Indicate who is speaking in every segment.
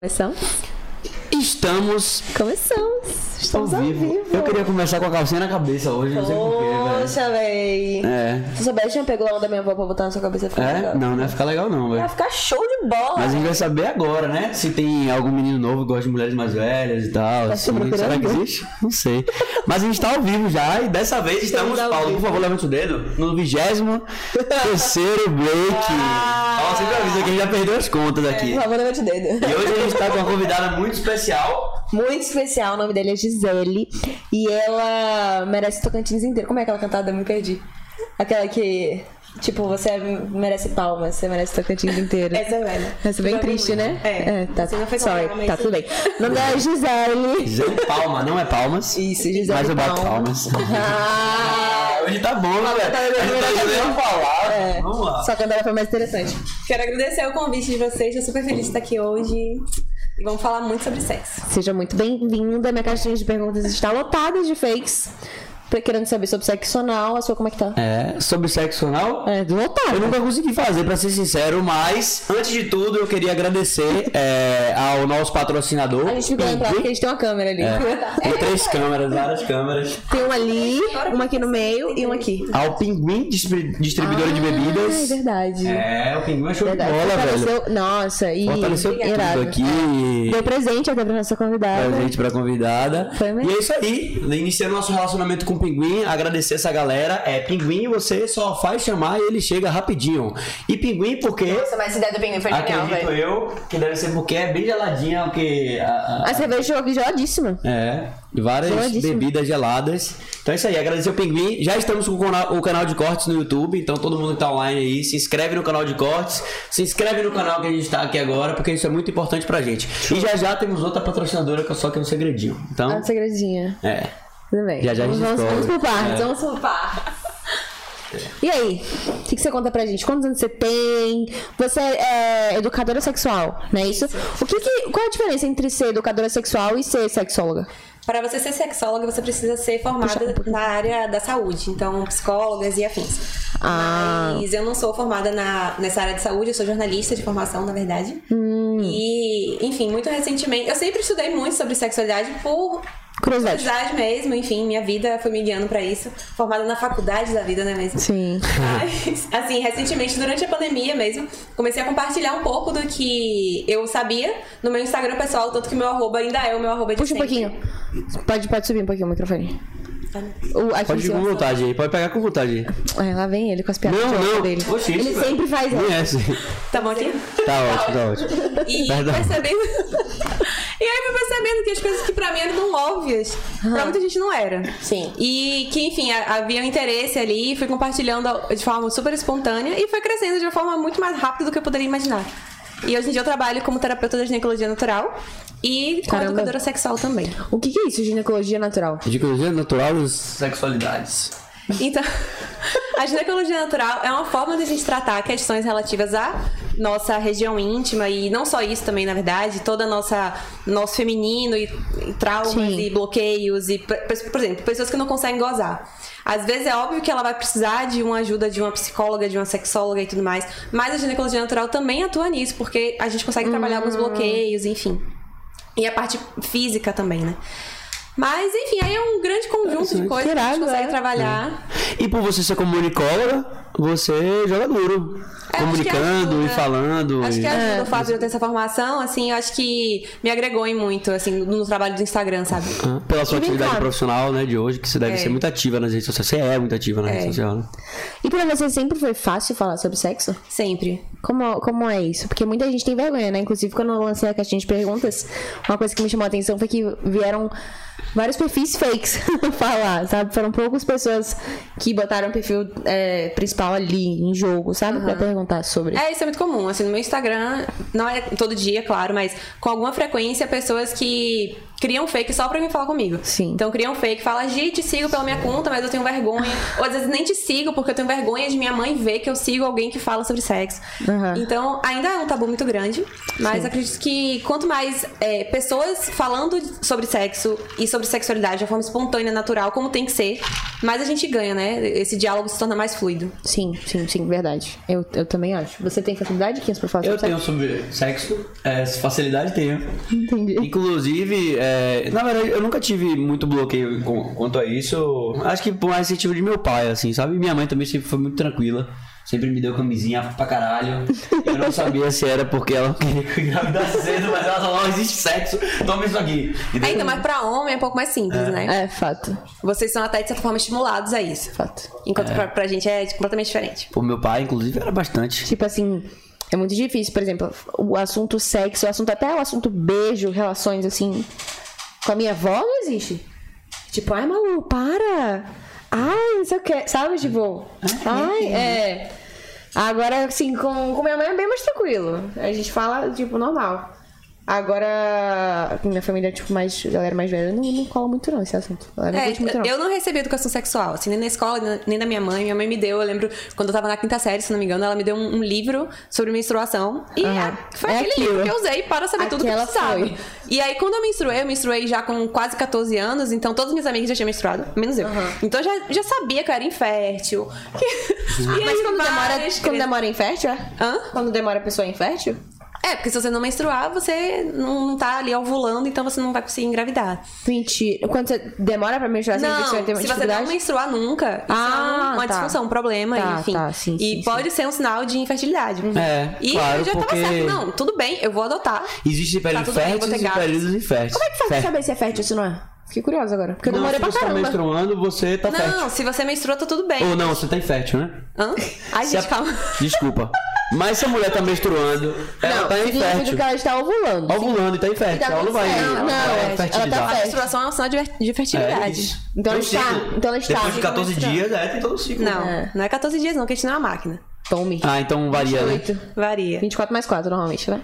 Speaker 1: Começamos?
Speaker 2: Estamos
Speaker 1: Começamos. Estamos ao vivo.
Speaker 2: Eu queria começar com a calcinha na cabeça hoje, não sei porquê,
Speaker 1: Poxa, véi.
Speaker 2: velho. né? É.
Speaker 1: Se eu soubesse, tinha pego a onda da minha avó pra botar na sua cabeça. fica
Speaker 2: É?
Speaker 1: legal.
Speaker 2: Não, não ia ficar legal não,
Speaker 1: Vai
Speaker 2: velho.
Speaker 1: ficar show de bola.
Speaker 2: Mas a gente vai saber agora, né? Se tem algum menino novo que gosta de mulheres mais velhas e tal. assim.
Speaker 1: procurando?
Speaker 2: Será que existe? Não sei. Mas a gente tá ao vivo já e dessa vez
Speaker 1: Estamos
Speaker 2: estamos,
Speaker 1: ao
Speaker 2: Paulo,
Speaker 1: vivo.
Speaker 2: por favor, levante o dedo. No vigésimo terceiro break.
Speaker 1: Ah! É.
Speaker 2: Ó, sempre avisa que a gente já perdeu as contas
Speaker 1: Por
Speaker 2: aqui.
Speaker 1: favor, levante o dedo.
Speaker 2: E hoje a gente tá com uma convidada muito especial.
Speaker 1: Muito especial, o nome dela é Gisele. E ela merece Tocantins inteiro. Como é aquela cantada? Eu me perdi. Aquela que, tipo, você merece palmas, você merece Tocantins inteiro.
Speaker 3: Essa é velha.
Speaker 1: Essa é bem
Speaker 3: Já vi
Speaker 1: triste,
Speaker 3: muito.
Speaker 1: né?
Speaker 3: É.
Speaker 1: tá,
Speaker 3: Você não fez
Speaker 1: sorry,
Speaker 3: programa,
Speaker 1: tá
Speaker 3: isso.
Speaker 1: tudo bem. O nome dela é Gisele.
Speaker 2: Gisele Palma, não é palmas.
Speaker 1: Isso, Gisele
Speaker 2: Mas eu bato
Speaker 1: Palma.
Speaker 2: palmas.
Speaker 1: Ah!
Speaker 2: Ah, Hoje tá bom, né, velho?
Speaker 1: Tá
Speaker 2: A gente tá
Speaker 1: melhorando.
Speaker 2: querendo falar.
Speaker 1: É.
Speaker 2: Vamos lá.
Speaker 1: Só quando ela foi mais interessante.
Speaker 3: Quero agradecer o convite de vocês, estou super feliz de estar aqui hoje. E vamos falar muito sobre sexo.
Speaker 1: Seja muito bem-vinda. Minha caixinha de perguntas está lotada de fakes. Pra- Querendo saber sobre sexo anal. A sua como é que tá?
Speaker 2: É, sobre sexo anal,
Speaker 1: É,
Speaker 2: eu
Speaker 1: lotada.
Speaker 2: nunca consegui fazer, pra ser sincero, mas antes de tudo eu queria agradecer é, ao nosso patrocinador.
Speaker 1: A gente ficou lembrado que a gente tem uma câmera ali.
Speaker 2: É, com três câmeras, várias câmeras.
Speaker 1: Tem uma ali, uma aqui no meio e uma aqui.
Speaker 2: Ao Pinguim Distri- Distribuidora de
Speaker 1: Ah, é
Speaker 2: Bebidas.
Speaker 1: verdade.
Speaker 2: É, o Pinguim é show de
Speaker 1: Verdade.
Speaker 2: bola, velho.
Speaker 1: Fortaleceu- Nossa, e
Speaker 2: Fortaleceu
Speaker 1: irado. É.
Speaker 2: tudo aqui.
Speaker 1: Deu presente até pra nossa convidada.
Speaker 2: Pra gente, pra convidada.
Speaker 1: Foi mesmo.
Speaker 2: E é isso aí. Iniciando nosso relacionamento com o Pinguim, agradecer essa galera. É, Pinguim você só faz chamar e ele chega rapidinho. E Pinguim porque,
Speaker 3: mas essa ideia do Pinguim foi
Speaker 1: é
Speaker 2: acredito eu, que deve ser porque é bem geladinha, porque... a- a-
Speaker 1: A cerveja jogou geladíssima.
Speaker 2: é, várias
Speaker 1: Geladíssimo.
Speaker 2: bebidas geladas. Então é isso aí, agradecer o Pinguim. Já estamos com o cana- o canal de cortes no YouTube, então todo mundo que tá online aí, se inscreve no canal de cortes, se inscreve no canal que a gente tá aqui agora, porque isso é muito importante pra gente. E já já temos outra patrocinadora, que eu só que é um segredinho.
Speaker 1: Ah,
Speaker 2: Então,
Speaker 1: segredinha.
Speaker 2: é.
Speaker 1: Tudo bem.
Speaker 2: Já, já a gente
Speaker 1: vamos, vamos, vamos
Speaker 2: descobre.
Speaker 1: pro parto.
Speaker 2: É.
Speaker 1: Vamos pro parto. E aí, o que, que você conta pra gente? Quantos anos você tem? Você é educadora sexual, não é isso? O que que, qual é a diferença entre ser educadora sexual e ser sexóloga?
Speaker 3: Para você ser sexóloga, você precisa ser
Speaker 1: Puxa, um
Speaker 3: formada na área da saúde, então psicólogas e afins.
Speaker 1: Ah.
Speaker 3: Mas eu não sou formada na, nessa área de saúde, eu sou jornalista de formação, na verdade. Hum. E, enfim, muito recentemente. Eu sempre estudei muito sobre sexualidade por
Speaker 1: Curiosidade.
Speaker 3: curiosidade mesmo, enfim, minha vida foi me guiando pra isso. Formada na faculdade da vida, não é mesmo?
Speaker 1: Sim.
Speaker 3: Mas, assim, recentemente, durante a pandemia mesmo, comecei a compartilhar um pouco do que eu sabia no meu Instagram pessoal, tanto que meu arroba ainda é o meu arroba de
Speaker 1: Puxa um
Speaker 3: sempre.
Speaker 1: pouquinho. Pode, pode subir um pouquinho o microfone. O, aqui em
Speaker 2: Pode ir
Speaker 1: cima.
Speaker 2: com vontade aí, pode pegar com vontade aí.
Speaker 1: Ai, lá vem ele com as piadas
Speaker 2: Não,
Speaker 1: de ódio
Speaker 2: não.
Speaker 1: dele.
Speaker 2: Oxe,
Speaker 1: ele
Speaker 2: isso, é-
Speaker 1: sempre faz é. isso.
Speaker 2: Conhece.
Speaker 3: Tá bom aqui?
Speaker 2: Tá ótimo, tá ótimo.
Speaker 3: E
Speaker 2: Perdão.
Speaker 3: percebendo. e aí fui percebendo que as coisas que pra mim eram tão óbvias, pra muita gente não era.
Speaker 1: Sim.
Speaker 3: E que, enfim, a- havia um interesse ali, fui compartilhando de forma super espontânea e foi crescendo de uma forma muito mais rápida do que eu poderia imaginar. E hoje em dia eu trabalho como terapeuta da ginecologia natural e como
Speaker 1: Caramba.
Speaker 3: educadora sexual também.
Speaker 1: O que, que é isso, ginecologia natural?
Speaker 2: De cruzeiro natural e sexualidades.
Speaker 3: Então, a ginecologia natural é uma forma de a gente tratar questões relativas à nossa região íntima e não só isso também, na verdade, toda a nossa nosso feminino e, e traumas
Speaker 1: Sim.
Speaker 3: e bloqueios e por por exemplo, pessoas que não conseguem gozar. Às vezes é óbvio que ela vai precisar de uma ajuda de uma psicóloga, de uma sexóloga e tudo mais, mas a ginecologia natural também atua nisso, porque a gente consegue trabalhar alguns bloqueios, enfim. E a parte física também, né? Mas, enfim, aí é um grande conjunto de coisas que a
Speaker 1: Irado,
Speaker 3: gente consegue
Speaker 1: é.
Speaker 3: trabalhar.
Speaker 2: E por você ser comunicóloga, você joga duro.
Speaker 3: É, acho que
Speaker 2: comunicando e
Speaker 3: ajuda.
Speaker 2: falando.
Speaker 3: Acho
Speaker 2: e-
Speaker 3: que é ajuda o fato de eu ter essa formação, assim, eu acho que me agregou em muito, assim, no trabalho do Instagram, sabe?
Speaker 2: Ah, Pela sua
Speaker 1: E vem
Speaker 2: atividade
Speaker 1: cá.
Speaker 2: profissional, né, de hoje, que você deve
Speaker 3: É.
Speaker 2: ser muito ativa nas redes sociais. Você é muito ativa na
Speaker 3: É.
Speaker 2: rede social, né?
Speaker 1: E pra você sempre foi fácil falar sobre sexo?
Speaker 3: Sempre.
Speaker 1: Como, como é isso? Porque muita gente tem vergonha, né? Inclusive, quando eu lancei a caixinha de perguntas, uma coisa que me chamou a atenção foi que vieram vários perfis fakes falar, sabe? Foram poucas pessoas que botaram o perfil é, principal ali em jogo, sabe? Pra perguntar sobre.
Speaker 3: É, isso é muito comum, assim, no meu Instagram, não é todo dia, claro, mas com alguma frequência, pessoas que Cria um fake só pra vir falar comigo.
Speaker 1: Sim.
Speaker 3: Então cria um fake, fala, Gi, te sigo pela minha conta, mas eu tenho vergonha. Ou às vezes nem te sigo, porque eu tenho vergonha de minha mãe ver que eu sigo alguém que fala sobre sexo.
Speaker 1: Aham.
Speaker 3: Então, ainda é um tabu muito grande, mas acredito que quanto mais é, pessoas falando sobre sexo e sobre sexualidade de forma espontânea, natural, como tem que ser, mais a gente ganha, né? Esse diálogo se torna mais fluido.
Speaker 1: Sim, sim, sim, verdade. Eu, eu também acho. Você tem facilidade, Quinhas, pra falar
Speaker 2: Eu
Speaker 1: sobre
Speaker 2: tenho sobre sexo, é, facilidade tenho.
Speaker 1: Entendi.
Speaker 2: Inclusive, é, na verdade, eu nunca tive muito bloqueio com- quanto a isso. Acho que por mais incentivo de meu pai, assim, sabe? Minha mãe também sempre foi muito tranquila. Sempre me deu camisinha pra caralho. Eu não sabia se era porque ela queria que eu engravidasse cedo, mas ela falou, "Não existe sexo, toma isso aqui.
Speaker 3: É, então, mas pra homem é um pouco mais simples, né?
Speaker 1: É, fato.
Speaker 3: Vocês são até, de certa forma, estimulados a isso.
Speaker 1: Fato.
Speaker 3: Enquanto pra, pra gente é completamente diferente.
Speaker 2: Pô, meu pai, inclusive, era bastante.
Speaker 1: Tipo assim, é muito difícil, por exemplo, o assunto sexo, o assunto até o assunto beijo, relações assim. Com a minha avó não existe. Tipo, ai, Malu, para! Ai, não sei o que, sabe? Tipo, ai, é. Agora, assim, com, com minha mãe é bem mais tranquilo. A gente fala, tipo, normal. Agora, minha família, tipo, mais. galera mais velha, não, não cola muito, não, esse assunto. Ela não
Speaker 3: É,
Speaker 1: curte muito, não.
Speaker 3: eu não recebi educação sexual, assim, nem na escola, nem- nem da minha mãe. Minha mãe me deu, eu lembro, quando eu tava na quinta série, se não me engano, ela me deu um, um livro sobre menstruação. E
Speaker 1: Aham.
Speaker 3: é- foi
Speaker 1: É
Speaker 3: aquele
Speaker 1: aquilo.
Speaker 3: livro que eu usei para saber tudo que eu
Speaker 1: Aquela
Speaker 3: precisava.
Speaker 1: foi.
Speaker 3: E aí, quando eu menstruei, eu menstruei já com quase 14 anos, então todas minhas amigas já tinham menstruado, menos eu. Então já, já sabia que eu era infértil. e aí,
Speaker 1: Mas quando demora,
Speaker 3: várias
Speaker 1: quando
Speaker 3: crianças-
Speaker 1: demora infértil, é?
Speaker 3: Hã?
Speaker 1: Quando demora a pessoa infértil?
Speaker 3: É, porque se você não menstruar, você não não tá ali ovulando, então você não vai conseguir engravidar.
Speaker 1: Mentira. Quando você demora pra menstruar, você
Speaker 3: Não,
Speaker 1: vai ter uma
Speaker 3: se você
Speaker 1: dificuldade?
Speaker 3: não menstruar nunca, isso
Speaker 1: Ah,
Speaker 3: é uma
Speaker 1: tá.
Speaker 3: disfunção, um problema,
Speaker 1: Tá,
Speaker 3: enfim.
Speaker 1: tá, sim,
Speaker 3: e
Speaker 1: sim, Uhum.
Speaker 3: pode ser um sinal de infertilidade.
Speaker 2: É,
Speaker 3: E
Speaker 2: claro,
Speaker 3: eu já
Speaker 2: porque-
Speaker 3: tava certo, não, tudo bem, eu vou adotar.
Speaker 2: Existem
Speaker 3: Tá
Speaker 2: períodos
Speaker 3: tudo bem, eu vou
Speaker 2: férteis
Speaker 3: ter
Speaker 2: e
Speaker 3: gatos.
Speaker 2: períodos inférteis.
Speaker 1: Como é que faz pra
Speaker 2: Fértil.
Speaker 1: saber se é fértil ou se não é? Fiquei curiosa agora. Porque eu
Speaker 2: Não,
Speaker 1: demorei
Speaker 2: se
Speaker 1: pra
Speaker 2: você tá
Speaker 1: caramba.
Speaker 2: menstruando, você tá fértil.
Speaker 3: Não, se você menstrua, tá tudo bem.
Speaker 2: Ou não, você tá infértil, né?
Speaker 3: Hã? Ai,
Speaker 2: Se
Speaker 3: gente,
Speaker 2: a-
Speaker 3: calma.
Speaker 2: Desculpa. Mas se a mulher tá menstruando, ela tá
Speaker 1: significa que
Speaker 2: infértil.
Speaker 1: ela está ovulando.
Speaker 2: Ovulando e tá infértil.
Speaker 1: Tá
Speaker 2: ela não vai.
Speaker 1: acontecendo. Não,
Speaker 2: vai
Speaker 1: ela tá
Speaker 2: fertilizar.
Speaker 3: A
Speaker 1: fértil.
Speaker 3: menstruação é um sinal de, de
Speaker 2: É
Speaker 3: fertilidade.
Speaker 2: isso.
Speaker 1: Então
Speaker 2: Tem um
Speaker 1: está-
Speaker 2: ciclo.
Speaker 1: então está.
Speaker 2: Depois de 14
Speaker 1: Tá.
Speaker 2: dias, é, tem todo o ciclo.
Speaker 3: não,
Speaker 1: É.
Speaker 3: não é 14 dias, não, que a gente não é uma máquina.
Speaker 1: Tome.
Speaker 2: Ah, então varia, né?
Speaker 1: 28.
Speaker 3: Varia. É,
Speaker 1: 24 mais 4, normalmente, né?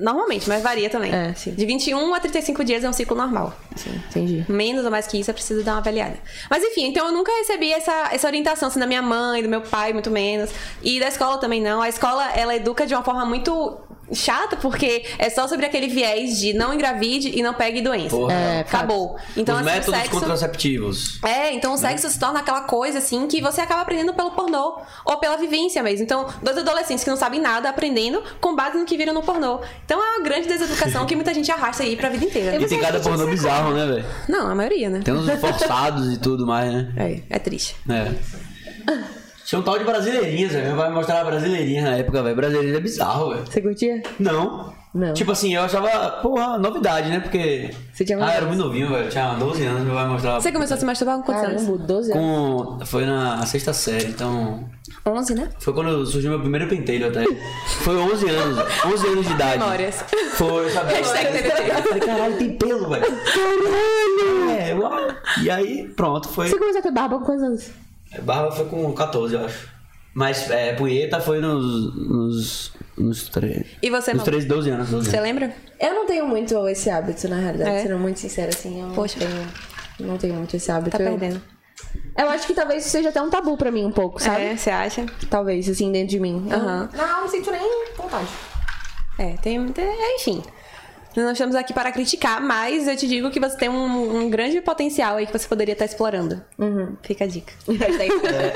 Speaker 3: Normalmente, mas varia também.
Speaker 1: É, sim.
Speaker 3: De 21 a 35 dias é um ciclo normal.
Speaker 1: Sim, entendi.
Speaker 3: Menos ou mais que isso, eu preciso dar uma avaliada. Mas enfim, então eu nunca recebi essa, essa orientação assim, da minha mãe, do meu pai, muito menos. E da escola também não. A escola, ela educa de uma forma muito chata, porque é só sobre aquele viés de não engravide e não pegue doença.
Speaker 2: Porra.
Speaker 1: É,
Speaker 3: Acabou. Então,
Speaker 2: Os
Speaker 3: assim, o
Speaker 2: métodos Né?
Speaker 3: sexo...
Speaker 2: contraceptivos.
Speaker 3: É, então o sexo se torna aquela coisa assim que você acaba aprendendo pelo pornô ou pela vivência mesmo. Então, dois adolescentes que não sabem nada aprendendo com base no que viram no pornô. Então é uma grande deseducação que muita gente arrasta aí pra vida inteira.
Speaker 2: E tem cada pornô
Speaker 1: é
Speaker 2: bizarro, né, velho?
Speaker 3: Não, a maioria, né?
Speaker 2: Tem uns forçados e tudo mais, né?
Speaker 3: É, é triste.
Speaker 2: É. Tinha um tal de brasileirinhas, velho. Meu pai me mostrava brasileirinhas na época, velho. Brasileirinha é bizarro, velho.
Speaker 1: Você curtia?
Speaker 2: Não.
Speaker 1: Não.
Speaker 2: Tipo assim, eu achava, porra, novidade, né? Porque.
Speaker 1: Você tinha
Speaker 2: ah,
Speaker 1: quantos
Speaker 2: era muito novinho, velho. Tinha 12 anos, meu pai mostrava.
Speaker 3: Você começou a se masturbar com quantos anos?
Speaker 1: Caramba, 12 anos.
Speaker 2: Com... Foi na sexta série, então.
Speaker 3: 11, né?
Speaker 2: Foi quando surgiu meu primeiro pentelho até. Foi 11 anos, velho. 11 anos de idade.
Speaker 3: Memórias.
Speaker 2: Foi, eu sabia.
Speaker 3: Hashtag
Speaker 2: Eu falei, caralho, tem pelo, velho. Caralho! É, uau. E aí, pronto, foi.
Speaker 1: Você começou a ter barba com quantos anos?
Speaker 2: Barba foi com 14, eu acho. Mas é, punheta foi nos. nos. nos 3.
Speaker 3: E você,
Speaker 2: Nos
Speaker 3: Malu?
Speaker 2: 13, 12 anos. né? 12
Speaker 3: Você
Speaker 2: anos.
Speaker 3: lembra?
Speaker 1: Eu não tenho muito esse hábito, na realidade,
Speaker 3: É?
Speaker 1: sendo muito sincera, assim. Eu
Speaker 3: Poxa.
Speaker 1: Não tenho, não tenho muito esse hábito.
Speaker 3: Tá
Speaker 1: Eu-
Speaker 3: perdendo.
Speaker 1: Eu acho que talvez isso seja até um tabu pra mim um pouco, sabe?
Speaker 3: É, você acha?
Speaker 1: Talvez, assim, dentro de mim. Eu
Speaker 3: Aham.
Speaker 1: Não, não sinto nem vontade.
Speaker 3: É, tem. tem- é, enfim. Nós não estamos aqui para criticar, mas eu te digo que você tem um, um grande potencial aí que você poderia estar explorando. Fica a dica.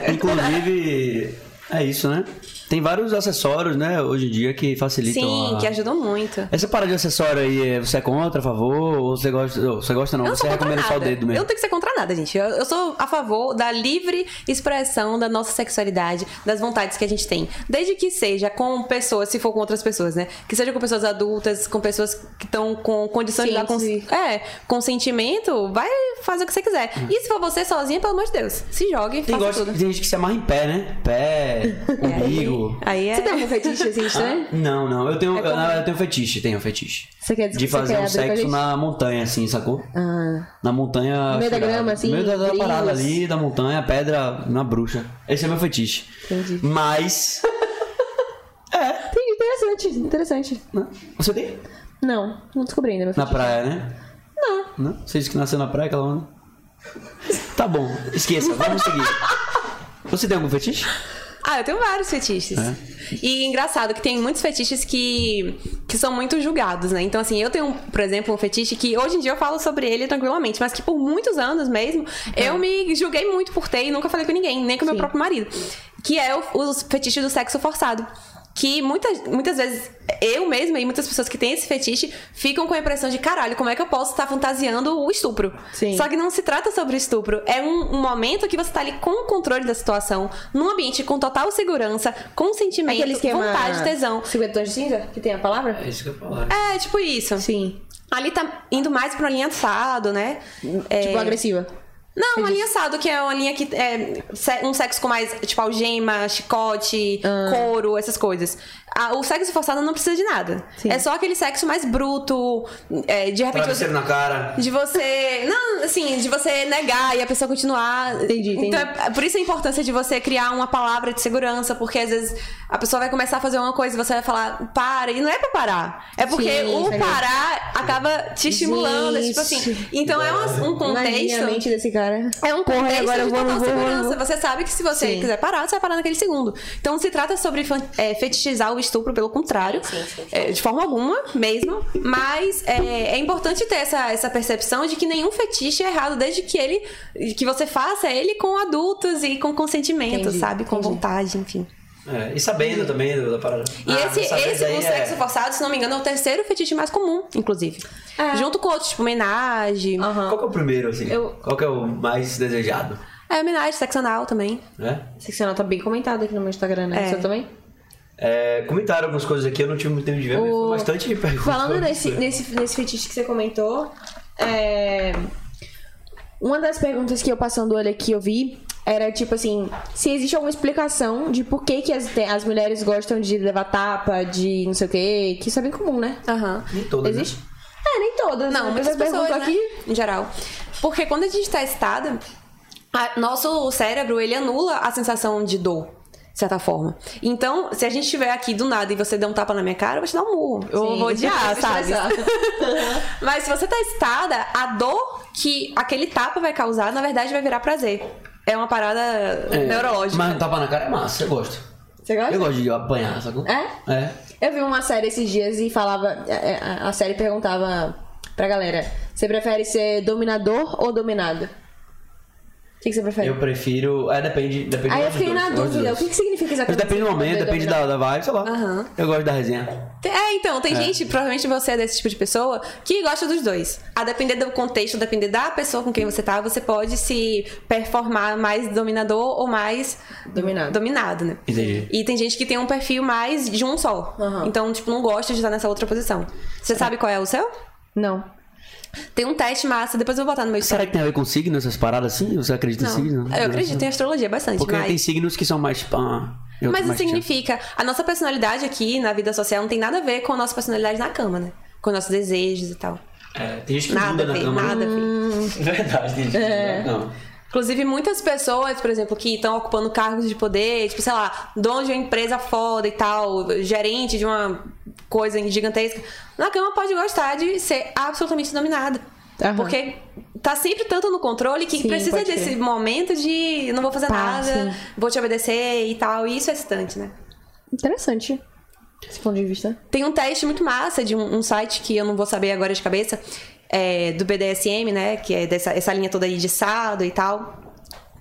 Speaker 2: É, inclusive, é isso, né? Tem vários acessórios, né, hoje em dia que facilitam.
Speaker 3: Sim,
Speaker 2: a-
Speaker 3: que ajudou muito. Eu
Speaker 2: Essa parada de acessório aí, é, você é contra, a favor? Ou você gosta. Ou você gosta não,
Speaker 3: não
Speaker 2: você
Speaker 3: sou contra
Speaker 2: recomenda
Speaker 3: nada.
Speaker 2: é só o dedo
Speaker 3: Eu
Speaker 2: mesmo.
Speaker 3: não tenho que ser contra nada, gente. Eu, eu sou a favor da livre expressão da nossa sexualidade, das vontades que a gente tem. Desde que seja com pessoas, se for com outras pessoas, né? Que seja com pessoas adultas, com pessoas que estão com condições de dar cons...
Speaker 1: Sim, sim.
Speaker 3: é, consentimento, vai fazer o que você quiser. E se for você sozinha, pelo amor de Deus, se jogue,
Speaker 2: Hum. Tem,
Speaker 3: faça
Speaker 2: gosta,
Speaker 3: tudo.
Speaker 2: tem gente que se amarra em pé, né? Ppé, umbigo.
Speaker 3: Aí é...
Speaker 1: Você tem algum fetiche assim estranho?
Speaker 2: Não, não. Eu tenho, eu, na verdade, eu tenho fetiche, tenho fetiche.
Speaker 1: É Você quer
Speaker 2: De
Speaker 1: você
Speaker 2: fazer
Speaker 1: quer abrir
Speaker 2: um
Speaker 1: com a
Speaker 2: sexo
Speaker 1: gente?
Speaker 2: na montanha, assim, sacou?
Speaker 1: Ah,
Speaker 2: Na montanha.
Speaker 1: No meio da
Speaker 2: furada.
Speaker 1: grama, assim,
Speaker 2: No meio da- da,
Speaker 1: grilos.
Speaker 2: parada ali, da montanha, pedra na bruxa. Esse é meu fetiche.
Speaker 1: Entendi.
Speaker 2: Mas.
Speaker 1: entendi. Interessante, interessante.
Speaker 2: né? Você tem?
Speaker 1: Não, não descobri ainda, meu
Speaker 2: Na
Speaker 1: fetiche.
Speaker 2: praia, né? Né? Você disse que nasceu na praia, aquela onda. Tá bom, esqueça, vamos seguir. Você tem algum fetiche?
Speaker 3: Ah, eu tenho vários fetiches.
Speaker 2: É?
Speaker 3: E engraçado que tem muitos fetiches que, que são muito julgados, né? Então, assim, eu tenho, por exemplo, um fetiche que hoje em dia eu falo sobre ele tranquilamente, mas que por muitos anos mesmo eu me julguei muito por ter e nunca falei com ninguém, nem com meu
Speaker 1: É. Sim.
Speaker 3: próprio marido. Que é o, o fetiche do sexo forçado. Que muitas, muitas vezes eu mesma e muitas pessoas que têm esse fetiche ficam com a impressão de caralho, como é que eu posso estar fantasiando o estupro?
Speaker 1: Sim.
Speaker 3: Só que não se trata sobre estupro. É um, um momento que você tá ali com o controle da situação, num ambiente com total segurança, consentimento,
Speaker 1: Aquele esquema.
Speaker 3: vontade, tesão.
Speaker 1: 50 tons de cinza? Que tem a palavra?
Speaker 2: isso que eu ia falar.
Speaker 3: É, tipo isso.
Speaker 1: Sim.
Speaker 3: Ali tá indo mais pra um alinhaçado, né? É...
Speaker 1: Tipo agressiva.
Speaker 3: Não, um alinhaçado, que é uma linha que é se- um sexo com mais, tipo, algema, chicote,
Speaker 1: Ah.
Speaker 3: couro, essas coisas. Ah, o sexo forçado não precisa de nada.
Speaker 1: Sim.
Speaker 3: É só aquele sexo mais bruto, é, de repente você
Speaker 2: Travesseiro na cara.
Speaker 3: De você. Não, assim, de você negar e a pessoa continuar.
Speaker 1: Entendi, entendi.
Speaker 3: Então, é- por isso a importância de você criar uma palavra de segurança, porque às vezes a pessoa vai começar a fazer uma coisa e você vai falar, para. E não é pra parar. É porque
Speaker 1: Sim, tá
Speaker 3: o
Speaker 1: sabe?
Speaker 3: parar acaba te estimulando. é tipo assim.
Speaker 1: Gente.
Speaker 3: Então é um, um
Speaker 1: Imagina a
Speaker 3: contexto.
Speaker 1: mente desse cara.
Speaker 3: É um
Speaker 1: Porra,
Speaker 3: contexto
Speaker 1: agora eu
Speaker 3: de
Speaker 1: vou, não
Speaker 3: total
Speaker 1: vou, não
Speaker 3: segurança.
Speaker 1: vou.
Speaker 3: Você sabe que se você
Speaker 1: Sim.
Speaker 3: quiser parar, você vai parar naquele segundo. Então não se trata sobre fan- é, fetichizar o estupro, pelo contrário. É, de forma alguma, mesmo. Mas é, é importante ter essa, essa percepção de que nenhum fetiche é errado, desde que ele que você faça ele com adultos e com consentimento,
Speaker 1: Entendi,
Speaker 3: sabe? Com
Speaker 1: entendi.
Speaker 3: vontade, enfim.
Speaker 2: É, e sabendo também do- da parada. Ah,
Speaker 3: E esse, esse o sexo forçado, se não me engano, é o terceiro fetiche mais comum, inclusive.
Speaker 1: É. Ah.
Speaker 3: Junto com outros, tipo, homenagem.
Speaker 1: Aham.
Speaker 2: Qual que é o primeiro, assim?
Speaker 1: Eu-
Speaker 2: Qual que é o mais desejado?
Speaker 3: É, homenagem, sexo anal também.
Speaker 2: Né?
Speaker 1: Esse canal tá bem comentado aqui no meu Instagram, né?
Speaker 3: É.
Speaker 1: Você também?
Speaker 2: É, comentaram algumas coisas aqui, eu não tive muito tempo de ver, mas
Speaker 1: O-
Speaker 2: foi bastante É. perguntas.
Speaker 1: Falando
Speaker 2: sobre
Speaker 1: nesse,
Speaker 2: isso.
Speaker 1: nesse, nesse fetiche que você comentou, é, uma das perguntas que eu passando o olho aqui eu vi era tipo assim, se existe alguma explicação de por que, que as, te- as mulheres gostam de levar tapa, de não sei o quê, que isso é bem comum, né?
Speaker 3: Aham.
Speaker 2: Nem todas, né?
Speaker 1: Existe? É, nem todas.
Speaker 3: Não,
Speaker 1: né?
Speaker 3: muitas
Speaker 1: Mas eu
Speaker 3: pessoas,
Speaker 1: pergunto
Speaker 3: né?
Speaker 1: aqui.
Speaker 3: Em geral. Porque quando a gente tá excitada, a- nosso cérebro, ele anula a sensação de dor. De certa forma. Então, se a gente estiver aqui do nada e você der um tapa na minha cara, eu vou te dar um murro. Eu
Speaker 1: Sim.
Speaker 3: vou odiar,
Speaker 1: Vou
Speaker 3: sabe?
Speaker 1: estressar.
Speaker 3: Mas se você tá excitada, a dor que aquele tapa vai causar, na verdade, vai virar prazer. É uma parada
Speaker 2: É,
Speaker 3: neurológica.
Speaker 2: Mas tapa na cara é massa, eu gosto.
Speaker 1: Você gosta?
Speaker 2: Eu gosto de apanhar, sacou?
Speaker 1: É?
Speaker 2: É.
Speaker 1: Eu vi uma série esses dias e falava. é, a- A a série perguntava pra galera: você prefere ser dominador ou dominado? O que, que você prefere?
Speaker 2: Eu prefiro. É, depende. depende
Speaker 1: Aí eu
Speaker 2: dos
Speaker 1: fiquei
Speaker 2: dois,
Speaker 1: na
Speaker 2: gosto dos
Speaker 1: dúvida: o
Speaker 2: dois.
Speaker 1: que, que significa
Speaker 2: Mas
Speaker 1: exatamente?
Speaker 2: depende do
Speaker 1: ser
Speaker 2: momento,
Speaker 1: dominador e
Speaker 2: depende da, da vibe, sei lá.
Speaker 3: Aham.
Speaker 2: Eu gosto da resenha.
Speaker 3: É, então, tem gente, provavelmente você é desse tipo de pessoa, que gosta dos dois. A depender do contexto, a depender da pessoa com quem você tá, você pode se performar mais dominador ou mais
Speaker 1: Dominado.
Speaker 3: dominado, né?
Speaker 2: Entendi.
Speaker 3: E tem gente que tem um perfil mais de um só.
Speaker 1: Aham.
Speaker 3: Então, tipo, não gosta de estar nessa outra posição. Você sabe qual é o seu?
Speaker 1: Não.
Speaker 3: Tem um teste massa, depois eu vou botar no meu
Speaker 2: Será
Speaker 3: Instagram.
Speaker 2: que tem a ver com signos, essas paradas assim? Você acredita em signos?
Speaker 3: Eu acredito em astrologia bastante,
Speaker 2: né? Porque
Speaker 3: mas...
Speaker 2: tem signos que são mais. Ah, eu-
Speaker 3: Mas isso
Speaker 2: mais
Speaker 3: significa, a nossa personalidade aqui na vida social não tem nada a ver com a nossa personalidade na cama, né? Com nossos desejos e tal.
Speaker 2: É, tem gente que
Speaker 3: Nada,
Speaker 2: muda na
Speaker 3: filho,
Speaker 2: cama. É
Speaker 3: nada, filho.
Speaker 2: Verdade, tem gente que muda na cama.
Speaker 3: Inclusive, muitas pessoas, por exemplo, que estão ocupando cargos de poder, tipo, sei lá, dono de uma empresa foda e tal, gerente de uma coisa gigantesca, na cama pode gostar de ser absolutamente dominada.
Speaker 1: Aham.
Speaker 3: Porque tá sempre tanto no controle que
Speaker 1: Sim,
Speaker 3: precisa
Speaker 1: pode crer.
Speaker 3: desse momento de não vou fazer
Speaker 1: Pá,
Speaker 3: nada,
Speaker 1: sim.
Speaker 3: vou te obedecer e tal. E isso é excitante, né?
Speaker 1: Interessante. Esse ponto de vista.
Speaker 3: Tem um teste muito massa de um, um site que eu não vou saber agora de cabeça, é, do BDSM, né? Que é dessa essa linha toda aí de sado e tal.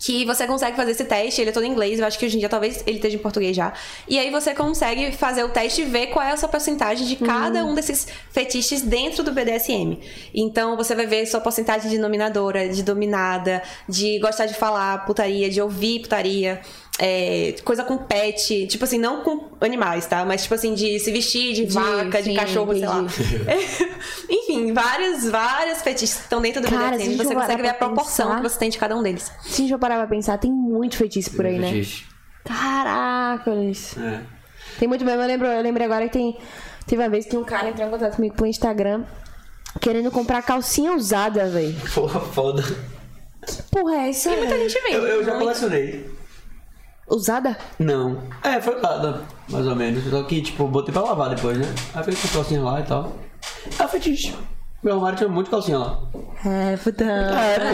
Speaker 3: Que você consegue fazer esse teste, ele é todo em inglês, eu acho que hoje em dia talvez ele esteja em português já. E aí você consegue fazer o teste e ver qual é a sua porcentagem de cada um desses fetiches dentro do BDSM. Então você vai ver sua porcentagem de dominadora, de dominada, de gostar de falar putaria, de ouvir putaria, é, coisa com pet, tipo assim, não com animais, tá? Mas tipo assim, de se vestir de,
Speaker 1: De-
Speaker 3: vaca,
Speaker 1: sim,
Speaker 3: de cachorro, sei
Speaker 1: entendi.
Speaker 3: lá. Enfim, várias, várias fetiches que estão dentro do
Speaker 1: Cara, se a
Speaker 3: BDSM.
Speaker 1: gente
Speaker 3: Você
Speaker 1: for
Speaker 3: consegue ver a
Speaker 1: parar pra
Speaker 3: proporção
Speaker 1: pensar-
Speaker 3: que você tem de cada um deles.
Speaker 1: Se a gente for parar pra pensar, tem muito feitiço por aí, né?
Speaker 2: Fetiche.
Speaker 1: Caraca, Luiz.
Speaker 2: É.
Speaker 1: Tem muito mesmo. Eu lembro, eu lembrei agora que tem. Teve uma vez que um cara entrou em contato comigo pelo Instagram querendo comprar calcinha usada, velho.
Speaker 2: Porra, foda.
Speaker 1: Porra, é essa?
Speaker 3: E muita gente vende.
Speaker 2: Eu, eu já
Speaker 3: muito.
Speaker 2: colecionei.
Speaker 1: Usada?
Speaker 2: Não. É, foi usada, mais ou menos. Só que, tipo, botei pra lavar É um depois, né? Aí fui com calcinha lá e tal. Ah, fetiche. Meu armário tinha muito calcinha lá.
Speaker 1: É, fudão.
Speaker 2: É, pô.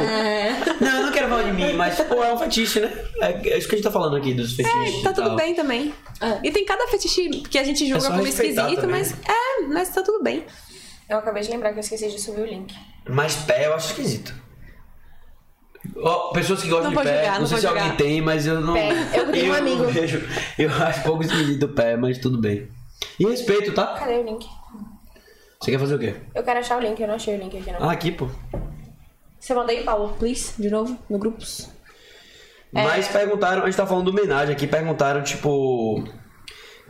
Speaker 3: É.
Speaker 2: Não, eu não quero falar de mim, mas, pô, é um fetiche, né? É, é isso que a gente tá falando aqui dos fetiches.
Speaker 3: Tá
Speaker 2: e
Speaker 3: tudo
Speaker 2: tal. É
Speaker 3: bem também.
Speaker 1: É.
Speaker 3: E tem cada fetiche que a gente julga
Speaker 2: só
Speaker 3: como
Speaker 2: respeitar
Speaker 3: esquisito,
Speaker 2: também.
Speaker 3: mas. É, mas tá tudo bem.
Speaker 1: Eu acabei de lembrar que eu esqueci de subir o link.
Speaker 2: Mas pé eu acho esquisito. Ó, pessoas que gostam
Speaker 3: Não
Speaker 2: de
Speaker 3: vou
Speaker 2: pé,
Speaker 3: julgar,
Speaker 2: não,
Speaker 3: não
Speaker 2: sei
Speaker 3: vou
Speaker 2: se
Speaker 3: julgar.
Speaker 2: alguém tem, mas eu não.
Speaker 1: Pé. Eu tenho um amigo.
Speaker 2: vejo- eu acho um pouco esquisito o pé, mas tudo bem. E respeito, tá?
Speaker 1: Cadê o link?
Speaker 2: Você quer fazer o quê?
Speaker 1: Eu quero achar o link, eu não achei o link aqui não.
Speaker 2: Ah, aqui, pô.
Speaker 1: Você manda aí, Paulo, please, de novo, no grupos. É.
Speaker 2: Mas perguntaram, a gente tá falando do homenagem aqui, perguntaram, tipo.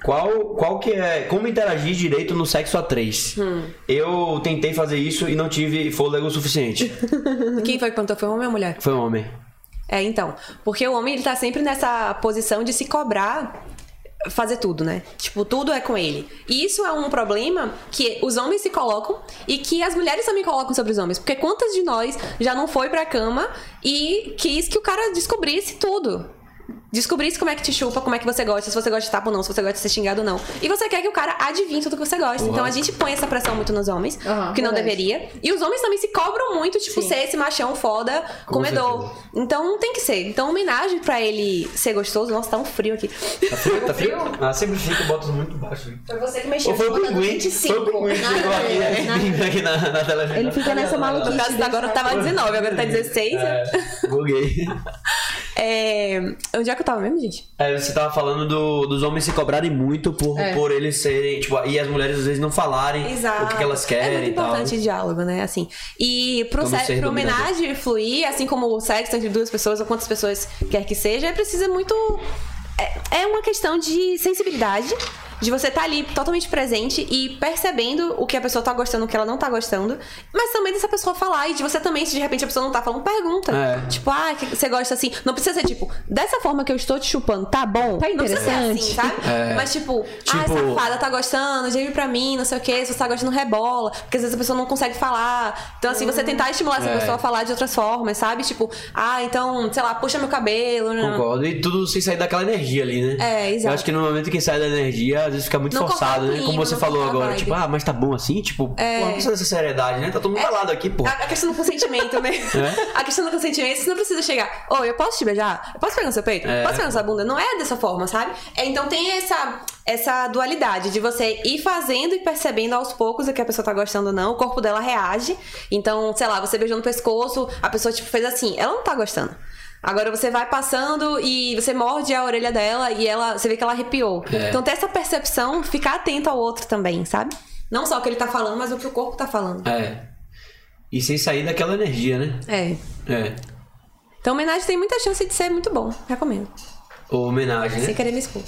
Speaker 2: Qual, qual que é. Como interagir direito no sexo a três?
Speaker 1: Hum.
Speaker 2: Eu tentei fazer isso e não tive fôlego suficiente.
Speaker 3: Quem foi que perguntou? Foi homem ou mulher?
Speaker 2: Foi um homem.
Speaker 3: É, então. Porque o homem, ele tá sempre nessa posição de se cobrar fazer tudo, né? Tipo, tudo é com ele. E isso é um problema que os homens se colocam e que as mulheres também colocam sobre os homens. Porque quantas de nós já não foi pra cama e quis que o cara descobrisse tudo? Descobrisse como é que te chupa, como é que você gosta, se você gosta de tapa ou não, se você gosta de ser xingado ou não. E você quer que o cara adivinhe tudo que você gosta. Então a gente põe essa pressão muito nos homens,
Speaker 1: Aham,
Speaker 3: que não
Speaker 1: verdade.
Speaker 3: deveria. E os homens também se cobram muito, tipo,
Speaker 1: Sim.
Speaker 3: ser esse machão foda,
Speaker 2: Com
Speaker 3: comedor.
Speaker 2: certeza.
Speaker 3: Então não tem que ser. Então, homenagem pra ele ser gostoso. Nossa, tá um frio aqui.
Speaker 2: Tá frio? Tá frio? Ah, sempre fica, bota muito baixo. né?
Speaker 1: Foi você que mexeu.
Speaker 2: Ou foi o
Speaker 1: você botou
Speaker 2: pinguim? Foi
Speaker 1: 25.
Speaker 2: o pinguim que
Speaker 1: Nada
Speaker 2: chegou
Speaker 1: a
Speaker 2: aqui,
Speaker 1: ver,
Speaker 2: né?
Speaker 1: nada a ver.
Speaker 2: Pinguim aqui na, na televisão.
Speaker 1: Ele fica nessa
Speaker 3: No
Speaker 1: maluquice.
Speaker 3: caso, da agora tava 19, agora tá 16. né?
Speaker 2: É, buguei.
Speaker 3: É... Onde é que eu tava mesmo, gente?
Speaker 2: É, você tava falando do- dos homens se cobrarem muito por,
Speaker 1: É.
Speaker 2: por eles serem, tipo, e as mulheres às vezes não falarem o que, que elas querem
Speaker 3: É muito
Speaker 2: e tal.
Speaker 3: importante o diálogo, né? Assim. E pro,
Speaker 2: Como
Speaker 3: se-
Speaker 2: ser
Speaker 3: pro
Speaker 2: dominador.
Speaker 3: homenagem fluir, assim como o sexo entre duas pessoas ou quantas pessoas quer que seja, é precisa muito. É, é uma questão de sensibilidade. De você estar ali totalmente presente e percebendo o que a pessoa tá gostando, o que ela não tá gostando. Mas também dessa pessoa falar e de você também, se de repente a pessoa não tá falando, pergunta.
Speaker 2: É.
Speaker 3: Tipo, ah, que- você gosta assim. Não precisa ser tipo, dessa forma que eu estou te chupando, tá bom?
Speaker 1: Tá
Speaker 3: não precisa ser assim,
Speaker 1: interessante.
Speaker 3: sabe?
Speaker 2: É.
Speaker 3: Mas tipo, ah,
Speaker 2: Tipo-
Speaker 3: safada ela tá gostando, geme pra mim, não sei o que, se você tá gostando, rebola. Porque às vezes a pessoa não consegue falar. Então, assim, você tentar estimular essa
Speaker 2: É.
Speaker 3: pessoa a falar de outras formas, sabe? Tipo, ah, então, sei lá, puxa meu cabelo. né?
Speaker 2: Concordo. E tudo sem sair daquela energia ali, né?
Speaker 3: É,
Speaker 2: Eu
Speaker 3: exato.
Speaker 2: acho que no momento que sai da energia, às vezes fica muito
Speaker 3: Não
Speaker 2: forçado,
Speaker 3: cortar o
Speaker 2: né? Como
Speaker 3: clima,
Speaker 2: você
Speaker 3: não
Speaker 2: falou
Speaker 3: cortar a
Speaker 2: agora,
Speaker 3: vibe. É.
Speaker 2: tipo, ah, mas tá bom assim? Tipo, pô, não precisa dessa seriedade, né? Tá todo mundo calado aqui, pô.
Speaker 3: A, a questão do consentimento, né?
Speaker 2: É.
Speaker 3: A questão do consentimento, você não precisa chegar. Ô, eu posso te beijar? Eu posso pegar no seu peito?
Speaker 2: É.
Speaker 3: Posso pegar na sua bunda? Não é dessa forma, sabe? É, então tem essa, essa dualidade de você ir fazendo e percebendo aos poucos o que a pessoa tá gostando ou não. O corpo dela reage. Então, sei lá, você beijou no pescoço, a pessoa tipo fez assim. Ela não tá gostando. Agora você vai passando e você morde a orelha dela e ela, você vê que ela arrepiou.
Speaker 2: É.
Speaker 3: Então ter essa percepção, ficar atento ao outro também, sabe? Não só o que ele tá falando, mas o que o corpo tá falando.
Speaker 2: É. E sem sair daquela energia, né?
Speaker 3: É.
Speaker 2: É.
Speaker 3: Então, homenagem tem muita chance de ser muito bom. Recomendo.
Speaker 2: Ou homenagem, né?
Speaker 3: Sem querer me expor.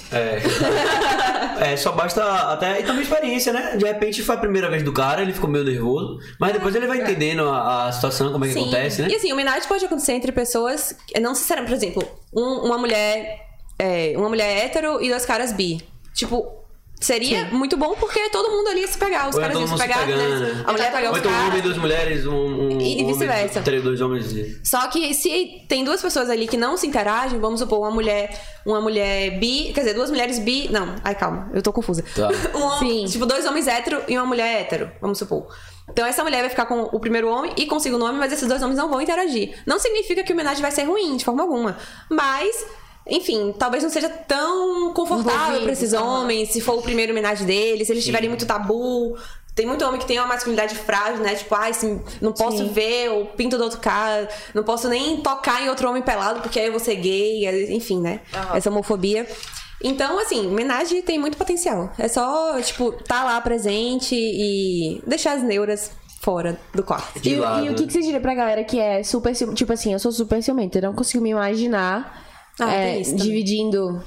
Speaker 2: É. é, só basta até. E também experiência, né? De repente foi a primeira vez do cara, ele ficou meio nervoso. Mas depois ele vai entendendo a, a situação, como é que acontece, né?
Speaker 3: É. E assim, homenagem pode acontecer entre pessoas. que Não sinceramente, por exemplo, um- uma mulher. é, uma mulher hétero e dois caras bi. Tipo. Seria muito bom porque todo mundo ali ia se pegar. Os
Speaker 2: Ou é
Speaker 3: caras
Speaker 2: todo
Speaker 3: iam se
Speaker 2: mundo se
Speaker 3: pegar,
Speaker 2: pegando,
Speaker 3: né?
Speaker 2: né?
Speaker 3: A mulher pegar
Speaker 2: Ou
Speaker 3: os
Speaker 2: então um homem,
Speaker 3: caras.
Speaker 2: duas mulheres, um. um
Speaker 3: E- e
Speaker 2: homem,
Speaker 3: vice-versa.
Speaker 2: Três, dois homens. e-
Speaker 3: Só que se tem duas pessoas ali que não se interagem, vamos supor, uma mulher, uma mulher bi, quer dizer, duas mulheres bi. Não, ai, calma, eu tô confusa.
Speaker 2: Tá.
Speaker 3: Um homem,
Speaker 1: Sim.
Speaker 3: tipo, dois homens hétero e uma mulher hétero, vamos supor. Então essa mulher vai ficar com o primeiro homem e com o segundo homem, mas esses dois homens não vão interagir. Não significa que o homenagem vai ser ruim, de forma alguma. Mas. Enfim, talvez não seja tão confortável
Speaker 1: Envolvido,
Speaker 3: pra esses
Speaker 1: aham.
Speaker 3: homens, se for o primeiro homenagem deles, se eles tiverem muito tabu. Tem muito homem que tem uma masculinidade frágil, né? Tipo, ai, assim, não posso
Speaker 1: Sim.
Speaker 3: ver o pinto do outro cara, não posso nem tocar em outro homem pelado porque aí eu vou ser gay, enfim, né?
Speaker 1: Aham.
Speaker 3: Essa homofobia. Então, assim, homenagem tem muito potencial. É só, tipo, tá lá presente e deixar as neuras fora do quarto.
Speaker 2: De
Speaker 1: e,
Speaker 2: lado. né?
Speaker 1: e o que, que você diria pra galera que é super cium- Tipo assim, eu sou super ciumenta, eu não consigo me imaginar
Speaker 3: Ah,
Speaker 1: é,
Speaker 3: tem isso também.
Speaker 1: dividindo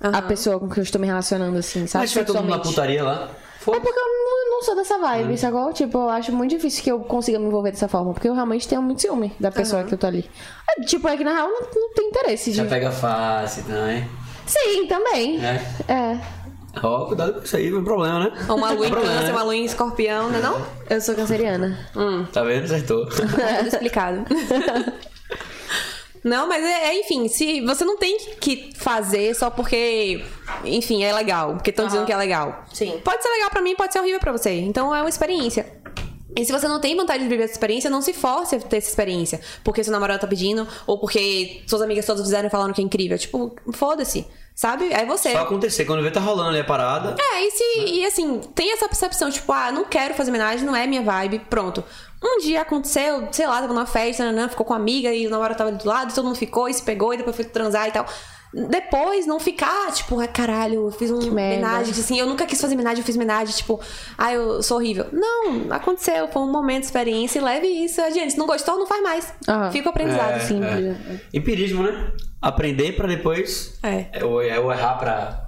Speaker 1: a
Speaker 3: Aham.
Speaker 1: pessoa com que eu estou me relacionando, assim, sabe?
Speaker 2: Mas foi todo mundo na
Speaker 1: Sexualmente.
Speaker 2: putaria Hum. lá. Foi.
Speaker 1: É porque eu não, não sou dessa vibe, sacou? Tipo, eu acho muito difícil que eu consiga me envolver dessa forma, porque eu realmente tenho muito ciúme da pessoa que eu tô ali. É, tipo, é que na real não, não tem interesse de.
Speaker 2: Já tá- pega fácil né? também.
Speaker 1: Sim, também.
Speaker 2: Né?
Speaker 1: É.
Speaker 2: Ó, cuidado com isso aí, não problema, né?
Speaker 3: Ou uma lua
Speaker 2: Não
Speaker 3: em
Speaker 2: problema,
Speaker 3: câncer,
Speaker 2: né?
Speaker 3: uma lua em escorpião, não é não?
Speaker 1: Eu sou canceriana.
Speaker 2: Tá vendo? Acertou.
Speaker 3: Tá Tudo explicado. Não, mas é, é, enfim, se você não tem que fazer só porque, enfim, é legal, porque estão dizendo que é legal.
Speaker 1: Sim.
Speaker 3: Pode ser legal pra mim, pode ser horrível pra você. Então é uma experiência. E se você não tem vontade de viver essa experiência, não se force a ter essa experiência. Porque seu namorado tá pedindo, ou porque suas amigas todas fizeram falando que é incrível. Tipo, foda-se. Sabe? É você.
Speaker 2: Só acontecer, quando vê tá rolando ali a parada.
Speaker 3: É, e, se,
Speaker 2: Né?
Speaker 3: e assim, tem essa percepção, tipo, ah, não quero fazer homenagem, não é minha vibe, pronto. Um dia aconteceu, sei lá, tava numa festa, nanã, ficou com uma amiga e o namorado tava do lado, todo mundo ficou e se pegou e depois foi transar e tal. Depois não ficar, tipo, ai caralho, eu fiz uma
Speaker 1: merda.
Speaker 3: homenagem, assim, eu nunca quis fazer homenagem, eu fiz homenagem, tipo, ai eu sou horrível. Não, aconteceu, foi um momento, experiência, e leve isso adiante. Se não gostou, não faz mais.
Speaker 1: Aham.
Speaker 3: Fica o aprendizado,
Speaker 2: É,
Speaker 3: assim.
Speaker 2: é. Empirismo, né? Aprender pra depois.
Speaker 3: É.
Speaker 2: É, ou, é, ou errar pra.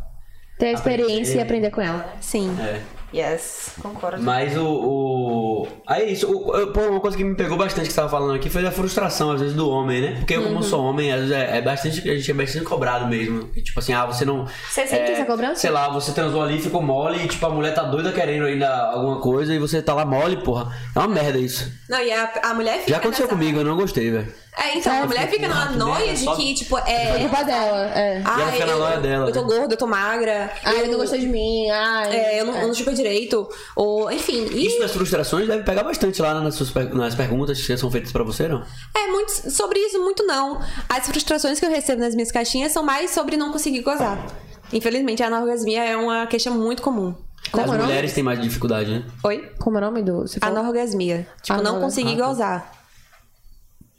Speaker 1: Ter a experiência e
Speaker 2: Aprender.
Speaker 1: aprender com ela.
Speaker 3: Sim.
Speaker 2: É.
Speaker 4: Yes, concordo.
Speaker 2: Mas o. o... Aí é isso. O, eu- pô, uma coisa que me pegou bastante que você tava falando aqui foi a frustração, às vezes, do homem, né? Porque eu,
Speaker 3: Uhum.
Speaker 2: como sou homem, às vezes é, é bastante. A gente é bastante cobrado mesmo. E, tipo assim, ah, você não.
Speaker 1: Você sente
Speaker 2: é,
Speaker 1: essa cobrança?
Speaker 2: Sei lá, você transou ali, ficou mole e, tipo, a mulher tá doida querendo ainda alguma coisa e você tá lá mole, porra. É uma merda isso.
Speaker 3: Não, e a, a mulher fica.
Speaker 2: Já aconteceu
Speaker 3: nessa-
Speaker 2: comigo, eu não gostei, velho.
Speaker 3: É, então, a mulher fica na noia de
Speaker 2: Só-
Speaker 3: que, tipo, é.
Speaker 1: É culpa dela, é.
Speaker 3: Ah,
Speaker 2: ela fica na
Speaker 3: eu,
Speaker 2: noia dela,
Speaker 3: Eu tô
Speaker 2: né?
Speaker 3: gorda, eu tô magra.
Speaker 1: Ah, ele não gostou de mim. Ah,
Speaker 3: É, eu não, eu não chupo direito. Ou, enfim. E
Speaker 2: Isso das frustrações deve pegar bastante lá nas, suas per- nas perguntas que são feitas pra você, não?
Speaker 3: é muito. Sobre isso, muito não. As frustrações que eu recebo nas minhas caixinhas são mais sobre não conseguir gozar. Infelizmente, a anorgasmia é uma queixa muito comum.
Speaker 1: Como
Speaker 2: As
Speaker 1: é o nome?
Speaker 2: mulheres têm mais dificuldade, né?
Speaker 3: Oi?
Speaker 1: Como é o nome do. Você falou?
Speaker 3: Anorgasmia. Tipo, não
Speaker 1: Anorgasmia.
Speaker 3: conseguir gozar.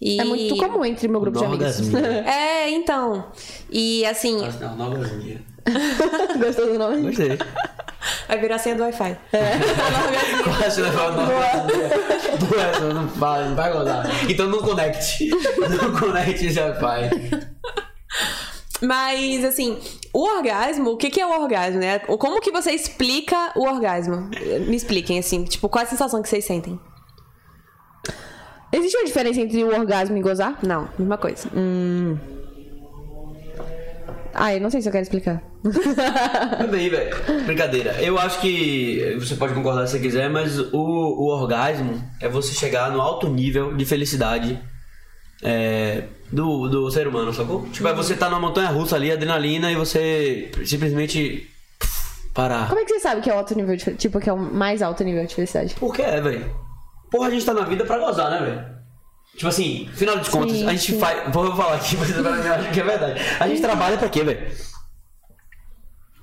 Speaker 3: E-
Speaker 1: É muito comum entre meu grupo de amigos.
Speaker 2: Norgasmia.
Speaker 3: É, então. E assim,
Speaker 2: Não, norgasmia.
Speaker 1: Gostou do nome?
Speaker 2: Gostei.
Speaker 3: vai virar a senha do Wi-Fi.
Speaker 1: É.
Speaker 2: Quase levou o nome. Boa, essa não fala, não vai gozar. Então não conecte. Não conecte já vai.
Speaker 3: Mas, assim, o orgasmo, o que, que é o orgasmo, né? Como que você explica o orgasmo? Me expliquem, assim, tipo, qual é a sensação que vocês sentem?
Speaker 1: Existe uma diferença entre o orgasmo e gozar?
Speaker 3: Não, mesma coisa.
Speaker 1: Ah, eu não sei se eu quero explicar.
Speaker 2: Tudo bem, velho. Brincadeira. Eu acho que você pode concordar se você quiser, mas o, o orgasmo é você chegar no alto nível de felicidade é, do, do ser humano, sacou? Tipo, é você tá numa montanha russa ali, adrenalina, e você simplesmente pff, parar.
Speaker 1: Como é que você sabe que é o alto nível de Tipo, que é o mais alto nível de felicidade?
Speaker 2: Por que é, velho? Porra, a gente tá na vida pra gozar, né, velho? Tipo assim, final de contas,
Speaker 1: Sim,
Speaker 2: a gente
Speaker 1: sim.
Speaker 2: faz. Vou falar aqui, mas eu acho que é verdade. A gente trabalha pra quê, velho? Tipo,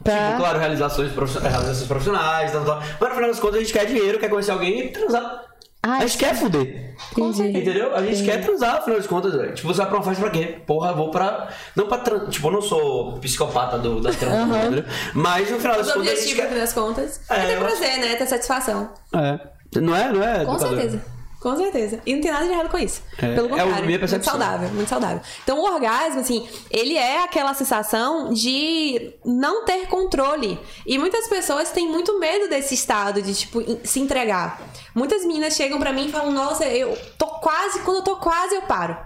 Speaker 3: Tá.
Speaker 1: Pra.
Speaker 2: claro, realizações profissionais, realizações profissionais, tal, tal. Mas no final das contas a gente quer dinheiro, quer conhecer alguém e transar.
Speaker 1: Ah,
Speaker 2: a gente quer fuder.
Speaker 1: Entendi.
Speaker 2: Entendeu? A gente quer transar, afinal de contas, velho. Tipo, você vai pra uma festa pra quê? Porra, eu vou pra. Não pra trans. Tipo, eu não sou psicopata do, da trans, entendeu? Mas no final das
Speaker 3: Os
Speaker 2: contas a gente
Speaker 3: objetivos, né? no fim
Speaker 2: quer.
Speaker 3: das contas,
Speaker 2: É,
Speaker 3: é, ter
Speaker 2: eu
Speaker 3: prazer, né? Ter satisfação.
Speaker 2: É. Não é, não é?
Speaker 3: Com
Speaker 2: educador?
Speaker 3: certeza. Com certeza. E não tem nada de errado com isso.
Speaker 2: É,
Speaker 3: Pelo
Speaker 2: é a
Speaker 3: contrário,
Speaker 2: minha
Speaker 3: muito
Speaker 2: percepção.
Speaker 3: saudável, muito saudável. Então, o orgasmo, assim, ele é aquela sensação de não ter controle. E muitas pessoas têm muito medo desse estado de, tipo, in- se entregar. Muitas meninas chegam pra mim e falam, nossa, eu tô quase, quando eu tô quase, eu paro.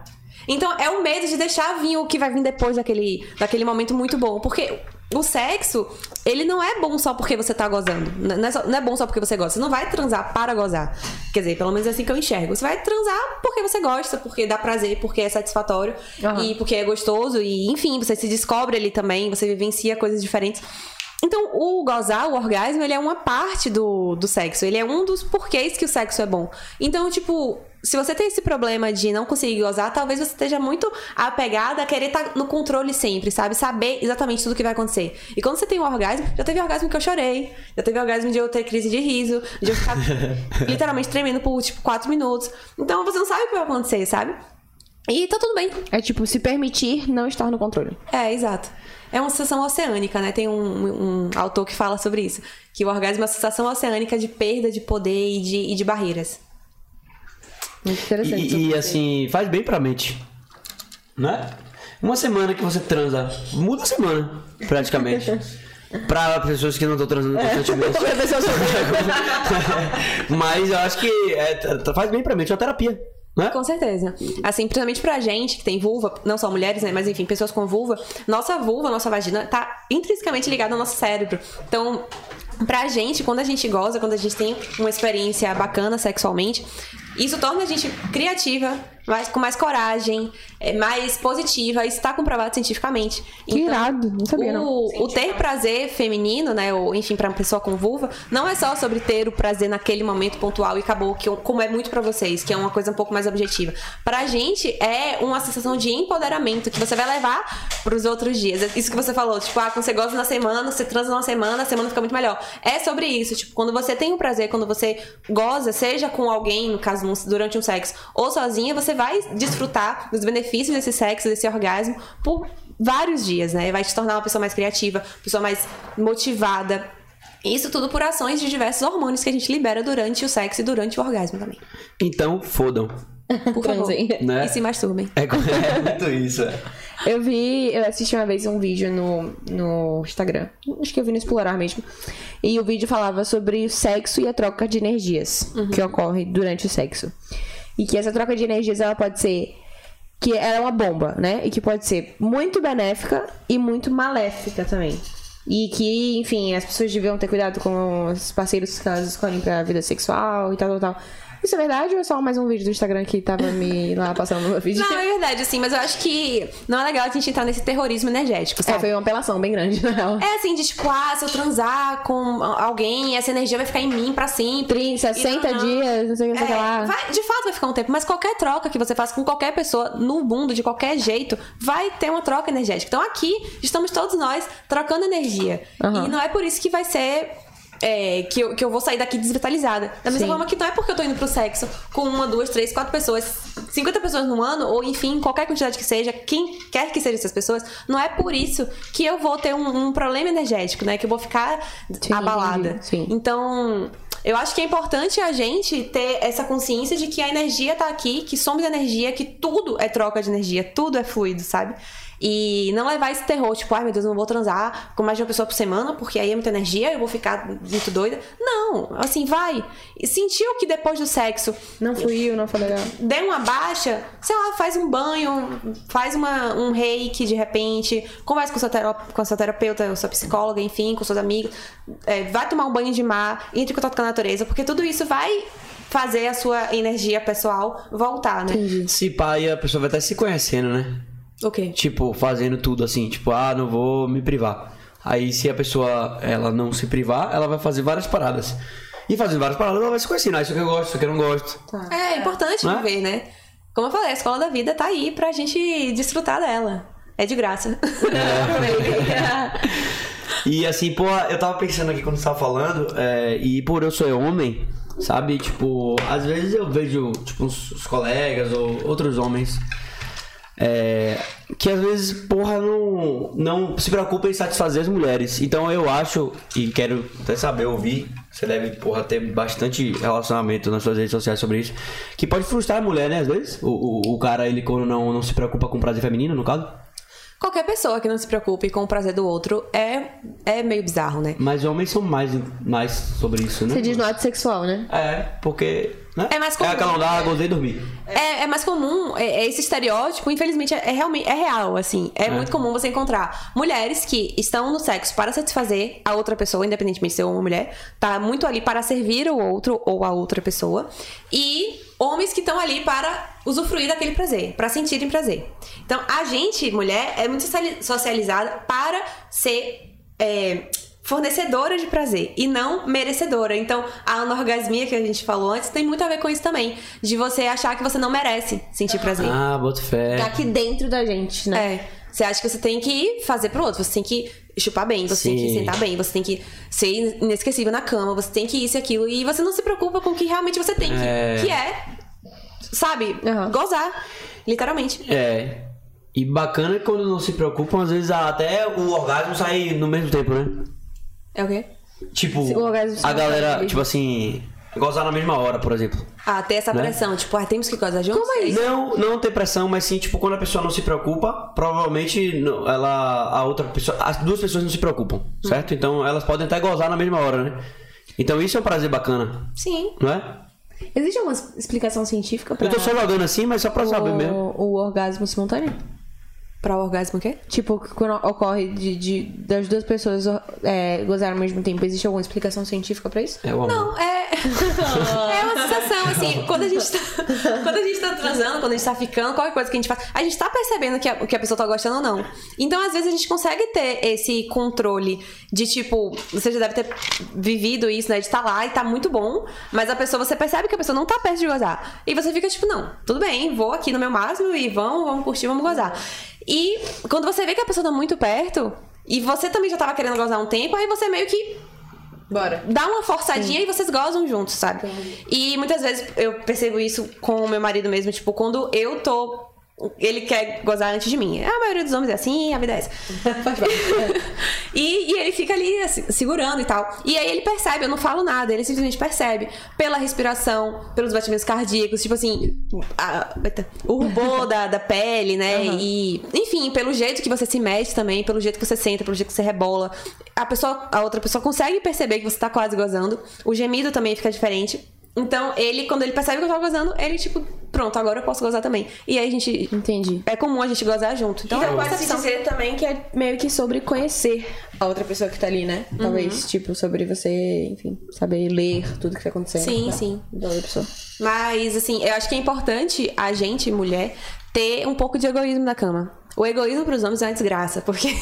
Speaker 3: Então, é o medo de deixar vir o que vai vir depois daquele, daquele momento muito bom. Porque o sexo, ele não é bom só porque você tá gozando. N- Não é, só- não é bom só porque você gosta. Você não vai transar para gozar. Quer dizer, pelo menos é assim que eu enxergo. Você vai transar porque você gosta, porque dá prazer, porque é satisfatório
Speaker 1: Aham.
Speaker 3: e porque é gostoso. E, enfim, você se descobre ali também, você vivencia coisas diferentes. Então, o gozar, o orgasmo, ele é uma parte do, do sexo. Ele é um dos porquês que o sexo é bom. Então, tipo, se você tem esse problema de não conseguir gozar, talvez você esteja muito apegada a querer estar no controle sempre, sabe? Saber exatamente tudo que vai acontecer. E quando você tem um orgasmo, já teve orgasmo que eu chorei, já teve orgasmo de eu ter crise de riso, de eu ficar literalmente tremendo por, tipo, quatro minutos. Então, você não sabe o que vai acontecer, sabe? E tá tudo bem.
Speaker 1: É tipo, se permitir não estar no controle.
Speaker 3: É, exato. É uma sensação oceânica, né? Tem um, um autor que fala sobre isso. Que o orgasmo é uma sensação oceânica de perda de poder e de, e de barreiras.
Speaker 1: Muito interessante.
Speaker 2: E- E, e, assim, faz bem pra mente. Né? Uma semana que você transa, muda a semana, praticamente. pra pessoas que não estão transando constantemente. Mas eu acho que é, t- t- faz bem pra mente, é uma terapia. Né?
Speaker 3: Com certeza. Assim, principalmente pra gente que tem vulva, não só mulheres, né? Mas enfim, pessoas com vulva, nossa vulva, nossa vagina tá intrinsecamente ligada ao nosso cérebro. Então. Pra gente, quando a gente goza, quando a gente tem uma experiência bacana sexualmente, isso torna a gente criativa, mais, com mais coragem, é, mais positiva. Isso está comprovado cientificamente.
Speaker 1: Que irado, não sabia, não.
Speaker 3: O, o ter prazer feminino, né? Ou, enfim, pra uma pessoa com vulva, não é só sobre ter o prazer naquele momento pontual e acabou, que, eu- como é muito pra vocês, que é uma coisa um pouco mais objetiva. Pra gente, é uma sensação de empoderamento que você vai levar pros outros dias. Isso que você falou, tipo, ah, quando você gosta na semana, você transa na semana, a semana fica muito melhor. É sobre isso, tipo, quando você tem o prazer, quando você goza, seja com alguém, no caso, num- durante um sexo, ou sozinha, você vai desfrutar dos benefícios desse sexo, desse orgasmo, por vários dias, né? Vai te tornar uma pessoa mais criativa, pessoa mais motivada. Isso tudo por ações de diversos hormônios que a gente libera durante o sexo e durante o orgasmo também.
Speaker 2: Então, fodam.
Speaker 3: Por favor.
Speaker 1: Transem.
Speaker 2: Né?
Speaker 3: E se masturbem.
Speaker 2: É, co- é muito isso, é.
Speaker 1: Eu vi, eu assisti uma vez um vídeo no, no Instagram. Acho que eu vi no Explorar mesmo. E o vídeo falava sobre o sexo e a troca de energias
Speaker 3: Uhum.
Speaker 1: que ocorre durante o sexo. E que essa troca de energias ela pode ser que ela é uma bomba, né? E que pode ser muito benéfica e muito maléfica também. E que, enfim, as pessoas deviam ter cuidado com os parceiros que elas escolhem pra vida sexual e tal, tal, tal. Isso é verdade ou é só mais um vídeo do Instagram que tava me lá passando no vídeo?
Speaker 3: Não, é verdade, assim, mas eu acho que não é legal a gente entrar nesse terrorismo energético,
Speaker 1: É,
Speaker 3: sabe?
Speaker 1: foi uma apelação bem grande, na real.
Speaker 3: É assim, de tipo, ah, se eu transar com alguém, essa energia vai ficar em mim pra sempre.
Speaker 1: 30, 60
Speaker 3: E não, não.
Speaker 1: dias, não sei o que, não sei o que lá.
Speaker 3: É, vai- de fato vai ficar um tempo, mas qualquer troca que você faça com qualquer pessoa no mundo, de qualquer jeito, vai ter uma troca energética. Então aqui estamos todos nós trocando energia.
Speaker 1: Aham.
Speaker 3: E não é por isso que vai ser. é, que, eu, que eu vou sair daqui desvitalizada. Da mesma
Speaker 1: Sim.
Speaker 3: forma que não é porque eu tô indo pro sexo com uma, duas, três, quatro pessoas, 50 pessoas num ano, ou enfim, qualquer quantidade que seja, quem quer que sejam essas pessoas, não é por isso que eu vou ter um, um problema energético, né? Que eu vou ficar
Speaker 1: Sim,
Speaker 3: abalada.
Speaker 1: sim.
Speaker 3: Então, eu acho que é importante a gente ter essa consciência de que a energia tá aqui, que somos energia, que tudo é troca de energia, tudo é fluido, sabe? E não levar esse terror, tipo, ai meu Deus, eu não vou transar com mais de uma pessoa por semana, porque aí é muita energia, eu vou ficar muito doida. Não, assim, vai. E Sentiu que depois do sexo
Speaker 1: Não fui eu, não foi legal.
Speaker 3: dê uma baixa, sei lá, faz um banho, faz uma, um reiki de repente, conversa com sua, teró- com sua terapeuta, sua psicóloga, enfim, com seus amigos, é, vai tomar um banho de mar, entre em contato com a natureza, porque tudo isso vai fazer a sua energia pessoal voltar, né?
Speaker 2: Se pá, aí a pessoa vai estar se conhecendo, né?
Speaker 3: O quê?
Speaker 2: Tipo, fazendo tudo assim, tipo, ah, não vou me privar. Aí se a pessoa, ela não se privar, ela vai fazer várias paradas. E fazendo várias paradas, ela vai se conhecendo, ah, isso aqui eu gosto, isso aqui eu não gosto.
Speaker 3: É, é importante
Speaker 2: Né?
Speaker 3: viver, né? Como eu falei, a escola da vida tá aí pra gente desfrutar dela. É de graça.
Speaker 2: E assim, pô, eu tava pensando aqui quando você tava falando, é, e por eu sou homem, sabe? Tipo, às vezes eu vejo, tipo, uns, uns colegas ou outros homens. é, que às vezes, porra, não, não se preocupa em satisfazer as mulheres. Então eu acho, e quero até saber, ouvir, você deve, porra, ter bastante relacionamento nas suas redes sociais sobre isso, que pode frustrar a mulher, né? Às vezes, o, o, o cara, ele quando não, não se preocupa com prazer feminino, no caso.
Speaker 3: Qualquer pessoa que não se preocupe com o prazer do outro é, é meio bizarro, né?
Speaker 2: Mas homens são mais, mais sobre isso, né?
Speaker 1: Você diz no ato sexual, né?
Speaker 2: É, porque. Né?
Speaker 3: É mais comum.
Speaker 2: É aquela onda, ah, gozei e dormi.
Speaker 3: É, é mais comum, é, é esse estereótipo, infelizmente, é, é realmente é real, assim. É, muito comum você encontrar mulheres que estão no sexo para satisfazer a outra pessoa, independentemente de ser homem ou mulher, tá muito ali para servir o outro ou a outra pessoa. E homens que estão ali para usufruir daquele prazer, para sentirem prazer. Então, a gente, mulher, é muito sociali- socializada para ser. é, fornecedora de prazer e não merecedora. Então, a anorgasmia que a gente falou antes tem muito a ver com isso também, de você achar que você não merece sentir prazer.
Speaker 2: Ah, bota fé.
Speaker 1: Tá aqui dentro da gente, né?
Speaker 3: É. Você acha que você tem que fazer pro outro, você tem que chupar bem, você tem que
Speaker 2: Sim.
Speaker 3: sentar bem, você tem que ser inesquecível na cama, você tem que isso e aquilo e você não se preocupa com o que realmente você tem, que-
Speaker 2: É.
Speaker 3: que é sabe,
Speaker 1: Aham.
Speaker 3: gozar, literalmente.
Speaker 2: É. E bacana que quando não se preocupam, às vezes ah, até o orgasmo sai no mesmo tempo, né?
Speaker 3: É o quê?
Speaker 2: Tipo,
Speaker 1: Se o orgasmo
Speaker 2: a
Speaker 1: sai
Speaker 2: galera,
Speaker 1: no
Speaker 2: tipo assim, gozar na mesma hora, por exemplo.
Speaker 3: Ah, ter essa
Speaker 2: Né?
Speaker 3: pressão, tipo, ah, temos que gozar juntos. Como é
Speaker 2: Não, não ter pressão, mas sim, tipo, quando a pessoa não se preocupa, provavelmente não- ela, a outra pessoa, as duas pessoas não se preocupam,
Speaker 1: Hum.
Speaker 2: certo? Então elas podem até gozar na mesma hora, né? Então isso é um prazer bacana,
Speaker 3: Sim.
Speaker 2: não é?
Speaker 1: Existe alguma s- explicação científica pra
Speaker 2: Eu tô só jogando assim, mas só pra saber
Speaker 1: o,
Speaker 2: mesmo.
Speaker 1: o orgasmo simultâneo?
Speaker 3: Pra o orgasmo o quê?
Speaker 1: Tipo, que quando ocorre de, de- das duas pessoas é, gozarem ao mesmo tempo, existe alguma explicação científica pra isso?
Speaker 2: É o amor.
Speaker 3: Não, é. É uma sensação, assim, quando a gente tá, quando a gente tá transando, quando a gente tá ficando, qualquer coisa que a gente faz, a gente tá percebendo que a, que a pessoa tá gostando ou não. Então, às vezes, a gente consegue ter esse controle de, tipo, você já deve ter vivido isso, né? De estar tá lá e tá muito bom, mas a pessoa, você percebe que a pessoa não tá perto de gozar. E você fica, tipo, não, tudo bem, vou aqui no meu máximo e vamos, vamos curtir, vamos gozar. E quando você vê que a pessoa tá muito perto, e você também já tava querendo gozar há um tempo, aí você meio que
Speaker 4: Bora.
Speaker 3: dá uma forçadinha e vocês gozam juntos, sabe? E muitas vezes eu percebo isso com o meu marido mesmo, tipo, quando eu tô. Ele quer gozar antes de mim. A maioria dos homens é assim, a vida é essa. e, e ele fica ali assim, segurando e tal. E aí ele percebe, eu não falo nada, ele simplesmente percebe. Pela respiração, pelos batimentos cardíacos, tipo assim, a- eita, o rubor da, da pele, né? E, enfim, pelo jeito que você se mexe também, pelo jeito que você senta, pelo jeito que você rebola. A pessoa, a outra pessoa consegue perceber que você tá quase gozando. O gemido também fica diferente. Então, ele, quando ele percebe que eu tava gozando, ele, tipo, pronto, agora eu posso gozar também. E aí a gente.
Speaker 1: Entendi.
Speaker 3: É comum a gente gozar junto. Então, é
Speaker 4: Então
Speaker 3: uma
Speaker 4: pode se
Speaker 3: percepção.
Speaker 4: dizer também que é meio que sobre conhecer a outra pessoa que tá ali, né?
Speaker 1: Uhum.
Speaker 4: Talvez, tipo, sobre você, enfim, saber ler tudo que tá acontecendo.
Speaker 3: Sim,
Speaker 4: né?
Speaker 3: sim.
Speaker 4: Da outra pessoa.
Speaker 3: Mas, assim, eu acho que é importante a gente, mulher, ter um pouco de egoísmo na cama. O egoísmo pros homens é uma desgraça, porque.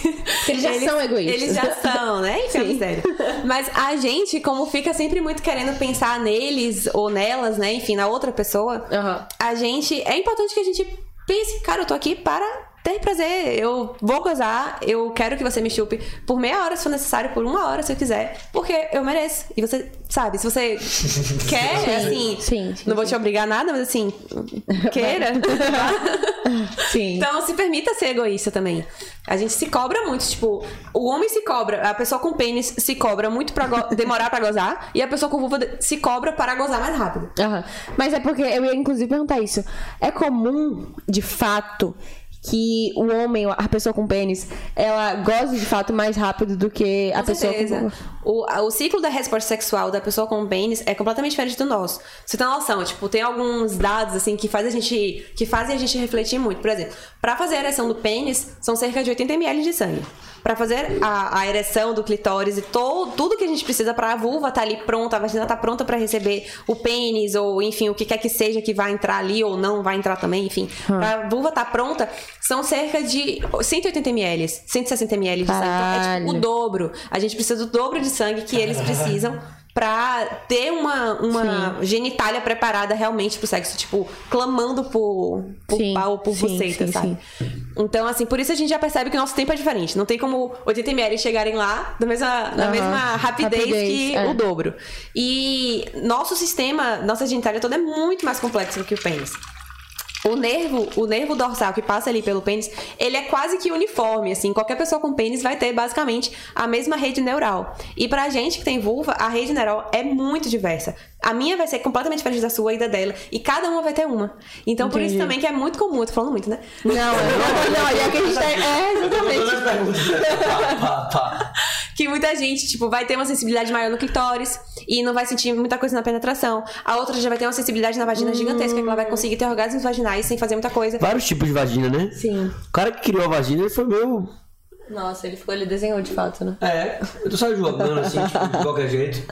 Speaker 1: eles já são egoístas.
Speaker 3: Eles já são, né? Enfim, é um mistério. Mas a gente, como fica sempre muito querendo pensar neles ou nelas, né? Enfim, na outra pessoa,
Speaker 4: Aham.
Speaker 3: a gente. É importante que a gente pense, cara, eu tô aqui para ter prazer. Eu vou gozar, eu quero que você me chupe por meia hora, se for necessário, por uma hora, se eu quiser, porque eu mereço. E você, sabe, se você quer, assim.
Speaker 1: sim, sim,
Speaker 3: não vou te obrigar a nada, mas assim, queira.
Speaker 1: Sim.
Speaker 3: Então se permita ser egoísta também. A gente se cobra muito, tipo, o homem se cobra, a pessoa com pênis se cobra muito pra go- demorar pra gozar e a pessoa com vulva de- se cobra para gozar mais rápido.
Speaker 1: Aham. Mas é porque eu ia inclusive perguntar isso. É comum, de fato, que o homem, a pessoa com pênis, ela goze de fato mais rápido do que a
Speaker 3: Com
Speaker 1: pessoa
Speaker 3: certeza.
Speaker 1: com.
Speaker 3: O, a- o ciclo da resposta sexual da pessoa com pênis é completamente diferente do nosso. Você tem noção, tipo, tem alguns dados assim que faz a gente que fazem a gente refletir muito. Por exemplo, pra fazer a ereção do pênis são cerca de 80 ml de sangue. Pra fazer a, a ereção do clitóris e to, tudo que a gente precisa pra a vulva tá ali pronta, a vagina tá pronta pra receber o pênis ou enfim, o que quer que seja que vai entrar ali ou não vai entrar também, enfim. Pra vulva tá pronta são cerca de 180 ml, 160 ml de sangue. Então, é tipo o
Speaker 1: Caralho.
Speaker 3: dobro. A gente precisa do dobro de sangue que eles precisam pra ter uma, uma genitália preparada realmente pro sexo, tipo, clamando por, por
Speaker 1: Sim,
Speaker 3: pau, por
Speaker 1: sim,
Speaker 3: buceta,
Speaker 1: sim,
Speaker 3: sabe? Então, assim, por isso a gente já percebe que o nosso tempo é diferente. Não tem como 80 ml chegarem lá da mesma, da
Speaker 1: Aham.
Speaker 3: mesma rapidez,
Speaker 1: Rapidez,
Speaker 3: que
Speaker 1: é.
Speaker 3: o dobro. E nosso sistema, nossa genitália toda é muito mais complexa do que o pênis. O nervo, o nervo dorsal que passa ali pelo pênis, ele é quase que uniforme, assim. Qualquer pessoa com pênis vai ter basicamente a mesma rede neural. E pra gente que tem vulva, a rede neural é muito diversa. A minha vai ser completamente diferente da sua e da dela. E cada uma vai ter uma. Então por isso
Speaker 1: Entendi.
Speaker 3: também que é muito comum, eu tô falando muito, né?
Speaker 1: Não, é- não, é que a gente tá. É, exatamente.
Speaker 2: Todas as perguntas, né? Pá, pá, pá.
Speaker 3: que muita gente, tipo, vai ter uma sensibilidade maior no clitóris e não vai sentir muita coisa na penetração. A outra já vai ter uma sensibilidade na vagina gigantesca, que ela
Speaker 1: Hum.
Speaker 3: vai conseguir ter orgasmos vaginais sem fazer muita coisa.
Speaker 2: Vários tipos de vagina, né?
Speaker 1: Sim.
Speaker 2: O cara que criou a vagina ele foi meio.
Speaker 4: Nossa, ele ficou, ele desenhou de fato, né?
Speaker 2: É, eu tô só jogando assim, tipo, de qualquer jeito.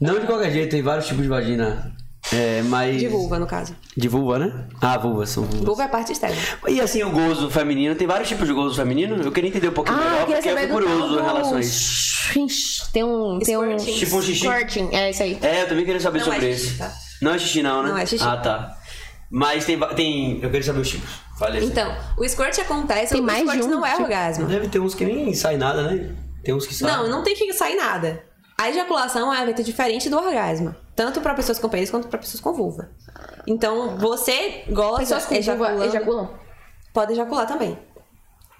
Speaker 2: Não de qualquer jeito, tem vários tipos de vagina. É, mas.
Speaker 3: De vulva, no caso.
Speaker 2: De vulva, né? Ah, vulva, são vulvas.
Speaker 3: Vulva é a parte externa.
Speaker 2: E assim, o gozo feminino, tem vários tipos de gozo feminino. Eu queria entender um pouquinho
Speaker 1: Ah, eu
Speaker 2: melhor,
Speaker 1: queria
Speaker 2: porque eu
Speaker 1: saber
Speaker 2: fico
Speaker 1: do
Speaker 2: curioso
Speaker 1: tal
Speaker 2: em
Speaker 1: do
Speaker 2: relação a isso.
Speaker 1: Shhh, Tem um. Tem um.
Speaker 3: Squirting.
Speaker 2: Tipo um xixi.
Speaker 1: Squirting, é isso aí.
Speaker 2: É, eu também queria saber
Speaker 3: Não
Speaker 2: sobre
Speaker 3: é
Speaker 2: isso.
Speaker 3: xixi, tá?
Speaker 2: Não é xixi, não, né?
Speaker 3: Não é xixi.
Speaker 2: Ah, tá. Mas tem. va- tem eu queria saber os tipos. Falei. assim.
Speaker 3: Então, o squirt acontece,
Speaker 1: Tem
Speaker 3: o
Speaker 1: mais
Speaker 3: squirt
Speaker 1: de um,
Speaker 3: não é
Speaker 1: tipo-
Speaker 3: orgasmo.
Speaker 2: Deve ter uns que nem sai nada, né? Tem uns que saem.
Speaker 3: Não, não tem que sair nada. A ejaculação é um evento diferente do orgasmo. Tanto pra pessoas com pênis quanto pra pessoas com vulva. Então, você goza
Speaker 4: Pessoas com vulva
Speaker 3: ejaculando-
Speaker 4: ejaculam?
Speaker 3: Pode ejacular também.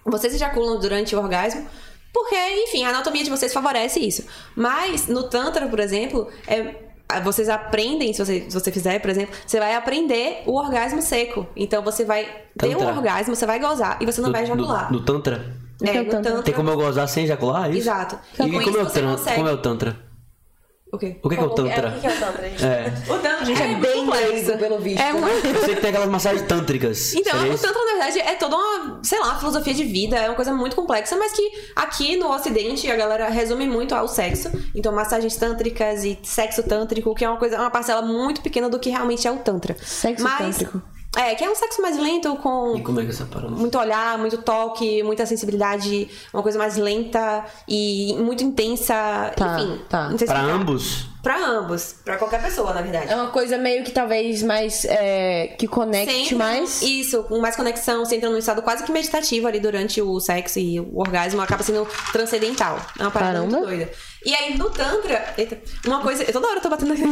Speaker 3: Vocês ejaculam durante o orgasmo porque, enfim, a anatomia de vocês favorece isso. Mas no Tantra, por exemplo, é- a- vocês aprendem, se você, se você fizer, por exemplo, você vai aprender o orgasmo seco. Então você vai ter um
Speaker 2: Tantra.
Speaker 3: orgasmo, você vai gozar e você não
Speaker 2: No-
Speaker 3: vai ejacular.
Speaker 2: No, no Tantra?
Speaker 3: É,
Speaker 1: Tem
Speaker 3: no
Speaker 1: tantra.
Speaker 3: Tantra.
Speaker 2: Tem como eu gozar sem ejacular? é Isso?
Speaker 3: Exato.
Speaker 2: E
Speaker 3: Com
Speaker 2: como
Speaker 3: isso
Speaker 2: é, o
Speaker 3: você
Speaker 2: tran-
Speaker 3: consegue-
Speaker 2: como é o Tantra?
Speaker 3: O quê?
Speaker 2: O que, que é o
Speaker 4: É,
Speaker 2: Tantra?
Speaker 4: o que que é o Tantra, gente?
Speaker 2: É.
Speaker 3: O Tantra,
Speaker 4: Gente, é, bem
Speaker 3: complexo.
Speaker 4: doido, pelo visto.
Speaker 3: É uma...
Speaker 2: Eu sei que tem aquelas massagens tântricas.
Speaker 3: Então,
Speaker 2: Seria
Speaker 3: o
Speaker 2: isso?
Speaker 3: Tantra, na verdade, é toda uma, sei lá, filosofia de vida, é uma coisa muito complexa, mas que aqui no Ocidente a galera resume muito ao sexo. Então, massagens tântricas e sexo tântrico, que é uma coisa, uma parcela muito pequena do que realmente é o Tantra.
Speaker 1: Sexo tântrico.
Speaker 3: É, que é um sexo mais lento, com
Speaker 2: E como é que é essa parada?
Speaker 3: muito olhar, muito toque, muita sensibilidade, uma coisa mais lenta e muito intensa,
Speaker 1: Tá,
Speaker 3: enfim.
Speaker 1: tá.
Speaker 3: Não sei
Speaker 2: Pra
Speaker 3: explicar.
Speaker 2: ambos?
Speaker 3: Pra ambos. Pra qualquer pessoa, na verdade.
Speaker 1: É uma coisa meio que talvez mais. é, que
Speaker 3: Você
Speaker 1: conecte
Speaker 3: entra-
Speaker 1: mais.
Speaker 3: Isso, com mais conexão, você entra num estado quase que meditativo ali durante o sexo e o orgasmo acaba sendo transcendental. É uma parada
Speaker 1: Caramba.
Speaker 3: muito doida. E aí no Tantra, eita, uma coisa. Eu toda hora tô batendo aqui.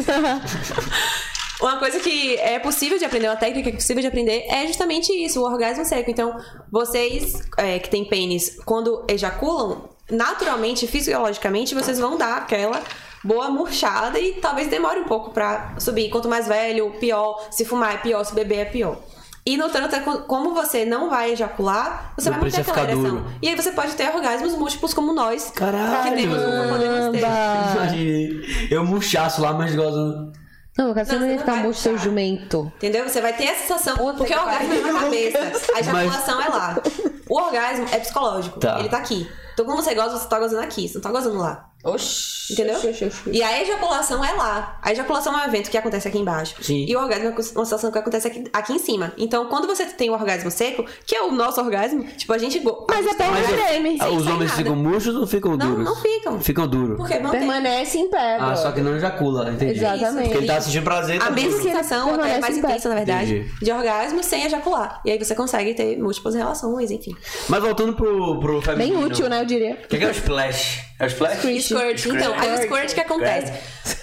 Speaker 3: Uma coisa que é possível de aprender, uma técnica que é possível de aprender é justamente isso, o orgasmo seco. Então, vocês é, que têm pênis, quando ejaculam, naturalmente, fisiologicamente, vocês vão dar aquela boa murchada e talvez demore um pouco pra subir. Quanto mais velho, pior. Se fumar é pior, se beber é pior. E no tantra, co- como você não vai ejacular, você
Speaker 2: Não
Speaker 3: vai manter
Speaker 2: precisa
Speaker 3: aquela
Speaker 2: ficar
Speaker 3: ereção.
Speaker 2: duro.
Speaker 3: E aí você pode ter orgasmos múltiplos como nós.
Speaker 2: Caralho!
Speaker 3: Que temos, não podemos ter.
Speaker 1: Caramba!
Speaker 2: Imaginei. Eu murchaço lá, mas gozando.
Speaker 1: Não, eu quero saber
Speaker 3: Não,
Speaker 1: não
Speaker 3: você
Speaker 1: ia
Speaker 3: não
Speaker 1: ficar
Speaker 3: vai
Speaker 1: muito seu
Speaker 3: puxar.
Speaker 1: jumento.
Speaker 3: Entendeu? Você vai ter essa sensação.
Speaker 4: Puta
Speaker 3: porque
Speaker 4: que
Speaker 3: o orgasmo é na
Speaker 4: pariu.
Speaker 3: cabeça. A ejaculação é lá. O orgasmo é psicológico.
Speaker 2: Tá.
Speaker 3: Ele tá aqui. Então quando você goza, você tá gozando aqui. Você não tá gozando lá.
Speaker 4: Oxi.
Speaker 3: Entendeu?
Speaker 4: Oxi, oxi, oxi.
Speaker 3: E a ejaculação é lá. A ejaculação é um evento que acontece aqui embaixo.
Speaker 2: Sim.
Speaker 3: E o orgasmo é uma situação que acontece aqui, aqui em cima. Então, quando você tem o orgasmo seco, que é o nosso orgasmo, tipo, a gente. go-
Speaker 1: Mas é
Speaker 3: a
Speaker 1: perna
Speaker 3: gente-
Speaker 1: treme.
Speaker 2: Ah, Os
Speaker 3: sem
Speaker 2: homens
Speaker 3: nada.
Speaker 2: ficam murchos ou ficam
Speaker 3: Não,
Speaker 2: duros?
Speaker 3: não ficam.
Speaker 2: Ficam duros.
Speaker 3: Porque mantém.
Speaker 1: Permanece em pé,
Speaker 2: Ah,
Speaker 1: bro.
Speaker 2: só que não ejacula, entendi.
Speaker 1: Exatamente.
Speaker 2: Porque ele tá assistindo prazer. tá
Speaker 3: A mesma
Speaker 2: duro.
Speaker 3: sensação, até
Speaker 1: permanece
Speaker 3: mais
Speaker 1: em pé.
Speaker 3: intensa, na verdade,
Speaker 2: Entendi.
Speaker 3: de orgasmo sem ejacular. E aí você consegue ter múltiplas relações, enfim.
Speaker 2: Mas voltando pro, pro
Speaker 1: Bem
Speaker 2: feminino.
Speaker 1: útil, né, eu diria.
Speaker 2: O que, que é o splash? É o splash?
Speaker 3: Squirt. Então, aí o squirt que acontece.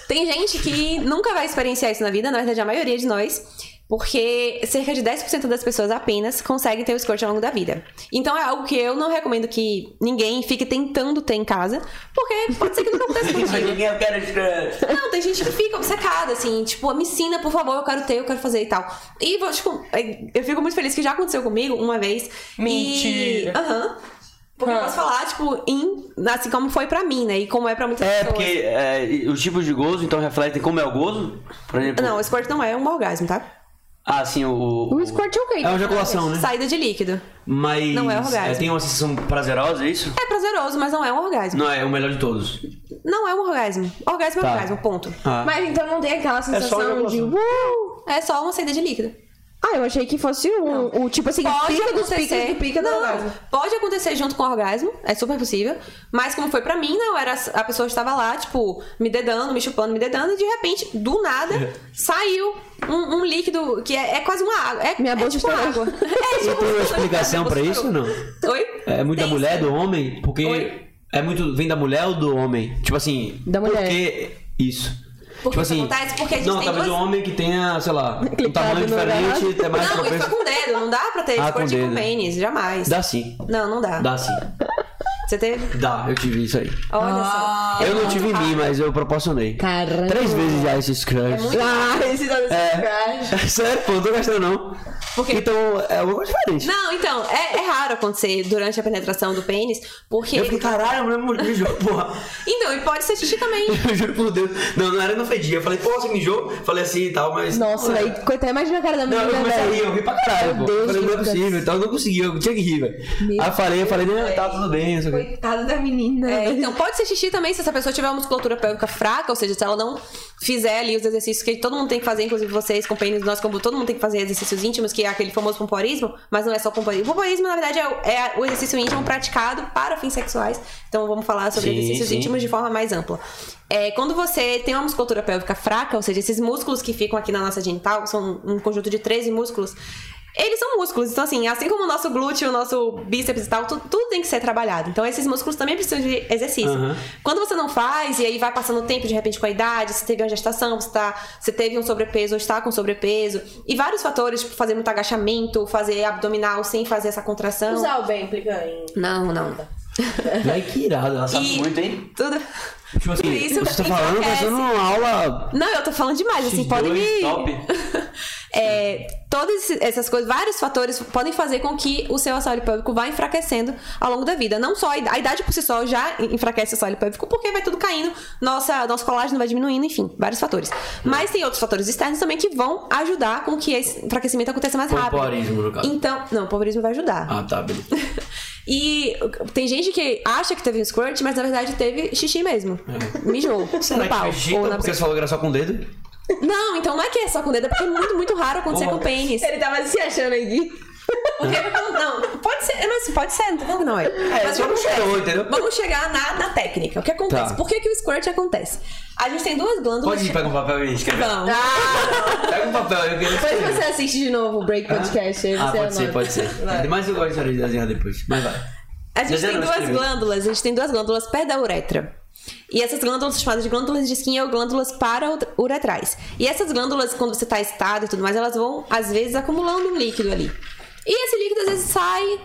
Speaker 3: Tem gente que nunca vai experienciar isso na vida, na verdade, a maioria de nós. Porque cerca de 10% das pessoas apenas conseguem ter o squirt ao longo da vida. Então é algo que eu não recomendo que ninguém fique tentando ter em casa, porque pode ser que nunca aconteça contigo.
Speaker 2: Ninguém quer squirt.
Speaker 3: Não, tem gente que fica obcecada, assim, tipo, me ensina, por favor, eu quero ter, eu quero fazer e tal. E, vou, tipo, eu fico muito feliz que já aconteceu comigo uma vez. e-
Speaker 4: Mentira.
Speaker 3: Aham. Porque eu posso falar, tipo, em, assim como foi pra mim, né? E como é pra muitas
Speaker 2: É,
Speaker 3: pessoas.
Speaker 2: porque é, e os tipos de gozo, então, refletem como é o gozo? Por exemplo...
Speaker 3: Não, o squirt não é um orgasmo, tá?
Speaker 2: Ah, sim, o...
Speaker 1: O squirt é o quê?
Speaker 2: É uma ejaculação, né?
Speaker 3: Saída de líquido.
Speaker 2: Mas...
Speaker 3: Não é orgasmo.
Speaker 2: é, tem uma sensação prazerosa, é isso?
Speaker 3: É prazeroso, mas não é um orgasmo.
Speaker 2: Não, é o melhor de todos.
Speaker 3: Não, é um orgasmo. Orgasmo
Speaker 2: Tá.
Speaker 3: é orgasmo, ponto.
Speaker 2: Ah.
Speaker 1: Mas então não tem aquela sensação de.
Speaker 2: ejaculação.
Speaker 1: "Uou!"
Speaker 3: É só uma saída de líquido.
Speaker 1: Ah, eu achei que fosse um, o tipo assim, pica dos picas do pica do
Speaker 3: não,
Speaker 1: orgasmo.
Speaker 3: Pode acontecer junto com o orgasmo, é super possível. Mas como foi pra mim, não, era a pessoa estava lá, tipo, me dedando, me chupando, me dedando, e de repente, do nada, saiu um, um líquido que é, é quase uma água. É,
Speaker 1: Minha
Speaker 3: é
Speaker 1: boca
Speaker 3: tipo uma
Speaker 1: estourou.
Speaker 3: água. É
Speaker 2: E
Speaker 3: tipo
Speaker 2: tem uma
Speaker 3: uma
Speaker 2: explicação pra isso ou não?
Speaker 3: Oi?
Speaker 2: É muito da
Speaker 3: Tem
Speaker 2: mulher,
Speaker 3: sim.
Speaker 2: do homem? Porque
Speaker 3: Oi?
Speaker 2: é muito. Vem da mulher ou do homem? Tipo assim.
Speaker 1: Da mulher.
Speaker 2: Porque. Isso.
Speaker 3: Porque
Speaker 2: tipo
Speaker 3: isso
Speaker 2: assim.
Speaker 3: acontece porque a gente
Speaker 2: não,
Speaker 3: tem
Speaker 2: talvez
Speaker 3: duas-
Speaker 2: o homem que tenha, sei lá, um
Speaker 1: Clicado
Speaker 2: tamanho
Speaker 1: no
Speaker 2: diferente,
Speaker 1: lugar.
Speaker 2: é mais
Speaker 3: Não, isso é
Speaker 2: propenso.
Speaker 3: com o dedo, não dá pra ter
Speaker 2: Ah,
Speaker 3: ah,
Speaker 2: com o
Speaker 3: com
Speaker 2: dedo.
Speaker 3: pênis, jamais.
Speaker 2: Dá sim.
Speaker 3: Não, não dá.
Speaker 2: Dá sim.
Speaker 3: Você teve.
Speaker 2: Dá, eu tive isso aí.
Speaker 3: Olha
Speaker 1: Ah.
Speaker 3: só.
Speaker 2: eu não tive em mim, mas eu proporcionei.
Speaker 1: Caramba.
Speaker 2: Três vezes já esses
Speaker 3: É
Speaker 2: crush.
Speaker 1: Ah, esse tá nesse crash.
Speaker 2: É. Sério, pô, não tô gastando não.
Speaker 3: Porque-
Speaker 2: Então, é alguma coisa diferente.
Speaker 3: Não, então, é, é raro acontecer durante a penetração do pênis, porque.
Speaker 2: Eu fiquei, caralho, a mulher me mijou, porra.
Speaker 3: Então, e pode ser xixi também.
Speaker 2: Eu juro por Deus. Não, não era não fedia. Eu falei, pô, você mijou? Falei assim e tal, mas.
Speaker 1: Nossa,
Speaker 2: não,
Speaker 1: daí,
Speaker 2: era.
Speaker 1: coitada, imagina a cara da
Speaker 2: Não,
Speaker 1: menina,
Speaker 2: eu comecei a rir,
Speaker 1: velho.
Speaker 2: eu ri pra caralho,
Speaker 1: Meu
Speaker 2: pô. Eu
Speaker 1: Deus,
Speaker 2: falei, não é
Speaker 1: Lucas.
Speaker 2: possível, então eu não consegui, eu tinha que rir, velho. Aí eu falei, eu falei, não, tá tudo bem, não sei o quê.
Speaker 1: Coitada da menina.
Speaker 3: É, então, pode ser xixi também se essa pessoa tiver uma musculatura pélvica fraca, ou seja, se ela não fizer ali os exercícios que todo mundo tem que fazer, inclusive vocês, companheiros nós, como todo mundo tem que fazer exercícios íntimos, que é aquele famoso pompoarismo, mas não é só pompoarismo. Pompoarismo, na verdade, é, o- é o exercício íntimo praticado para fins sexuais. Então, vamos falar sobre
Speaker 2: Sim,
Speaker 3: exercícios
Speaker 2: sim.
Speaker 3: íntimos de forma mais ampla. É, quando você tem uma musculatura pélvica fraca, ou seja, esses músculos que ficam aqui na nossa genital, são um conjunto de 13 músculos, eles são músculos, então assim, assim como o nosso glúteo, o nosso bíceps e tal, tu- tudo tem que ser trabalhado. Então esses músculos também precisam de exercício.
Speaker 2: Aham.
Speaker 3: Quando você não faz, e aí vai passando o tempo, de repente com a idade, você teve uma gestação, você, tá, você teve um sobrepeso ou está com sobrepeso, e vários fatores, tipo fazer muito agachamento, fazer abdominal sem fazer essa contração.
Speaker 4: Usar o bem implica em.
Speaker 3: Não, não.
Speaker 2: Ai, que irado, ela sabe
Speaker 3: E-
Speaker 2: muito, hein?
Speaker 3: Tudo.
Speaker 2: Tipo assim,
Speaker 3: isso
Speaker 2: você tá
Speaker 3: enriquece.
Speaker 2: falando, parecendo uma aula.
Speaker 3: Não, eu tô falando demais, assim,
Speaker 2: X2,
Speaker 3: podem me.
Speaker 2: top.
Speaker 3: É, todas esse- essas coisas, vários fatores podem fazer com que o seu assoalho público vá enfraquecendo ao longo da vida. Não só a idade, a idade por si só já enfraquece o assoalho público, porque vai tudo caindo, nossa, nosso colágeno vai diminuindo, enfim, vários fatores. Mas tem outros fatores externos também que vão ajudar com que esse enfraquecimento aconteça mais rápido.
Speaker 2: Pompoarismo, no caso.
Speaker 3: Então, não, o poverismo vai ajudar.
Speaker 2: Ah, tá, beleza.
Speaker 3: E tem gente que acha que teve um squirt, mas na verdade teve xixi mesmo. Mijou.
Speaker 2: É. Será
Speaker 3: no
Speaker 2: que
Speaker 3: pau. né?
Speaker 2: digita
Speaker 3: ou na
Speaker 2: porque você falou que era só com o dedo?
Speaker 3: Não, então não é que é só com o dedo, é porque é muito, muito raro acontecer
Speaker 2: Como?
Speaker 3: com o pênis.
Speaker 4: Ele tava se achando aqui.
Speaker 3: Porque, não, não, pode ser, mas pode ser, não tô falando que não é. mas
Speaker 2: só não
Speaker 3: vamos chegar,
Speaker 2: cheirou, entendeu?
Speaker 3: vamos chegar na, na técnica. O que acontece?
Speaker 2: Tá.
Speaker 3: Por que, que o squirt acontece? A gente tem duas glândulas.
Speaker 2: Pode ir, pega um papel e escrever.
Speaker 3: Vamos.
Speaker 2: Pega um papel, eu queria
Speaker 1: Ah,
Speaker 4: Depois
Speaker 2: escrever.
Speaker 4: você assiste de novo o Break Podcast.
Speaker 1: é
Speaker 4: aí
Speaker 2: Ah,
Speaker 4: você
Speaker 2: pode ser,
Speaker 4: anota.
Speaker 2: pode ser. Mas eu gosto de história de desenhar depois. Mas vai.
Speaker 3: A gente
Speaker 2: Desenho
Speaker 3: tem
Speaker 2: não,
Speaker 3: duas
Speaker 2: escrevi.
Speaker 3: glândulas, a gente tem duas glândulas perto da uretra. E essas glândulas são chamadas de glândulas de skin ou glândulas parauretrais. E essas glândulas, quando você tá estado e tudo mais, elas vão, às vezes, acumulando um líquido ali. E esse líquido, às vezes, sai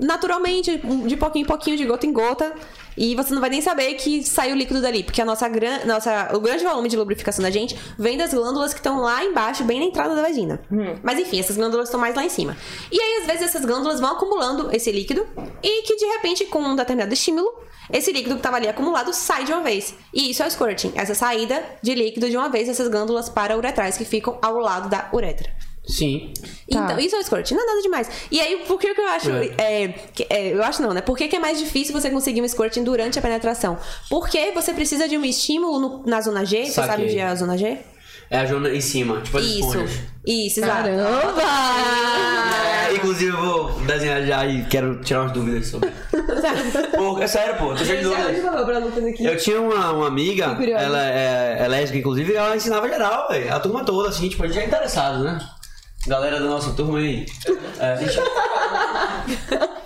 Speaker 3: naturalmente, um, de pouquinho em pouquinho, de gota em gota. E você não vai nem saber que saiu líquido dali, porque a nossa, gran... nossa... o grande volume de lubrificação da gente vem das glândulas que estão lá embaixo, bem na entrada da vagina. Mas enfim, essas glândulas estão mais lá em cima. E aí, às vezes, essas glândulas vão acumulando esse líquido e que, de repente, com um determinado estímulo, esse líquido que estava ali acumulado sai de uma vez. E isso é o squirting, essa saída de líquido de uma vez dessas glândulas parauretrais que ficam ao lado da uretra.
Speaker 2: Sim.
Speaker 1: Tá.
Speaker 3: Então, isso é um escort, não é nada demais. E aí, por que, que eu acho.
Speaker 2: É.
Speaker 3: é, que- é, eu acho não, né? Por que, que é mais difícil você conseguir um squirting durante a penetração? Porque você precisa de um estímulo no- na zona G. Você
Speaker 2: Saquei.
Speaker 3: sabe onde é a zona G?
Speaker 2: É a Jona em cima, tipo as
Speaker 3: Isso.
Speaker 2: esponjas.
Speaker 3: Isso, exato.
Speaker 1: Caramba!
Speaker 2: É, inclusive eu vou desenhar já e quero tirar umas dúvidas sobre. pô, é sério, pô, tô cheio de dúvidas. Eu tinha uma, uma amiga, ela é, é lésbica, inclusive, e ela ensinava geral, véi, a turma toda, assim, tipo, a gente é interessado, né? Galera da nossa turma aí. É, a gente-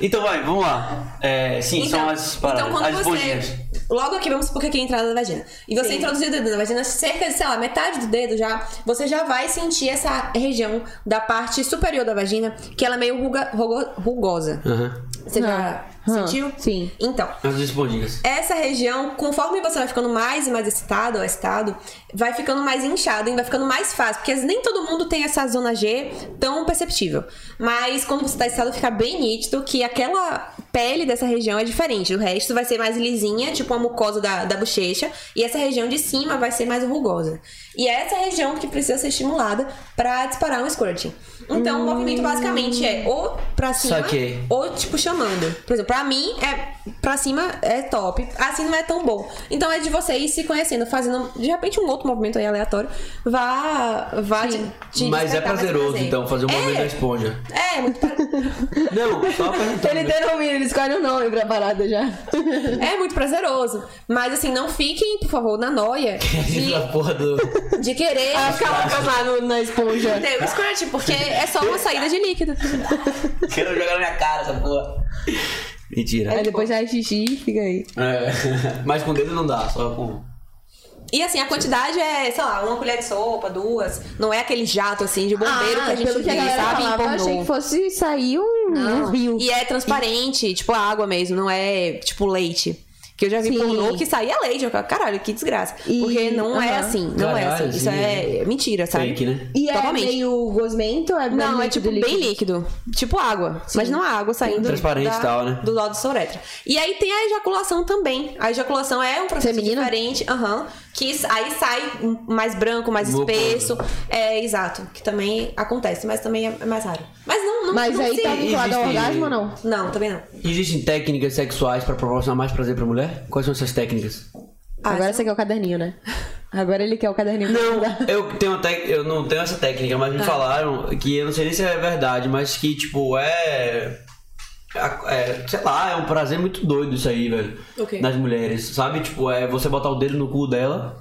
Speaker 2: Então vai, vamos lá. É, sim, são as paradas,
Speaker 3: então, quando
Speaker 2: as
Speaker 3: você.
Speaker 2: esponjinhas.
Speaker 3: Logo aqui, vamos supor que aqui é a entrada da vagina. E você introduzir o dedo na vagina, cerca de, sei lá, metade do dedo já, você já vai sentir essa região da parte superior da vagina, que ela é meio ruga- rugo- rugosa.
Speaker 2: Aham.
Speaker 3: Você já
Speaker 1: Hum.
Speaker 3: sentiu?
Speaker 1: Sim.
Speaker 3: Então,
Speaker 2: As esponjinhas.
Speaker 3: essa região, conforme você vai ficando mais e mais excitado ou excitado, vai ficando mais inchado, hein? vai ficando mais fácil. Porque nem todo mundo tem essa zona G tão perceptível. Mas quando você tá excitado, fica bem nítido que aquela pele dessa região é diferente. O resto vai ser mais lisinha, tipo uma mucosa da, da bochecha. E essa região de cima vai ser mais rugosa. E é essa região que precisa ser estimulada pra disparar um squirting. Então, o movimento basicamente é ou pra cima,
Speaker 2: Saquei.
Speaker 3: ou tipo chamando. Por exemplo, pra mim é pra cima é top, assim não é tão bom. Então é de você ir se conhecendo, fazendo de repente um outro movimento aí aleatório, vá vá te, te
Speaker 2: Mas é
Speaker 3: despertar mais
Speaker 2: prazeroso,
Speaker 3: prazer.
Speaker 2: então, fazer o movimento assim. da esponja.
Speaker 3: É, é muito
Speaker 2: Não, só perguntando.
Speaker 1: Ele denomina, ele escolhe o nome pra parada já.
Speaker 3: é muito prazeroso, mas assim não fiquem, por favor, na noia
Speaker 2: Da
Speaker 3: de,
Speaker 2: porra do.
Speaker 3: de querer
Speaker 2: Ah, tá.
Speaker 1: Calma lá no- na esponja.
Speaker 3: ter o squirt, porque é só uma saída de líquido.
Speaker 2: Quero jogar na minha cara essa porra. É. Mentira.
Speaker 1: Aí depois já xixi e fica aí.
Speaker 2: É. Mas com o dedo não dá, só com.
Speaker 3: E assim, a quantidade é, sei lá, uma colher de sopa, duas, não é aquele jato assim de bombeiro que a gente
Speaker 1: Ah, pelo que a
Speaker 3: vê,
Speaker 1: galera
Speaker 3: sabe, em
Speaker 1: falava, eu
Speaker 3: pornô.
Speaker 1: achei que fosse sair um, um rio.
Speaker 3: E é transparente, tipo a água mesmo, não é tipo leite. Que eu já vi
Speaker 1: Sim.
Speaker 3: pornô que saía leite. Eu falo, caralho, que desgraça.
Speaker 1: E-
Speaker 3: Porque não é
Speaker 1: Aham.
Speaker 3: assim, não é
Speaker 2: Caralho,
Speaker 3: assim.
Speaker 2: sim.
Speaker 3: Isso é mentira, sabe?
Speaker 2: Fake, né?
Speaker 1: E é
Speaker 3: Totalmente.
Speaker 1: meio gosmento? É bem
Speaker 3: Não, é
Speaker 1: líquido,
Speaker 3: tipo
Speaker 1: líquido?
Speaker 3: bem líquido. Tipo água. Mas não a água saindo
Speaker 2: Transparente
Speaker 3: da-
Speaker 2: e tal, né?
Speaker 3: do lado da sua uretra. E aí tem a ejaculação também. A ejaculação é um processo
Speaker 1: Feminino?
Speaker 3: diferente. Aham. que s- aí sai um- mais branco, mais
Speaker 2: Mucosa.
Speaker 3: espesso. É, exato. Que também acontece, mas também é é mais raro. Mas não, tipo assim. não
Speaker 1: Mas
Speaker 3: não
Speaker 1: aí
Speaker 3: se-
Speaker 1: tá vinculado ao
Speaker 2: Existe-
Speaker 1: orgasmo ou não?
Speaker 3: Não, também não.
Speaker 2: Existem técnicas sexuais pra proporcionar mais prazer pra mulher? Quais são essas técnicas?
Speaker 3: Ah,
Speaker 1: Agora
Speaker 3: essa-
Speaker 1: você quer o caderninho, né? Agora ele quer o caderninho.
Speaker 2: Não, eu tenho uma tec- eu não tenho essa técnica, mas
Speaker 3: Ah.
Speaker 2: me falaram que eu não sei nem se é verdade, mas que tipo é... é- sei lá, é um prazer muito doido isso aí, velho.
Speaker 3: O quê?
Speaker 2: Nas mulheres, sabe? Tipo, é você botar o dedo no cu dela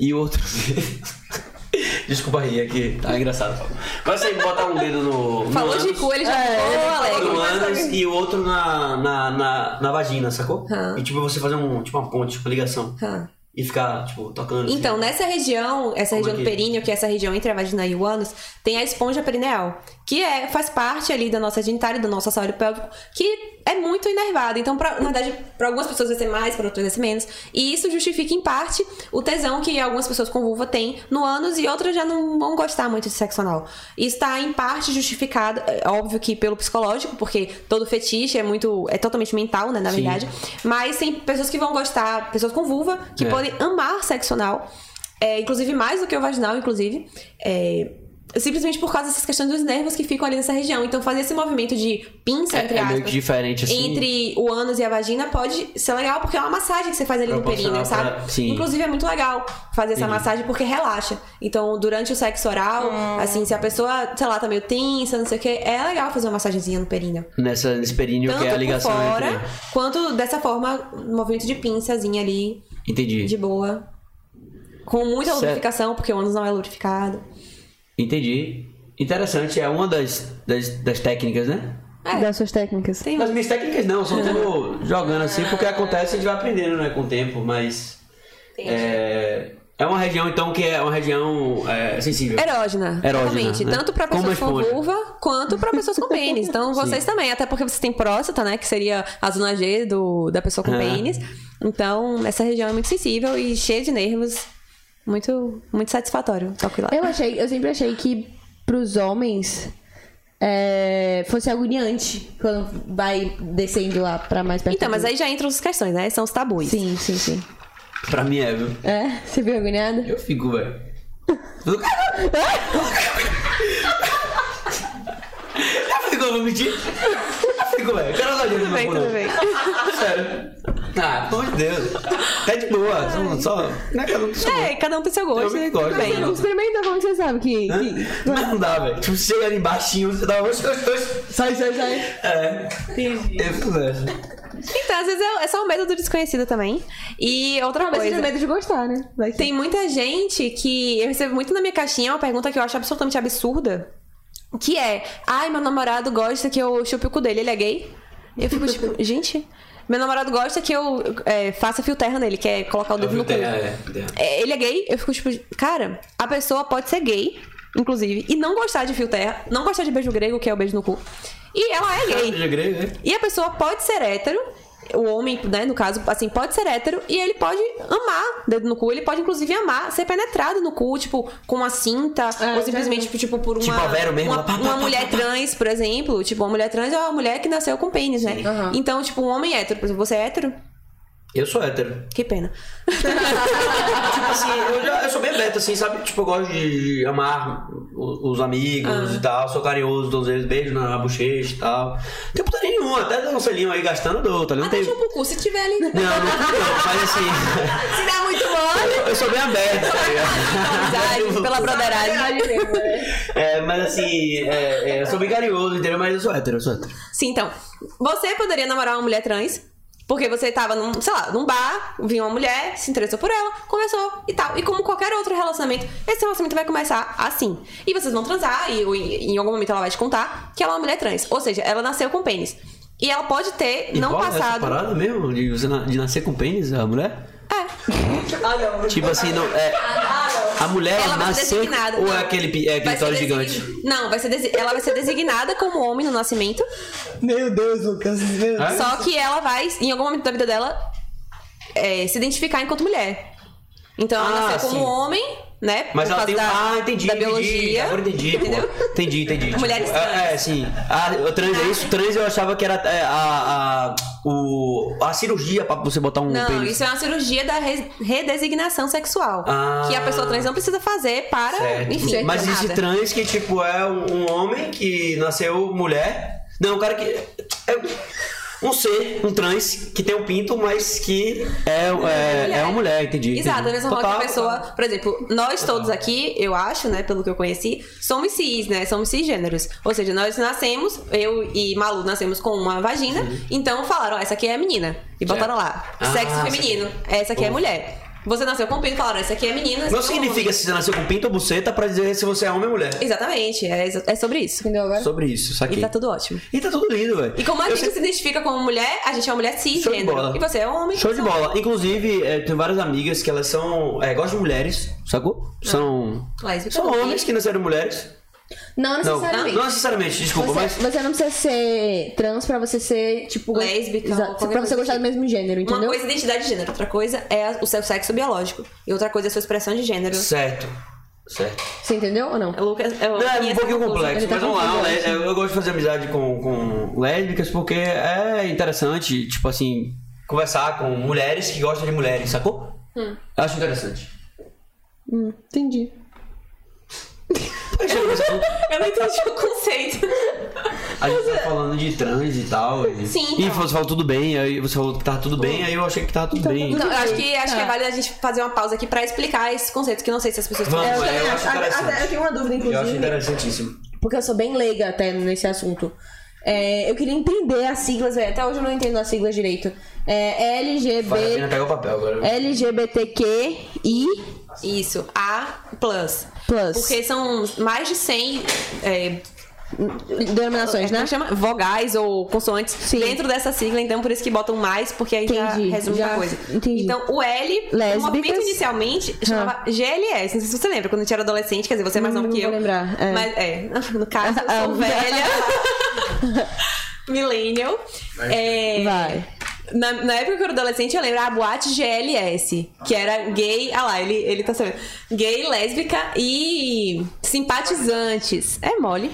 Speaker 2: e o outro. Desculpa rir aqui, tá engraçado. Mas você botar um dedo no. no
Speaker 3: Falou de
Speaker 2: ânus.
Speaker 3: cu, ele já
Speaker 2: É,
Speaker 3: ficou alegre.
Speaker 2: no ânus e o outro na, na, na, na vagina, sacou?
Speaker 3: Hã.
Speaker 2: E tipo, você fazer um, tipo, uma ponte, tipo, ligação.
Speaker 3: Hã.
Speaker 2: e ficar, tipo, tocando. assim.
Speaker 3: Então, nessa região, essa
Speaker 2: Como é
Speaker 3: região do
Speaker 2: que-
Speaker 3: períneo, que é essa região entre a vagina e o ânus, tem a esponja perineal, que é, faz parte ali da nossa genitália, do nosso assoalho pélvico, que é muito inervada. Então, pra- na verdade, para algumas pessoas vai ser mais, para outras vai ser menos. E isso justifica, em parte, o tesão que algumas pessoas com vulva têm no ânus e outras já não vão gostar muito de sexo anal. Isso está, em parte, justificado, é óbvio que pelo psicológico, porque todo fetiche é muito, é totalmente mental, né, na
Speaker 2: Sim.
Speaker 3: verdade. Mas tem pessoas que vão gostar, pessoas com vulva, que
Speaker 2: É.
Speaker 3: podem amar sexo anal, é, inclusive mais do que o vaginal, inclusive. é, simplesmente por causa dessas questões dos nervos que ficam ali nessa região. Então, fazer esse movimento de pinça, entre
Speaker 2: é, é meio que
Speaker 3: aspas,
Speaker 2: diferente, assim.
Speaker 3: entre o ânus e a vagina pode ser legal, porque é uma massagem que você faz ali no
Speaker 2: Proporcional
Speaker 3: períneo, sabe?
Speaker 2: pra- sim.
Speaker 3: Inclusive, é muito legal fazer essa
Speaker 2: Entendi.
Speaker 3: massagem porque relaxa. Então, durante o sexo oral, assim, se a pessoa, sei lá, tá meio tensa, não sei o que, é legal fazer uma massagenzinha no períneo
Speaker 2: Nessa, nesse períneo
Speaker 3: tanto
Speaker 2: que é a ligação
Speaker 3: por fora,
Speaker 2: entre.
Speaker 3: quanto dessa forma, um movimento de pinçazinha ali,
Speaker 2: Entendi.
Speaker 3: de boa. Com muita
Speaker 2: Certo.
Speaker 3: lubrificação, porque o ânus não é lubrificado.
Speaker 2: Entendi. Interessante, é uma das, das, das técnicas, né?
Speaker 3: É.
Speaker 1: Das suas técnicas.
Speaker 3: Tem
Speaker 2: As minhas técnicas não, só tô jogando assim, porque acontece e a gente vai aprendendo, né, com o tempo, mas. É, é uma região, então, que é uma região é, sensível.
Speaker 3: Erógena,
Speaker 2: Erógena,
Speaker 3: exatamente.
Speaker 2: né?
Speaker 3: Tanto pra
Speaker 2: Como
Speaker 3: pessoas com
Speaker 2: esponja.
Speaker 3: vulva, quanto pra pessoas com pênis. Então, vocês também. Até porque vocês têm próstata, né? Que seria a zona G do, da pessoa com
Speaker 2: É.
Speaker 3: pênis. Então, essa região é muito sensível e cheia de nervos. Muito, muito satisfatório. Toque lá.
Speaker 1: Eu achei, eu sempre achei que pros homens é, fosse agoniante quando vai descendo lá pra mais perto.
Speaker 3: Então, mas
Speaker 1: do-
Speaker 3: aí já entram as questões, né? São os tabus.
Speaker 1: Sim, sim, sim.
Speaker 2: Pra mim é, viu?
Speaker 1: É? Você viu agoniada?
Speaker 2: Eu fico, velho. Eu fico, eu vou mentir. Eu fico, velho. O cara não adianta
Speaker 3: Tudo bem, tudo bem.
Speaker 2: Sério. Ah, pelo amor de Deus. Tá de boa. Só. só não é que eu não sou
Speaker 3: É, cada um tem seu gosto.
Speaker 2: Eu
Speaker 3: né?
Speaker 2: gosto.
Speaker 3: Tudo bem.
Speaker 2: Não.
Speaker 1: Experimenta como que você sabe que.
Speaker 2: Hã?
Speaker 1: que-
Speaker 2: Mas não dá, velho. Tipo, você chega ali embaixo, você dá. Oxe, oxe, oxe.
Speaker 1: Sai, sai, sai.
Speaker 2: É. Entendi. Eu fico, velho.
Speaker 3: Então, às vezes é, é só o medo do desconhecido também. E outra
Speaker 1: Mas você tem
Speaker 3: coisa.
Speaker 1: medo de gostar, né? Vai que-
Speaker 3: Tem muita gente que eu recebo muito na minha caixinha uma pergunta que eu acho absolutamente absurda. Que é, ai, meu namorado gosta que eu chupe o cu dele, ele é gay? Eu fico tipo, gente, meu namorado gosta que eu é, faça fio terra nele, que é colocar o dedo no cu. É, ele é gay, eu fico tipo, cara, a pessoa pode ser gay, inclusive, e não gostar de fio terra, não gostar de beijo grego, que é o beijo no cu. E ela é gay.
Speaker 2: Eu grei, né?
Speaker 3: E a pessoa pode ser hétero, o homem, né, no caso, assim, pode ser hétero e ele pode amar dedo no cu, ele pode inclusive amar ser penetrado no cu, tipo, com uma cinta, ou simplesmente, tipo, tipo, por uma,
Speaker 2: Tipo a Vera mesmo,
Speaker 3: uma,
Speaker 2: lá, pá, pá,
Speaker 3: uma
Speaker 2: pá,
Speaker 3: mulher
Speaker 2: pá, pá.
Speaker 3: trans, por exemplo. Tipo, uma mulher trans é uma mulher que nasceu com pênis, né? Então, tipo, um homem hétero, por exemplo, você é hétero?
Speaker 2: Eu sou hétero.
Speaker 3: Que pena.
Speaker 2: Tipo assim, eu, já, eu sou bem aberto, assim, sabe? Tipo, eu gosto de amar o- os
Speaker 3: Ah.
Speaker 2: amigos e tal. Sou carinhoso, todos eles, beijo na bochecha e tal. Não tem puta nenhuma, até dá um selinho aí gastando, eu dou, tá ligado? Não,
Speaker 3: Até
Speaker 2: tem...
Speaker 3: chupa o cu, se tiver ali.
Speaker 2: não, não, não, mas assim.
Speaker 3: Se der muito mole,
Speaker 2: Eu sou bem aberto, tá ligado?
Speaker 3: amizade, pela broderagem.
Speaker 2: É, mas assim, é, é, eu sou bem carinhoso, entendeu? Mas eu sou hétero, eu sou hétero.
Speaker 3: Sim, então. Você poderia namorar uma mulher trans. Porque você tava num, sei lá, num bar, viu uma mulher, se interessou por ela, conversou e tal. E como qualquer outro relacionamento, esse relacionamento vai começar assim. E vocês vão transar, e ou em em algum momento ela vai te contar que ela é uma mulher trans. Ou seja, ela nasceu com pênis. E ela pode ter,
Speaker 2: E
Speaker 3: não
Speaker 2: rola Essa
Speaker 3: passado.
Speaker 2: parada mesmo? De, você na- de nascer com pênis, a mulher?
Speaker 3: ah, não.
Speaker 2: Tipo assim, não. É, a mulher
Speaker 3: Ela vai ser
Speaker 2: nasceu.
Speaker 3: designada.
Speaker 2: Ou
Speaker 3: não.
Speaker 2: é aquele, pi- é
Speaker 3: Vai
Speaker 2: aquele
Speaker 3: ser
Speaker 2: tórax
Speaker 3: design-
Speaker 2: gigante?
Speaker 3: Não, vai ser desi- ela vai ser designada como homem no nascimento.
Speaker 1: Meu Deus, Lucas. Meu...
Speaker 2: Hã?
Speaker 3: Só que ela vai, em algum momento da vida dela, é, se identificar enquanto mulher. Então ela
Speaker 2: Ah,
Speaker 3: nasceu como
Speaker 2: sim.
Speaker 3: homem, né?
Speaker 2: Mas
Speaker 3: por
Speaker 2: ela
Speaker 3: causa
Speaker 2: tem. um-
Speaker 3: da,
Speaker 2: ah, entendi.
Speaker 3: Da
Speaker 2: entendi,
Speaker 3: biologia.
Speaker 2: Agora entendi. pô.
Speaker 3: Entendeu?
Speaker 2: Entendi, entendi.
Speaker 3: Mulheres
Speaker 2: tipo,
Speaker 3: trans.
Speaker 2: é, é, sim. Ah, o trans é isso? Trans eu achava que era é, a, a, o, a cirurgia pra você botar um
Speaker 3: Não,
Speaker 2: pênis.
Speaker 3: isso é uma cirurgia da re- redesignação sexual.
Speaker 2: Ah.
Speaker 3: que a pessoa trans não precisa fazer para.
Speaker 2: Certo.
Speaker 3: é Enfim,
Speaker 2: Mas existe
Speaker 3: nada.
Speaker 2: trans que, tipo, é um, um homem que nasceu mulher. Não, o cara que. É um ser, um trans, que tem um pinto, mas que é, é, é uma mulher, entendi. entendi.
Speaker 3: Exato, da mesma forma que
Speaker 2: Total,
Speaker 3: a pessoa.
Speaker 2: total.
Speaker 3: Por exemplo, nós todos aqui, eu acho, né, pelo que eu conheci, somos cis, né? Somos cisgêneros. Ou seja, nós nascemos, eu e Malu nascemos com uma vagina, então falaram, "Ó, essa aqui é a menina. E botaram lá,
Speaker 2: Ah,
Speaker 3: sexo
Speaker 2: essa
Speaker 3: feminino, essa aqui é mulher. Você nasceu com pinto e falaram, esse aqui é menina. esse
Speaker 2: Não
Speaker 3: aqui é
Speaker 2: significa
Speaker 3: homem.
Speaker 2: se você nasceu com pinto ou buceta pra dizer se você é homem ou mulher.
Speaker 3: Exatamente, é, exa- é sobre isso.
Speaker 4: Entendeu agora?
Speaker 2: Sobre isso,
Speaker 3: E
Speaker 2: saquei.
Speaker 3: tá tudo ótimo.
Speaker 2: E tá tudo lindo, velho.
Speaker 3: E como é a
Speaker 2: Eu
Speaker 3: gente se identifica como mulher, a gente é uma mulher
Speaker 2: Show de bola.
Speaker 3: cisgênero. E você é homem.
Speaker 2: Show de
Speaker 3: você é
Speaker 2: bola. Inclusive, eh, tenho várias amigas que elas são. eh, gostam de mulheres, sacou?
Speaker 3: Ah.
Speaker 2: São.
Speaker 3: Lésbica,
Speaker 2: são
Speaker 3: bi.
Speaker 2: homens que nasceram mulheres.
Speaker 4: Não
Speaker 2: Não,
Speaker 4: necessariamente.
Speaker 2: não necessariamente, desculpa,
Speaker 3: é
Speaker 1: Você,
Speaker 2: mas.
Speaker 1: você não precisa ser trans pra você ser, tipo. go-
Speaker 3: Lésbica ou
Speaker 1: Exato,
Speaker 3: qualquer
Speaker 1: pra
Speaker 3: coisa
Speaker 1: você gostar
Speaker 3: do
Speaker 1: do mesmo gênero,
Speaker 3: Uma
Speaker 1: entendeu?
Speaker 3: coisa é identidade de gênero, outra coisa é a- o seu sexo biológico. E outra coisa é a sua expressão de gênero.
Speaker 2: Certo. Certo.
Speaker 1: Você entendeu ou não?
Speaker 3: É Lucas, é, o-
Speaker 2: Não, é
Speaker 3: minha
Speaker 2: um pouquinho
Speaker 3: conclusão.
Speaker 2: complexo,
Speaker 1: Ele tá
Speaker 2: mas vamos lá. é
Speaker 1: confuso,
Speaker 2: le- Eu, eu gosto de fazer amizade com, com lésbicas porque é interessante, tipo assim, conversar com mulheres que gostam de mulheres, sacou?
Speaker 3: Hum.
Speaker 2: Eu acho interessante.
Speaker 4: Hum, Entendi.
Speaker 2: Por que chegou nesse assunto?
Speaker 3: Eu não entendi o conceito.
Speaker 2: A gente tá falando de trans e tal. E,
Speaker 3: Sim,
Speaker 2: E
Speaker 3: então.
Speaker 2: você falou tudo bem, aí você falou que tá tudo bem, aí eu achei que tá tudo bem.
Speaker 3: Não, eu acho que, acho que é
Speaker 4: Tá.
Speaker 3: válido a gente fazer uma pausa aqui pra explicar esses conceitos que eu não sei se as pessoas
Speaker 4: É,
Speaker 2: Vamos,
Speaker 3: estão-
Speaker 2: Ah, eu, acho
Speaker 4: até-
Speaker 2: interessante.
Speaker 4: até eu tenho uma dúvida,
Speaker 2: Eu acho
Speaker 4: inclusive.
Speaker 2: interessantíssimo.
Speaker 4: porque eu sou bem leiga até nesse assunto. É, eu queria entender as siglas, velho. Até hoje eu não entendo as siglas direito. É
Speaker 2: Vale a pena
Speaker 4: LGB,
Speaker 2: pegar o papel agora.
Speaker 4: LGBTQI.
Speaker 3: Isso, A plus.
Speaker 4: Plus.
Speaker 3: Porque são mais de 100 é,
Speaker 4: Denominações, né?
Speaker 3: como chama? vogais ou consoantes dentro dessa sigla, então por isso que botam mais, porque aí
Speaker 4: Entendi,
Speaker 3: já resume
Speaker 4: já
Speaker 3: a coisa.
Speaker 4: entendi.
Speaker 3: Então o L,
Speaker 4: Lésbicas.
Speaker 3: o movimento inicialmente chamava GLS, não sei se você lembra, quando a gente era adolescente, quer dizer, você é mais
Speaker 4: Hum,
Speaker 3: nova
Speaker 4: não
Speaker 3: que eu.
Speaker 4: vou lembrar, é.
Speaker 3: Mas é, no caso, eu
Speaker 4: Ah,
Speaker 3: sou velha. Millennial. É,
Speaker 4: Vai.
Speaker 3: na, na época que eu era adolescente, eu lembro a boate GLS, que era gay. Ah lá, ele, ele tá sabendo. Gay, lésbica e simpatizantes. É mole.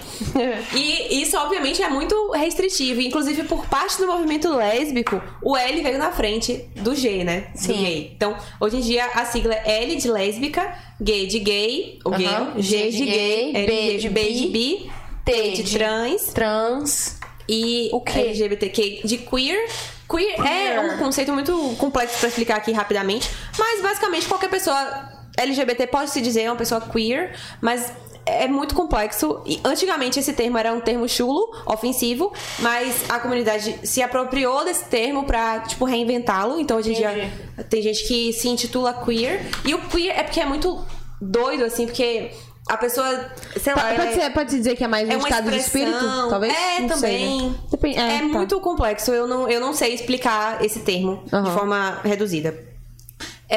Speaker 3: E isso, obviamente, é muito restritivo. Inclusive, por parte do movimento lésbico, o L veio na frente do G, né? Sim. gay. Então, hoje em dia, a sigla é L de lésbica, gay de gay, ou gay,
Speaker 1: Aham.
Speaker 3: G de gay, L de B de bi, T de trans,
Speaker 1: Trans.
Speaker 3: e o que? LGBTQ de queer. Queer é um conceito muito complexo pra explicar aqui rapidamente, mas basicamente qualquer pessoa LGBT pode se dizer uma pessoa queer, mas é muito complexo. E antigamente esse termo era um termo chulo, ofensivo, mas a comunidade se apropriou desse termo pra, tipo, reinventá-lo. Então hoje em dia tem gente que se intitula queer. E o queer é porque é muito doido, assim, porque a pessoa, sei lá,
Speaker 1: Pa-
Speaker 3: ela
Speaker 1: Pode,
Speaker 3: é-
Speaker 1: ser, pode se dizer que é mais um
Speaker 3: é uma
Speaker 1: estado
Speaker 3: expressão.
Speaker 1: de espírito, talvez?
Speaker 3: É,
Speaker 1: Não sei,
Speaker 3: também.
Speaker 1: né? Depen-
Speaker 3: é
Speaker 1: tá.
Speaker 3: muito complexo. Eu não, eu não sei explicar esse termo de
Speaker 1: Aham.
Speaker 3: forma reduzida.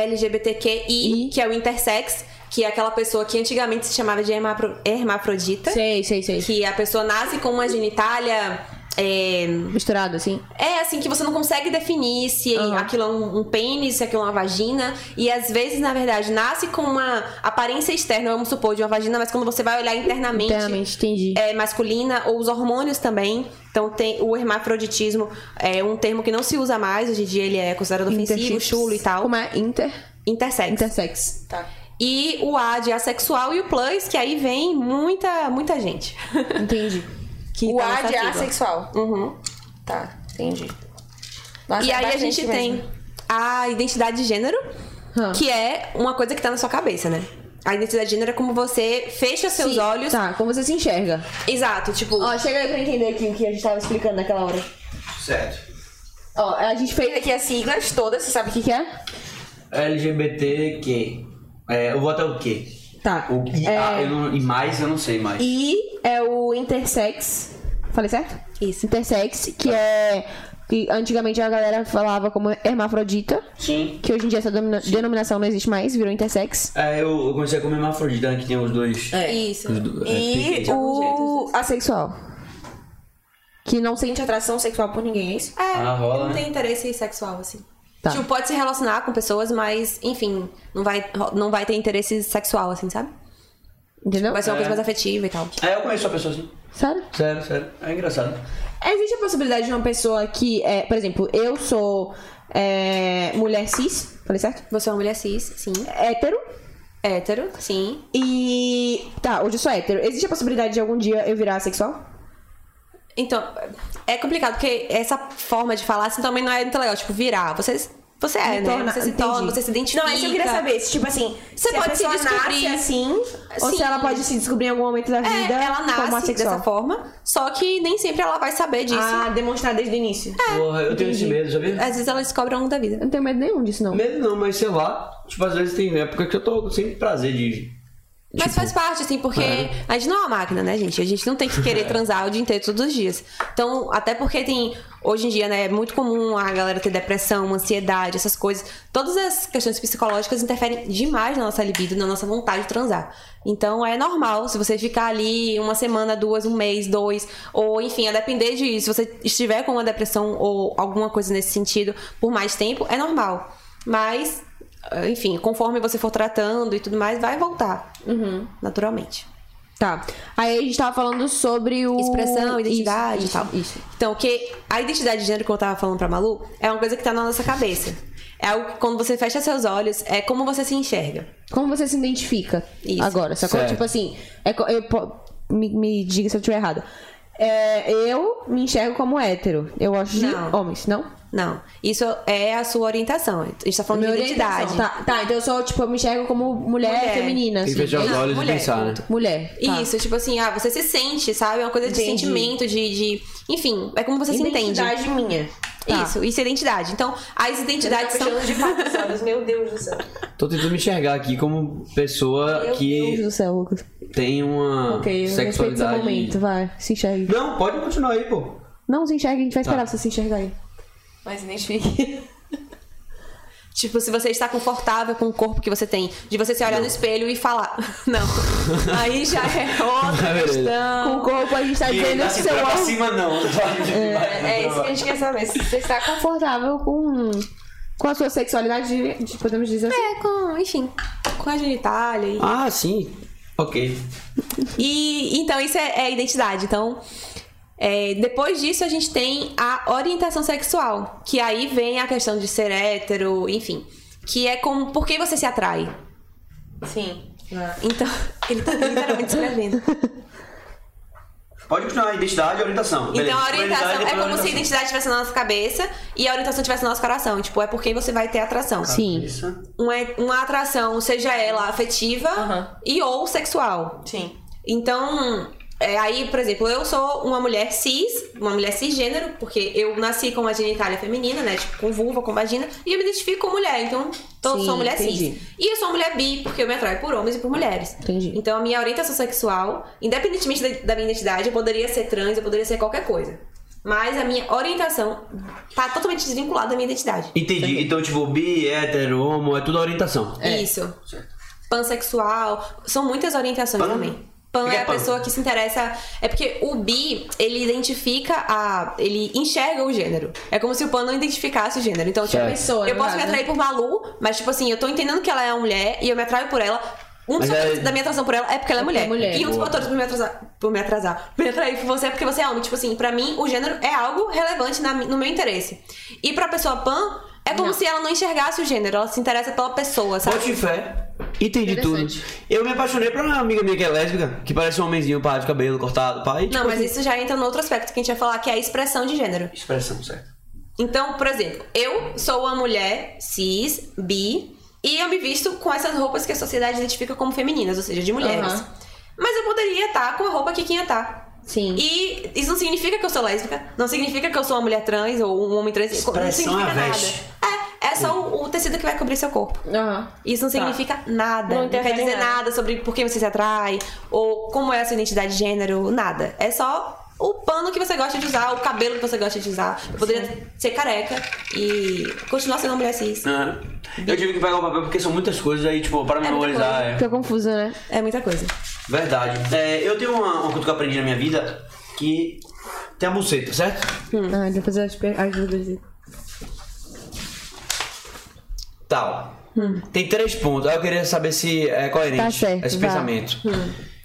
Speaker 3: LGBTQI, que é o intersex, que é aquela pessoa que antigamente se chamava de hermapro- hermafrodita.
Speaker 1: Sei, sei, sei.
Speaker 3: Que a pessoa nasce com uma genitália. é,
Speaker 1: Misturado, assim.
Speaker 3: é assim que você não consegue definir se aquilo é um, um pênis, se aquilo é uma vagina. E às vezes, na verdade, nasce com uma aparência externa, vamos supor, de uma vagina, mas quando você vai olhar internamente,
Speaker 1: Internamente, entendi.
Speaker 3: é masculina, ou os hormônios também. Então tem o hermafroditismo é um termo que não se usa mais, hoje em dia ele é considerado ofensivo,
Speaker 1: Interchips.
Speaker 3: chulo e tal.
Speaker 1: Como é? Inter.
Speaker 3: Intersex.
Speaker 1: Intersex. Tá.
Speaker 3: E o A de assexual e o plus, que aí vem muita, muita gente.
Speaker 1: Entendi.
Speaker 3: que
Speaker 4: O
Speaker 3: tá
Speaker 4: A
Speaker 3: nessa
Speaker 4: de
Speaker 3: sigla.
Speaker 4: assexual.
Speaker 3: Uhum.
Speaker 4: Tá, entendi.
Speaker 3: E
Speaker 5: é
Speaker 3: aí a gente tem a identidade de gênero,
Speaker 1: Hã.
Speaker 3: que é uma coisa que tá na sua cabeça, né? A identidade de gênero é como você fecha seus
Speaker 1: Sim.
Speaker 3: olhos.
Speaker 1: Tá, como você se enxerga.
Speaker 3: Exato, tipo.
Speaker 4: Ó, chega aí pra entender aqui o que a gente tava explicando naquela hora.
Speaker 2: Certo.
Speaker 4: Ó, a gente fez aqui as siglas todas, você sabe o que, que é?
Speaker 2: LGBTQ. É, eu vou até o quê?
Speaker 4: Tá.
Speaker 2: O I,
Speaker 1: É,
Speaker 2: A, eu não- e mais eu não sei mais.
Speaker 4: I é o intersex.
Speaker 1: Falei certo?
Speaker 3: Isso.
Speaker 1: Intersex, que é. Que antigamente a galera falava como hermafrodita,
Speaker 2: Sim.
Speaker 1: que hoje em dia essa domina- denominação não existe mais, virou intersex.
Speaker 2: É, eu, eu comecei a comer hermafrodita, né, que tem os dois.
Speaker 3: Isso.
Speaker 2: os do- é,
Speaker 4: E
Speaker 2: tem-
Speaker 4: o
Speaker 1: Asexual. Que não sente.
Speaker 4: sente atração sexual por ninguém, é isso?
Speaker 3: É,
Speaker 2: Ah, rola,
Speaker 3: não
Speaker 2: né?
Speaker 3: tem interesse sexual, assim.
Speaker 1: Tá.
Speaker 3: Tipo, pode se relacionar com pessoas, mas, enfim, não vai, não vai ter interesse sexual, assim, sabe?
Speaker 1: Entendeu?
Speaker 3: Vai ser
Speaker 2: É.
Speaker 3: uma coisa mais afetiva e tal.
Speaker 2: É, eu conheço a pessoa assim.
Speaker 1: Sabe?
Speaker 2: Sério, sério. É engraçado.
Speaker 4: Existe a possibilidade de uma pessoa que é, por exemplo, eu sou é, mulher cis, falei certo?
Speaker 3: Você é uma mulher cis, sim.
Speaker 4: Hétero.
Speaker 3: Hétero, sim.
Speaker 4: E. Tá, hoje eu sou hétero. Existe a possibilidade de algum dia eu virar sexual?
Speaker 3: Então, é complicado, porque essa forma de falar assim também não é muito legal. Tipo, virar. Você, Você é,
Speaker 4: Me
Speaker 3: né?
Speaker 4: torna-
Speaker 3: você se
Speaker 4: entendi.
Speaker 3: torna, você se identifica.
Speaker 5: Não, é isso que eu queria saber. Se, tipo assim,
Speaker 3: Você
Speaker 5: se a
Speaker 3: pode se
Speaker 5: pessoa
Speaker 3: descobrir.
Speaker 5: nasce assim.
Speaker 4: Ou se
Speaker 3: Sim.
Speaker 4: ela pode se descobrir em algum momento da
Speaker 3: É,
Speaker 4: vida
Speaker 3: ela
Speaker 4: como
Speaker 3: nasce
Speaker 4: assexual.
Speaker 3: dessa forma, só que nem sempre ela vai saber disso.
Speaker 4: Ah, demonstrar desde o início.
Speaker 2: Porra, eu tenho esse medo, já viu?
Speaker 3: Às vezes ela descobre ao longo da vida.
Speaker 4: Eu não tenho medo nenhum disso, não.
Speaker 2: Medo não, mas sei lá. Tipo, às vezes tem época que eu tô sem prazer de.
Speaker 3: Mas faz parte, assim, porque a gente não é uma máquina, né, gente? A gente não tem que querer transar o dia inteiro todos os dias. Então, até porque tem. Hoje em dia, né, é muito comum a galera ter depressão, ansiedade, essas coisas. Todas as questões psicológicas interferem demais na nossa libido, na nossa vontade de transar. Então é normal se você ficar ali uma semana, duas, um mês, dois, ou enfim, a depender de se você estiver com uma depressão ou alguma coisa nesse sentido por mais tempo, é normal. Mas enfim, conforme você for tratando e tudo mais, vai voltar. Uhum. Naturalmente.
Speaker 1: Tá. Aí a gente tava falando sobre o.
Speaker 3: Expressão, identidade
Speaker 1: Isso,
Speaker 3: e tal.
Speaker 1: Isso. isso.
Speaker 3: Então, que a identidade de gênero que eu tava falando pra Malu é uma coisa que tá na nossa cabeça. É algo que quando você fecha seus olhos, é como você se enxerga.
Speaker 1: Como você se identifica
Speaker 3: Isso.
Speaker 1: agora? Sacou?
Speaker 2: Certo.
Speaker 1: Tipo assim, é co- eu po- me, me diga se eu estiver errada.
Speaker 4: É, eu me enxergo como hétero. Eu gosto de
Speaker 3: Não.
Speaker 4: homens, não?
Speaker 3: Não. Isso é a sua orientação. A gente tá falando de identidade.
Speaker 4: Tá, tá, então eu sou, tipo, eu me enxergo como mulher,
Speaker 3: Mulher.
Speaker 4: feminina.
Speaker 2: Tem que
Speaker 4: assim.
Speaker 2: fechar os
Speaker 3: Não,
Speaker 2: olhos e
Speaker 3: mulher,
Speaker 2: pensar, né?
Speaker 3: ponto.
Speaker 4: Mulher. tá.
Speaker 3: Isso, tipo assim, ah, você se sente, sabe? É uma coisa de
Speaker 4: Entendi.
Speaker 3: sentimento, de, de- Enfim, é como você se entende.
Speaker 4: Identidade minha. Tá.
Speaker 3: Isso, isso é identidade. Então, as identidades
Speaker 5: Tá
Speaker 3: são.
Speaker 5: fechando de fato os olhos, meu Deus do céu.
Speaker 2: Tô tentando me enxergar aqui como pessoa
Speaker 1: Meu Deus
Speaker 2: que
Speaker 1: do céu, Lucas.
Speaker 2: tem uma
Speaker 1: um Ok, eu respeito seu
Speaker 2: Ah, sexualidade.
Speaker 1: momento, vai. Se enxergue.
Speaker 2: Não, pode continuar aí, pô.
Speaker 1: Não se enxergue, a gente vai esperar você se enxergar aí.
Speaker 5: Mas nem cheguei.
Speaker 3: Tipo, se você está confortável com o corpo que você tem, de você se olhar no espelho e falar, não. Aí já é outra
Speaker 2: Beleza.
Speaker 1: Com o
Speaker 3: questão.
Speaker 1: corpo a gente tá dizendo que seu órgão
Speaker 2: cima tá não.
Speaker 5: É isso que a gente quer saber. Se você está com
Speaker 1: confortável com, com a sua sexualidade, de- podemos dizer assim.
Speaker 3: É, com, enfim, com a genitália. E,
Speaker 2: Ah, sim. Ok.
Speaker 3: e então isso é, é identidade. Então, é, depois disso a gente tem a orientação sexual, que aí vem a questão de ser hétero, enfim. Que é como, por que você se atrai?
Speaker 5: Sim.
Speaker 3: Então, ele tá literalmente escrevendo.
Speaker 2: Pode continuar, identidade e orientação.
Speaker 3: Então a orientação é como se a identidade estivesse na nossa cabeça e a orientação estivesse no nosso coração. Tipo, é por quem você vai ter atração.
Speaker 1: Sim.
Speaker 3: Uma, uma atração, seja ela afetiva
Speaker 5: Aham.
Speaker 3: e ou sexual.
Speaker 5: Sim.
Speaker 3: Então, é, aí, por exemplo, eu sou uma mulher cis, uma mulher cisgênero, porque eu nasci com a genitália feminina, né? Tipo, com vulva, com vagina, e eu me identifico como mulher, então tô,
Speaker 4: Sim,
Speaker 3: sou mulher
Speaker 4: entendi.
Speaker 3: cis. E eu sou mulher bi, porque eu me atraio por homens e por mulheres.
Speaker 1: Entendi.
Speaker 3: Então a minha orientação sexual, independentemente da, da minha identidade, eu poderia ser trans, eu poderia ser qualquer coisa. Mas a minha orientação tá totalmente desvinculada da minha identidade.
Speaker 2: Entendi. Então, tipo, bi, hétero, homo, é tudo orientação.
Speaker 3: Isso. Pansexual. São muitas orientações
Speaker 2: Pan?
Speaker 3: também. Pan
Speaker 2: O que
Speaker 3: é
Speaker 2: é
Speaker 3: a
Speaker 2: pan?
Speaker 3: pessoa que se interessa. É porque o bi, ele identifica a. Ele enxerga o gênero. É como se o pan não identificasse o gênero. Então, tipo,
Speaker 2: Certo.
Speaker 4: Pessoa,
Speaker 3: eu
Speaker 4: no
Speaker 3: posso me
Speaker 4: caso,
Speaker 3: atrair por Malu, mas, tipo assim, eu tô entendendo que ela é uma mulher e eu me atraio por ela. Um dos
Speaker 2: Mas
Speaker 3: fatores
Speaker 2: é-
Speaker 3: da minha atração por ela é porque ela é mulher.
Speaker 4: mulher.
Speaker 3: E um dos
Speaker 2: Boa.
Speaker 3: fatores por me atrasar. Por me atrasar. Me atrair por você é porque você é homem. Tipo assim, pra mim, o gênero é algo relevante na mi- no meu interesse. E pra pessoa pan, é como se ela não enxergasse o gênero. Ela se interessa pela pessoa, sabe?
Speaker 2: Bote fé. Entendi tudo.
Speaker 1: Interessante.
Speaker 2: Eu me apaixonei por uma amiga minha que é lésbica, que parece um homenzinho, pá, de cabelo cortado, pá. E, tipo,
Speaker 3: Não, mas isso já entra no outro aspecto que a gente vai falar, que é a expressão de gênero.
Speaker 2: Expressão, certo.
Speaker 3: Então, por exemplo, eu sou uma mulher cis, bi, e eu me visto com essas roupas que a sociedade identifica como femininas, ou seja, de mulheres.
Speaker 4: Aham.
Speaker 3: Mas eu poderia estar com a roupa que quem tá.
Speaker 4: Sim.
Speaker 3: E isso não significa que eu sou lésbica, não significa que eu sou uma mulher trans ou um homem trans, não
Speaker 2: Expressão
Speaker 3: significa
Speaker 2: é a
Speaker 3: nada.
Speaker 2: veste.
Speaker 3: É, é só o, o tecido que vai cobrir seu corpo.
Speaker 4: Aham.
Speaker 3: Isso não significa nada.
Speaker 5: Não
Speaker 3: Não, quer
Speaker 5: interfere em
Speaker 3: dizer
Speaker 5: nada.
Speaker 3: nada. sobre por que você se atrai, ou como é a sua identidade de gênero, nada. É só o pano que você gosta de usar, o cabelo que você gosta de usar. Eu poderia ser careca e continuar sendo uma mulher cis.
Speaker 2: Eu tive que pegar o papel porque são muitas coisas aí, tipo, para
Speaker 3: muita
Speaker 2: memorizar. é.
Speaker 1: Fica confuso, né?
Speaker 3: É muita coisa.
Speaker 2: Verdade. É, eu tenho uma, uma coisa que eu aprendi na minha vida que tem a buceta, certo?
Speaker 3: Hum.
Speaker 1: Ah, depois eu espe- ajudo.
Speaker 2: Tal. Tem três pontos. Aí eu queria saber se é coerente
Speaker 1: Tá certo,
Speaker 2: esse
Speaker 1: vai.
Speaker 2: pensamento.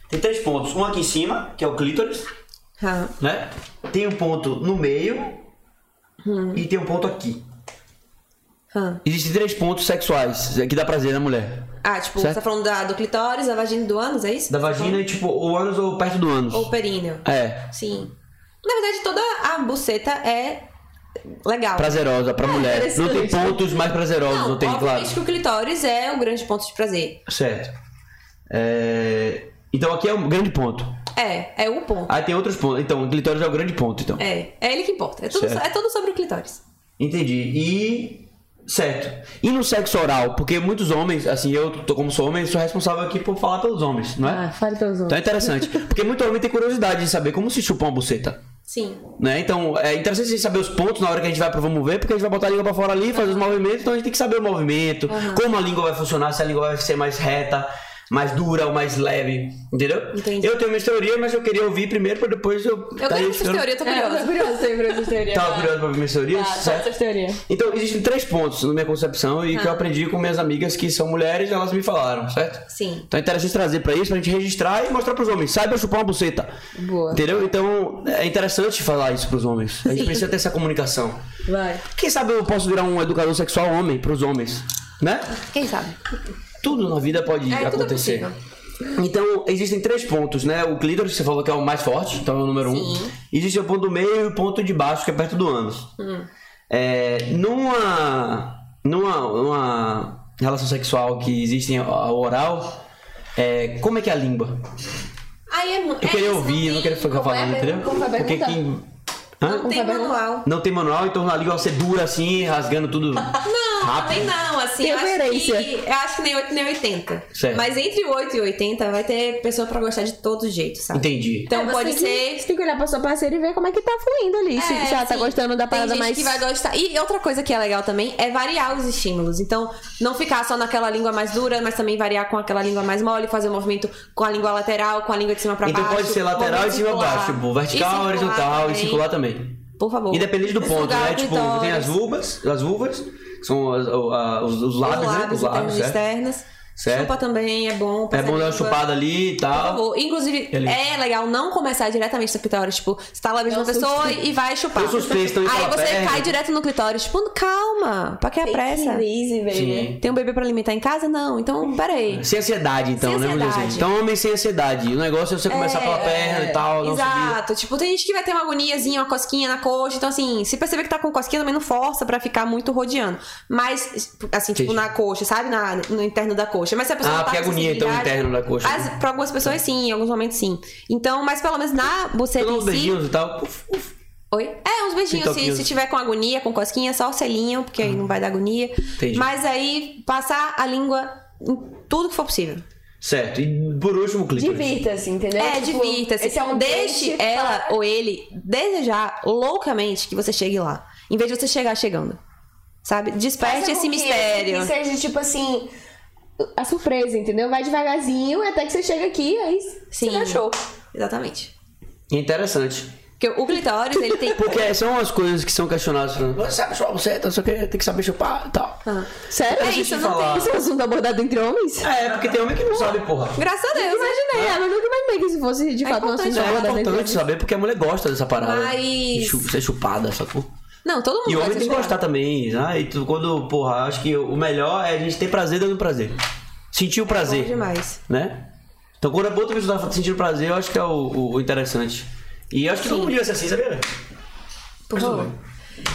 Speaker 2: Tem três pontos. Um aqui em cima, que é o clítoris,
Speaker 3: Ah,
Speaker 2: né? Tem um ponto no meio e tem um ponto aqui.
Speaker 3: ah.
Speaker 2: Existem três pontos sexuais é, que dá prazer na mulher.
Speaker 3: Ah, tipo,
Speaker 2: Certo.
Speaker 3: você tá falando da- do clitóris, da vagina e do ânus, é isso?
Speaker 2: Da vagina e tipo, o ânus ou perto do ânus.
Speaker 3: Ou períneo.
Speaker 2: É.
Speaker 3: Sim. Na verdade, toda a buceta é legal.
Speaker 2: Prazerosa pra mulher. Não tem pontos mais prazerosos, não,
Speaker 3: Não,
Speaker 2: tem, claro.
Speaker 3: obviamente que o clitóris é o grande ponto de prazer.
Speaker 2: Certo. É, Então aqui é um grande ponto.
Speaker 3: É, é o ponto.
Speaker 2: Aí tem outros pontos. Então, o clitóris é o grande ponto, então.
Speaker 3: É, é ele que importa. É tudo,
Speaker 2: Certo.
Speaker 3: é tudo sobre o clitóris.
Speaker 2: Entendi. E. Certo. E no sexo oral? Porque muitos homens, assim, eu, tô, como sou homem, sou responsável aqui por falar pelos homens, não é?
Speaker 1: Ah, fale pelos
Speaker 2: Então
Speaker 1: outros.
Speaker 2: é interessante. Porque muito homem tem curiosidade de saber como se chupa uma buceta.
Speaker 3: Sim.
Speaker 2: Né? Então, é interessante a gente saber os pontos na hora que a gente vai pro vamos ver, porque a gente vai botar a língua pra fora ali, fazer os movimentos, então a gente tem que saber o movimento, como a língua vai funcionar, se a língua vai ser mais reta, mais dura ou mais leve, entendeu?
Speaker 3: Entendi.
Speaker 2: Eu tenho minhas teorias, mas eu queria ouvir primeiro pra depois eu.
Speaker 3: Eu
Speaker 2: Tá aí,
Speaker 3: ganhei essa
Speaker 2: eu-
Speaker 3: teoria, É, eu tô curiosa.
Speaker 4: curiosa sempre pra essa teoria.
Speaker 2: Tava curioso pra ouvir minhas teorias, certo? Então, existem três pontos na minha concepção e que eu aprendi com minhas amigas que são mulheres e elas me falaram, certo?
Speaker 3: Sim.
Speaker 2: Então é interessante trazer pra isso, pra gente registrar e mostrar pros homens. Saiba chupar uma buceta.
Speaker 4: Boa.
Speaker 2: Entendeu? Então é interessante falar isso pros homens. A gente precisa ter essa comunicação.
Speaker 4: Vai.
Speaker 2: Quem sabe eu posso virar um educador sexual homem pros homens, né?
Speaker 3: Quem sabe?
Speaker 2: Tudo na vida pode
Speaker 3: É, tudo é
Speaker 2: acontecer.
Speaker 3: possível.
Speaker 2: então, existem três pontos, né? O clítoris, que você falou que é o mais forte, então é o número um. Existe o ponto do meio e o ponto de baixo, que é perto do ânus.
Speaker 3: Hum.
Speaker 2: É, numa, numa, numa relação sexual que existe a- a oral, é, como é que é a língua?
Speaker 3: Aí é muito.
Speaker 2: Eu queria ouvir, eu não queria ficar falando, entendeu?
Speaker 1: como vai
Speaker 2: Porque
Speaker 1: perguntar?
Speaker 2: quem... Hã?
Speaker 3: é? Tem manual.
Speaker 2: Não tem manual, então a língua vai ser dura assim, rasgando tudo.
Speaker 3: Não, também não, assim.
Speaker 1: Tem
Speaker 3: eu, acho
Speaker 1: coerência.
Speaker 3: que, eu acho que nem 8 nem 80.
Speaker 2: Certo.
Speaker 3: Mas entre 8 e 80 vai ter pessoa pra gostar de todo jeito, sabe?
Speaker 2: Entendi.
Speaker 3: Então
Speaker 4: Você
Speaker 3: pode
Speaker 4: tem
Speaker 3: ser.
Speaker 4: Que, você tem que olhar pra sua parceira e ver como é que tá fluindo ali. se
Speaker 3: É,
Speaker 4: se ela tá
Speaker 3: sim.
Speaker 4: gostando da
Speaker 3: Tem
Speaker 4: parada
Speaker 3: gente
Speaker 4: mais.
Speaker 3: que vai gostar. E outra coisa que é legal também é variar os estímulos. Então, não ficar só naquela língua mais dura, mas também variar com aquela língua mais mole, fazer o movimento com a língua lateral, com a língua de cima pra
Speaker 2: Então
Speaker 3: baixo.
Speaker 2: pode ser lateral e
Speaker 3: movimento
Speaker 2: cima
Speaker 3: circular.
Speaker 2: baixo, tipo,
Speaker 3: E
Speaker 2: vertical,
Speaker 3: circular
Speaker 2: horizontal e
Speaker 3: também.
Speaker 2: circular também.
Speaker 3: Por favor.
Speaker 2: Independente do ponto,
Speaker 3: Sugar
Speaker 2: né?
Speaker 3: o
Speaker 2: Tipo,
Speaker 3: clitóris,
Speaker 2: tem as vulvas, as vulvas, que são as- o- a- os, os lábios,
Speaker 3: os
Speaker 2: né? Os lábios,
Speaker 3: lábios, internos e um
Speaker 2: certo?
Speaker 3: externos.
Speaker 2: Certo.
Speaker 3: Chupa também, é bom.
Speaker 2: É
Speaker 3: passar
Speaker 2: bom dar uma
Speaker 3: língua.
Speaker 2: chupada ali e
Speaker 3: Por
Speaker 2: tal.
Speaker 3: favor. Inclusive,
Speaker 2: Ah. Ele-
Speaker 3: é legal não começar diretamente no clitóris. Tipo, você tá lá beijando uma pessoa e vai chupar.
Speaker 2: Eu suspeito, então,
Speaker 3: Aí
Speaker 2: fala,
Speaker 3: você
Speaker 2: pega.
Speaker 3: cai direto no clitóris. Tipo, calma. Pra que a pressa?
Speaker 4: Easy,
Speaker 2: Sim.
Speaker 3: Tem um bebê pra alimentar em casa? Não. Então, peraí.
Speaker 2: Sem ansiedade, então,
Speaker 3: Sem
Speaker 2: né? Vamos dizer assim.
Speaker 3: ansiedade.
Speaker 2: Então, homem sem ansiedade. O negócio é você começar pela perna e tal, não subir.
Speaker 3: Exato. Tipo, tem gente que vai ter uma agoniazinha, uma cosquinha na coxa. Então, assim, se perceber que tá com cosquinha, também não força pra ficar muito rodeando. Mas, assim, tipo,
Speaker 2: Entendi.
Speaker 3: na coxa, sabe? Na, no interno da coxa. Mas se a pessoa
Speaker 2: Ah,
Speaker 3: não tá
Speaker 2: porque
Speaker 3: com
Speaker 2: agonia, então, o
Speaker 3: sensibilidade-
Speaker 2: interno da coxa,
Speaker 3: As-
Speaker 2: né?
Speaker 3: pra algumas pessoas, sim. Em alguns momentos, sim. Então, mas pelo menos na buceta
Speaker 2: Dando
Speaker 3: em
Speaker 2: uns
Speaker 3: si...
Speaker 2: beijinhos e tal. Uf, uf.
Speaker 3: Oi? É, uns beijinhos. Se,
Speaker 2: Pitoquinhos.
Speaker 3: se tiver com agonia, com cosquinha, só o selinho, porque aí não vai dar agonia.
Speaker 2: Ah. Entendi.
Speaker 3: Mas aí, passar a língua em tudo que for possível.
Speaker 2: Certo. E por último, o clítoris.
Speaker 1: assim,
Speaker 4: Divirta-se, entendeu?
Speaker 3: É,
Speaker 4: Tipo,
Speaker 3: divirta-se.
Speaker 4: Esse é um
Speaker 3: Deixe
Speaker 4: date
Speaker 3: ela
Speaker 4: para-
Speaker 3: ou ele desejar loucamente que você chegue lá. Em vez de você chegar chegando. Sabe?
Speaker 4: Faça
Speaker 3: Desperte
Speaker 4: com
Speaker 3: esse é
Speaker 4: que-
Speaker 3: mistério.
Speaker 4: Que é seja tipo assim. A surpresa, entendeu? Vai devagarzinho até que você chega aqui, aí
Speaker 3: Sim.
Speaker 4: você dá show.
Speaker 3: Exatamente.
Speaker 2: Interessante.
Speaker 3: Porque o clitóris, ele tem.
Speaker 2: Porque são as coisas que são questionadas. né? falando, Você sabe chupar buceta, só que tem que saber chupar e tal.
Speaker 3: Ah.
Speaker 4: Sério?
Speaker 3: É isso, não
Speaker 2: falar.
Speaker 3: tem.
Speaker 4: Esse é um assunto abordado entre homens?
Speaker 2: É, porque tem homem que não sabe, porra.
Speaker 3: Graças a
Speaker 4: Eu
Speaker 3: Deus, né?
Speaker 4: imaginei, ah, mas nunca imaginei que isso fosse de
Speaker 3: É
Speaker 4: fato um assunto
Speaker 3: importante,
Speaker 2: É
Speaker 4: abordado entre
Speaker 2: importante
Speaker 4: homens.
Speaker 2: saber porque a mulher gosta dessa parada. né?
Speaker 3: Mas-
Speaker 2: De chu- ser chupada, sacou?
Speaker 3: Não, todo mundo
Speaker 2: E o homem tem
Speaker 3: gosta de
Speaker 2: que gostar
Speaker 3: chorar.
Speaker 2: também, né? E tu, quando, porra, acho que o melhor é a gente ter prazer dando prazer. Sentir o prazer.
Speaker 3: Bom demais.
Speaker 2: Né? Então quando a outra pessoa tá sentindo prazer, eu acho que é o, o- o interessante. E eu acho que todo mundo devia ser assim, sabia?
Speaker 3: Por
Speaker 2: Mas tudo
Speaker 3: favor.
Speaker 2: bem.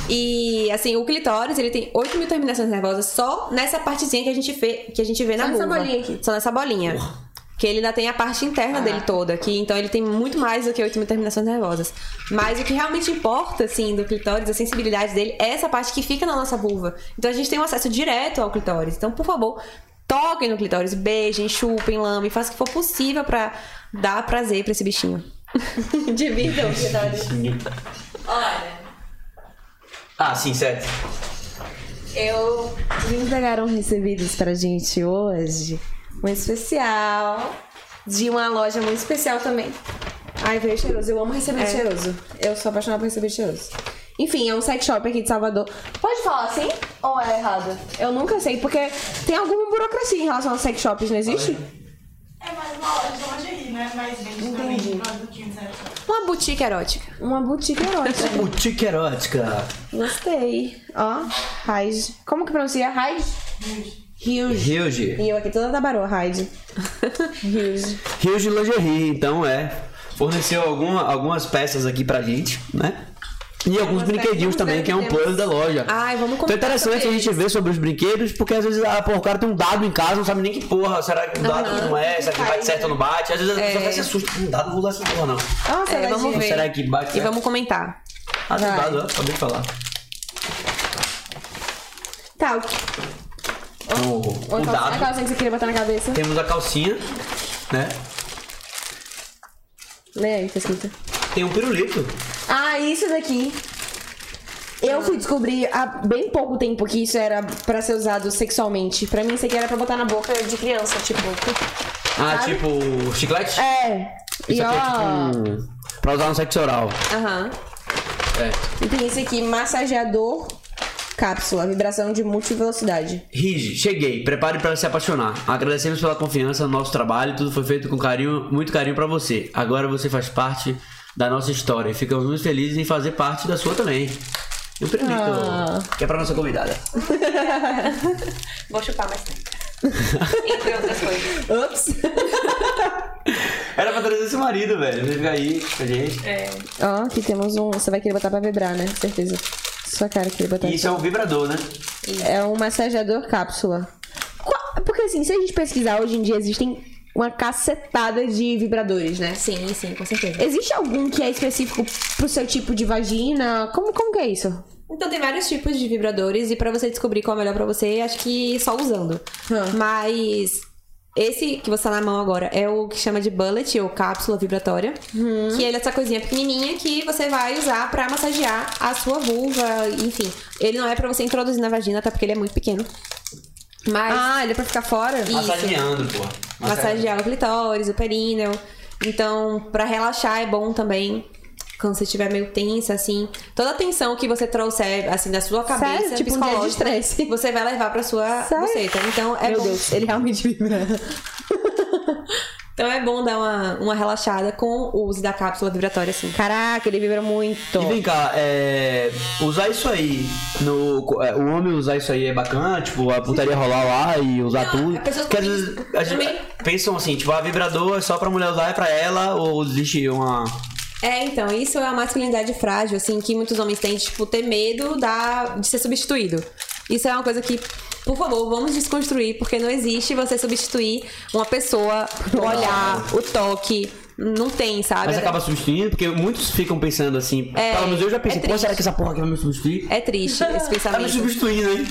Speaker 3: E assim, o clitóris, ele tem 8 mil terminações nervosas só nessa partezinha que a gente vê, que a gente vê na
Speaker 4: Só nessa
Speaker 3: vulva.
Speaker 4: bolinha aqui. Ah.
Speaker 3: Só nessa bolinha. Que ele ainda tem a parte interna dele toda, que então ele tem muito mais do que 8 mil terminações nervosas. Mas o que realmente importa, assim, do clitóris, a sensibilidade dele, é essa parte que fica na nossa vulva. Então a gente tem um acesso direto ao clitóris. Então, por favor, toquem no clitóris, beijem, chupem, lambem, façam o que for possível pra dar prazer pra esse bichinho. É
Speaker 4: Divirtam, verdade.
Speaker 5: Olha,
Speaker 2: Ah, sim, certo.
Speaker 5: eu
Speaker 4: Me entregaram recebidos pra gente hoje. Um especial de uma loja muito especial também. Ai, veio cheiroso. Eu amo recebido cheiroso. Eu sou apaixonada por recebido cheiroso. Enfim, é um sex shop aqui de Salvador. Pode falar assim ou é errado? Eu nunca sei, porque tem alguma burocracia em relação aos sex shops, não existe?
Speaker 6: É mais uma loja de lingerie, né? Mas vende também produtinhos eróticos.
Speaker 3: Uma boutique erótica.
Speaker 4: Uma boutique erótica.
Speaker 2: Boutique erótica.
Speaker 4: Gostei. Ó, Raid. Como que pronuncia? Raid? Huge.
Speaker 2: Huge.
Speaker 4: E eu aqui toda tabarô, Raid. Huge.
Speaker 2: Rios de Lingerie, então é. Forneceu alguma- algumas peças aqui pra gente, né? E alguns brinquedinhos também, que é um plano da loja.
Speaker 3: né? Ai, vamos
Speaker 2: Então é
Speaker 3: comentar
Speaker 2: interessante a
Speaker 3: sobre
Speaker 2: gente ver sobre os brinquedos, porque às vezes a porra, o cara tem um dado em casa, não sabe nem que porra, será que o dado não é, será que bate certo ou não bate. Às vezes a pessoa até se assusta, um dado não vou usar essa porra não.
Speaker 4: Nossa,
Speaker 3: É, né? vamos
Speaker 4: tadinho.
Speaker 3: ver.
Speaker 2: Será que bate
Speaker 3: E
Speaker 2: certo?
Speaker 3: vamos comentar.
Speaker 2: Ah, tem um dado, ó, acabei de falar.
Speaker 4: Tá, o que-
Speaker 2: O,
Speaker 4: o
Speaker 2: o
Speaker 4: calcinha, a
Speaker 2: dado,
Speaker 4: calcinha que você queria botar na cabeça.
Speaker 2: temos a calcinha, né?
Speaker 4: Lê aí, tá escrito.
Speaker 2: Tem um pirulito.
Speaker 4: Ah, isso daqui. Eu fui descobrir há bem pouco tempo que isso era pra ser usado sexualmente. Pra mim, isso aqui era pra botar na boca de criança, tipo.
Speaker 2: Ah,
Speaker 4: Sabe?
Speaker 2: tipo chiclete?
Speaker 4: É. e
Speaker 2: Isso aqui
Speaker 4: ó.
Speaker 2: é tipo um... Pra usar no sexo oral.
Speaker 3: Aham.
Speaker 2: É.
Speaker 4: E tem esse aqui, massageador cápsula, vibração de multivelocidade.
Speaker 2: Rige, cheguei. Prepare para se apaixonar. Agradecemos pela confiança no nosso trabalho. Tudo foi feito com carinho, muito carinho pra você. Agora você faz parte da nossa história. E ficamos muito felizes em fazer parte da sua também. Eu permito.
Speaker 4: Ah.
Speaker 2: Que é pra nossa convidada.
Speaker 5: Vou chupar mais tempo. Entre outras coisas.
Speaker 4: Ups!
Speaker 2: Era pra trazer seu marido, velho. Você fica aí com a gente.
Speaker 5: É.
Speaker 2: tipo
Speaker 4: Ó, aqui temos um. Você vai querer botar pra vibrar, né? Certeza. Sua cara que ele
Speaker 5: Tá
Speaker 4: botar.
Speaker 2: E isso é um vibrador, né?
Speaker 4: É um massageador cápsula. Qua- Porque assim, se a gente pesquisar, hoje em dia existem uma cacetada de vibradores, né?
Speaker 5: Sim, sim, com certeza.
Speaker 4: Existe algum que é específico pro seu tipo de vagina? Como, como que é isso?
Speaker 3: Então tem vários tipos de vibradores e pra você descobrir qual é o melhor pra você, acho que só usando.
Speaker 4: Hum.
Speaker 3: Mas esse que você tá na mão agora é o que chama de bullet ou cápsula vibratória,
Speaker 4: Hum.
Speaker 3: que ele é essa coisinha pequenininha que você vai usar pra massagear a sua vulva, enfim. Ele não é pra você introduzir na vagina, até porque ele é muito pequeno. Mas
Speaker 4: Ah, ele é pra ficar fora?
Speaker 3: Isso.
Speaker 2: Massageando, porra. é.
Speaker 3: massagear o clitóris, o períneo. Então, pra relaxar é bom também. Quando você estiver meio tensa, assim. Toda a tensão que você trouxer, assim, da sua cabeça,
Speaker 4: Sério? Tipo um dia de
Speaker 3: psicológica,
Speaker 4: estresse.
Speaker 3: você vai levar pra sua
Speaker 4: Sério?
Speaker 3: buceta. Então, é
Speaker 4: Meu
Speaker 3: bom.
Speaker 4: Deus, ele realmente vibra.
Speaker 3: Então, é bom dar uma, uma relaxada com o uso da cápsula vibratória, assim.
Speaker 4: Caraca, ele vibra muito.
Speaker 2: E vem cá, é, usar isso aí, no, é, o homem usar isso aí é bacana, tipo, a putaria rolar lá e usar
Speaker 3: Não,
Speaker 2: tudo.
Speaker 3: as pessoas
Speaker 2: Porque às vezes as-
Speaker 3: também.
Speaker 2: pensam assim, tipo, a vibrador é só pra mulher usar, é pra ela, ou existe uma.
Speaker 3: É, então, isso é uma masculinidade frágil, assim, que muitos homens têm, tipo, ter medo da... de ser substituído. Isso é uma coisa que, por favor, vamos desconstruir, porque não existe você substituir uma pessoa, o olhar, o toque. Não tem, sabe?
Speaker 2: Mas acaba substituindo, porque muitos ficam pensando assim,
Speaker 3: É,
Speaker 2: pelo menos eu já
Speaker 3: é
Speaker 2: pensei, pô,
Speaker 3: triste.
Speaker 2: será que essa porra aqui vai me substituir?
Speaker 3: É triste
Speaker 2: Tá
Speaker 3: esse
Speaker 2: me
Speaker 3: pensamento.
Speaker 2: substituindo, hein?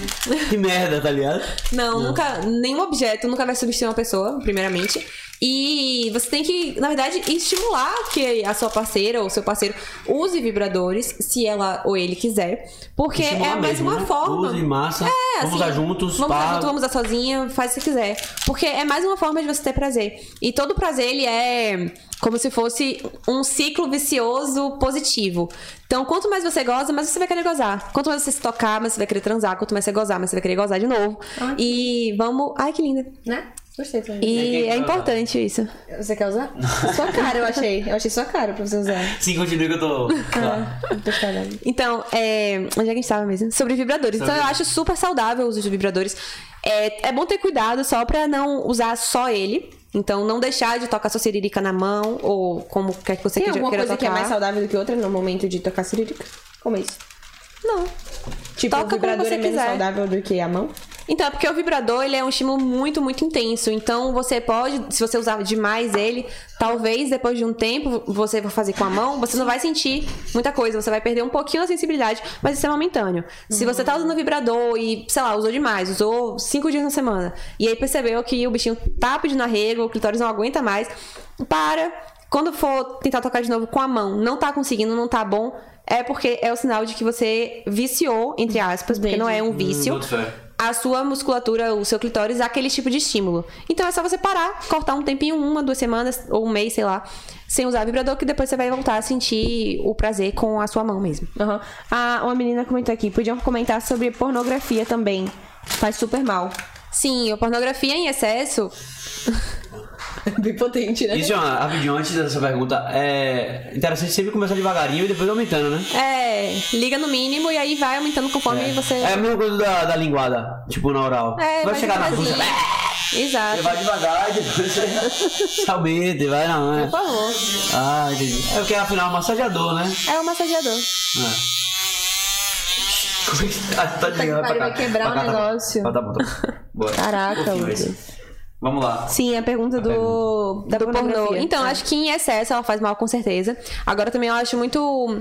Speaker 2: Que merda, tá ligado?
Speaker 3: Não, nunca. Nenhum objeto nunca vai substituir uma pessoa, primeiramente. E você tem que, na verdade, estimular que a sua parceira ou seu parceiro use vibradores, se ela ou ele quiser. Porque
Speaker 2: Estimular
Speaker 3: é mais
Speaker 2: mesmo,
Speaker 3: uma
Speaker 2: né?
Speaker 3: forma.
Speaker 2: Use massa,
Speaker 3: É,
Speaker 2: vamos
Speaker 3: assim,
Speaker 2: usar juntos,
Speaker 3: Vamos
Speaker 2: pá.
Speaker 3: usar junto, vamos usar sozinha, faz o que quiser. Porque é mais uma forma de você ter prazer. E todo prazer, ele é como se fosse um ciclo vicioso positivo. Então, quanto mais você goza, mais você vai querer gozar. Quanto mais você se tocar, mais você vai querer transar. Quanto mais você gozar, mais você vai querer gozar de novo. e vamos... Ai, que linda.
Speaker 4: Né? Gostei também.
Speaker 2: E aí,
Speaker 3: E
Speaker 2: quem
Speaker 3: é
Speaker 2: que vai
Speaker 3: importante isso.
Speaker 4: Você quer usar? sua cara, eu achei. Eu achei sua cara pra você usar.
Speaker 2: Sim, continua que eu tô. Tá.
Speaker 4: Não tô estragando.
Speaker 3: Então, é... onde é que a gente tava mesmo? Sobre vibradores. Então, eu acho super saudável o uso de vibradores. É, é bom ter cuidado só pra não usar só ele. Então, não deixar de tocar sua siririca na mão ou como quer que você
Speaker 4: Tem
Speaker 3: queira,
Speaker 4: alguma
Speaker 3: queira
Speaker 4: coisa
Speaker 3: tocar.
Speaker 4: que é mais saudável do que outra no momento de tocar cirílica? Como é isso?
Speaker 3: Não.
Speaker 4: Tipo,
Speaker 3: Toca
Speaker 4: o
Speaker 3: como
Speaker 4: vibrador
Speaker 3: você
Speaker 4: é menos
Speaker 3: quiser.
Speaker 4: saudável do que a mão?
Speaker 3: Então, é porque o vibrador, ele é um estímulo muito, muito intenso. Então, você pode, se você usar demais ele, talvez depois de um tempo, você vai fazer com a mão, você não vai sentir muita coisa, você vai perder um pouquinho da sensibilidade, mas isso é momentâneo. Se você tá usando vibrador e, sei lá, usou demais, usou cinco dias na semana, e aí percebeu que o bichinho tá pedindo arrego, o clitóris não aguenta mais, para, quando for tentar tocar de novo com a mão, não tá conseguindo, não tá bom, é porque é o sinal de que você viciou, entre aspas, porque não é um vício,
Speaker 2: Hum, boto fé.
Speaker 3: a sua musculatura, o seu clitóris, aquele tipo de estímulo. Então é só você parar, cortar um tempinho, uma, duas semanas ou um mês, sei lá, sem usar vibrador, que depois você vai voltar a sentir o prazer com a sua mão mesmo.
Speaker 4: Aham. Ah, uma menina comentou aqui. Podiam comentar sobre pornografia também. Faz super mal.
Speaker 3: Sim, a pornografia em excesso.
Speaker 4: Bem potente, né?
Speaker 2: Isso, John, rapidinho, antes dessa pergunta, é interessante sempre começar devagarinho e depois aumentando, né?
Speaker 3: É, liga no mínimo e aí vai aumentando conforme você.
Speaker 2: É a mesma coisa da, da linguada, tipo na oral.
Speaker 3: É,
Speaker 2: vai chegar na
Speaker 3: devagarzinho.
Speaker 2: bunda, você
Speaker 3: Exato.
Speaker 2: vai devagar e depois você aumenta e vai na mão. né?
Speaker 3: Por favor.
Speaker 2: Ah, entendi. É porque afinal é um massageador, né?
Speaker 3: É o massageador.
Speaker 2: É. Coitado, tá de
Speaker 1: que pariu, vai quebrar o negócio.
Speaker 2: Tá bom, tá bom. Bora.
Speaker 1: Caraca,
Speaker 2: Enfim,
Speaker 1: Lucas.
Speaker 2: mas- Vamos lá.
Speaker 1: é
Speaker 3: Sim, a pergunta do,
Speaker 1: Da
Speaker 3: do pornô.
Speaker 1: pornografia.
Speaker 3: Então,
Speaker 1: É.
Speaker 3: acho que em excesso ela faz mal, com certeza. Agora também eu acho muito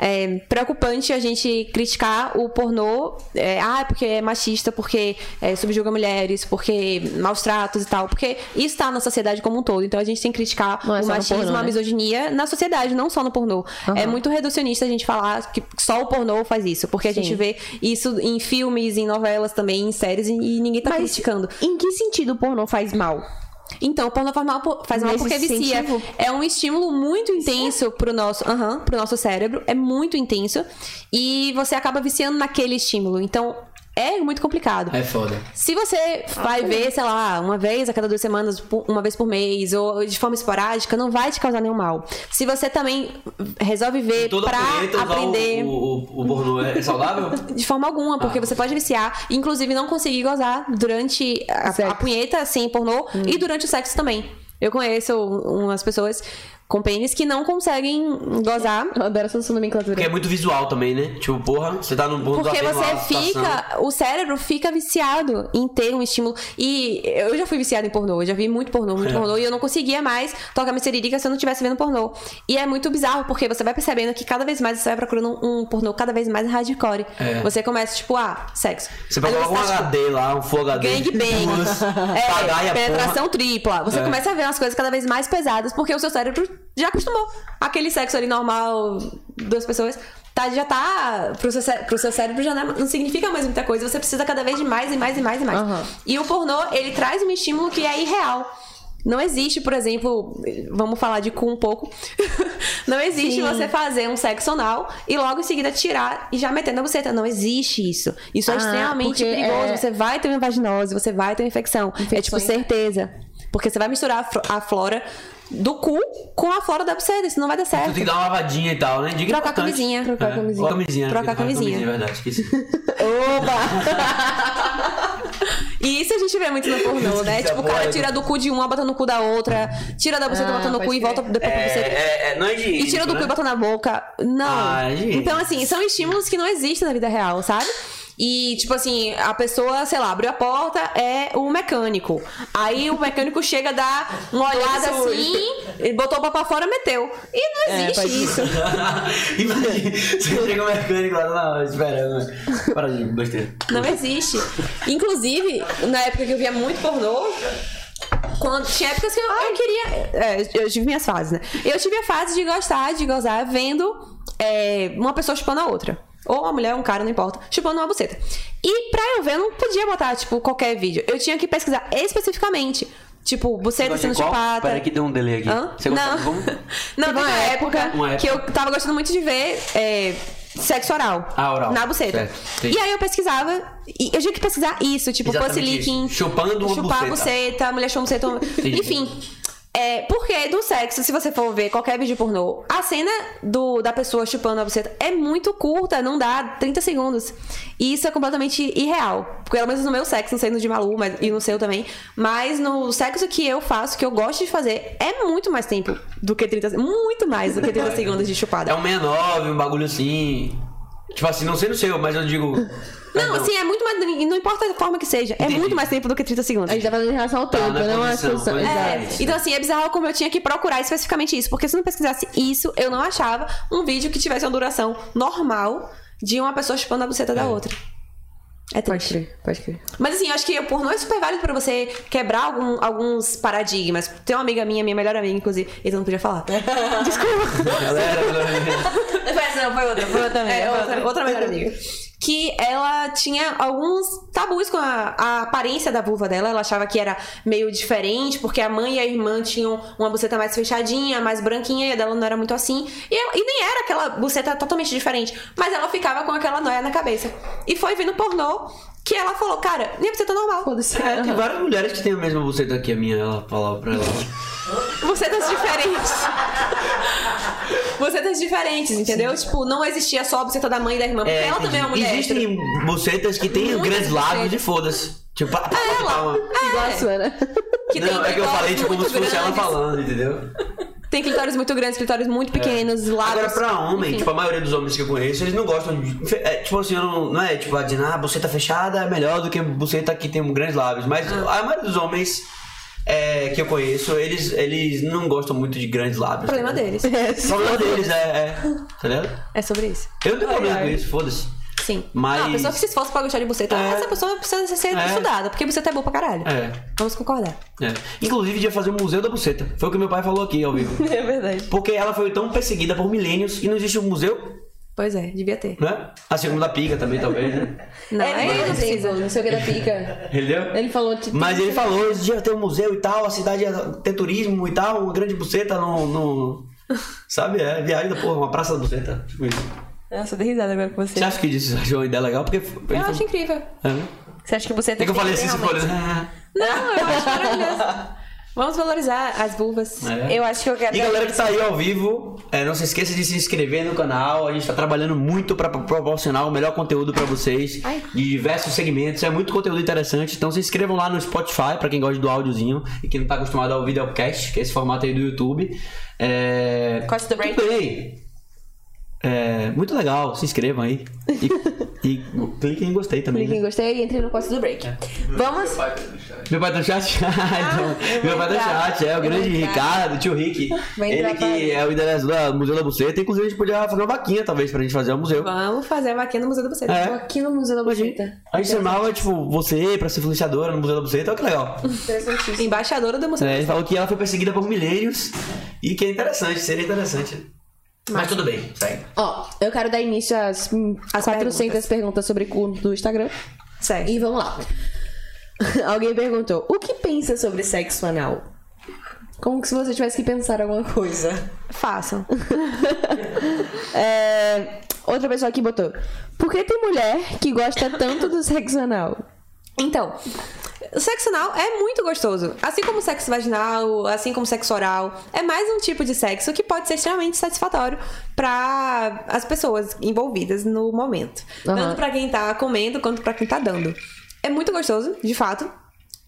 Speaker 3: é, preocupante a gente criticar o pornô. é, ah, porque é machista, porque é, subjuga mulheres, porque maus tratos e tal. Porque isso tá na sociedade como um todo. Então a gente tem que criticar
Speaker 1: Não é
Speaker 3: o
Speaker 1: só no
Speaker 3: machismo,
Speaker 1: pornô,
Speaker 3: a
Speaker 1: né?
Speaker 3: misoginia na sociedade, não só no pornô. É muito reducionista a gente falar que só o pornô faz isso. Porque a gente vê isso em filmes, em novelas também, em séries, e, e ninguém tá criticando.
Speaker 1: Em que sentido o pornô faz mal?
Speaker 3: Então, o pornô faz mal, po- faz mal
Speaker 1: Nesse
Speaker 3: porque vicia.
Speaker 1: incentivo?
Speaker 3: É um estímulo muito intenso pro nosso, aham, pro nosso cérebro, é muito intenso e você acaba viciando naquele estímulo. Então, é muito complicado.
Speaker 2: É foda.
Speaker 3: Se você vai ver, sei lá, uma vez a cada duas semanas, pu- uma vez por mês, ou de forma esporádica, não vai te causar nenhum mal. Se você também resolve ver
Speaker 2: Toda punheta
Speaker 3: pra
Speaker 2: usar
Speaker 3: aprender
Speaker 2: O, o, o pornô é saudável?
Speaker 3: de forma alguma,
Speaker 2: Ah.
Speaker 3: porque você pode viciar, inclusive não conseguir gozar durante a, a punheta, assim, pornô, e
Speaker 2: Hum.
Speaker 3: durante o sexo também. Eu conheço um- umas pessoas com pênis que não conseguem gozar.
Speaker 1: Eu adoro essa sua nomenclatura.
Speaker 2: Porque é muito visual também, né? Tipo, porra, você tá no pornô
Speaker 3: Porque
Speaker 2: tá vendo lá,
Speaker 3: você
Speaker 2: tá passando.
Speaker 3: fica, o cérebro fica viciado em ter um estímulo. E eu já fui viciada em pornô, eu já vi muito pornô, muito
Speaker 2: É.
Speaker 3: pornô, e eu não conseguia mais tocar minha seririca se eu não estivesse vendo pornô. E é muito bizarro, porque você vai percebendo que cada vez mais você vai procurando um pornô cada vez mais hardcore.
Speaker 2: É.
Speaker 3: Você começa, tipo, ah, sexo.
Speaker 2: Você
Speaker 3: Aí
Speaker 2: pega logo um
Speaker 3: tá, tipo,
Speaker 2: HD lá, um Full HD.
Speaker 3: Gangbang.
Speaker 2: Putz,
Speaker 3: É,
Speaker 2: pagaia,
Speaker 3: penetração
Speaker 2: porra.
Speaker 3: tripla. Você
Speaker 2: É.
Speaker 3: começa a ver umas coisas cada vez mais pesadas, porque o seu cérebro já acostumou. Aquele sexo ali normal, duas pessoas, tá, já tá. Pro seu, cé- pro seu cérebro já não, não significa mais muita coisa. Você precisa cada vez de mais e mais e mais e mais.
Speaker 1: Aham.
Speaker 3: E o pornô, ele traz um estímulo que é irreal. Não existe, por exemplo, vamos falar de cu um pouco. Não existe você fazer um sexo anal e logo em seguida tirar e já meter na buceta. Não existe isso. Isso é
Speaker 1: Ah,
Speaker 3: extremamente
Speaker 1: porque
Speaker 3: perigoso.
Speaker 1: é-
Speaker 3: Você vai ter uma vaginose, você vai ter uma infecção. É tipo certeza. Porque você vai misturar a fro- a flora do cu com a flora da buceta. Isso não vai dar
Speaker 2: Tu Então tem que
Speaker 3: certo.
Speaker 2: dar uma lavadinha e tal, né? Diga
Speaker 3: Trocar a
Speaker 2: importante.
Speaker 3: camisinha.
Speaker 2: É,
Speaker 3: Trocar a camisinha.
Speaker 2: camisinha.
Speaker 3: Trocar a
Speaker 2: É
Speaker 3: camisinha.
Speaker 2: verdade, esqueci.
Speaker 3: E isso a gente vê muito no pornô, né?
Speaker 2: Isso é
Speaker 3: Tipo, o cara
Speaker 2: foda.
Speaker 3: tira do cu de uma, bota no cu da outra. Tira da buceta,
Speaker 1: Ah,
Speaker 3: bota no
Speaker 1: pode
Speaker 3: cu e
Speaker 1: crer.
Speaker 3: volta depois pra buceta.
Speaker 2: É, é, não é higiênico,
Speaker 3: E tira do
Speaker 2: né?
Speaker 3: cu e bota na boca. Não.
Speaker 2: Ah, gente.
Speaker 3: então, assim, são estímulos que não existem na vida real, sabe? E, tipo assim, a pessoa, sei lá, abriu a porta, é o mecânico. Aí o mecânico chega, dá uma olhada assim, e botou o pau pra fora, meteu. E não existe isso.
Speaker 2: Imagina, você chega o mecânico lá na hora, esperando. né? Para de besteira.
Speaker 3: Não existe. Inclusive, na época que eu via muito pornô, quando, tinha épocas que eu, eu queria. é, eu tive minhas fases, né? Eu tive a fase de gostar, de gozar, vendo é, uma pessoa chupando a outra. Ou uma mulher, um cara, não importa, chupando uma buceta. E pra eu ver, eu não podia botar, tipo, qualquer vídeo. Eu tinha que pesquisar especificamente. Tipo, buceta sendo chupada.
Speaker 2: Peraí que tem um delay aqui.
Speaker 3: Hã?
Speaker 2: Você
Speaker 3: não,
Speaker 2: gostou? Vamos?
Speaker 3: não teve uma época,
Speaker 2: Tipo Uma
Speaker 3: que eu tava gostando muito de ver é, sexo oral.
Speaker 2: Ah, oral.
Speaker 3: Na buceta.
Speaker 2: Certo, sim.
Speaker 3: e aí eu pesquisava, e eu tinha que pesquisar isso, tipo,
Speaker 2: Exatamente
Speaker 3: pussy licking.
Speaker 2: isso. Chupando uma
Speaker 3: chupar a
Speaker 2: buceta.
Speaker 3: buceta, mulher chupando buceta. Enfim. É, porque do sexo, se você for ver qualquer vídeo pornô, a cena do, da pessoa chupando a buceta é muito curta, não dá 30 segundos. E isso é completamente irreal. Pelo menos no meu sexo, não sei no de Malu, mas, e no seu também. Mas no sexo que eu faço, que eu gosto de fazer, é muito mais tempo do que 30 segundos. Muito mais do que 30 segundos de chupada.
Speaker 2: É um 69, um bagulho assim. Tipo assim, não sei no seu, mas eu digo. um-
Speaker 3: Não, assim, é muito mais. Não importa a forma que seja, é muito mais tempo do que 30 segundos.
Speaker 1: A gente tá falando em relação ao
Speaker 2: Tá,
Speaker 1: tempo,
Speaker 2: na
Speaker 1: não à
Speaker 2: condição,
Speaker 1: discussão.
Speaker 2: pois é.
Speaker 1: Exato.
Speaker 3: É,
Speaker 2: Exato.
Speaker 3: então assim, é bizarro como eu tinha que procurar especificamente isso, porque se eu não pesquisasse isso, eu não achava um vídeo que tivesse uma duração normal de uma pessoa chupando a buceta da outra. É
Speaker 1: Pode
Speaker 3: triste.
Speaker 1: crer, pode crer.
Speaker 3: Mas assim, eu acho que o pornô é super válido pra você quebrar algum- alguns paradigmas. Tem uma amiga minha, minha melhor amiga, inclusive, então não podia falar.
Speaker 2: Galera,
Speaker 5: Não foi essa, não, foi outra. Foi outra
Speaker 3: É, outra, outra melhor amiga. Que ela tinha alguns tabus com a, a aparência da vulva dela. Ela achava que era meio diferente, porque a mãe e a irmã tinham uma buceta mais fechadinha, mais branquinha, e a dela não era muito assim. E, ela- e nem era aquela buceta totalmente diferente. Mas ela ficava com aquela noia na cabeça. E foi vendo pornô que ela falou: Cara, minha buceta é tipo, normal.
Speaker 2: é, tem várias mulheres que têm a mesma buceta que a minha, ela falava pra ela.
Speaker 3: Bucetas diferentes. Bucetas diferentes, entendeu? Tipo, não existia só a buceta da mãe e da irmã, porque
Speaker 2: É,
Speaker 3: ela também é uma mulher. hétero.
Speaker 2: Existem bucetas que têm
Speaker 3: Muitas
Speaker 2: grandes lábios
Speaker 3: bucetas.
Speaker 2: e foda-se. Tipo, pá, pá, pá,
Speaker 3: Ela.
Speaker 2: pá.
Speaker 3: É.
Speaker 1: Igual a sua, né?
Speaker 3: Que
Speaker 2: Não,
Speaker 3: tem
Speaker 2: é que eu
Speaker 3: dois
Speaker 2: falei tipo, como
Speaker 3: muito
Speaker 2: se fosse ela
Speaker 3: grandes.
Speaker 2: falando, entendeu?
Speaker 3: Tem clitóris muito grandes, clitóris muito pequenos, lados.
Speaker 2: É. Agora, pra homem, tipo, a maioria dos homens que eu conheço, eles não gostam de. é, tipo assim, eu não, não é tipo a dizendo, ah, buceta fechada é melhor do que buceta que tem grandes lábios. Mas
Speaker 3: Ah.
Speaker 2: a maioria dos homens é, que eu conheço, eles, eles não gostam muito de grandes lábios.
Speaker 3: Problema
Speaker 2: tá
Speaker 3: deles. né?
Speaker 2: ligado? Problema deles, é. é. Tá ligado?
Speaker 3: É sobre isso.
Speaker 2: Eu não tenho problema
Speaker 3: ai.
Speaker 2: com isso, foda-se.
Speaker 3: Sim.
Speaker 2: Mas-
Speaker 3: Não, a pessoa que se esforça pra gostar de buceta,
Speaker 2: É.
Speaker 3: essa pessoa precisa ser
Speaker 2: É.
Speaker 3: estudada, porque buceta é boa pra caralho.
Speaker 2: É.
Speaker 3: Vamos concordar.
Speaker 2: É. Inclusive, ia fazer um museu da buceta. Foi o que meu pai falou aqui ao vivo.
Speaker 4: É verdade.
Speaker 2: Porque ela foi tão perseguida por milênios e não existe um museu,
Speaker 3: Pois é, devia ter.
Speaker 2: né? Assim como da pica também, talvez, né?
Speaker 3: Não,
Speaker 1: é,
Speaker 3: aí
Speaker 1: ele
Speaker 3: não precisa.
Speaker 1: precisa, não sei o que da pica.
Speaker 2: Entendeu?
Speaker 1: Ele falou, tipo,
Speaker 2: Mas ele falou, esse dia tem um museu e tal, a cidade ia ter turismo e tal, uma grande buceta no. no- Sabe? É, viagem da porra, uma praça da buceta. Tipo isso.
Speaker 5: Nossa, eu dei risada agora com você.
Speaker 2: Você acha que isso achou a ideia legal? Porque. ele
Speaker 3: Eu
Speaker 2: falou-
Speaker 3: acho incrível.
Speaker 2: É, né?
Speaker 5: Você acha que você
Speaker 2: É que eu falei assim, você falou.
Speaker 3: Não, eu acho maravilhoso. Vamos valorizar as vulvas.
Speaker 2: É.
Speaker 5: Eu acho que eu quero.
Speaker 2: E galera que tá aí ao vivo, é, não se esqueça de se inscrever no canal. A gente tá trabalhando muito pra proporcionar o melhor conteúdo pra vocês de diversos segmentos. É muito conteúdo interessante. Então se inscrevam lá no Spotify pra quem gosta do áudiozinho e quem não tá acostumado ao videocast, que é esse formato aí do YouTube. É...
Speaker 5: Costa do Break.
Speaker 2: Tudo bem. É, muito legal, se inscrevam aí. E, e cliquem em gostei também.
Speaker 1: clique
Speaker 2: né?
Speaker 1: em gostei e entre no Costa do Break.
Speaker 2: É.
Speaker 5: Vamos.
Speaker 2: Meu pai tá no chat? Então, meu pai tá no chat, é o grande Ricardo, tio Rick.
Speaker 1: Vai entrar
Speaker 2: Ele que é o endereço do Museu da Buceta. Inclusive, a gente podia fazer uma vaquinha, talvez, pra gente fazer o museu.
Speaker 3: Vamos fazer a vaquinha no Museu da Buceta.
Speaker 2: É.
Speaker 1: Tô aqui no Museu da Buceta.
Speaker 2: A gente tá chamava, tipo, você pra ser influenciadora no Museu da Buceta. Olha que legal.
Speaker 3: Embaixadora do Museu
Speaker 2: É,
Speaker 3: da
Speaker 2: ele falou que ela foi perseguida por milênios e que é interessante, seria interessante. Mas tudo bem, segue.
Speaker 1: Ó, eu quero dar início às, hum,
Speaker 3: é
Speaker 1: às 400 perguntas. sobre culto do Instagram.
Speaker 3: Buceta. Sério.
Speaker 1: E vamos lá. Alguém perguntou, o que pensa sobre sexo anal? Como que se você tivesse que pensar alguma coisa.
Speaker 3: Façam.
Speaker 1: É, outra pessoa aqui botou, por que tem mulher que gosta tanto do sexo anal?
Speaker 3: Então, o sexo anal é muito gostoso. Assim como o sexo vaginal, assim como o sexo oral. É mais um tipo de sexo que pode ser extremamente satisfatório para as pessoas envolvidas no momento.
Speaker 1: Aham.
Speaker 3: Tanto para quem tá comendo quanto para quem tá dando. É muito gostoso, de fato.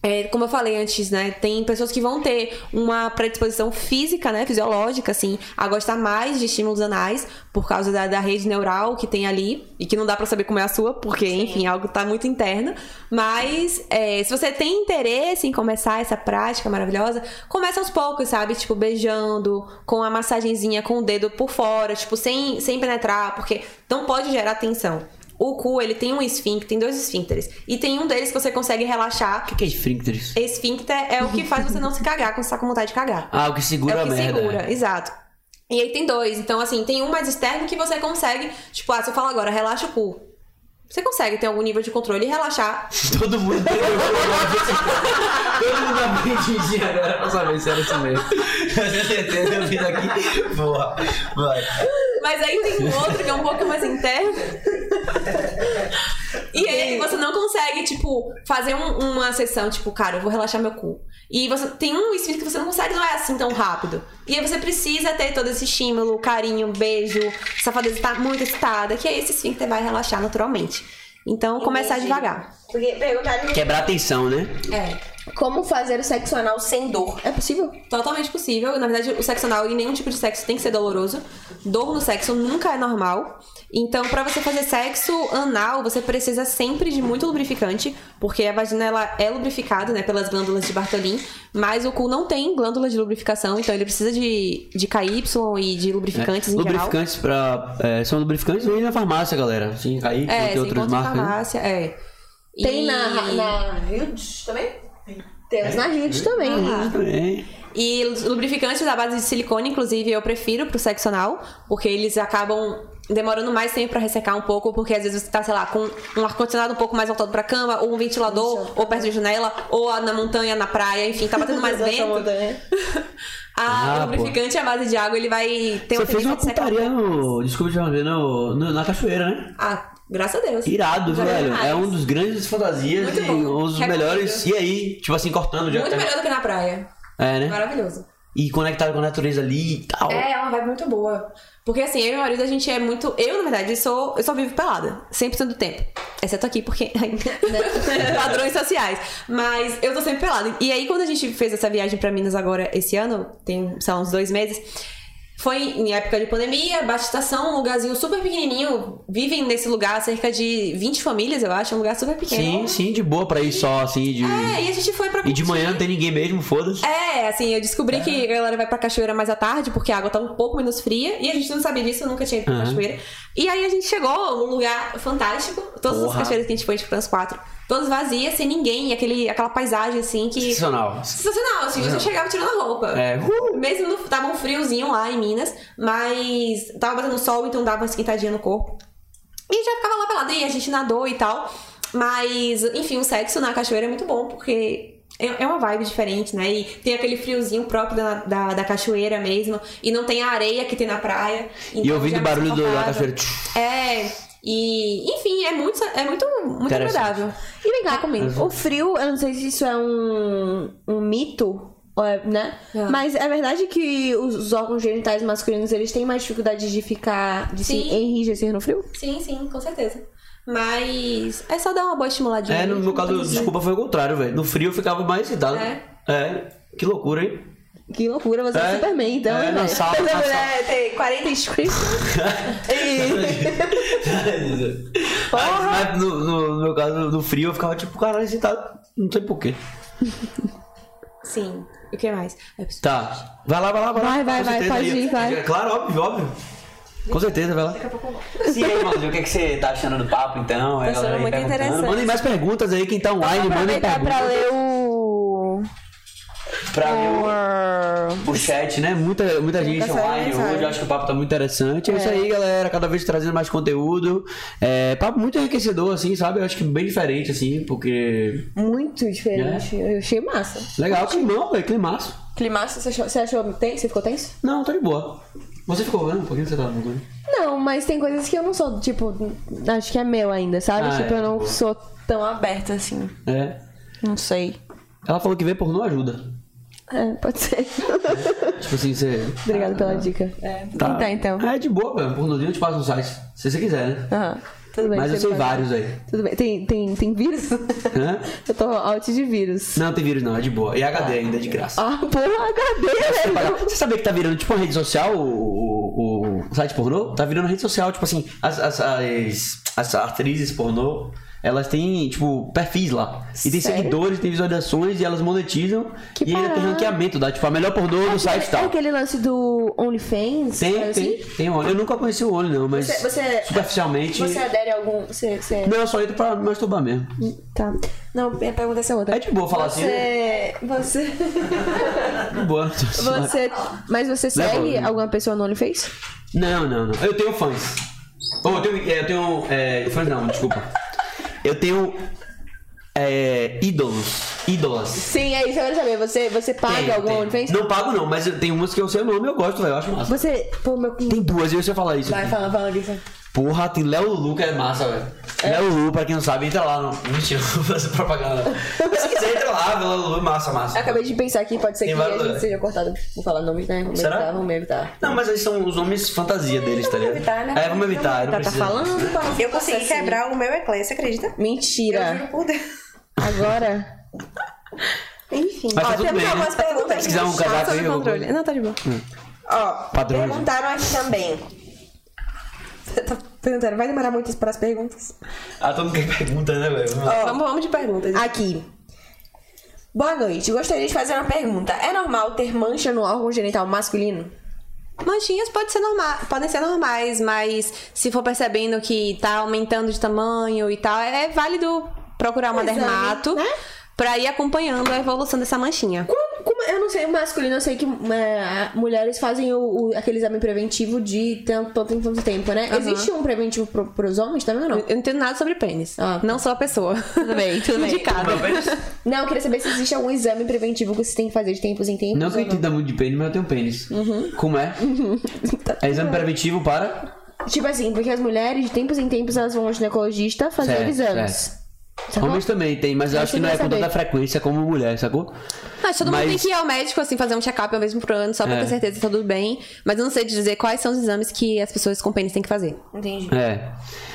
Speaker 3: É, como eu falei antes, né? Tem pessoas que vão ter uma predisposição física, né? Fisiológica, assim, a gostar mais de estímulos anais por causa da, da rede neural que tem ali e que não dá pra saber como é a sua, porque, enfim, algo tá muito interno. Mas é, se você tem interesse em começar essa prática maravilhosa, começa aos poucos, sabe? Tipo, beijando, com a massagenzinha com o dedo por fora, tipo, sem, sem penetrar, porque não pode gerar tensão. O cu, ele tem um esfíncter, tem dois esfíncteres. E tem um deles que você consegue relaxar,
Speaker 2: O que é esfíncteres?
Speaker 3: Esfíncter é o que faz você não se cagar quando você tá com vontade de cagar.
Speaker 2: Ah, o que segura
Speaker 3: é o que
Speaker 2: a merda.
Speaker 3: segura, exato. E aí tem dois. Então, assim, tem um mais externo que você consegue. Tipo, ah, se eu falar agora, relaxa o cu. Você consegue ter algum nível de controle e relaxar.
Speaker 2: Todo mundo entendeu o que eu falei. Todo mundo tá aprende agora pra saber se né? era isso mesmo. Você entendeu? Eu fiz aqui. Boa. Vai.
Speaker 3: Mas aí tem um outro que é um pouco mais interno. E aí você não consegue, tipo, fazer um- uma sessão, tipo, cara, eu vou relaxar meu cu. E você tem um espírito que você não consegue, não é assim tão rápido. E aí você precisa ter todo esse estímulo, carinho, beijo, safadeza tá muito excitada, que aí esse esfíncter vai relaxar naturalmente. Então, começar devagar.
Speaker 4: Porque perguntaram
Speaker 2: Quebrar a tensão, né?
Speaker 3: É,
Speaker 4: como fazer o sexo anal sem dor.
Speaker 1: É possível?
Speaker 3: totalmente possível. Na verdade, o sexo anal e nenhum tipo de sexo tem que ser doloroso. Dor no sexo nunca é normal. Então, pra você fazer sexo anal, você precisa sempre de muito lubrificante, porque a vagina ela é lubrificada, né, pelas glândulas de Bartolin, mas o cu não tem glândulas de lubrificação, então ele precisa de, de KY e de lubrificantes em geral.
Speaker 2: lubrificantes pra. é, são lubrificantes e na farmácia, galera. Sim, aí
Speaker 3: É,
Speaker 2: tem
Speaker 3: você
Speaker 2: outras
Speaker 3: encontra em
Speaker 2: marcas. né?
Speaker 3: farmácia, é.
Speaker 1: Tem
Speaker 3: E-
Speaker 1: na, na Hildes também? Temos na Hildes também.
Speaker 4: Ah,
Speaker 2: Também.
Speaker 3: E os lubrificantes à base de silicone, inclusive, eu prefiro pro sexo anal, porque eles acabam demorando mais tempo pra ressecar um pouco, porque às vezes você tá, sei lá, com um ar-condicionado um pouco mais voltado pra cama, ou um ventilador, ou perto de janela, ou a- na montanha, na praia, enfim, tá batendo mais vento.
Speaker 2: Ah,
Speaker 3: A, o
Speaker 2: pô.
Speaker 3: lubrificante à base de água, ele vai ter
Speaker 2: Você fez
Speaker 3: tendência
Speaker 2: uma
Speaker 3: de secar um
Speaker 2: putaria
Speaker 3: pouco.
Speaker 2: no. Desculpa te fazer, no, no- na cachoeira, né?
Speaker 3: Ah, graças a Deus.
Speaker 2: Irado,
Speaker 3: Já
Speaker 2: velho.
Speaker 3: demais.
Speaker 2: É um dos grandes fantasias
Speaker 3: Muito
Speaker 2: e
Speaker 3: bom.
Speaker 2: um dos
Speaker 3: Recomendo.
Speaker 2: melhores. E aí, tipo assim, cortando já.
Speaker 3: Muito melhor do que na praia.
Speaker 2: É, né?
Speaker 3: Maravilhoso.
Speaker 2: e conectado com a natureza ali e tal.
Speaker 3: É, é uma vibe muito boa. Porque assim, eu e meu marido, a gente é muito. Eu, na verdade, sou. Eu só vivo pelada. 100% do tempo. Exceto aqui, porque. Padrões sociais. Mas eu tô sempre pelada. E aí, quando a gente fez essa viagem pra Minas agora esse ano, tem, sei lá, uns dois meses. Foi em época de pandemia, Baixa Estação, um lugarzinho super pequenininho. Vivem nesse lugar cerca de 20 famílias, eu acho. É um lugar super
Speaker 2: Sim,
Speaker 3: pequeno.
Speaker 2: sim, de boa pra ir só, assim, de.
Speaker 3: É, e a gente foi pra
Speaker 2: E de
Speaker 3: curtir.
Speaker 2: manhã não tem ninguém mesmo, foda-se.
Speaker 3: É, assim, eu descobri que a galera vai pra cachoeira mais à tarde, porque a água tá um pouco menos fria, e a gente não sabia disso, eu nunca tinha ido pra
Speaker 2: Aham.
Speaker 3: cachoeira. E aí a gente chegou num lugar fantástico, todas as
Speaker 2: Porra.
Speaker 3: cachoeiras que a gente foi, tipo, as quatro, todas vazias, sem ninguém, e aquele, aquela paisagem, assim, que...
Speaker 2: Sensacional.
Speaker 3: Sensacional, Então, assim, você chegava tirando a roupa.
Speaker 2: É, uh!
Speaker 3: Mesmo no, tava um friozinho lá em Minas, mas tava batendo sol, então dava uma esquentadinha no corpo. E já ficava lá pelada, e a gente nadou e tal. Mas, enfim, o sexo na cachoeira é muito bom, porque é é uma vibe diferente, né? E tem aquele friozinho próprio da, da, da cachoeira mesmo. E não tem a areia que tem na praia.
Speaker 2: E
Speaker 3: então
Speaker 2: eu ouvindo
Speaker 3: já é
Speaker 2: o
Speaker 3: mais
Speaker 2: barulho do, da
Speaker 3: confortável.
Speaker 2: cachoeira. tchum.
Speaker 3: É. E, enfim, é muito, é muito, muito
Speaker 2: Interessante.
Speaker 3: agradável.
Speaker 1: E
Speaker 2: Ah,
Speaker 1: vem cá comigo. O frio, eu não sei se isso é um, um mito, ou é, né?
Speaker 3: É.
Speaker 1: Mas é verdade que os órgãos genitais masculinos, eles têm mais dificuldade de ficar, de se
Speaker 3: Sim.
Speaker 1: enrijecer no frio?
Speaker 3: Sim, sim, com certeza. Mas é só dar uma boa estimuladinha.
Speaker 2: É, no
Speaker 3: mesmo,
Speaker 2: meu caso,
Speaker 3: tudo certo.
Speaker 2: desculpa, foi o contrário, velho. No frio eu ficava mais irritado.
Speaker 3: É.
Speaker 2: É. Que loucura, hein?
Speaker 1: Que loucura, você é,
Speaker 2: É.
Speaker 1: Superman, então,
Speaker 2: É,
Speaker 1: né,
Speaker 2: na
Speaker 1: velho?
Speaker 2: sala, na sala.
Speaker 4: Tá,
Speaker 1: É, tem 40 inscritos.
Speaker 2: Mas no, no- no meu caso, no frio eu ficava tipo, caralho, irritado. Não sei porquê.
Speaker 3: Sim. E O que mais? É,
Speaker 2: Tá. Vai lá, vai lá, vai lá.
Speaker 1: Vai, vai,
Speaker 2: Com
Speaker 1: vai,
Speaker 2: certeza,
Speaker 1: pode
Speaker 2: aí.
Speaker 1: ir, vai.
Speaker 2: Claro, óbvio, óbvio. Com certeza, vai lá. Daqui a pouco eu E aí, Malu, o que, é que você tá achando do papo, então? É,
Speaker 5: achando
Speaker 2: galera aí
Speaker 5: muito
Speaker 2: perguntando.
Speaker 5: interessante.
Speaker 2: Mandem mais perguntas aí, quem tá online, mandem
Speaker 5: Aproveitar pra
Speaker 2: perguntas.
Speaker 5: ler o.
Speaker 2: Pra ver o-
Speaker 5: o-
Speaker 2: o chat, né? Muita, muita gente online hoje. Eu acho que o papo tá muito interessante. É, isso aí, galera. Cada vez trazendo mais conteúdo. É, papo muito enriquecedor, assim, sabe? Eu acho que bem diferente, assim, porque.
Speaker 1: Muito diferente.
Speaker 2: Né?
Speaker 1: Eu achei massa.
Speaker 2: Legal, climão, velho. Climaço.
Speaker 5: Climaço.
Speaker 1: Você achou, você achou tenso? Você ficou tenso?
Speaker 2: Não, tá de boa. Você ficou vendo? Por que você tava no
Speaker 1: Não, mas tem coisas que eu não sou, tipo, acho que é meu ainda, sabe?
Speaker 2: Ah,
Speaker 1: tipo,
Speaker 2: é,
Speaker 1: eu não
Speaker 2: boa.
Speaker 1: sou
Speaker 5: Tão aberto assim.
Speaker 2: É.
Speaker 5: Não sei.
Speaker 2: Ela falou que ver pornô ajuda.
Speaker 1: É, pode ser.
Speaker 2: Tipo assim, você.
Speaker 1: Obrigada pela dica.
Speaker 2: Tá,
Speaker 5: Tá, então.
Speaker 2: É de boa, velho. Pornozinho eu te passo no site. Se você quiser, né?
Speaker 5: Aham.
Speaker 1: Tudo bem.
Speaker 2: Mas eu
Speaker 1: você
Speaker 2: sei
Speaker 1: pode-
Speaker 2: vários aí.
Speaker 1: Tudo bem. Tem, tem, tem vírus?
Speaker 2: Hã?
Speaker 1: eu tô out de vírus.
Speaker 2: Não, tem vírus não, é de boa. E HD ainda, é de graça.
Speaker 1: Ah, porra, cadê,
Speaker 2: Pagar.
Speaker 1: velho?
Speaker 2: Você sabia que tá virando tipo uma rede social, o, o, o site pornô? Tá virando rede social, tipo assim, as, as, as, as atrizes pornô, elas têm, tipo, perfis lá. E tem
Speaker 1: Sério?
Speaker 2: seguidores, tem visualizações e elas monetizam.
Speaker 1: Que
Speaker 2: e ainda tem
Speaker 1: parada.
Speaker 2: ranqueamento, dá, tipo, a melhor pornô do site e
Speaker 1: É
Speaker 2: tal.
Speaker 1: aquele lance do OnlyFans?
Speaker 2: Tem,
Speaker 1: coisa
Speaker 2: tem,
Speaker 1: assim?
Speaker 2: tem Only. Eu nunca conheci o Only, não, mas
Speaker 1: Você- você-
Speaker 2: superficialmente.
Speaker 1: Você adere a algum. Você, você...
Speaker 2: Não, eu só entro pra me masturbar mesmo.
Speaker 1: Tá. Não, minha pergunta é essa outra.
Speaker 2: É de boa falar assim, né?
Speaker 1: Você. Você.
Speaker 2: De boa.
Speaker 1: você... Mas você
Speaker 2: Leva
Speaker 1: segue
Speaker 2: alguém.
Speaker 1: alguma pessoa no OnlyFans?
Speaker 2: Não, não, não. Eu tenho fãs. Ou eu tenho. é, Eu tenho. É, fãs não, desculpa. Eu tenho. É, ídolos. Ídolas.
Speaker 1: Sim, é isso. Eu quero saber. Você, você paga
Speaker 2: Tenho,
Speaker 1: algum
Speaker 2: tenho.
Speaker 1: OnlyFans?
Speaker 2: Não pago, não, mas eu- tem umas que eu sei o nome e eu gosto, velho. Eu acho massa.
Speaker 1: Você. Pô, meu.
Speaker 2: Tem duas, eu sei falar isso. aqui.
Speaker 1: fala, fala, Guisa.
Speaker 2: Porra, tem Léo Lu que é massa, velho. Léo Lu, pra quem não sabe, entra lá. No... Mentira, não vou fazer propaganda. não. Se quiser, entra lá, vê Léo Lu, massa,
Speaker 1: Eu
Speaker 2: massa.
Speaker 1: acabei de pensar aqui, pode ser
Speaker 2: Tem
Speaker 1: que a
Speaker 2: vários
Speaker 1: gente
Speaker 2: lugares.
Speaker 1: seja cortado por falar nomes, né? Vamos
Speaker 2: Será?
Speaker 1: evitar, vamos evitar.
Speaker 2: Não, mas eles são os nomes fantasia deles, tá ligado?
Speaker 4: evitar, né?
Speaker 2: É, vamos evitar,
Speaker 1: Tá,
Speaker 2: não
Speaker 1: tá
Speaker 2: precisa.
Speaker 1: falando? tá-
Speaker 4: Eu consegui quebrar o meu eclã, você acredita?
Speaker 3: É.
Speaker 4: Eu
Speaker 1: Mentira.
Speaker 4: juro por Deus.
Speaker 1: Agora?
Speaker 4: Enfim.
Speaker 2: Mas tá
Speaker 4: Ó,
Speaker 2: tudo
Speaker 4: temos
Speaker 2: bem, né?
Speaker 4: algumas perguntas.
Speaker 2: Se quiser um
Speaker 4: chatas.
Speaker 2: casaco aí, eu vou...
Speaker 5: Não, tá de boa.
Speaker 4: Ó,
Speaker 2: Padrões.
Speaker 4: perguntaram aqui também. Tá Perguntaram, vai demorar muito para as perguntas?
Speaker 2: Ah, todo mundo quer pergunta, né, velho? Vamos lá.
Speaker 4: Ó,
Speaker 3: Vamos, vamos de perguntas.
Speaker 4: aqui. Boa noite, gostaria de fazer uma pergunta. É normal ter mancha no órgão genital masculino?
Speaker 3: Manchinhas pode ser norma- podem ser normais, mas se for percebendo que tá aumentando de tamanho e tal, é válido procurar uma
Speaker 1: exame,
Speaker 3: dermato
Speaker 1: né?
Speaker 3: pra ir acompanhando a evolução dessa manchinha.
Speaker 1: Como, como- eu não sei, masculino, eu sei que é, a- mulheres fazem o, o- aquele exame preventivo de tanto, tanto, em tanto tempo, né?
Speaker 3: Aham.
Speaker 1: Existe um preventivo pro, pros homens também ou não?
Speaker 3: Eu não entendo nada sobre pênis.
Speaker 1: Ah, tá.
Speaker 3: Não sou a pessoa. Tudo bem, tudo
Speaker 5: bem.
Speaker 3: Indicado.
Speaker 1: Não, eu queria saber se existe algum exame preventivo que você tem que fazer de tempos em tempos.
Speaker 2: Não que eu
Speaker 1: ou não.
Speaker 2: entenda muito de pênis, mas eu tenho pênis.
Speaker 1: Uhum.
Speaker 2: Como é?
Speaker 1: Tá
Speaker 2: É exame preventivo para?
Speaker 1: Tipo assim, porque as mulheres, de tempos em tempos, elas vão ao ginecologista fazer
Speaker 2: Certo,
Speaker 1: exames.
Speaker 2: certo.
Speaker 1: Sacou?
Speaker 2: Homens também tem, mas eu
Speaker 1: Eu
Speaker 2: acho que não é
Speaker 1: queria
Speaker 2: com tanta
Speaker 1: saber.
Speaker 2: frequência como mulher, sacou?
Speaker 3: Mas todo
Speaker 2: Mas-
Speaker 3: mundo tem que ir ao médico, assim, fazer um check-up uma vez por ano, só pra
Speaker 2: É.
Speaker 3: ter certeza que tá tudo bem. Mas eu não sei te dizer quais são os exames que as pessoas com pênis têm que fazer.
Speaker 5: Entendi.
Speaker 2: É.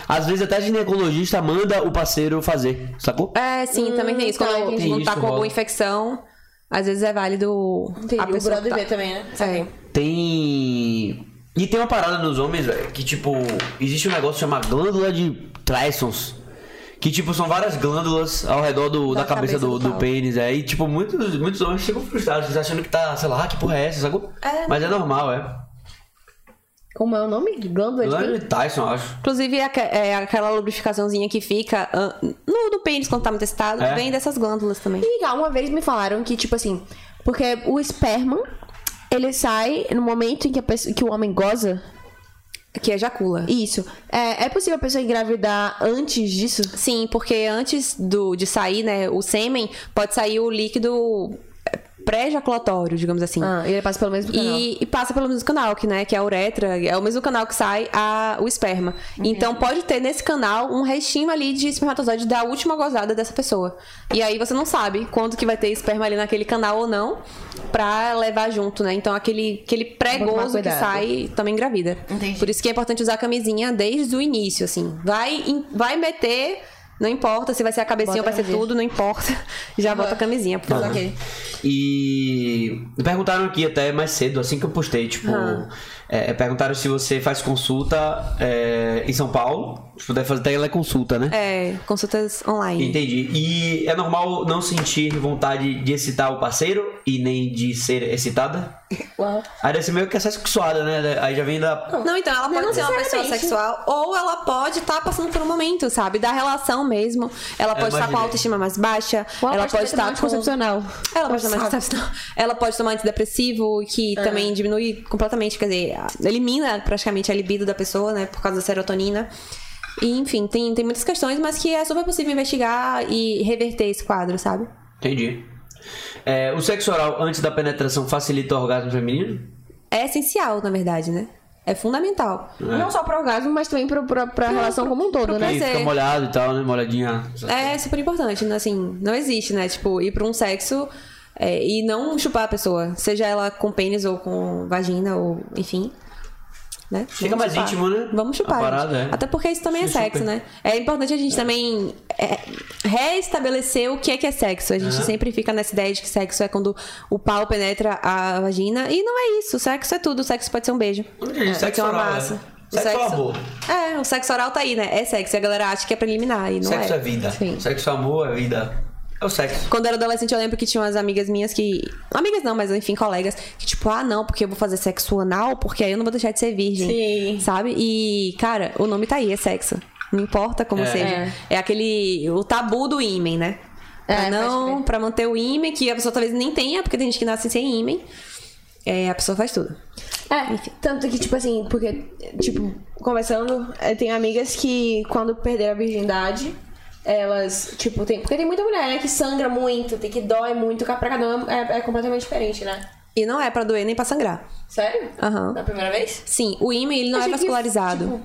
Speaker 2: Às vezes até ginecologista manda o parceiro fazer, sacou?
Speaker 3: É, sim,
Speaker 5: Hum,
Speaker 3: também tem isso. Quando
Speaker 2: entendi.
Speaker 3: alguém não
Speaker 2: Tem
Speaker 3: tá
Speaker 2: isso,
Speaker 3: com alguma
Speaker 2: rola.
Speaker 3: infecção, às vezes é válido a
Speaker 5: Entendi. O
Speaker 3: pessoa.
Speaker 5: brother
Speaker 3: tá-
Speaker 5: vê também, né?
Speaker 3: É.
Speaker 2: Tem. E tem uma parada nos homens, velho, que tipo, existe um negócio chamado glândula de Tysons. Que, tipo, são várias glândulas ao redor do- da, cabeça, do, do
Speaker 3: pau.
Speaker 2: pênis. É, e, tipo, muitos, muitos homens ficam frustrados, achando que tá, sei lá, "Ah, que porra é essa, sacou? Mas é normal, é.
Speaker 1: Como é o nome? Glândula de
Speaker 2: Glândula de Tyson, eu acho.
Speaker 3: Inclusive, aque- é, aquela lubrificaçãozinha que fica ah, no, no pênis quando tá muito excitado,
Speaker 2: É.
Speaker 3: vem dessas glândulas também.
Speaker 1: Amiga, uma vez me falaram que, tipo assim, porque o esperma, ele sai no momento em que, a pessoa- que o homem goza.
Speaker 3: Que ejacula.
Speaker 1: Isso. É, é possível a pessoa engravidar antes disso?
Speaker 3: Sim, porque antes do, de sair, né, o sêmen, pode sair o líquido é, pré-ejaculatório, digamos assim.
Speaker 1: Ah, ele passa pelo mesmo canal.
Speaker 3: E, e passa pelo mesmo canal, que, né, que é a uretra, é o mesmo canal que sai a, o esperma. Então pode ter nesse canal um restinho ali de espermatozoide da última gozada dessa pessoa. E aí você não sabe quando que vai ter esperma ali naquele canal ou não, pra levar junto, né? Então aquele, aquele
Speaker 1: Vamos
Speaker 3: pré-gozo
Speaker 1: tomar
Speaker 3: que
Speaker 1: cuidado.
Speaker 3: sai também engravida.
Speaker 5: Entendi.
Speaker 3: Por isso que é importante usar a camisinha desde o início, assim. Vai, em- vai meter. Não importa se vai ser a cabecinha
Speaker 1: Bota
Speaker 3: ou vai ser
Speaker 1: a
Speaker 3: tudo, não importa. Já bota a camisinha,
Speaker 2: Tá.
Speaker 3: por favor.
Speaker 5: Ok.
Speaker 2: E perguntaram aqui até mais cedo, assim que eu postei, tipo, é, perguntaram se você faz consulta é, em São Paulo. Se puder fazer teleconsulta, né?
Speaker 3: É, consultas online.
Speaker 2: Entendi. E é normal não sentir vontade de excitar o parceiro e nem de ser excitada? Aí deve ser meio que é essa sexuada, né? Aí já vem da.
Speaker 3: Não, então ela pode ser uma pessoa
Speaker 5: necessariamente.
Speaker 3: sexual ou ela pode estar passando por um momento, sabe? Da relação mesmo. Ela pode estar com a
Speaker 2: imaginei.
Speaker 3: autoestima mais baixa.
Speaker 1: Ou
Speaker 3: ela pode
Speaker 1: tomar
Speaker 3: estar com...
Speaker 1: anticoncepcional.
Speaker 3: Ela É. pode tomar anticoncepcional. Ela pode tomar antidepressivo, que também diminui completamente, quer dizer, a- elimina praticamente a libido da pessoa, né? Por causa da serotonina. E, enfim, tem, tem muitas questões, mas que é super possível investigar e reverter esse quadro, sabe?
Speaker 2: Entendi. É, o sexo oral antes da penetração facilita o orgasmo feminino?
Speaker 3: É essencial, na verdade, né? É fundamental.
Speaker 1: Não só pro orgasmo, mas também pro, pra, pra
Speaker 3: É,
Speaker 1: relação como um todo, né?
Speaker 2: Aí
Speaker 3: Mas é-
Speaker 2: fica molhado e tal, né? Molhadinha.
Speaker 3: É super importante, né? assim, não existe, né? Tipo, ir pra um sexo é, e não chupar a pessoa, seja ela com pênis ou com vagina, ou enfim. Né?
Speaker 2: Fica mais íntimo, né?
Speaker 3: Vamos chupar.
Speaker 2: A parada,
Speaker 3: gente.
Speaker 2: é.
Speaker 3: Até porque isso também é
Speaker 2: Sim,
Speaker 3: sexo,
Speaker 2: super.
Speaker 3: né? É importante a gente também é, reestabelecer o que é que é sexo. A gente
Speaker 2: Aham.
Speaker 3: sempre fica nessa ideia de que sexo é quando o pau penetra a vagina. E não é isso. Sexo é tudo. Sexo pode ser um beijo.
Speaker 2: Onde é isso?
Speaker 3: pode
Speaker 2: Sexo
Speaker 3: ser uma
Speaker 2: oral,
Speaker 3: massa.
Speaker 2: né?
Speaker 3: O
Speaker 2: Sexo é amor.
Speaker 3: É, o sexo oral tá aí, né? É sexo. E a galera acha que é preliminar. E não
Speaker 2: Sexo é,
Speaker 3: é
Speaker 2: vida.
Speaker 1: Sim.
Speaker 2: Sexo é amor, é vida. É o sexo.
Speaker 3: quando eu era adolescente, eu lembro que tinha umas amigas minhas que. Amigas não, mas enfim, colegas. Que tipo, ah, não, porque eu vou fazer sexo anal, porque aí eu não vou deixar de ser virgem.
Speaker 5: Sim.
Speaker 3: Sabe? E, cara, o nome tá aí, é sexo. Não importa como
Speaker 2: É.
Speaker 3: seja. É aquele. O tabu do ímen, né?
Speaker 5: É,
Speaker 3: Pra não, pra manter o ímen, que a pessoa talvez nem tenha, porque tem gente que nasce sem ímen. É, a pessoa faz tudo.
Speaker 1: É, tanto que, tipo assim, porque, tipo, conversando, eu tenho amigas que quando perderam a virgindade, elas, tipo, tem. Porque tem muita mulher, né, que sangra muito, tem que dói muito, pra cada um é, é completamente diferente, né?
Speaker 3: E não é pra doer nem pra sangrar.
Speaker 1: Sério?
Speaker 3: Aham.
Speaker 1: Da primeira vez?
Speaker 3: Sim, o ímen ele não é
Speaker 1: Achei que,
Speaker 3: vascularizado.
Speaker 1: tipo,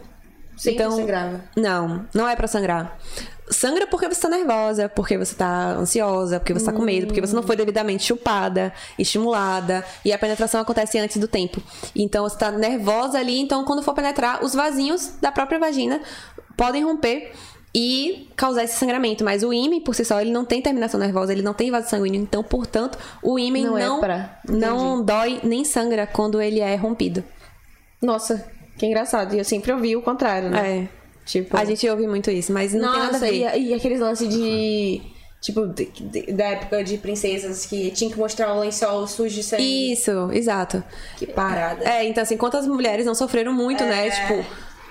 Speaker 1: sempre
Speaker 3: Então-
Speaker 1: sangrava.
Speaker 3: Não, não é pra sangrar. Sangra porque você tá nervosa, porque você tá ansiosa, porque você tá com medo, porque você não foi devidamente chupada, estimulada, e a penetração acontece antes do tempo. Então você tá nervosa ali, então quando for penetrar, os vasinhos da própria vagina podem romper e causar esse sangramento, mas o ímen por si só ele não tem terminação nervosa, ele não tem vaso sanguíneo, então portanto, o ímen
Speaker 1: Não
Speaker 3: não
Speaker 1: é pra-
Speaker 3: não dói nem sangra quando ele é rompido.
Speaker 1: Nossa, que engraçado. E eu sempre ouvi o contrário, né?
Speaker 3: É.
Speaker 1: Tipo.
Speaker 3: A gente ouve muito isso, mas não tem nada a
Speaker 1: Nossa,
Speaker 3: ver.
Speaker 1: e, e aqueles lances de. Tipo, de- de- da época de princesas que tinha que mostrar o lençol sujo de sangue.
Speaker 3: Isso, exato.
Speaker 1: Que parada. É.
Speaker 3: É, então assim, quantas mulheres não sofreram muito, né? Tipo,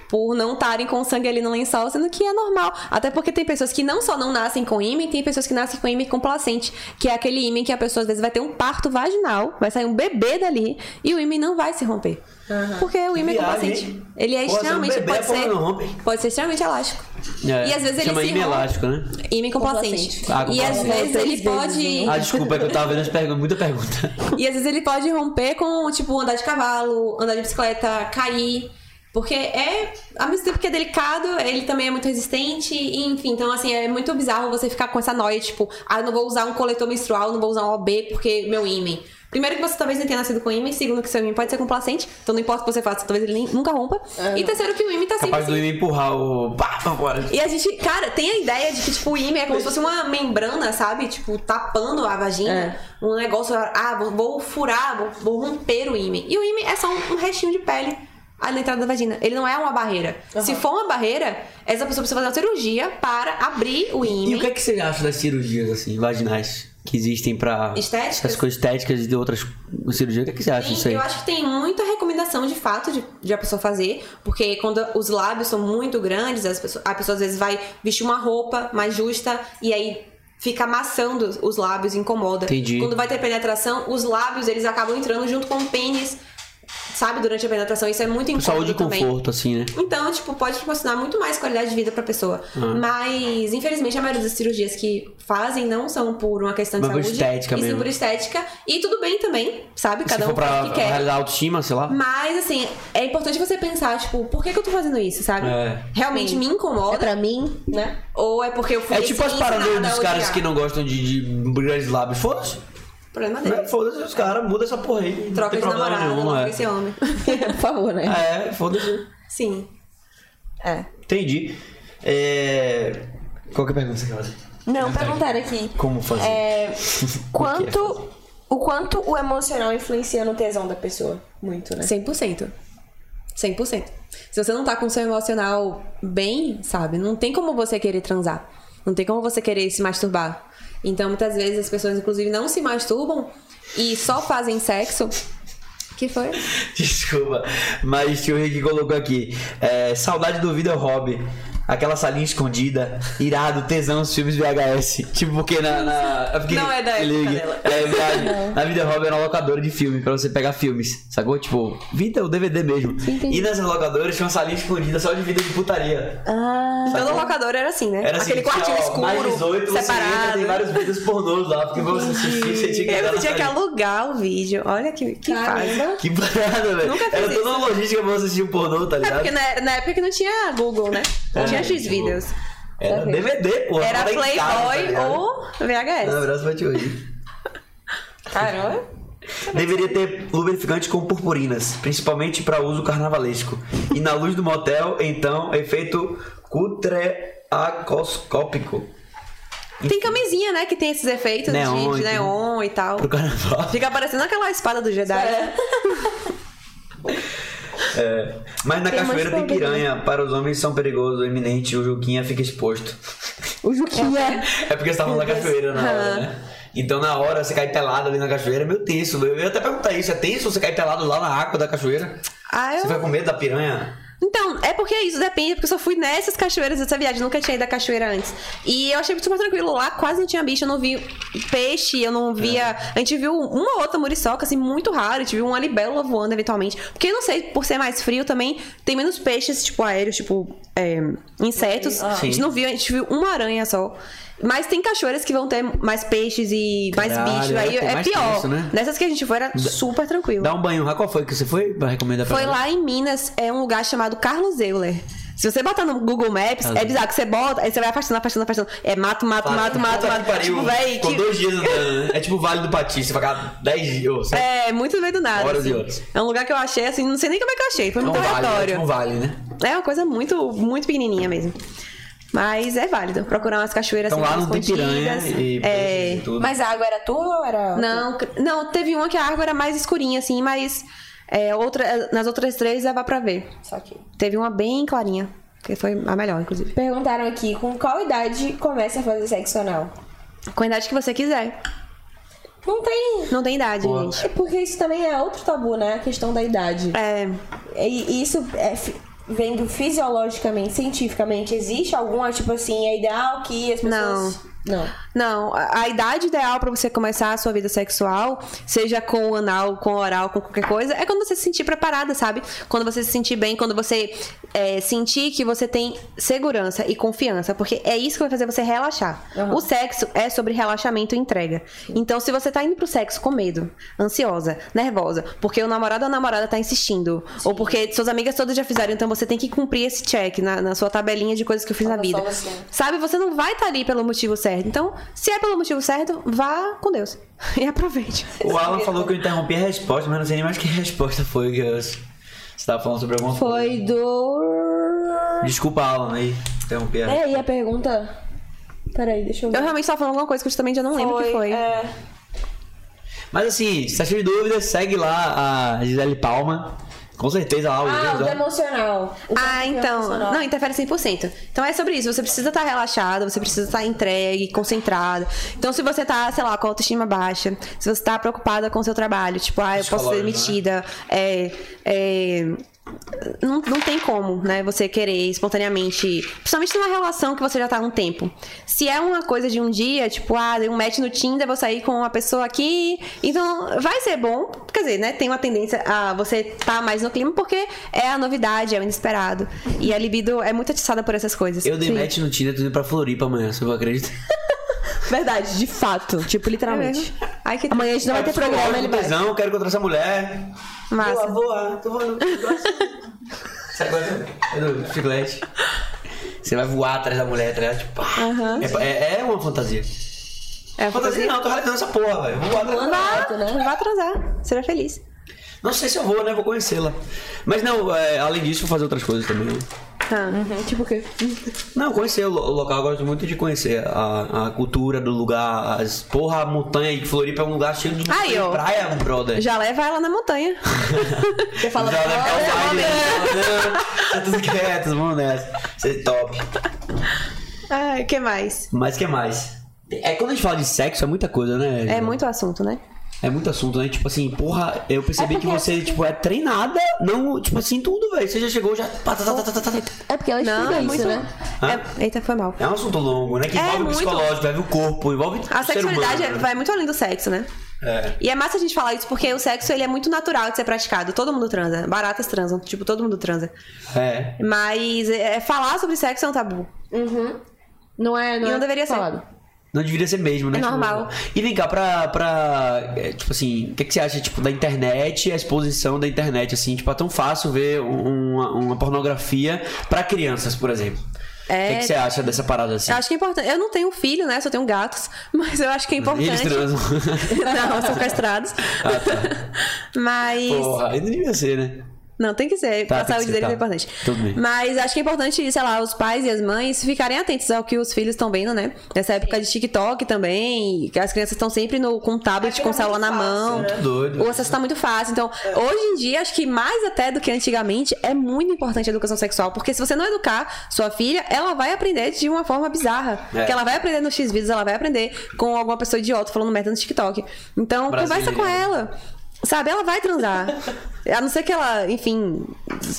Speaker 3: por não estarem com sangue ali no lençol, sendo que é normal. Até porque tem pessoas que não só não nascem com ímã, tem pessoas que nascem com ímã complacente, que é aquele ímã que a pessoa às vezes vai ter um parto vaginal, vai sair um bebê dali e o ímã não vai se romper. Porque o ímã é
Speaker 2: viagem,
Speaker 3: complacente.
Speaker 2: hein?
Speaker 3: Ele é
Speaker 2: Pô, ser um
Speaker 3: extremamente.
Speaker 2: bebê, a
Speaker 3: pode,
Speaker 2: porra
Speaker 3: ser,
Speaker 2: não rompe.
Speaker 3: pode ser extremamente elástico.
Speaker 2: É,
Speaker 3: E às vezes ele
Speaker 2: Chama
Speaker 3: se
Speaker 2: ímã
Speaker 3: rompe.
Speaker 2: elástico, né?
Speaker 3: Ímã complacente.
Speaker 2: Ah,
Speaker 3: E às
Speaker 2: complacente.
Speaker 3: vezes ele
Speaker 1: né?
Speaker 3: pode.
Speaker 2: Ah, desculpa, é que eu tava vendo as perguntas, muita pergunta.
Speaker 3: E às vezes ele pode romper com, tipo, andar de cavalo, andar de bicicleta, cair. Porque é, ao mesmo tempo que é delicado, ele também é muito resistente, e, enfim, então assim, é muito bizarro você ficar com essa noia, tipo, ah, eu não vou usar um coletor menstrual, não vou usar um OB porque meu ímen. Primeiro que você talvez nem tenha nascido com ímen, segundo que seu ímen pode ser complacente, então não importa o que você faça, talvez ele nem- nunca rompa. e terceiro que o ímen tá sempre
Speaker 2: É. Capaz do
Speaker 3: assim.
Speaker 2: Ime empurrar o. Pá, pra fora.
Speaker 3: E a gente, cara, tem a ideia de que, tipo, o ímã é como se fosse uma membrana, sabe? Tipo, tapando a vagina.
Speaker 2: É.
Speaker 3: Um negócio, ah, vou, vou furar, vou, vou romper o ímã. E o ímã é só um, um restinho de pele ali na entrada da vagina. Ele não é uma barreira. Se for uma barreira, essa pessoa precisa fazer uma cirurgia para abrir o
Speaker 2: E o que
Speaker 3: ímã.
Speaker 2: é que você acha das cirurgias, assim, vaginais? Que existem pra.
Speaker 3: Estéticas?
Speaker 2: Essas coisas estéticas e de outras cirurgias. O que, é que você acha
Speaker 3: Tem-
Speaker 2: disso aí?
Speaker 3: eu acho que tem muita recomendação de fato de, de a pessoa fazer, porque quando os lábios são muito grandes, as pessoas, a pessoa às vezes vai vestir uma roupa mais justa e aí fica amassando os lábios, incomoda.
Speaker 2: Entendi.
Speaker 3: Quando vai ter penetração, os lábios eles acabam entrando junto com o pênis, sabe, durante a penetração. Isso é muito incômodo
Speaker 2: Saúde e
Speaker 3: também.
Speaker 2: conforto, assim, né?
Speaker 3: Então, tipo, pode proporcionar muito mais qualidade de vida pra pessoa.
Speaker 2: Ah.
Speaker 3: Mas, infelizmente, a maioria das cirurgias que fazem não são por uma questão de
Speaker 2: Mas por
Speaker 3: saúde.
Speaker 2: estética
Speaker 3: e sim
Speaker 2: mesmo.
Speaker 3: por estética. E tudo bem também, sabe? Cada
Speaker 2: Se
Speaker 3: um
Speaker 2: for pra
Speaker 3: faz o que quer.
Speaker 2: realizar autoestima, sei lá.
Speaker 3: Mas, assim, é importante você pensar, tipo, por que, que eu tô fazendo isso, sabe?
Speaker 2: É.
Speaker 3: Realmente me incomoda,
Speaker 1: É pra mim?
Speaker 3: né? Ou é porque eu fui
Speaker 2: É tipo as
Speaker 3: assim,
Speaker 2: paradas
Speaker 3: ensinada a
Speaker 2: dos caras
Speaker 3: odiar.
Speaker 2: que não gostam de, de grandes lábios. Foda-se.
Speaker 3: Problema
Speaker 2: Né?
Speaker 3: deles.
Speaker 2: Foda-se os caras, muda essa porra aí. não
Speaker 3: É. Troca
Speaker 2: tem
Speaker 3: de
Speaker 2: problema
Speaker 3: namorada,
Speaker 2: nenhum,
Speaker 3: não
Speaker 2: é.
Speaker 3: esse homem.
Speaker 1: Por favor, né?
Speaker 2: É, foda-se.
Speaker 3: Sim.
Speaker 5: É.
Speaker 2: Entendi. É... Qual que é a pergunta que você quer fazer?
Speaker 5: Não, perguntaram aqui.
Speaker 2: Como fazer?
Speaker 5: É,
Speaker 2: O
Speaker 5: quanto. O quanto o emocional influencia no tesão da pessoa? Muito,
Speaker 2: É.
Speaker 5: né?
Speaker 3: 100%. 100%. Se você não tá com o seu emocional bem, sabe? Não tem como você querer transar. Não tem como você querer se masturbar. Então, muitas vezes as pessoas, inclusive, não se masturbam e só fazem sexo. Que foi?
Speaker 2: Desculpa, mas tio Rick colocou aqui. é, saudade do vídeo hobby. Aquela salinha escondida, irado, tesão, os filmes VHS. Tipo, porque na. na- eu fiquei-
Speaker 3: Não é da época
Speaker 2: ligue.
Speaker 3: dela.
Speaker 2: É verdade. na Vida Hobby era uma locadora de filme, pra você pegar filmes, sacou? Tipo, vida ou DVD mesmo. E nessas locadoras tinha uma salinha escondida só de vida de putaria.
Speaker 3: Todo locador era assim, né?
Speaker 2: Ah, Era assim,
Speaker 3: Aquele quartinho
Speaker 2: tinha, ó,
Speaker 3: escuro,
Speaker 2: mais 18, você entra,
Speaker 3: separado.
Speaker 2: tem vários vídeos pornôs lá, porque pra você assistir, você tinha que entrar
Speaker 3: Eu
Speaker 2: na
Speaker 3: tinha que
Speaker 2: salinha.
Speaker 3: alugar o vídeo. Olha que, que É fase.
Speaker 2: Que parada, velho.
Speaker 3: Nunca fiz
Speaker 2: Era toda
Speaker 3: isso.
Speaker 2: uma logística pra você assistir um pornô, tá
Speaker 3: É
Speaker 2: ligado?
Speaker 3: porque na, na época que não tinha Google, né? Não tinha X-Videos.
Speaker 2: É, tipo, Era DVD, pô.
Speaker 3: Era
Speaker 2: tava em casa, tá
Speaker 3: Playboy
Speaker 2: ligado?
Speaker 3: ou
Speaker 2: Um
Speaker 3: VHS.
Speaker 2: abraço pra ti hoje.
Speaker 5: Caramba.
Speaker 2: Deveria ter lubrificante com purpurinas, principalmente pra uso carnavalesco. E na luz do motel, então, efeito cutreacoscópico.
Speaker 3: Tem camisinha, né? Que tem esses efeitos de-
Speaker 2: Neon,
Speaker 3: de,
Speaker 2: então.
Speaker 3: neon e tal.
Speaker 2: Pro carnaval.
Speaker 3: Fica parecendo aquela espada do Jedi.
Speaker 2: É. Mas na cachoeira tem piranha. Para os homens são perigosos, iminente, o Juquinha fica exposto.
Speaker 1: O Juquinha.
Speaker 2: É porque você tava na cachoeira na hora, né? Então na hora você cai pelado ali na cachoeira, é meio tenso. Eu ia até perguntar isso, é tenso você cair pelado lá na água da cachoeira?
Speaker 3: Ah,
Speaker 2: Você
Speaker 3: eu...
Speaker 2: vai com medo da piranha?
Speaker 3: Então, é porque é isso depende, porque eu só fui nessas cachoeiras dessa viagem, nunca tinha ido à cachoeira antes. E eu achei super tranquilo lá, quase não tinha bicho, eu não vi peixe, eu não via.
Speaker 2: É.
Speaker 3: A gente viu uma ou outra muriçoca, assim, muito raro, a gente viu uma libélula voando eventualmente. Porque eu não sei, por ser mais frio também, tem menos peixes, tipo, aéreos, tipo, é, insetos. A gente
Speaker 2: Ah. Sim.
Speaker 3: não viu, a gente viu uma aranha só. Mas tem cachoeiras que vão ter mais peixes e mais
Speaker 2: Caralho,
Speaker 3: bicho,
Speaker 2: é,
Speaker 3: aí
Speaker 2: tem
Speaker 3: é,
Speaker 2: mais
Speaker 3: pior.
Speaker 2: tenso, né?
Speaker 3: Nessas que a gente foi era super tranquilo.
Speaker 2: Dá um banho, lá, qual foi que você foi pra recomendar pra
Speaker 3: Foi
Speaker 2: ela?
Speaker 3: lá em Minas, é um lugar chamado Carlos Euler. Se você botar no Google Maps,
Speaker 2: Ah,
Speaker 3: é bizarro que você bota, aí você vai afastando, afastando, afastando. É mato, mato, mato,
Speaker 2: Tá, Puta que
Speaker 3: mato, mato.
Speaker 2: pariu.
Speaker 3: Tipo, véi,
Speaker 2: Ficou
Speaker 3: que.
Speaker 2: dois dias andando, né? É tipo o Vale do Pati, você vai ficar 10 dias. ou sei lá.
Speaker 3: É, muito no meio do nada.
Speaker 2: Horas e
Speaker 3: assim.
Speaker 2: horas.
Speaker 3: É um lugar que eu achei, assim, não sei nem como é que eu achei. Foi
Speaker 2: É um
Speaker 3: muito
Speaker 2: vale, né?
Speaker 3: aleatório.
Speaker 2: Tipo um vale, né?
Speaker 3: É uma coisa muito, muito pequenininha mesmo. Mas é válido. Procurar umas cachoeiras
Speaker 2: Então
Speaker 3: assim,
Speaker 2: lá não tem piranha
Speaker 3: escondidas.
Speaker 2: e
Speaker 3: é...
Speaker 2: peixes e tudo.
Speaker 5: Mas a água era tua ou era.
Speaker 3: Não, cr- não, teve uma que a água era mais escurinha, assim, mas é, outra, nas outras três dava pra ver.
Speaker 5: Só que.
Speaker 3: Teve uma bem clarinha, que foi a melhor, inclusive.
Speaker 4: Perguntaram aqui, com qual idade começa a fazer sexo anal?
Speaker 3: Com a idade que você quiser.
Speaker 4: Não tem.
Speaker 3: Não tem idade,
Speaker 2: Boa.
Speaker 3: gente.
Speaker 4: É porque isso também é outro tabu, né? A questão da idade.
Speaker 3: É,
Speaker 4: E isso é fi- vendo fisiologicamente, cientificamente, existe alguma, tipo assim, é ideal que as pessoas.
Speaker 3: Não.
Speaker 4: Não.
Speaker 3: Não, a, a idade ideal pra você começar a sua vida sexual, seja com anal, com oral, com qualquer coisa, é quando você se sentir preparada, sabe? Quando você se sentir bem, quando você é, sentir que você tem segurança e confiança, porque é isso que vai fazer você relaxar. O sexo é sobre relaxamento e entrega. Então, se você tá indo pro sexo com medo, ansiosa, nervosa, porque o namorado ou a namorada tá insistindo, ou porque suas amigas todas já fizeram, então você tem que cumprir esse check na, na sua tabelinha de coisas que eu fiz na vida. Sabe, você não vai estar ali pelo motivo certo. Então, se é pelo motivo certo, vá com Deus. E aproveite.
Speaker 2: O Alan falou que eu interrompi a resposta, mas não sei nem mais que resposta foi que eu... você tava falando sobre alguma coisa.
Speaker 1: Foi do.
Speaker 2: Desculpa, Alan, aí. Interrompi a
Speaker 4: É, e a pergunta? Peraí, deixa eu ver.
Speaker 3: Eu realmente estava falando alguma coisa que eu também já não lembro o que foi.
Speaker 5: é,
Speaker 2: Mas assim, se tá cheio de dúvidas, segue lá a Gisele Palma. Com certeza lá o
Speaker 4: Ah, o
Speaker 2: Gisele-
Speaker 4: do emocional. O
Speaker 3: Ah, então. Não, interfere 100%. Então é sobre isso. Você precisa estar relaxada, você precisa estar entregue, concentrada. Então, se você tá, sei lá, com a autoestima baixa, se você tá preocupada com o seu trabalho, tipo, ah, eu posso
Speaker 2: Psicológico,
Speaker 3: ser
Speaker 2: né?
Speaker 3: demitida, é. é, Não, não tem como, né? Você querer espontaneamente. Principalmente numa relação que você já tá há um tempo. Se é uma coisa de um dia, tipo, ah, dei um match no Tinder, vou sair com uma pessoa aqui. Então, vai ser bom. Quer dizer, né? Tem uma tendência a você tá mais no clima porque é a novidade, é o inesperado. E a libido é muito atiçada por essas coisas.
Speaker 2: Eu dei match no Tinder, tô indo pra Floripa amanhã, você não acredita?
Speaker 4: Verdade, de fato. Tipo,
Speaker 3: É
Speaker 4: literalmente.
Speaker 3: mesmo? Ai, que
Speaker 1: Amanhã a gente não vai ter programa, ele vai.
Speaker 2: Não, quero encontrar essa mulher. Boa,
Speaker 3: massa.
Speaker 2: boa, tô voando. Sai agora é do chiclete. Você vai voar atrás da mulher, tá ligado? Tipo, pá. É- é, é uma fantasia.
Speaker 3: É a
Speaker 2: Fantasia
Speaker 3: fantasia.
Speaker 2: não, eu tô realizando essa porra, velho. Vou voar atrás da
Speaker 3: Vá, vá né? atrasar. Será feliz.
Speaker 2: Não sei se eu vou, né? Vou conhecê-la. Mas não, é, além disso, vou fazer outras coisas também. né?
Speaker 3: Ah.
Speaker 4: Tipo o quê?
Speaker 2: Não, conhecer o lo- o local, eu gosto muito de conhecer a, a cultura do lugar, as porra, a montanha de Floripa é um lugar cheio de
Speaker 3: Aí, ó.
Speaker 2: praia, brother.
Speaker 3: Já leva ela na montanha.
Speaker 2: Você fala Já leva o baile, né? Tá tudo quieto, vamos nessa. Você é top.
Speaker 3: Ai, o que mais?
Speaker 2: Mas que mais? É quando a gente fala de sexo, é muita coisa, né?
Speaker 3: É
Speaker 2: Ju?
Speaker 3: muito assunto, né?
Speaker 2: É muito assunto, né? Tipo assim, porra, eu percebi que você, tipo, é treinada, não, tipo assim, tudo, velho. Você já chegou, já. pá, tá, tá, tá, tá, tá, tá.
Speaker 1: É porque ela estuda
Speaker 3: Não, é
Speaker 1: isso,
Speaker 3: muito.
Speaker 1: né?
Speaker 3: É- Eita, foi mal.
Speaker 2: É um assunto longo, né? Que
Speaker 3: É,
Speaker 2: envolve o
Speaker 3: muito.
Speaker 2: psicológico, envolve o corpo, envolve
Speaker 3: A
Speaker 2: o ser
Speaker 3: sexualidade é-
Speaker 2: humano, né?
Speaker 3: vai muito além do sexo, né?
Speaker 2: É.
Speaker 3: E é massa a gente falar isso porque o sexo ele é muito natural de ser praticado. Todo mundo transa. Baratas transam. Tipo, todo mundo transa.
Speaker 2: É.
Speaker 3: Mas é, é, falar sobre sexo é um tabu.
Speaker 4: né? Uhum.
Speaker 1: Não é, não,
Speaker 3: E não
Speaker 1: é
Speaker 3: deveria ser.
Speaker 1: falado.
Speaker 2: Não deveria ser mesmo, né?
Speaker 3: É
Speaker 2: Tipo,
Speaker 3: normal.
Speaker 2: E vem cá, pra. pra é, tipo assim, o que, que você acha, tipo, da internet, a exposição da internet, assim, tipo, é tão fácil ver um- uma, uma pornografia pra crianças, por exemplo.
Speaker 3: É.
Speaker 2: O que, que você acha dessa parada assim?
Speaker 3: Eu acho que é importante. Eu não tenho filho, né? Só tenho gatos. Mas eu acho que é
Speaker 2: E Eles
Speaker 3: importante.
Speaker 2: transam.
Speaker 3: não, são castrados.
Speaker 2: ah, tá.
Speaker 3: Mas.
Speaker 2: Porra, aí não devia ser, né?
Speaker 3: Não, tem que ser.
Speaker 2: Tá,
Speaker 3: pra
Speaker 2: tem que
Speaker 3: saúde
Speaker 2: ser,
Speaker 3: deles
Speaker 2: tá.
Speaker 3: é importante.
Speaker 2: Tudo bem.
Speaker 3: Mas acho que é importante, sei lá, os pais e as mães ficarem atentos ao que os filhos estão vendo, né? Nessa época de TikTok também, que as crianças estão sempre no, com um tablet, com o celular na mão.
Speaker 2: Tô doido.
Speaker 3: O acesso tá muito fácil. Então,
Speaker 2: É.
Speaker 3: hoje em dia, acho que mais até do que antigamente, é muito importante a educação sexual. Porque se você não educar sua filha, ela vai aprender de uma forma bizarra.
Speaker 2: É.
Speaker 3: Que ela vai aprender no X vídeos, ela vai aprender com alguma pessoa idiota falando merda no TikTok. Então, conversa
Speaker 2: Brasileiro.
Speaker 3: com ela. Sabe, ela vai transar. A não ser que ela, enfim,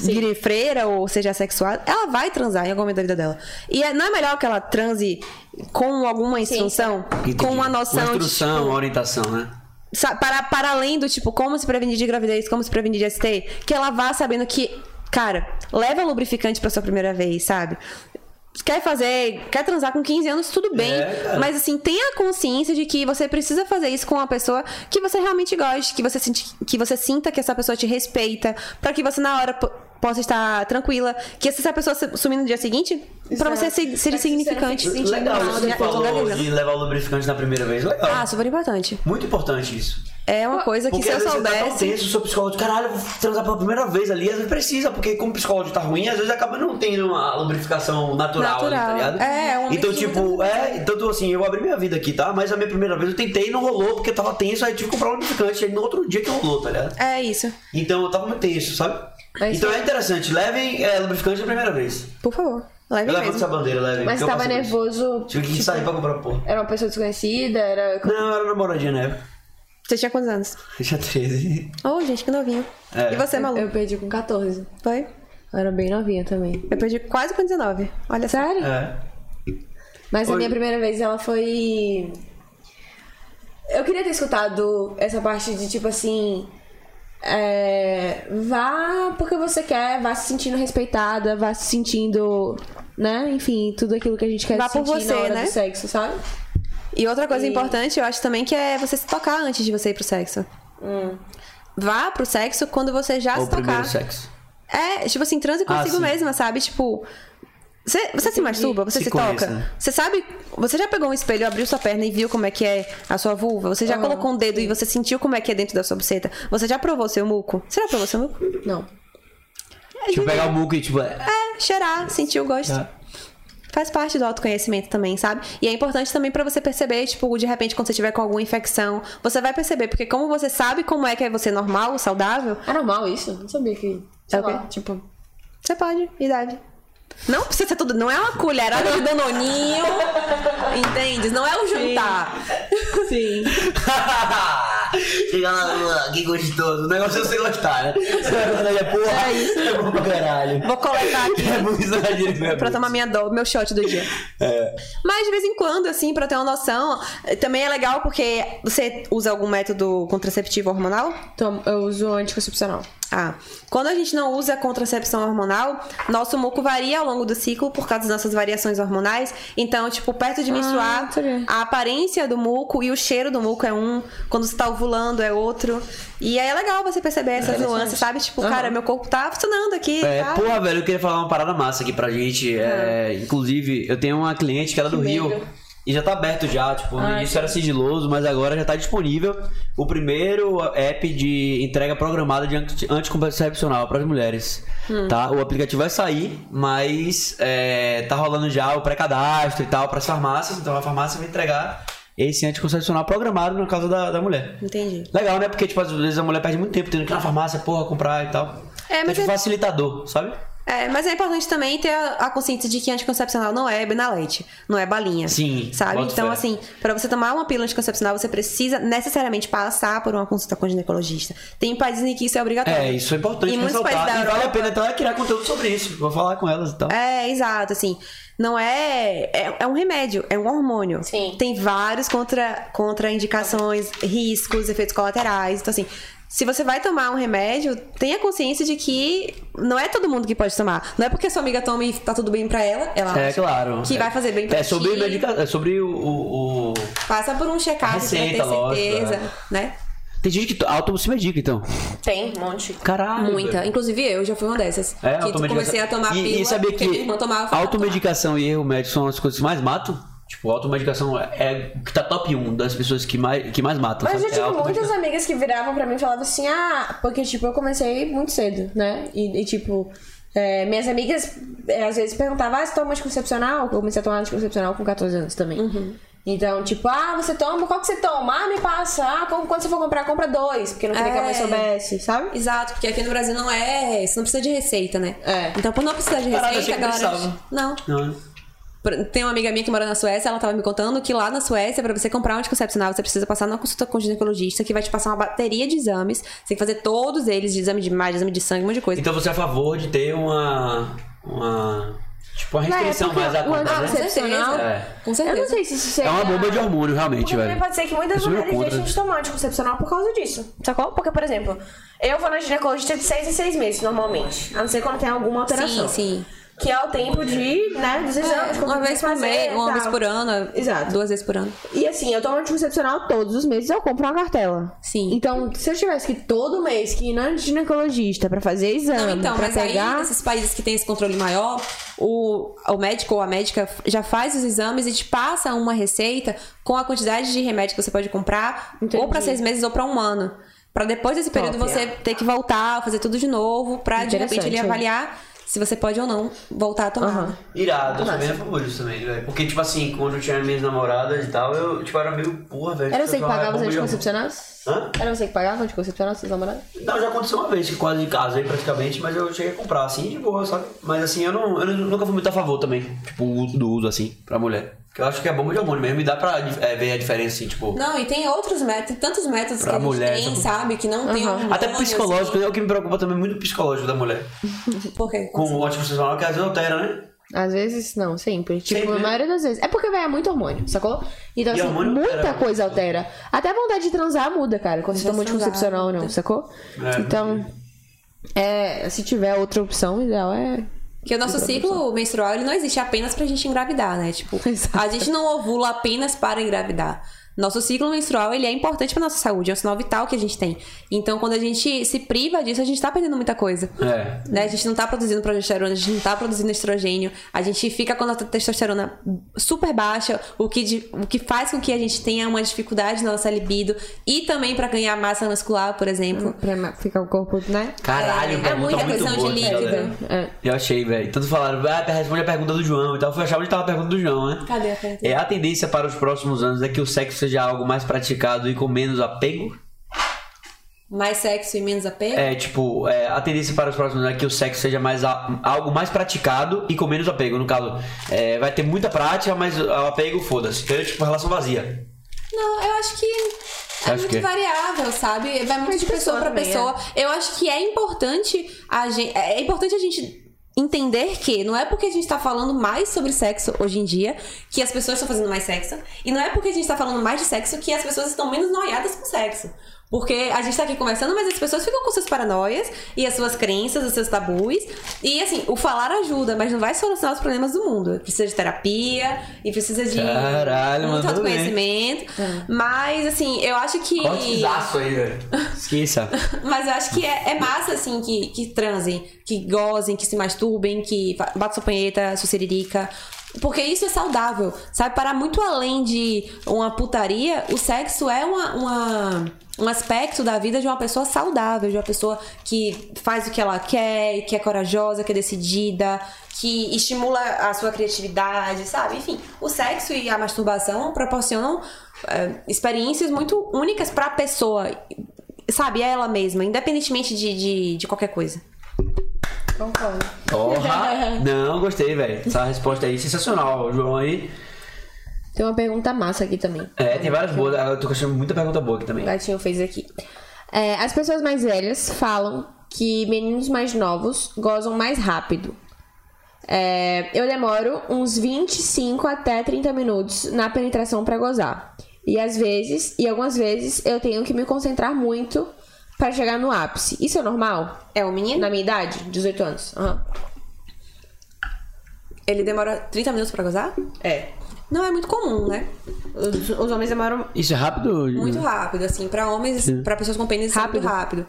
Speaker 3: vire freira ou seja sexuada, ela vai transar em algum momento da vida dela. E é- não é melhor que ela transe com alguma instrução?
Speaker 2: Entendi.
Speaker 3: Com uma noção
Speaker 2: Uma
Speaker 3: de. tipo
Speaker 2: instrução, uma orientação, né?
Speaker 3: Sa- para, para além do tipo, como se prevenir de gravidez, como se prevenir de ST, que ela vá sabendo que, cara, leva lubrificante pra sua primeira vez, sabe? Quer fazer, quer transar com 15 anos, tudo bem.
Speaker 2: É, cara.
Speaker 3: mas assim, tenha consciência de que você precisa fazer isso com uma pessoa que você realmente goste, que você, sente, que você sinta que essa pessoa te respeita, pra que você na hora po- possa estar tranquila. Que se essa pessoa su- sumir no dia seguinte, pra você ser, ser insignificante.
Speaker 2: Legal, isso que
Speaker 3: né?
Speaker 2: você falou de levar o lubrificante na primeira vez. Legal.
Speaker 3: Ah, super importante.
Speaker 2: Muito importante isso.
Speaker 3: É uma coisa que
Speaker 2: Porque
Speaker 3: se eu
Speaker 2: às vezes você tá tão
Speaker 3: soubesse.
Speaker 2: tenso, seu psicólogo, caralho, eu vou transar pela primeira vez ali, às vezes precisa, porque como o psicólogo tá ruim, às vezes acaba não tendo uma lubrificação natural, ali, tá
Speaker 3: Natural.
Speaker 2: ligado?
Speaker 3: É, um
Speaker 2: Então,
Speaker 3: momento
Speaker 2: tipo, é, então, assim, eu abri minha vida aqui, tá? Mas a minha primeira vez eu tentei e não rolou, porque eu tava tenso, aí tive que comprar um lubrificante, aí no outro dia que rolou, tá ligado?
Speaker 3: É isso.
Speaker 2: Então eu tava muito tenso, sabe?
Speaker 1: Mas
Speaker 2: então é interessante, levem é, lubrificante a primeira vez.
Speaker 3: Por favor.
Speaker 2: Eu
Speaker 3: Leve
Speaker 2: levanto essa
Speaker 3: É mesmo.
Speaker 2: bandeira, levem.
Speaker 1: Mas
Speaker 2: porque eu
Speaker 1: tava
Speaker 2: faço isso.
Speaker 1: nervoso.
Speaker 2: Tive que
Speaker 1: tipo,
Speaker 2: sair pra comprar porra.
Speaker 1: Era uma pessoa desconhecida, era.
Speaker 2: Não, eu era namoradinha na época.
Speaker 3: Você tinha quantos anos?
Speaker 2: Eu tinha 13.
Speaker 3: Ô, gente, que novinho.
Speaker 2: É.
Speaker 3: E você, Malu?
Speaker 1: Eu perdi com 14.
Speaker 3: Foi?
Speaker 1: Eu era bem novinha também.
Speaker 3: É Eu perdi quase com 19. Olha só.
Speaker 1: Sério?
Speaker 2: É.
Speaker 1: Mas a
Speaker 2: Olha-
Speaker 1: minha primeira vez ela foi. Eu queria ter escutado essa parte de tipo assim. é, vá porque você quer, vá se sentindo respeitada, vá se sentindo, né? Enfim, tudo aquilo que a gente quer
Speaker 3: Vá por
Speaker 1: sentir
Speaker 3: você,
Speaker 1: na hora
Speaker 3: né?
Speaker 1: do sexo, sabe?
Speaker 3: E outra coisa
Speaker 1: E-
Speaker 3: importante, eu acho também que é você se tocar antes de você ir pro sexo.
Speaker 1: Hum.
Speaker 3: Vá pro sexo quando você já
Speaker 2: Ou
Speaker 3: se
Speaker 2: primeiro
Speaker 3: tocar.
Speaker 2: sexo.
Speaker 3: É, tipo assim, transe
Speaker 2: Ah,
Speaker 3: consigo
Speaker 2: sim.
Speaker 3: mesma, sabe? Tipo. Você, você se masturba, você se,
Speaker 2: Se
Speaker 3: toca.
Speaker 2: conhece, né?
Speaker 3: Você sabe. Você já pegou um espelho, abriu sua perna e viu como é que é a sua vulva? Você já colocou um dedo e você sentiu como é que é dentro da sua buceta? Você já provou seu muco? Você já provou seu muco?
Speaker 1: Não.
Speaker 2: Tipo, pegar o muco e tipo. é,
Speaker 3: É, cheirar, sentir o gosto.
Speaker 2: Tá.
Speaker 3: Faz parte do autoconhecimento também, sabe? E é importante também pra você perceber, tipo, de repente, quando você tiver com alguma infecção, você vai perceber, porque como você sabe como é que é você normal, saudável,
Speaker 1: É normal isso? Não sabia que.
Speaker 3: É
Speaker 1: Sei
Speaker 3: o quê?
Speaker 1: lá, tipo.
Speaker 3: você pode, idade. Não precisa ser tudo, não é uma colherada de danoninho, entende? Não é o jantar.
Speaker 2: Chega lá, lá, que gostoso. O negócio é você gostar, né? Você vai gostar de porra. É isso. É bom pra caralho.
Speaker 3: Vou coletar aqui
Speaker 2: É bom exagero mesmo.
Speaker 3: pra tomar minha do, meu shot do dia.
Speaker 2: É.
Speaker 3: Mas de vez em quando, assim, pra ter uma noção, eh, também é legal porque você usa algum método contraceptivo hormonal?
Speaker 1: Tomo, eu uso anticoncepcional.
Speaker 3: Ah, quando a gente não usa contracepção hormonal, nosso muco varia ao longo do ciclo por causa das nossas variações hormonais. Então, tipo, perto de menstruar,
Speaker 1: sabia.
Speaker 3: a aparência do muco e o cheiro do muco é um, quando você tá ovulando é outro. E aí é legal você perceber essas nuances, sabe? Tipo, cara, meu corpo tá funcionando aqui,
Speaker 2: É,
Speaker 3: tá?
Speaker 2: porra, velho, eu queria falar uma parada massa aqui pra gente. É, inclusive, eu tenho uma cliente que ela é do Rio. E já tá aberto já, tipo, no início era sigiloso, mas agora já tá disponível o primeiro app de entrega programada de anti- anticoncepcional pras mulheres, tá? O aplicativo vai sair, mas é, tá rolando já o pré-cadastro e tal pras farmácias, então a farmácia vai entregar esse anticoncepcional programado no caso da, da mulher.
Speaker 3: Entendi.
Speaker 2: Legal, né? Porque, tipo, às vezes a mulher perde muito tempo tendo que ir na farmácia, porra, comprar e tal.
Speaker 3: É, mas
Speaker 2: tipo,
Speaker 3: é-
Speaker 2: facilitador, sabe?
Speaker 3: É, mas é importante também ter a, a consciência de que anticoncepcional não é benalete, não é balinha.
Speaker 2: Sim,
Speaker 3: Sabe?
Speaker 2: boto
Speaker 3: Então,
Speaker 2: fé.
Speaker 3: assim, pra você tomar uma pílula anticoncepcional, você precisa necessariamente passar por uma consulta com ginecologista. Tem países em que isso é obrigatório.
Speaker 2: É, isso é importante
Speaker 3: Em muitos
Speaker 2: ressaltar.
Speaker 3: países da
Speaker 2: E vale a
Speaker 3: Europa-
Speaker 2: pena até ela criar conteúdo sobre isso. Vou falar com elas então. e tal.
Speaker 3: É, exato, assim. Não é, é. é um remédio, é um hormônio.
Speaker 5: Sim.
Speaker 3: Tem vários contra, contraindicações, riscos, efeitos colaterais. Então, assim, se você vai tomar um remédio, tenha consciência de que não é todo mundo que pode tomar. Não é porque sua amiga toma e tá tudo bem pra ela, ela
Speaker 2: É,
Speaker 3: acha
Speaker 2: claro.
Speaker 3: que
Speaker 2: É.
Speaker 3: vai fazer bem pra
Speaker 2: É sobre,
Speaker 3: ti.
Speaker 2: medica... é sobre o, o- o-
Speaker 3: Passa por um check-up pra ter
Speaker 2: Receita, lógico, é.
Speaker 3: certeza, né?
Speaker 2: Tem gente que auto se medica, então.
Speaker 5: Tem, um monte.
Speaker 2: Caralho.
Speaker 3: Muita.
Speaker 2: velho.
Speaker 3: Inclusive eu já fui uma dessas.
Speaker 2: É,
Speaker 3: que
Speaker 2: automedicação.
Speaker 3: comecei a tomar
Speaker 2: e,
Speaker 3: pílula
Speaker 2: e sabia
Speaker 3: porque minha irmã tomava. eu
Speaker 2: que
Speaker 3: falava,
Speaker 2: automedicação e erro médico são as coisas que mais matam? Tipo, automedicação é, é o que tá top 1 das pessoas que mais, que mais matam.
Speaker 1: Mas eu
Speaker 2: sabe? É
Speaker 1: tive
Speaker 2: automedicação.
Speaker 1: muitas amigas que viravam pra mim e falavam assim, ah, porque tipo, eu comecei muito cedo, né? E, e, tipo, é, minhas amigas é, às vezes perguntavam, ah, você toma anticoncepcional? Eu comecei a tomar anticoncepcional com 14 anos também.
Speaker 3: Uhum.
Speaker 1: Então, tipo, ah, você toma, qual que você toma? Ah, me passa. Ah, como- quando você for comprar, compra dois, porque eu não queria que a mãe
Speaker 3: É.
Speaker 1: soubesse, sabe?
Speaker 3: Exato, porque aqui no Brasil não é. Você não precisa de receita, né?
Speaker 1: É.
Speaker 3: Então, por não precisar de
Speaker 2: Caralho,
Speaker 3: receita, a
Speaker 2: achei que
Speaker 3: galera.
Speaker 2: precisava.
Speaker 3: Não.
Speaker 2: Não, né?
Speaker 3: Por- Tem uma amiga minha que mora na Suécia, ela tava me contando que lá na Suécia, pra você comprar um anticoncepcional, você precisa passar numa consulta com o ginecologista que vai te passar uma bateria de exames. Você tem que fazer todos eles, de exame de imagem, exame de sangue, um monte de coisa.
Speaker 2: Então você é a favor de ter uma. uma tipo, uma restrição
Speaker 1: porque
Speaker 2: mais à
Speaker 1: o
Speaker 2: compra, né?
Speaker 1: anticoncepcional-
Speaker 2: É.
Speaker 3: Com
Speaker 1: Eu
Speaker 3: certeza.
Speaker 1: não sei se isso
Speaker 2: É
Speaker 1: seria...
Speaker 2: uma bomba de hormônio, realmente,
Speaker 5: Porque
Speaker 2: velho.
Speaker 5: também pode ser que muitas
Speaker 2: Eu sou meio
Speaker 5: mulheres
Speaker 2: contra.
Speaker 5: deixem de tomar anticoncepcional por causa disso. Sacou? Porque, por exemplo, eu vou na ginecologista de 6 em 6 meses, normalmente. A não ser quando tem alguma alteração.
Speaker 3: Sim, sim.
Speaker 5: Que é o tempo de, né, dos exames. quando
Speaker 3: Uma
Speaker 5: tem
Speaker 3: vez
Speaker 5: que
Speaker 3: por
Speaker 5: fazer
Speaker 3: mês,
Speaker 5: e
Speaker 3: uma
Speaker 5: tal.
Speaker 3: vez por ano.
Speaker 5: Exato.
Speaker 3: Duas vezes por ano.
Speaker 1: E assim, eu tomo anticoncepcional todos os meses, eu compro uma cartela.
Speaker 3: Sim.
Speaker 1: Então, se eu tivesse que todo mês que ir na ginecologista pra fazer exame,
Speaker 3: Não, então,
Speaker 1: pra
Speaker 3: mas aí,
Speaker 1: pegar...
Speaker 3: nesses países que tem esse controle maior, o, o médico ou a médica já faz os exames e te passa uma receita com a quantidade de remédio que você pode comprar, ou pra seis meses ou pra um ano. Pra depois desse período você ter que voltar, fazer tudo de novo, pra de repente ele
Speaker 1: é. Interessante, é.
Speaker 3: avaliar se você pode ou não voltar a tomar.
Speaker 1: Aham.
Speaker 2: Irado, eu sou bem a favor disso também, velho. Porque, tipo assim, quando eu tinha minhas namoradas e tal, eu, tipo, era meio porra, velho.
Speaker 1: Era você que
Speaker 2: Eu falava,
Speaker 1: pagava os
Speaker 2: "Ah, bomba de
Speaker 1: anticoncepcionais?
Speaker 2: hormônio." Hã?
Speaker 1: Era você que pagava os anticoncepcionais, seus namorados?
Speaker 2: Não, já aconteceu uma vez que quase casei praticamente, mas eu cheguei a comprar assim de boa, sabe? Mas assim, eu, não, eu nu- nunca fui muito a favor também, tipo, o uso- do uso assim, pra mulher. Porque eu acho que é bomba de hormônio mesmo, e dá pra é, ver a diferença, assim, tipo.
Speaker 3: Não, e tem outros métodos, tantos métodos
Speaker 2: Pra
Speaker 3: que a gente
Speaker 2: mulher,
Speaker 3: tem,
Speaker 2: sabe?
Speaker 3: sabe? Que não tem um assim, hormônio,
Speaker 2: Até é psicológico, né? O que me preocupa também muito o psicológico da mulher.
Speaker 3: assim. Por quê?
Speaker 2: Com o anticoncepcional, que às vezes é altera, né?
Speaker 1: Às vezes, não, sempre. Tipo,
Speaker 2: Sempre,
Speaker 1: a
Speaker 2: né?
Speaker 1: maioria das vezes. É porque, velho, é muito hormônio, sacou? Então,
Speaker 2: E
Speaker 1: assim,
Speaker 2: hormônio
Speaker 1: muita
Speaker 2: altera.
Speaker 1: coisa altera. Até a vontade de transar muda, cara, quando você toma
Speaker 3: transar,
Speaker 1: anticoncepcional ou não, sacou?
Speaker 2: É,
Speaker 1: então, é, se tiver outra opção, o ideal é.
Speaker 3: Porque o nosso ciclo menstrual ele não existe apenas pra gente engravidar, né? Tipo,
Speaker 1: Exato.
Speaker 3: a gente não ovula apenas para engravidar. Nosso ciclo menstrual ele é importante pra nossa saúde, é um sinal vital que a gente tem. Então, quando a gente se priva disso, a gente tá perdendo muita coisa.
Speaker 2: É.
Speaker 3: Né? A gente não tá produzindo progesterona, a gente não tá produzindo estrogênio, a gente fica com a nossa testosterona super baixa, o que, de- o que faz com que a gente tenha uma dificuldade na nossa libido e também pra ganhar massa muscular, por exemplo.
Speaker 1: Pra ma- ficar o corpo, né?
Speaker 2: Caralho,
Speaker 3: É, é
Speaker 2: pergunta
Speaker 3: muita
Speaker 2: muito
Speaker 3: questão
Speaker 2: boa
Speaker 3: de
Speaker 2: aqui,
Speaker 3: líquido.
Speaker 2: galera.
Speaker 1: É.
Speaker 2: Eu achei, velho. Todos falaram, ah, responde a pergunta do João e tal. Eu fui achar onde tava a pergunta do João, né?
Speaker 3: Cadê a pergunta?
Speaker 2: É, a tendência para os próximos anos é que o sexo seja algo mais praticado e com menos apego?
Speaker 3: Mais sexo e menos apego?
Speaker 2: É, tipo, é, a tendência para os próximos anos é que o sexo seja mais a- algo mais praticado e com menos apego. No caso, é, vai ter muita prática, mas o apego, foda-se. Então, é, tipo, relação vazia.
Speaker 3: Não, eu acho que
Speaker 2: Acho
Speaker 3: é muito
Speaker 2: que-
Speaker 3: variável, sabe? Vai muito de pessoa pra pessoa. Eu acho que é importante a gente, é importante a gente entender que não é porque a gente tá falando mais sobre sexo hoje em dia que as pessoas estão fazendo mais sexo e não é porque a gente tá falando mais de sexo que as pessoas estão menos noiadas com sexo. Porque a gente tá aqui conversando, mas as pessoas ficam com suas paranoias e as suas crenças, os seus tabus. E assim, o falar ajuda, mas não vai solucionar os problemas do mundo. Precisa de terapia e precisa de
Speaker 2: Caralho,
Speaker 3: muito
Speaker 2: mandou bem.
Speaker 3: autoconhecimento conhecimento. Mas, assim, eu acho que.
Speaker 2: Cortezaço aí, velho. Esqueça.
Speaker 3: Mas eu acho que é, é massa, assim, que, que transem, que gozem, que se masturbem, que fa- batam sua punheta, sua siririca. Porque isso é saudável, sabe? Para muito além de uma putaria, o sexo é uma- uma- um aspecto da vida de uma pessoa saudável, de uma pessoa que faz o que ela quer, que é corajosa, que é decidida, que estimula a sua criatividade, sabe? Enfim, o sexo e a masturbação proporcionam eh, experiências muito únicas para a pessoa sabe, é ela mesma, independentemente de, de, de qualquer coisa.
Speaker 2: Porra! Não, gostei, velho. Essa resposta aí é sensacional, João aí.
Speaker 1: Tem uma pergunta massa aqui também.
Speaker 2: É, tem várias boas. Eu tô achando muita pergunta boa aqui também.
Speaker 1: O gatinho fez aqui. É, as pessoas mais velhas falam que meninos mais novos gozam mais rápido. É, eu demoro uns 25 até 30 minutos na penetração pra gozar. E às vezes, e algumas vezes, eu tenho que me concentrar muito pra chegar no ápice. Isso é normal?
Speaker 3: É, o menino,
Speaker 1: Na minha idade, 18 anos. Aham.
Speaker 3: ele demora 30 minutos pra gozar?
Speaker 1: É.
Speaker 3: Não é muito comum, né?
Speaker 1: Os, os homens demoram
Speaker 2: Isso é rápido?
Speaker 3: Muito rápido, assim, pra homens, pra pessoas com pênis, rápido, rápido.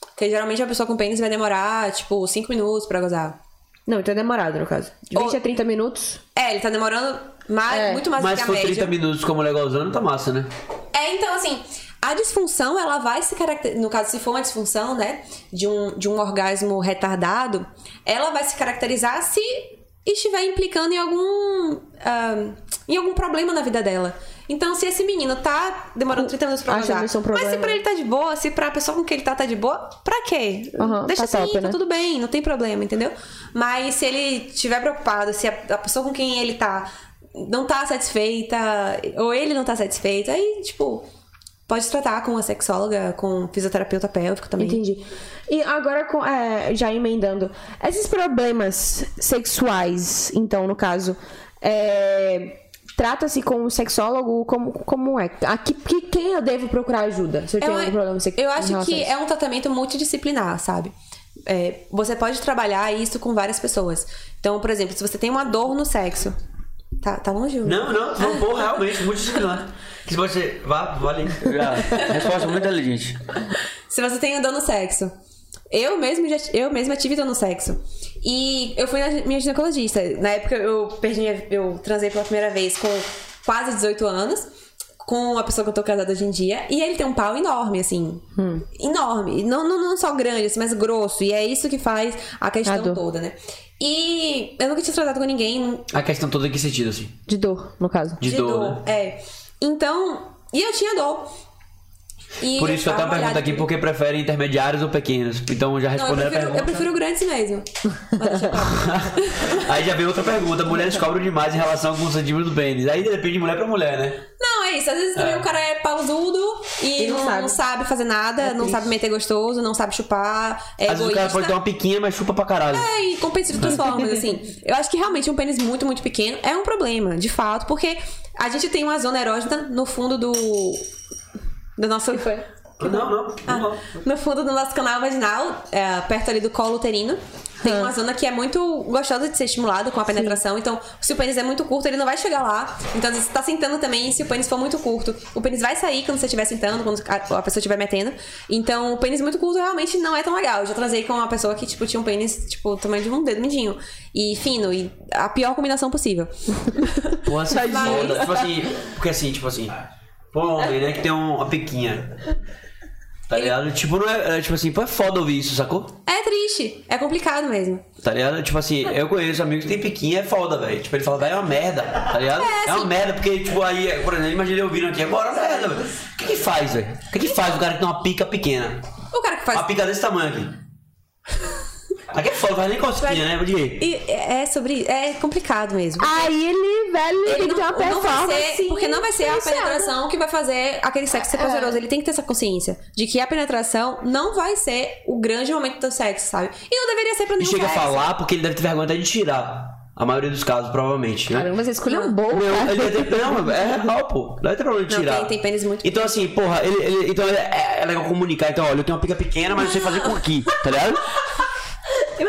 Speaker 3: Porque geralmente a pessoa com pênis vai demorar, tipo, 5 minutos pra gozar.
Speaker 1: Não, então é demorado, no caso. De 20
Speaker 3: Ou-
Speaker 1: a 30 minutos.
Speaker 3: É, ele tá demorando mais,
Speaker 1: É,
Speaker 3: muito mais
Speaker 2: Mas
Speaker 3: do
Speaker 2: se
Speaker 3: que a
Speaker 2: for 30
Speaker 3: média.
Speaker 2: minutos como legal usando, tá massa, né?
Speaker 3: É, então, assim, a disfunção, ela vai se caracterizar. No caso, se for uma disfunção, né? De um, de um orgasmo retardado, ela vai se caracterizar se estiver implicando em algum. ah, em algum problema na vida dela. Então, se esse menino tá demorando 30 minutos pra
Speaker 1: Acha
Speaker 3: gozar,
Speaker 1: isso um
Speaker 3: mas se
Speaker 1: problema.
Speaker 3: pra ele tá de boa, se pra pessoa com quem ele tá tá de boa, pra quê?
Speaker 1: Aham,
Speaker 3: Deixa
Speaker 1: tá
Speaker 3: assim,
Speaker 1: top,
Speaker 3: tá
Speaker 1: né?
Speaker 3: tudo bem, não tem problema, entendeu? Mas se ele estiver preocupado, se a, a pessoa com quem ele tá não tá satisfeita, ou ele não tá satisfeito, aí, tipo, pode tratar com uma sexóloga, com um fisioterapeuta pélvico também.
Speaker 1: Entendi. E agora, com- é, já emendando, esses problemas sexuais, então, no caso, é, trata-se com o sexólogo? Como, como é? A que, que- quem eu devo procurar ajuda se eu
Speaker 3: É
Speaker 1: tenho
Speaker 3: uma-
Speaker 1: algum problema sexual?
Speaker 3: Eu acho que é um tratamento multidisciplinar, sabe? É, você pode trabalhar isso com várias pessoas. Então, por exemplo, se você tem uma dor no sexo. Tá, tá longe? Hugo?
Speaker 2: Não, não, foi bom, realmente, multidisciplinar. Que você pode ser. Vá, vale. Resposta muito inteligente.
Speaker 3: Se você tem dor no sexo. Eu mesmo já, eu mesma tive dor no sexo. E eu fui na minha ginecologista. Na época eu perdi minha- eu transei pela primeira vez com quase 18 anos. Com a pessoa que eu tô casada hoje em dia. E ele tem um pau enorme, assim. Enorme. Não, não, não só grande, assim, mas grosso. E é isso que faz a questão
Speaker 1: A dor.
Speaker 3: toda, né? E eu nunca tinha tratado com ninguém.
Speaker 2: A questão toda em que sentido, assim?
Speaker 1: De dor, no caso.
Speaker 2: De, dor, né?
Speaker 3: É. Então. E eu tinha dor. E
Speaker 2: Por isso que eu até
Speaker 3: tava
Speaker 2: pergunto
Speaker 3: molhada.
Speaker 2: aqui por que preferem intermediários ou pequenos. Então já
Speaker 3: Não, eu
Speaker 2: responderam
Speaker 3: prefiro,
Speaker 2: a
Speaker 3: eu
Speaker 2: pergunta.
Speaker 3: prefiro grandes mesmo. Mas deixa eu falar.
Speaker 2: Aí já veio outra pergunta. Mulheres cobram demais em relação com o centímetro do pênis. Aí depende de mulher pra mulher, né?
Speaker 3: Não, é isso. Às vezes também
Speaker 2: É.
Speaker 3: o cara é pausudo e,
Speaker 4: E não
Speaker 3: não, não
Speaker 4: sabe.
Speaker 3: sabe. fazer nada, não sabe meter gostoso, não sabe chupar, é
Speaker 2: É Às vezes o cara
Speaker 3: egoísta.
Speaker 2: pode um ter uma piquinha, mas chupa pra caralho.
Speaker 3: É, e compensa de outras formas, assim. Eu acho que realmente um pênis muito, muito pequeno é um problema, de fato, porque a gente tem uma zona erógena no fundo do. Do nosso.
Speaker 2: Não, não. não.
Speaker 3: No fundo do nosso canal vaginal, é, perto ali do colo uterino, tem uma zona que é muito gostosa de ser estimulada com a penetração. Então, se o pênis é muito curto, ele não vai chegar lá. Então, às vezes, você tá sentando também, e se o pênis for muito curto, o pênis vai sair quando você estiver sentando, quando a, a pessoa estiver metendo. Então, o pênis muito curto realmente não é tão legal. Eu já trazei com uma pessoa que, tipo, tinha um pênis, tipo, do tamanho de um dedo mindinho. E fino, e a pior combinação possível.
Speaker 2: Porra, você é
Speaker 3: Mas-
Speaker 2: foda. Tipo assim, porque assim, tipo assim. Pô, um homem, né, que tem um- uma piquinha. Tá ligado? Tipo, não é, é, Tipo assim, pô, é foda ouvir isso, sacou?
Speaker 3: É triste, é complicado mesmo.
Speaker 2: Tá ligado? Tipo assim, eu conheço amigos que tem piquinha, é foda, velho. Tipo, ele fala, velho, é uma merda, tá ligado? É, uma merda, porque, tipo, aí, por exemplo, imagina ele ouvindo aqui agora, é uma merda, velho. O que que faz, velho? O que que faz o cara que tem uma pica pequena?
Speaker 3: O cara que faz.
Speaker 2: Uma pica desse tamanho aqui. Aqui é foda, não faz nem cosquinha, né? Vou dizer.
Speaker 3: E é é sobre. É complicado mesmo.
Speaker 1: Aí ele, velho, ele tem que ter uma
Speaker 3: não vai
Speaker 1: performance.
Speaker 3: ser, porque não vai ser a
Speaker 1: diferenciada.
Speaker 3: penetração que vai fazer aquele sexo
Speaker 1: É.
Speaker 3: ser prazeroso. Ele tem que ter essa consciência de que a penetração não vai ser o grande momento do sexo, sabe? E não deveria ser pra
Speaker 2: E
Speaker 3: nenhum
Speaker 2: chega a
Speaker 3: sexo.
Speaker 2: falar porque ele deve ter vergonha até de tirar. A maioria dos casos, provavelmente, né?
Speaker 1: Caramba, você escolheu um bom.
Speaker 2: Não,
Speaker 1: cara.
Speaker 2: ele deve ter problema, é real, pô. Deve ter problema de
Speaker 3: Não,
Speaker 2: tirar.
Speaker 3: tem- tem pênis muito
Speaker 2: Então, assim, porra, ele, ele- então, é, é legal comunicar. Então, olha, eu tenho uma pica pequena, mas eu sei fazer com aqui, tá ligado?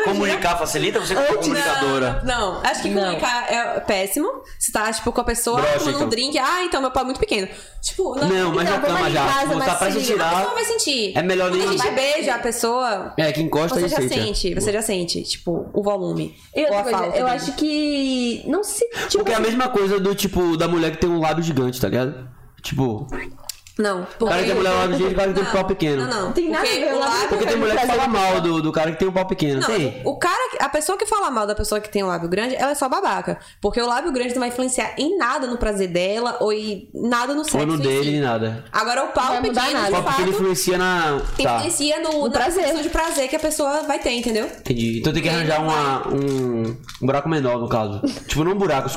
Speaker 2: Comunicar facilita você como comunicadora.
Speaker 3: Não, acho que comunicar é péssimo. Se tá, tipo, com a pessoa
Speaker 2: Broxa,
Speaker 3: tomando
Speaker 2: então.
Speaker 3: um drink, ah, então meu pau é muito pequeno. Tipo,
Speaker 2: Não,
Speaker 3: não.
Speaker 2: mas
Speaker 1: Então, vamos
Speaker 2: na cama
Speaker 1: ali em
Speaker 2: já.
Speaker 1: casa,
Speaker 2: Botar
Speaker 1: mas
Speaker 2: pra
Speaker 1: se
Speaker 2: se
Speaker 1: liga.
Speaker 3: A
Speaker 2: tirar.
Speaker 3: pessoa vai sentir.
Speaker 2: É melhor
Speaker 3: Quando a
Speaker 2: nem-
Speaker 3: gente beija a pessoa.
Speaker 2: É, que encosta
Speaker 3: Você
Speaker 2: e
Speaker 3: já
Speaker 2: sente.
Speaker 3: sente,
Speaker 2: é.
Speaker 3: você já sente, tipo, o volume.
Speaker 1: E
Speaker 3: ou
Speaker 1: outra
Speaker 3: a
Speaker 1: coisa,
Speaker 3: falta
Speaker 1: eu
Speaker 3: dele.
Speaker 1: acho que. Não se. Tipo,
Speaker 2: Porque é a mesma coisa do tipo, da mulher que tem um lábio gigante, tá ligado? Tipo,
Speaker 3: Não,
Speaker 2: o cara que
Speaker 3: porque-
Speaker 2: tem mulher com lábio gigante, o cara que tem um pau pequeno.
Speaker 3: Não, não.
Speaker 1: Tem nada
Speaker 3: Porque
Speaker 1: a ver,
Speaker 3: o
Speaker 1: eu acho
Speaker 3: lábio-
Speaker 2: Porque tem mulher que fala mal do, do cara que tem um pau pequeno.
Speaker 3: Não,
Speaker 2: tem.
Speaker 3: o cara, que- a pessoa que fala mal da pessoa que tem o lábio grande, ela é só babaca. Porque o lábio grande não vai influenciar em nada no prazer dela ou em nada no sexo.
Speaker 2: Ou no
Speaker 3: em
Speaker 2: dele,
Speaker 3: si.
Speaker 2: nem nada.
Speaker 3: Agora o pau
Speaker 1: Não vai
Speaker 3: pequeno,
Speaker 1: mudar nada.
Speaker 3: de
Speaker 2: O pau pequeno
Speaker 3: fato,
Speaker 2: influencia na. Tá.
Speaker 3: influencia no, na
Speaker 1: prazer.
Speaker 3: percepção de prazer que a pessoa vai ter, entendeu?
Speaker 2: Entendi. Então tem que arranjar uma- um, um buraco menor, no caso. tipo, não um buraco,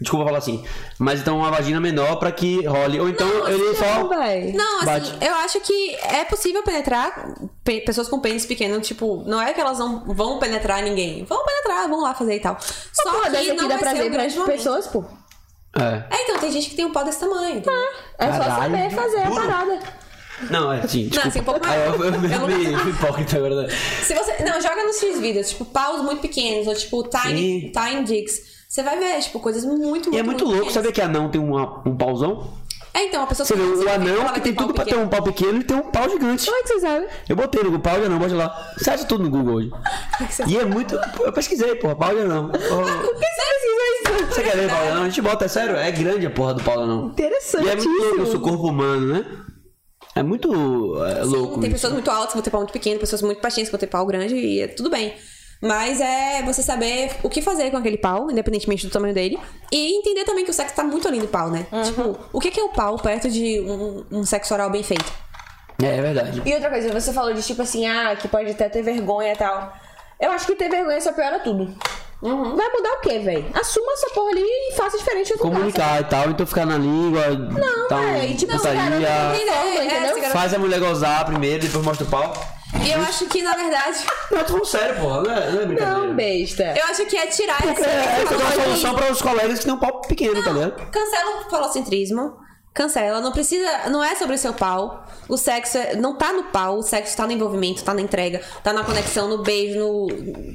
Speaker 2: desculpa falar assim. Mas então uma vagina menor pra que role. Ou então ele só.
Speaker 1: vai.
Speaker 3: assim, Não, assim,
Speaker 2: Bate.
Speaker 3: eu acho que é possível penetrar pe- pessoas com pênis pequeno. Tipo, não é que elas não vão penetrar ninguém. Vão penetrar, vão lá fazer e tal. Só
Speaker 1: Porra,
Speaker 3: que
Speaker 1: dessa aqui
Speaker 3: não
Speaker 1: dá
Speaker 3: vai ser
Speaker 1: prazer
Speaker 3: um grande
Speaker 1: para
Speaker 3: momento.
Speaker 1: pessoas, pô.
Speaker 2: É.
Speaker 3: É, então, tem gente que tem um pau desse tamanho. entendeu?
Speaker 1: É só
Speaker 2: Caralho.
Speaker 1: saber fazer a parada.
Speaker 2: Não, é assim.
Speaker 3: Não,
Speaker 2: desculpa.
Speaker 3: assim, um pouco
Speaker 2: Ah,
Speaker 3: maior.
Speaker 2: eu, eu, eu,
Speaker 3: Eu não-
Speaker 2: me- me hipócrita agora. né?
Speaker 3: Se você. Não, joga nos seus vídeos, tipo, paus muito pequenos, ou tipo,
Speaker 2: Sim.
Speaker 3: tiny, tiny dicks. Você vai ver, tipo, coisas muito, muito.
Speaker 2: E é muito louco, saber que anão tem uma- um pauzão?
Speaker 3: É, então, a pessoa
Speaker 2: Você vê, o anão
Speaker 3: ela
Speaker 2: que
Speaker 3: vai
Speaker 2: tem
Speaker 3: pau
Speaker 2: tudo pra ter
Speaker 3: pequeno.
Speaker 2: um pau pequeno e tem um pau gigante.
Speaker 1: Como é que você sabe?
Speaker 2: Eu botei no Google, pau de anão, bota lá. Você acha tudo no Google hoje. E é muito. Eu pesquisei, porra, pau de anão. Oh.
Speaker 1: Por que você precisa isso?
Speaker 2: Você quer ver pau de anão? A gente bota, é sério, é grande a porra do pau de anão. E é muito louco o
Speaker 1: Interessantíssimo.
Speaker 2: seu corpo humano, né? É muito é, louco.
Speaker 3: Tem
Speaker 2: isso.
Speaker 3: pessoas muito altas que vão ter pau muito pequeno, pessoas muito baixinhas que vão ter pau grande e é tudo bem. Mas é você saber o que fazer com aquele pau, independentemente do tamanho dele. E entender também que o sexo tá muito além do pau, né? Tipo, o que que é o pau perto de um, um sexo oral bem feito?
Speaker 2: É, é verdade.
Speaker 5: E outra coisa, você falou de tipo assim, ah, que pode até ter vergonha e tal. Eu acho que ter vergonha só piora tudo.
Speaker 2: Uhum.
Speaker 1: Vai mudar o quê, velho? Assuma essa porra ali e faça diferente do
Speaker 2: Comunicar Então, e tal, então ficar na língua. Não, tal,
Speaker 1: é, e tipo, cara, não
Speaker 2: putaria,
Speaker 1: tem- Forma,
Speaker 3: é,
Speaker 1: entendeu?
Speaker 3: esse garoto-
Speaker 2: Faz a mulher gozar primeiro, depois mostra o pau.
Speaker 3: E eu acho que, na verdade,
Speaker 2: Não, eu tô falando sério, porra. Não é, não é brincadeira.
Speaker 1: Não, besta.
Speaker 3: eu acho que é tirar esse.
Speaker 2: É, essa é uma solução para os colegas que têm um pau pequeno, tá ligado?
Speaker 3: Cancela o falocentrismo. Cancela, não precisa, não é sobre o seu pau. O sexo é- não tá no pau, o sexo tá no envolvimento, tá na entrega, tá na conexão, no beijo, no.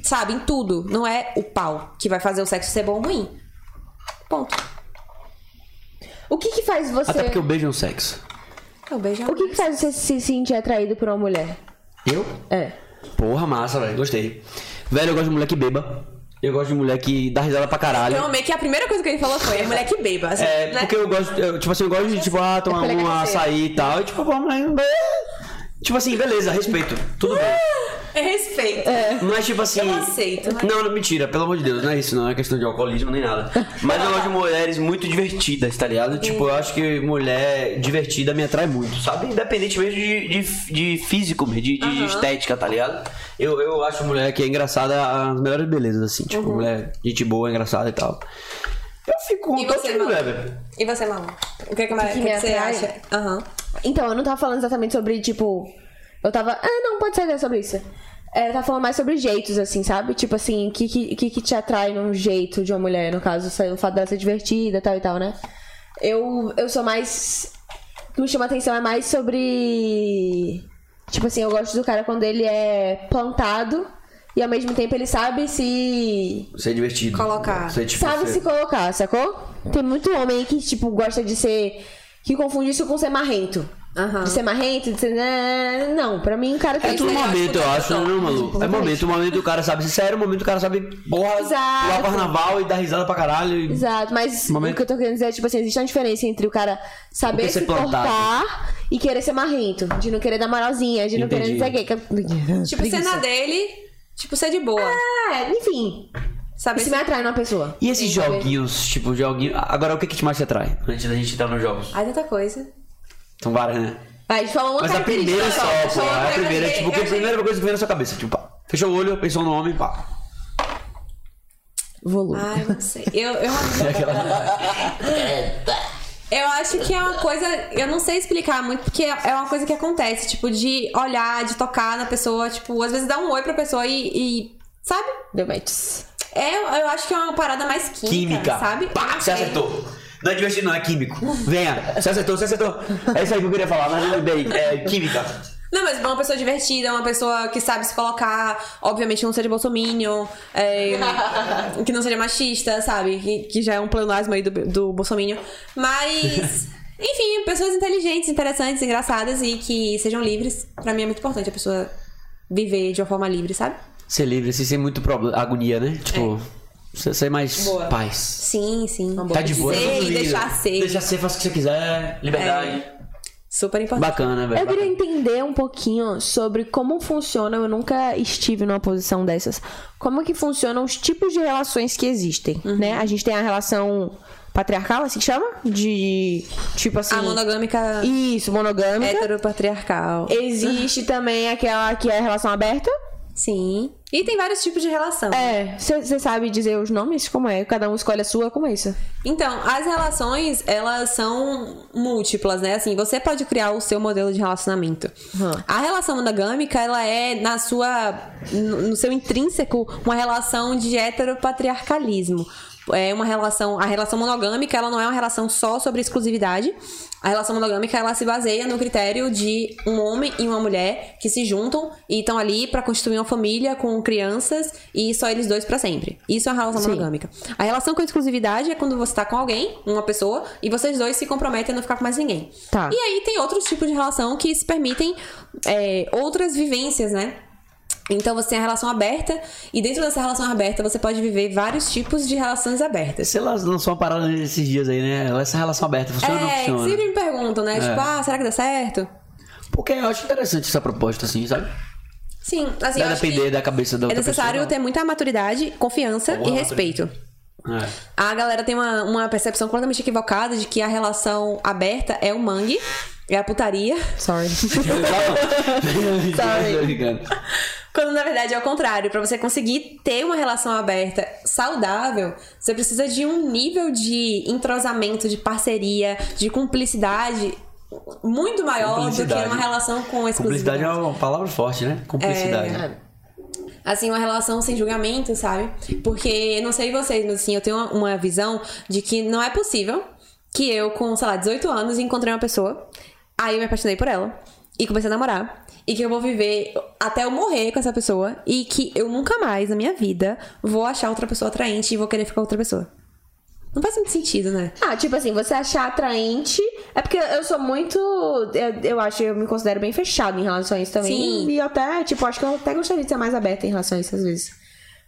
Speaker 3: Sabe, em tudo. Não é o pau que vai fazer o sexo ser bom ou ruim. Ponto.
Speaker 1: O que que faz você...
Speaker 2: Até porque eu beijo é um sexo.
Speaker 3: Eu Então, beijo.
Speaker 1: O que que faz você se sentir atraído por uma mulher?
Speaker 2: Eu?
Speaker 1: É.
Speaker 2: Porra, massa, velho. Gostei. Velho, eu gosto de mulher que beba. Eu gosto de mulher que dá risada pra caralho.
Speaker 3: Eu amei que a primeira coisa que ele falou foi: é mulher que beba. assim,
Speaker 2: É,
Speaker 3: Então, né? é
Speaker 2: porque eu gosto, eu, tipo assim, eu gosto de, tipo, ah, tomar
Speaker 1: pela
Speaker 2: um
Speaker 1: cachaça.
Speaker 2: açaí e tal. E, tipo, pô, mas... Tipo assim, beleza, respeito. Tudo bem.
Speaker 3: É respeito.
Speaker 2: Mas, tipo assim...
Speaker 3: Eu aceito, né?
Speaker 2: Não, não, mentira. Pelo amor de Deus, não é isso. Não é questão de alcoolismo nem nada. Mas eu gosto de mulheres muito divertidas, tá ligado? Tipo, eu acho que mulher divertida me atrai muito, sabe? Independente mesmo de, de, de físico, de, de estética, tá ligado? Eu, eu acho
Speaker 3: Uhum.
Speaker 2: mulher que é engraçada as melhores belezas, assim. Tipo, mulher, gente boa, engraçada e tal. Eu ficou
Speaker 3: E
Speaker 2: todo
Speaker 3: você,
Speaker 2: mundo
Speaker 3: Malu?
Speaker 2: velho.
Speaker 3: E você, Malu? O que, é que, mais-
Speaker 1: Que
Speaker 3: o que
Speaker 1: me
Speaker 3: que você
Speaker 1: atrai?
Speaker 3: acha? Aham.
Speaker 1: Então, eu não tava falando exatamente sobre, tipo. Eu tava. Ah, não, pode sair sobre isso. É, eu tava falando mais sobre jeitos, assim, sabe? Tipo assim, o que, que, que que te atrai num jeito de uma mulher, no caso, o fato dela ser divertida tal e tal, né? Eu, eu sou mais. O que me chama atenção é mais sobre. Tipo assim, eu gosto do cara quando ele é plantado e ao mesmo tempo ele sabe se
Speaker 2: Ser divertido.
Speaker 3: Colocar.
Speaker 2: Ser, tipo,
Speaker 1: sabe
Speaker 2: ser-
Speaker 1: se colocar, sacou? Tem muito homem aí que, tipo, gosta de ser. que confunde isso com ser marrento.
Speaker 3: Aham.
Speaker 1: De ser marrento, de ser. né, Não, pra mim o cara tem
Speaker 2: É tudo
Speaker 1: que ser-
Speaker 2: momento, eu acho, não, não, maluco? É momento, o momento do cara sabe ser sério, o momento do cara sabe porra,
Speaker 1: Exato.
Speaker 2: pular carnaval e dar risada pra caralho. e-
Speaker 1: Exato, mas
Speaker 2: Momento.
Speaker 1: o que eu tô querendo dizer é, tipo assim, existe uma diferença entre o cara
Speaker 2: Do
Speaker 1: saber
Speaker 2: que ser
Speaker 1: se
Speaker 2: plantado.
Speaker 1: cortar e querer ser marrento. De não querer dar moralzinha, de não querer
Speaker 2: Entendi.
Speaker 1: não sei o quê. é
Speaker 3: Tipo, ser na dele, tipo, ser de boa. assim?
Speaker 1: É, enfim.
Speaker 3: Saber
Speaker 1: Isso
Speaker 3: se...
Speaker 1: me atrai numa pessoa.
Speaker 2: E esses joguinhos, tipo, joguinho. Agora, o que que te mais te atrai? Antes da gente entrar nos jogos.
Speaker 3: Ai, tanta coisa.
Speaker 2: São várias, né?
Speaker 1: Vai, fala uma
Speaker 2: Mas a
Speaker 1: característica
Speaker 2: primeira
Speaker 1: só.
Speaker 2: só, pô.
Speaker 3: uma
Speaker 2: A
Speaker 3: coisa
Speaker 2: primeira,
Speaker 3: que-
Speaker 2: tipo, o que a
Speaker 3: eu achei-
Speaker 2: primeira coisa que vem na sua cabeça? Tipo, pá. Fechou o olho, pensou no homem, pá.
Speaker 1: Volume.
Speaker 3: Ai, não sei. Eu, eu, eu acho que é uma coisa. Eu não sei explicar muito, porque é uma coisa que acontece, tipo, de olhar, de tocar na pessoa, tipo, às vezes dá um oi pra pessoa e. e- sabe?
Speaker 1: Deu matches.
Speaker 3: É, eu acho que é uma parada mais química,
Speaker 2: Química.
Speaker 3: sabe?
Speaker 2: Pá,
Speaker 3: Não
Speaker 2: você
Speaker 3: sei.
Speaker 2: acertou. Não é divertido, não, é químico. Venha, você acertou, você acertou. É isso aí que eu queria falar, mas não lembrei. É química.
Speaker 3: Não, mas uma pessoa divertida, uma pessoa que sabe se colocar, obviamente não seja bolsominion, é, que não seja machista, sabe? Que, que já é um pleonasmo aí do, do bolsominion. Mas, enfim, pessoas inteligentes, interessantes, engraçadas e que sejam livres. Pra mim é muito importante a pessoa viver de uma forma livre, sabe?
Speaker 2: Ser livre, assim, sem muito problema, agonia,
Speaker 3: É.
Speaker 2: né? Tipo, ser ser mais paz.
Speaker 3: Sim, sim.
Speaker 2: Tá de boa.
Speaker 3: Ser e deixar ser.
Speaker 2: Deixar ser, faça o que você quiser. Liberdade.
Speaker 3: Super importante.
Speaker 2: Bacana, velho.
Speaker 1: Eu queria
Speaker 2: bacana.
Speaker 1: entender um pouquinho sobre como funciona, eu nunca estive numa posição dessas, como que funcionam os tipos de relações que existem,
Speaker 3: Uhum.
Speaker 1: né? A gente tem a relação patriarcal, assim que chama? De, tipo assim...
Speaker 3: A monogâmica
Speaker 1: Isso, monogâmica.
Speaker 3: heteropatriarcal.
Speaker 1: Existe também aquela que é a relação aberta.
Speaker 3: Sim. E tem vários tipos de relação.
Speaker 1: É, você sabe dizer os nomes? Como é? Cada um escolhe a sua, como é isso?
Speaker 3: Então, as relações, elas são múltiplas, né? Assim, você pode criar o seu modelo de relacionamento.
Speaker 1: Uhum.
Speaker 3: A relação monogâmica, ela é, na sua... No no seu intrínseco, uma relação de heteropatriarcalismo. É uma relação... A relação monogâmica, ela não é uma relação só sobre exclusividade. A relação monogâmica, ela se baseia no critério de um homem e uma mulher que se juntam e estão ali pra constituir uma família com crianças e só eles dois pra sempre. Isso é uma relação monogâmica. A relação com exclusividade é quando você tá com alguém, uma pessoa, e vocês dois se comprometem a não ficar com mais ninguém.
Speaker 1: Tá.
Speaker 3: E aí tem outros tipos de relação que se permitem é, outras vivências, né? Então você tem a relação aberta, e dentro dessa relação aberta você pode viver vários tipos de relações abertas.
Speaker 2: Sei lá, lançou uma parada nesses dias aí, né? Essa relação aberta funciona ou não
Speaker 3: É,
Speaker 2: funciona? É.
Speaker 3: sempre me perguntam, né? Tipo, ah, será que dá certo?
Speaker 2: Porque eu acho interessante essa proposta, assim, sabe?
Speaker 3: Sim, assim, eu
Speaker 2: Vai
Speaker 3: acho que
Speaker 2: depender da cabeça da
Speaker 3: é
Speaker 2: outra
Speaker 3: necessário ter
Speaker 2: pessoa.
Speaker 3: muita maturidade, confiança
Speaker 2: Boa
Speaker 3: e
Speaker 2: maturidade.
Speaker 3: respeito.
Speaker 2: É.
Speaker 3: A galera tem uma, uma percepção completamente equivocada de que a relação aberta é o mangue, é a putaria,
Speaker 1: Sorry.
Speaker 2: Tô brincando.
Speaker 3: quando na verdade é o contrário. Pra você conseguir ter uma relação aberta saudável, você precisa de um nível de entrosamento, de parceria, de cumplicidade muito maior do É que
Speaker 2: Cumplicidade.
Speaker 3: uma relação com exclusividade. É.
Speaker 2: Cumplicidade é uma palavra forte, né? Cumplicidade.
Speaker 3: assim, uma relação sem julgamento, sabe? Porque, não sei vocês, mas assim, eu tenho uma, uma visão de que não é possível que eu, com, sei lá, 18 anos, encontrei uma pessoa, aí eu me apaixonei por ela, e comecei a namorar, e que eu vou viver até eu morrer com essa pessoa, e que eu nunca mais, na minha vida, vou achar outra pessoa atraente e vou querer ficar com outra pessoa. Não faz muito sentido, né?
Speaker 1: Ah, tipo assim, você achar atraente. É porque eu sou muito. Eu, eu acho, eu me considero bem fechado em relação a isso também.
Speaker 3: Sim.
Speaker 1: E eu até, tipo, acho que eu até gostaria de ser mais aberta em relação a isso às vezes.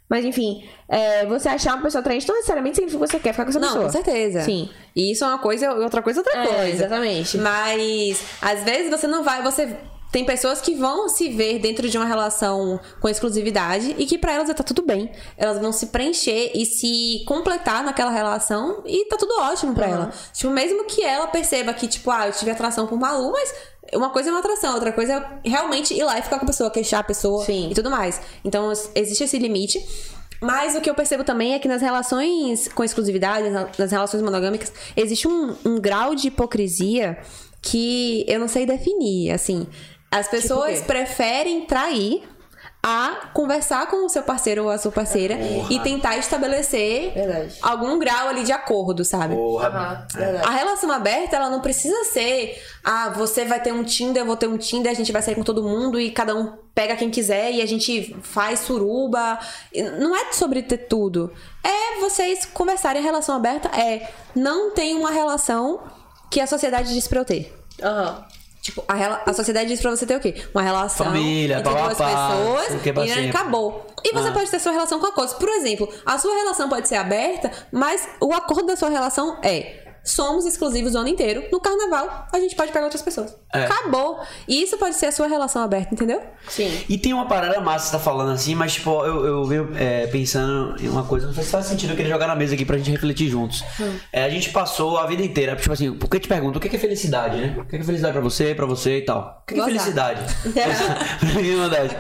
Speaker 1: Mas enfim, é, você achar uma pessoa atraente não necessariamente significa que você quer ficar com essa
Speaker 3: Não,
Speaker 1: pessoa.
Speaker 3: com certeza.
Speaker 1: Sim.
Speaker 3: E isso é uma coisa, outra coisa, outra
Speaker 1: É,
Speaker 3: coisa.
Speaker 1: exatamente.
Speaker 3: Mas às vezes você não vai, você tem pessoas que vão se ver dentro de uma relação com exclusividade e que pra elas já tá tudo bem. Elas vão se preencher e se completar naquela relação e tá tudo ótimo pra ela. Tipo, mesmo que ela perceba que tipo, ah, eu tive atração por Malu, mas uma coisa é uma atração, outra coisa é realmente ir lá e ficar com a pessoa, queixar a pessoa
Speaker 1: Sim.
Speaker 3: e tudo mais. Então existe esse limite. Mas o que eu percebo também é que nas relações com exclusividade, na- nas relações monogâmicas, existe um, um grau de hipocrisia que eu não sei definir. Assim, as pessoas preferem trair a conversar com o seu parceiro ou a sua parceira e tentar estabelecer
Speaker 4: Verdade.
Speaker 3: algum grau ali de acordo, sabe?
Speaker 2: Porra.
Speaker 4: Verdade.
Speaker 3: A relação aberta, ela não precisa ser, ah, você vai ter um Tinder, eu vou ter um Tinder, a gente vai sair com todo mundo e cada um pega quem quiser e a gente faz suruba. E Não é sobre ter tudo. É vocês conversarem. A relação aberta é não tem uma relação que a sociedade diz pra eu ter.
Speaker 5: Aham.
Speaker 3: Tipo, a, rela- a sociedade diz pra você ter o quê? Uma relação
Speaker 2: Família,
Speaker 3: entre
Speaker 2: pau a
Speaker 3: duas
Speaker 2: pau, sei o
Speaker 3: pessoas
Speaker 2: que pra
Speaker 3: e
Speaker 2: sempre.
Speaker 3: acabou. E você
Speaker 2: Ah.
Speaker 3: pode ter sua relação com acordos. Por exemplo, a sua relação pode ser aberta, mas o acordo da sua relação é somos exclusivos o ano inteiro. No carnaval, a gente pode pegar outras pessoas.
Speaker 2: É.
Speaker 3: Acabou. E isso pode ser a sua relação aberta, entendeu?
Speaker 5: Sim.
Speaker 2: E tem uma parada massa que você tá falando assim, mas tipo, eu, eu venho é, pensando em uma coisa, não sei se faz sentido eu querer jogar na mesa aqui pra gente refletir juntos. É, a gente passou a vida inteira, tipo assim, porque eu te pergunto, o que é que é felicidade, né? O que é que é felicidade pra você, pra você e tal? O que é, que é
Speaker 3: Gozar.
Speaker 2: felicidade? pra mim, verdade.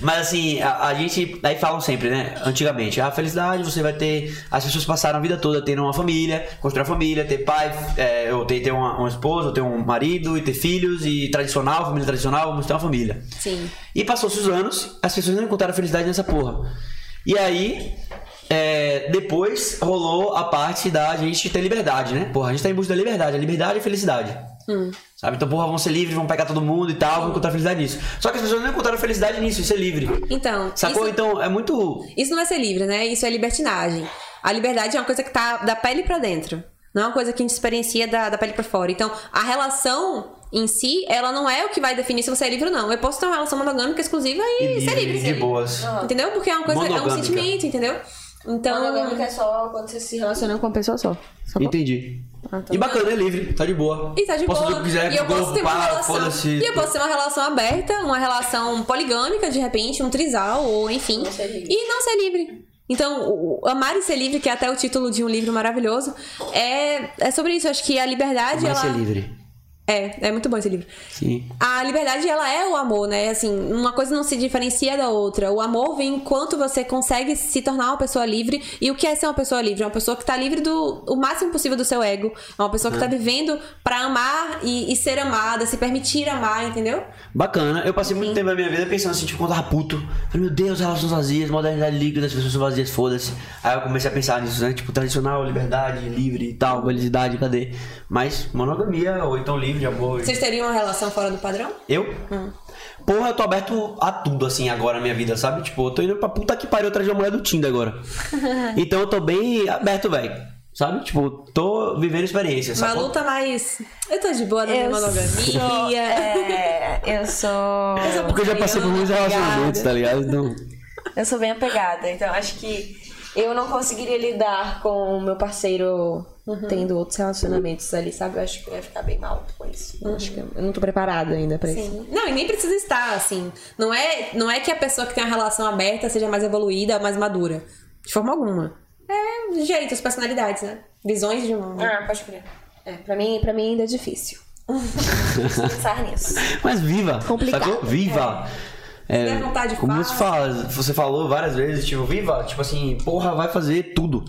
Speaker 2: Mas assim, a, a gente, aí falam sempre, né? Antigamente, a felicidade você vai ter, as pessoas passaram a vida toda tendo uma família, construir uma família, ter pai, é, ou ter, ter uma, uma esposa, ou ter um marido, e ter filhos, e tradicional, família tradicional, vamos ter uma família.
Speaker 3: Sim.
Speaker 2: E passou-se os anos, as pessoas não encontraram felicidade nessa porra. E aí, é, depois rolou a parte da gente ter liberdade, né? Porra, a gente tá em busca da liberdade, a liberdade e a felicidade.
Speaker 3: Hum.
Speaker 2: Sabe? Então, porra, vão ser livres, vão pegar todo mundo e tal, vão encontrar felicidade nisso. Só que as pessoas não encontraram felicidade nisso, isso é livre.
Speaker 3: Então,
Speaker 2: Sacou?
Speaker 3: isso-
Speaker 2: Então, é muito.
Speaker 3: Isso não é ser livre, né? Isso é libertinagem. A liberdade é uma coisa que tá da pele pra dentro. Não é uma coisa que a gente experiencia da, da pele pra fora. Então, a relação em si, ela não é o que vai definir se você é livre ou não. Eu posso ter uma relação monogâmica exclusiva e, ser é livre.
Speaker 2: de boas.
Speaker 3: Entendeu? Porque é uma coisa, é um
Speaker 2: Monogâmica.
Speaker 3: sentimento, entendeu? Então,
Speaker 5: Monogâmica é só quando você se relaciona.
Speaker 4: Relacionando com uma pessoa só.
Speaker 3: Tá
Speaker 4: Só com-
Speaker 2: Entendi. E bacana, é livre, tá de boa.
Speaker 3: Ah, E tá de
Speaker 2: posso
Speaker 3: boa.
Speaker 2: fazer o que quiser,
Speaker 3: e eu
Speaker 2: com o
Speaker 3: posso ter uma
Speaker 2: corpo, pá,
Speaker 3: relação.
Speaker 2: foda-se.
Speaker 3: E eu posso ter uma relação aberta, uma relação poligâmica, de repente, um trisal, ou enfim. E não ser livre. Então, o- o Amar e Ser Livre, que é até o título de um livro maravilhoso, é, é sobre isso. Eu acho que a liberdade,
Speaker 2: Mas
Speaker 3: ela.
Speaker 2: ser livre.
Speaker 3: É, é muito bom esse livro.
Speaker 2: Sim.
Speaker 3: A liberdade, ela é o amor, né? Assim, uma coisa não se diferencia da outra. O amor vem enquanto você consegue se tornar uma pessoa livre. E o que é ser uma pessoa livre? É uma pessoa que tá livre do o máximo possível do seu ego. É uma pessoa que
Speaker 2: Uhum.
Speaker 3: tá vivendo pra amar e, e ser amada, se permitir amar, entendeu?
Speaker 2: Bacana. Eu passei muito tempo da minha vida pensando assim, tipo, quando eu tava puto. Falei, meu Deus, relações vazias, modernidade líquida, as pessoas são vazias, foda-se. Aí eu comecei a pensar nisso, né? Tipo, tradicional, liberdade, livre e tal, felicidade, cadê? Mas monogamia, ou então livre, amor.
Speaker 3: Vocês teriam uma relação fora do padrão?
Speaker 2: Eu?
Speaker 3: Hum.
Speaker 2: Porra, eu tô aberto a tudo, assim, agora na minha vida, sabe? Tipo, eu tô indo pra puta que pariu atrás de uma mulher do Tinder agora. então eu tô bem aberto, velho. Sabe? Tipo, tô vivendo experiência, sabe?
Speaker 3: Malu tá mais. Eu tô de boa na minha monogamia.
Speaker 5: É, eu sou.
Speaker 2: Porque
Speaker 3: tá
Speaker 2: eu já passei por muitos relacionamentos, tá ligado? Então...
Speaker 5: Eu sou bem apegada, então acho que eu não conseguiria lidar com o meu parceiro tendo outros relacionamentos ali, sabe? Eu acho que eu ia ficar bem mal com isso.
Speaker 4: Eu Acho que eu eu não tô preparada ainda pra isso.
Speaker 3: Não, e nem precisa estar, assim. Não é, não é que a pessoa que tem a relação aberta seja mais evoluída ou mais madura. De forma alguma. É jeitos, personalidades, né? Visões de mundo.
Speaker 5: Ah, pode crer.
Speaker 4: É, pra mim, pra mim ainda é difícil.
Speaker 5: Pensar nisso.
Speaker 2: Mas viva!
Speaker 3: É
Speaker 4: Complicado.
Speaker 2: Sacou? Viva! É,
Speaker 3: der vontade,
Speaker 2: como
Speaker 3: faz.
Speaker 2: você, fala- você falou várias vezes, tipo, viva, tipo assim, porra, vai fazer tudo.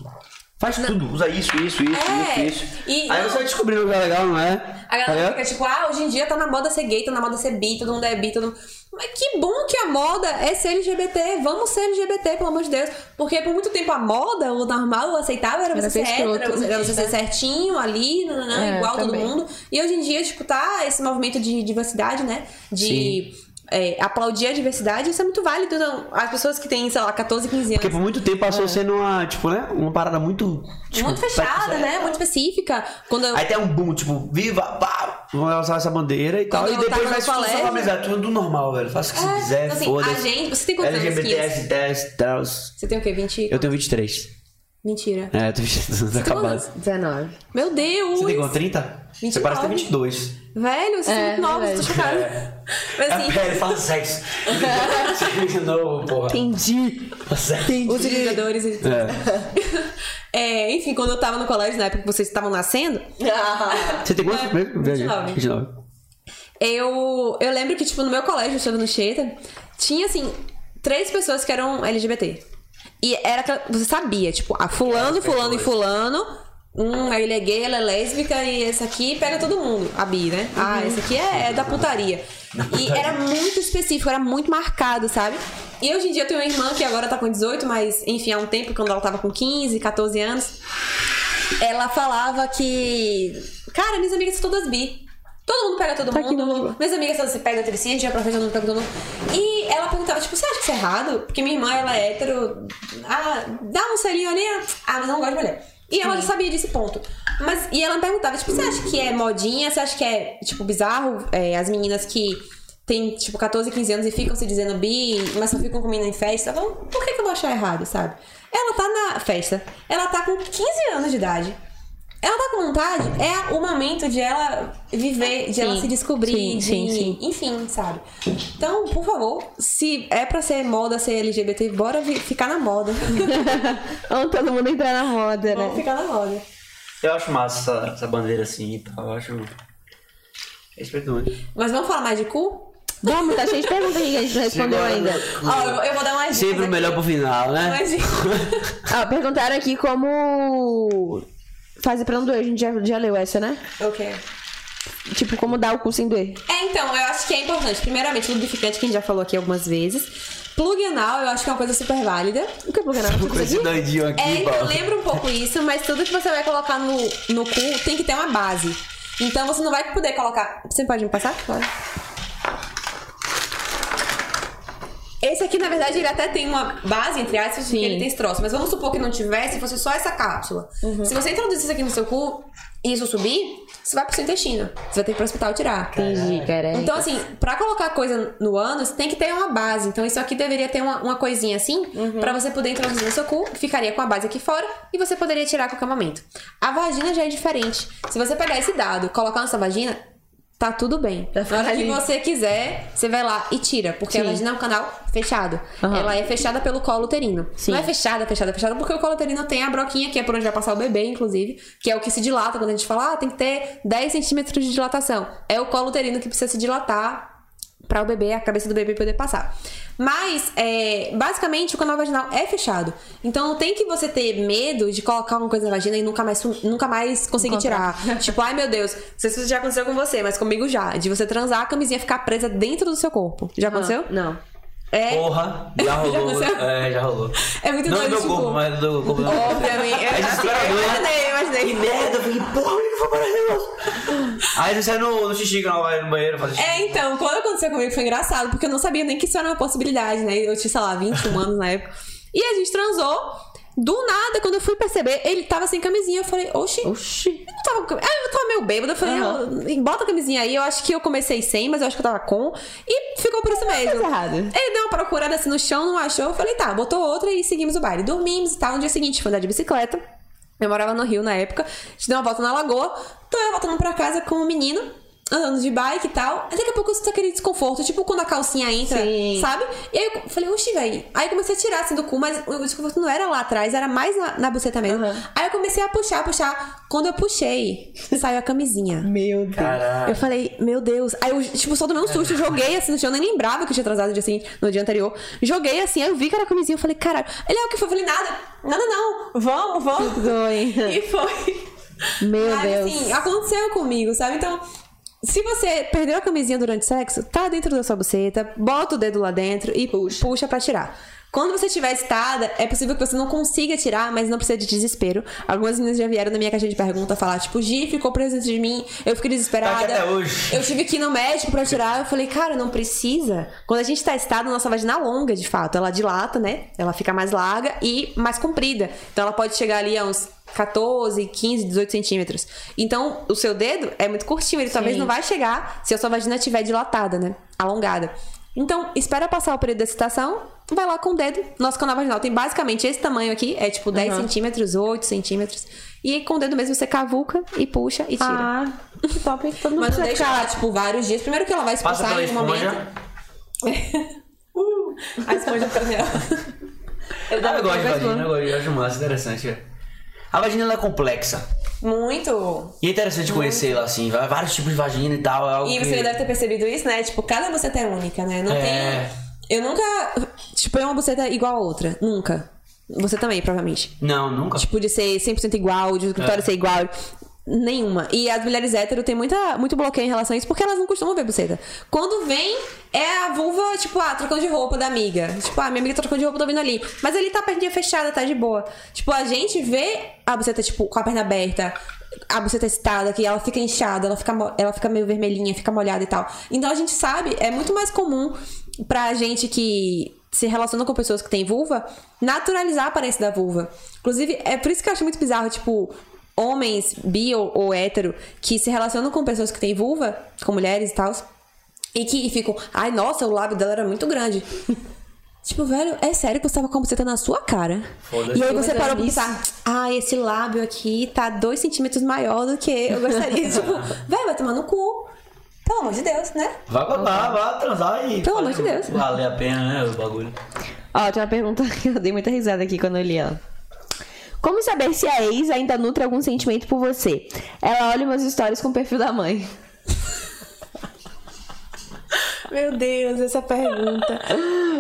Speaker 2: Faz tudo, usa isso, isso, isso,
Speaker 3: É,
Speaker 2: isso, isso.
Speaker 3: e
Speaker 2: Aí
Speaker 3: não-
Speaker 2: você vai descobrindo o que é legal, não é?
Speaker 3: A
Speaker 2: Tá
Speaker 3: galera
Speaker 2: ligado?
Speaker 3: fica tipo, ah, hoje em dia tá na moda ser gay, tá na moda ser bi, todo mundo é bi, todo mundo... Mas que bom que a moda é ser LGBT, vamos ser LGBT, pelo amor de Deus. Porque por muito tempo a moda, o normal, o aceitável era
Speaker 4: Era
Speaker 3: você ser
Speaker 4: ser escroto.
Speaker 3: hétero, você- era você ser certinho ali, nananã,
Speaker 4: É,
Speaker 3: igual
Speaker 4: também.
Speaker 3: todo mundo. E hoje em dia, tipo, tá esse movimento de diversidade, né? De... é, aplaudir a diversidade, isso é muito válido. Então, as pessoas que têm, sei lá, 14, 15 anos.
Speaker 2: Porque por muito tempo passou sendo uma, tipo, né? Uma parada muito. tipo,
Speaker 3: É. muito fechada,
Speaker 2: pra-
Speaker 3: né? Muito específica. Quando eu-
Speaker 2: Aí tem um boom, tipo, viva, pá, vamos lançar essa bandeira e tal.
Speaker 3: Quando
Speaker 2: E
Speaker 3: eu
Speaker 2: depois
Speaker 3: tava
Speaker 2: vai
Speaker 3: no
Speaker 2: se transformar
Speaker 3: colégio-
Speaker 2: amizade, tudo normal, velho. Faça o que você
Speaker 3: É,
Speaker 2: quiser,
Speaker 3: então, assim, a
Speaker 2: foda-se.
Speaker 3: gente- você tem quantos anos,
Speaker 2: LGBT, teste, tals.
Speaker 3: Você tem o quê? 20?
Speaker 2: é Eu tenho 23.
Speaker 3: Mentira.
Speaker 2: É, eu tô 23
Speaker 3: tem quantos
Speaker 2: acabado.
Speaker 3: anos?
Speaker 4: 19.
Speaker 3: Meu Deus!
Speaker 2: Você tem quanto? 30? Você
Speaker 3: 29.
Speaker 2: parece ter 22.
Speaker 3: Velho, vocês
Speaker 4: É,
Speaker 3: são muito novos, tô
Speaker 4: verdade.
Speaker 3: chocada. Mas
Speaker 2: É a
Speaker 3: assim,
Speaker 2: pele, fala sexo. de novo, porra.
Speaker 4: Entendi.
Speaker 2: Fala sexo.
Speaker 4: Entendi.
Speaker 3: os utilizadores. e-
Speaker 2: É.
Speaker 3: É, enfim, quando eu tava no colégio, na época que vocês estavam nascendo,
Speaker 2: Você tem
Speaker 3: É,
Speaker 2: quanto mesmo?
Speaker 3: 29.
Speaker 2: 29.
Speaker 3: eu, eu lembro que, tipo, no meu colégio, eu estava no Cheta, tinha assim, três pessoas que eram LGBT. E era aquela, você sabia, tipo, ah, fulano, fulano e fulano. Hum, ele é gay, ela é lésbica e esse aqui pega todo mundo. A bi, né? Ah, esse aqui é, é da putaria. E era muito específico, era muito marcado, sabe? E hoje em dia eu tenho uma irmã que agora tá com 18, mas enfim, há um tempo, quando ela tava com 15, 14 anos, ela falava que. Cara, minhas amigas são todas bi. Todo mundo pega todo mundo. Minhas amigas todas se pegam entre si, a gente vai pra frente, todo mundo pega todo mundo. E ela perguntava, tipo, você acha que isso é errado? Porque minha irmã, ela é hétero. Ah, dá um selinho ali. Ah, mas eu não gosto de mulher. E ela já sabia desse ponto. Mas, e ela me perguntava, tipo, você acha que é modinha? Você acha que é, tipo, bizarro? É, as meninas que têm, tipo, 14, 15 anos e ficam se dizendo bi, mas só ficam comendo em festa. Eu falo, por que, que eu vou achar errado, sabe? Ela tá na festa. Ela tá com 15 anos de idade. Ela tá com vontade, é o momento de ela viver, de ela se descobrir,
Speaker 1: sim,
Speaker 3: de-
Speaker 1: sim, sim.
Speaker 3: enfim, sabe? Então, por favor, se é pra ser moda ser LGBT, bora vi- ficar na moda.
Speaker 1: Vamos todo mundo entrar na roda,
Speaker 3: Vamos
Speaker 1: né?
Speaker 3: ficar na moda.
Speaker 2: Eu acho massa essa, essa bandeira assim e tal. Eu acho. Respeito muito.
Speaker 3: Mas vamos falar mais de cu?
Speaker 1: Vamos, tá cheio de perguntas aí que a gente não respondeu
Speaker 2: Chegou
Speaker 1: ainda.
Speaker 2: no-
Speaker 3: Ó, Ah, eu, eu vou dar mais
Speaker 2: Sempre o melhor pro final, né?
Speaker 3: Mas,
Speaker 1: Ah, perguntaram aqui como fazer pra não doer. A gente já, já leu essa, né?
Speaker 3: ok.
Speaker 1: Tipo, como dar o cu sem doer.
Speaker 3: É, então, eu acho que é importante. Primeiramente, lubrificante, que a gente já falou aqui algumas vezes. Plug anal, eu acho que é uma coisa super válida.
Speaker 1: O que é porque não
Speaker 3: Tipo
Speaker 2: Uma coisa de doidinho aqui,
Speaker 3: É, então
Speaker 2: Paulo.
Speaker 3: lembra um pouco isso, mas tudo que você vai colocar no, no cu tem que ter uma base. Então você não vai poder colocar. Você pode me passar? Claro. Esse aqui, na verdade, ele até tem uma base, entre aspas, porque ele tem esse troço. Mas vamos supor que não tivesse, fosse só essa cápsula. Se você introduzir isso aqui no seu cu e isso subir, você vai pro seu intestino. Você vai ter que ir pro hospital tirar.
Speaker 1: Entendi, cara. é.
Speaker 3: Então, assim, pra colocar coisa no ânus, tem que ter uma base. Então, isso aqui deveria ter uma, uma coisinha assim, pra você poder introduzir no seu cu, ficaria com a base aqui fora e você poderia tirar a qualquer momento. A vagina já é diferente. Se você pegar esse dado, colocar na sua vagina, tá tudo bem. Na hora que você quiser, você vai lá e tira, porque a vagina é um canal fechado. Ela é fechada pelo colo uterino. Não é fechada, fechada, fechada, porque o colo uterino tem a broquinha, que é por onde vai passar o bebê, inclusive, que é o que se dilata quando a gente fala, ah, tem que ter 10 centímetros de dilatação. É o colo uterino que precisa se dilatar para o bebê, a cabeça do bebê poder passar. Mas, é, basicamente, o canal vaginal é fechado. Então, não tem que você ter medo de colocar alguma coisa na vagina e nunca mais, sum- nunca mais conseguir tirar. tipo, ai meu Deus, não sei se isso já aconteceu com você, mas comigo já. De você transar, a camisinha ficar presa dentro do seu corpo. Já aconteceu?
Speaker 1: Ah, Não.
Speaker 3: É,
Speaker 2: Porra, já rolou.
Speaker 3: Já aconteceu?
Speaker 2: é, já rolou.
Speaker 3: é muito
Speaker 2: Não do
Speaker 3: doido,
Speaker 2: meu
Speaker 3: tipo...
Speaker 2: corpo, mas do corpo do
Speaker 3: Obviamente.
Speaker 2: É desesperador, né?
Speaker 3: imaginei, imaginei.
Speaker 2: Que merda, eu falei, porra, ele foi para Aí você sai no, no xixi, não, vai no banheiro fazer xixi.
Speaker 3: É, então, quando aconteceu comigo foi engraçado, porque eu não sabia nem que isso era uma possibilidade, né? Eu tinha, sei lá, 21 anos na época. E a gente transou. Do nada, quando eu fui perceber, ele tava sem camisinha. Eu falei, oxi.
Speaker 1: Oxi.
Speaker 3: Eu não tava, com- Ah, eu tava meio bêbada. Eu falei, "Ah, bota a camisinha aí. Eu acho que eu comecei sem, mas eu acho que eu tava com. E ficou por isso mesmo.
Speaker 1: errado.
Speaker 3: Ele deu uma procurada assim no chão, não achou. Eu falei, tá, botou outra e seguimos o baile. Dormimos e tal. No dia seguinte, foi andar de bicicleta. Eu morava no Rio na época. A gente deu uma volta na lagoa. Tô eu voltando pra casa com o menino. Andando de bike e tal. Aí daqui a pouco eu sinto aquele desconforto. Tipo quando a calcinha entra,
Speaker 1: Sim.
Speaker 3: sabe? E aí eu falei, oxi, velho. Aí eu comecei a tirar assim do cu, mas o desconforto não era lá atrás, era mais na, na buceta mesmo. Aí eu comecei a puxar, puxar. Quando eu puxei, saiu a camisinha.
Speaker 1: Meu Deus.
Speaker 3: Eu
Speaker 2: Caralho.
Speaker 3: falei, meu Deus. Aí eu, tipo, só tomei um susto, joguei assim no chão, eu nem lembrava que eu tinha atrasado no dia, seguinte, no dia anterior. Joguei assim, aí eu vi que era camisinha, eu falei, caralho. Ele é o que foi? Eu falei, nada, nada não, vamos, vamos.
Speaker 1: Dói.
Speaker 3: E foi.
Speaker 1: Meu
Speaker 3: Mas,
Speaker 1: Deus.
Speaker 3: assim, aconteceu comigo, sabe? Então, se você perdeu a camisinha durante o sexo, tá dentro da sua buceta, bota o dedo lá dentro e puxa, puxa pra tirar. Quando você estiver estada, é possível que você não consiga tirar, mas não precisa de desespero. Algumas meninas já vieram na minha caixinha de pergunta falar, tipo, Gi ficou preso dentro de mim, eu fiquei desesperada.
Speaker 2: Tá aqui até hoje.
Speaker 3: Eu tive que ir no médico pra tirar. Eu falei, cara, não precisa. Quando a gente tá estada, nossa vagina é longa, de fato. Ela dilata, né? Ela fica mais larga e mais comprida. Então ela pode chegar ali a uns 14, 15, 18 centímetros. Então o seu dedo é muito curtinho. Ele talvez não vai chegar se a sua vagina estiver dilatada, né? Alongada. Então, espera passar o período da excitação, vai lá com o dedo. Nosso canal vaginal tem basicamente esse tamanho aqui, é tipo 10 centímetros, 8 centímetros. E com o dedo mesmo você cavuca e puxa e tira.
Speaker 1: Ah, que top. Todo mundo
Speaker 3: Mas não
Speaker 1: precisa
Speaker 3: deixa ela, tipo, vários dias. Primeiro que ela vai
Speaker 2: Passa
Speaker 3: expulsar
Speaker 2: pela
Speaker 3: em algum momento. Uh,
Speaker 2: esponja.
Speaker 3: A esponja fica nela.
Speaker 2: Ah, eu gosto de
Speaker 3: né?
Speaker 2: vagina, eu gosto, eu acho massa, interessante. é. A vagina ela é complexa.
Speaker 3: Muito.
Speaker 2: E é interessante conhecer ela assim, vai- vários tipos de vagina e tal. É algo
Speaker 3: E
Speaker 2: que...
Speaker 3: você deve ter percebido isso, né? Tipo, cada buceta é única, né? Não
Speaker 2: É.
Speaker 3: tem. Eu nunca. Tipo, é uma buceta igual a outra. Nunca. Você também, provavelmente.
Speaker 2: Não, nunca.
Speaker 3: Tipo, de ser 100% igual, de o escritório ser igual. Nenhuma. E as mulheres hétero têm muita, muito bloqueio em relação a isso, porque elas não costumam ver buceta. Quando vem, é a vulva, tipo, ah, trocando de roupa da amiga. Tipo, ah, minha amiga trocou de roupa, tô vindo ali. Mas ali tá a perninha fechada, tá de boa. Tipo, a gente vê a buceta, tipo, com a perna aberta, a buceta excitada, que ela fica inchada, ela fica, mo- ela fica meio vermelhinha, fica molhada e tal. Então a gente sabe, é muito mais comum pra gente que se relaciona com pessoas que têm vulva, naturalizar a aparência da vulva. Inclusive, é por isso que eu acho muito bizarro, tipo, homens bi ou, ou hétero que se relacionam com pessoas que têm vulva, com mulheres e tal, e que ficam, ai, nossa, o lábio dela era muito grande. Tipo, velho, é sério que você tava com a buceta na sua cara.
Speaker 2: Foda-se.
Speaker 3: E aí você parou pra pensar, ah, esse lábio aqui tá dois centímetros maior do que eu gostaria. tipo, velho, vai tomar no cu. Pelo amor de Deus, né?
Speaker 2: Vai lá, vai transar e.
Speaker 3: Pelo amor de Deus.
Speaker 2: Vale a pena, né? O bagulho.
Speaker 1: Ó, tem uma pergunta que eu dei muita risada aqui quando eu li ela. Como saber se a ex ainda nutre algum sentimento por você? Ela olha meus stories com o perfil da mãe.
Speaker 3: Meu Deus, essa pergunta.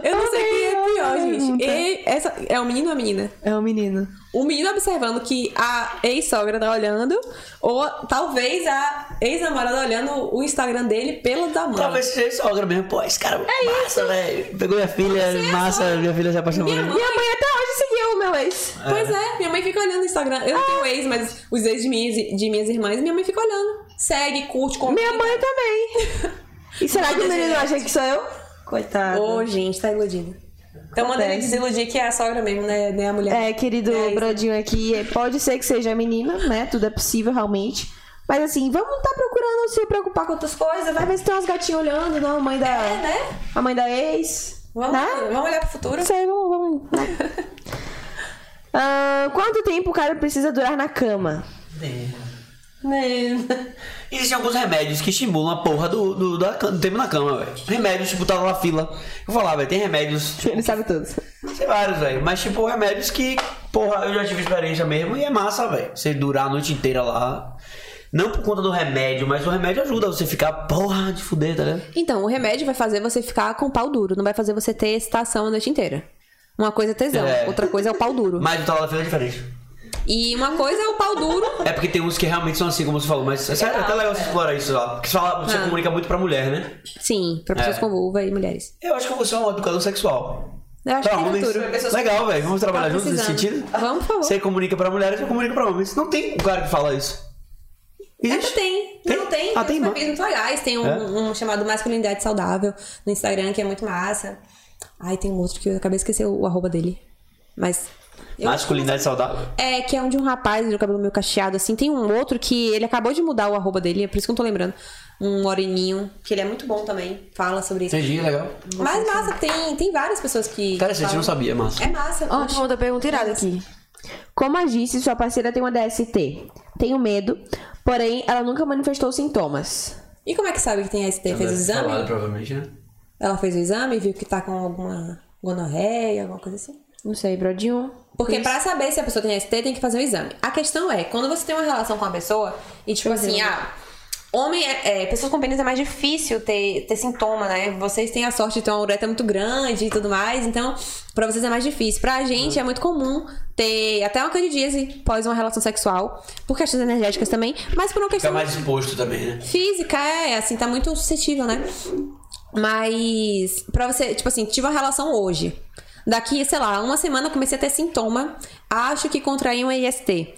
Speaker 3: Eu não sei quem é pior, gente. E essa, é o menino ou a menina?
Speaker 1: É um menino.
Speaker 3: O menino observando que a ex-sogra tá olhando, ou talvez a ex-namorada olhando o Instagram dele pela da mãe.
Speaker 2: Talvez seja sogra mesmo. Pô, esse cara é massa, velho. Pegou minha filha, massa, minha filha se apaixonou.
Speaker 3: é um- Minha
Speaker 2: né?
Speaker 3: mãe-
Speaker 1: Minha mãe até hoje seguiu o meu ex.
Speaker 3: Pois é, minha mãe fica olhando o Instagram. Eu não tenho ex, mas os ex de minhas, de minhas irmãs, minha mãe fica olhando. Segue, curte, comenta.
Speaker 1: Minha mãe também. E será que o menino acha que sou eu? Coitado.
Speaker 3: Ô, gente, tá iludindo. Então manda ele desiludir que é a sogra mesmo, né? né, a mulher.
Speaker 1: É, querido
Speaker 3: É isso.
Speaker 1: Brodinho aqui, é, pode ser que seja menina, né? Tudo é possível realmente. Mas assim, vamos tá procurando se preocupar com outras coisas. Vai ver se tem umas gatinhas olhando, não? A mãe da.
Speaker 3: É, né?
Speaker 1: A mãe da ex.
Speaker 3: Vamos,
Speaker 1: né?
Speaker 3: vamos olhar pro futuro.
Speaker 1: Não sei, vamos. vamos né? Ah, quanto tempo o cara precisa durar na cama?
Speaker 2: É.
Speaker 1: Né?
Speaker 2: Existem alguns remédios que estimulam a porra do, do, da can- do tempo na cama, velho. Remédios, tipo, tá na fila. Eu vou lá, velho, tem remédios.
Speaker 1: Ele sabe tudo.
Speaker 2: Tem vários, velho. Mas, tipo, remédios que, porra, eu já tive experiência mesmo e é massa, velho. Você durar a noite inteira lá. Não por conta do remédio, mas o remédio ajuda você ficar, porra, de fuder, tá ligado?
Speaker 3: Então, o remédio vai fazer você ficar com o pau duro, não vai fazer você ter excitação a noite inteira. Uma coisa é tesão,
Speaker 2: É.
Speaker 3: outra coisa é o pau duro.
Speaker 2: Mas o tal da fila é diferente.
Speaker 3: E uma coisa é o pau duro.
Speaker 2: É porque tem uns que realmente são assim, como você falou, mas é sério, é até legal você explorar isso lá. Porque você, fala- você
Speaker 3: Ah.
Speaker 2: comunica muito pra mulher, né?
Speaker 3: Sim, pra pessoas
Speaker 2: É.
Speaker 3: com vulva e mulheres.
Speaker 2: Eu acho que você é um educador sexual.
Speaker 3: Eu acho
Speaker 2: Pra
Speaker 3: que tem
Speaker 2: homens.
Speaker 3: futuro.
Speaker 2: Legal, velho. Vamos Tá, trabalhar
Speaker 3: Tá
Speaker 2: juntos nesse
Speaker 3: precisando.
Speaker 2: sentido?
Speaker 3: Vamos, por favor.
Speaker 2: Você comunica pra mulheres, eu comunico pra homens. Não tem um cara que fala isso.
Speaker 3: Ainda
Speaker 2: Existe?
Speaker 3: É tem.
Speaker 2: Tem?
Speaker 3: Não tem.
Speaker 2: Ah,
Speaker 3: tem
Speaker 2: tem,
Speaker 3: os
Speaker 2: mano.
Speaker 3: perfis muito legais. Tem um,
Speaker 2: É?
Speaker 3: um chamado Masculinidade Saudável no Instagram, que é muito massa. Ai, tem um outro que eu acabei de esquecer o, o arroba dele. Mas. eu-
Speaker 2: Masculinidade saudável.
Speaker 3: É, que é um de um rapaz de cabelo meio cacheado, assim. Tem um outro que ele acabou de mudar o arroba dele, é por isso que eu não tô lembrando. Um moreninho, que ele é muito bom também. Fala sobre isso.
Speaker 2: Entendi, legal.
Speaker 3: Mas massa, tem, tem várias pessoas que.
Speaker 2: Interessante,
Speaker 3: que
Speaker 2: eu não
Speaker 3: falam.
Speaker 2: sabia, massa.
Speaker 3: É massa.
Speaker 1: Ó, tem uma outra pergunta irada aqui. Como agir se sua parceira tem uma DST? Tenho medo, porém ela nunca manifestou sintomas.
Speaker 3: E como é que sabe que tem ST? Fez o exame?
Speaker 2: provavelmente, né?
Speaker 3: Ela fez o exame, viu que tá com alguma gonorreia, alguma coisa assim.
Speaker 1: Não sei, Brodinho.
Speaker 3: Porque pra saber se a pessoa tem ST, tem que fazer um exame. A questão é, quando você tem uma relação com a pessoa, e tipo assim, ah, homem é, é, pessoas com pênis é mais difícil ter, ter sintoma, né? Vocês têm a sorte de ter uma uretra muito grande e tudo mais, então pra vocês é mais difícil. Pra gente é muito comum ter até uma candidíase pós uma relação sexual, por questões energéticas também, mas por uma
Speaker 2: Fica
Speaker 3: questão
Speaker 2: mais exposto também, né?
Speaker 3: física, é, assim, tá muito suscetível, né? Mas, pra você, tipo assim, tive uma relação hoje. Daqui, sei lá, uma semana eu comecei a ter sintoma. Acho que contraí um IST.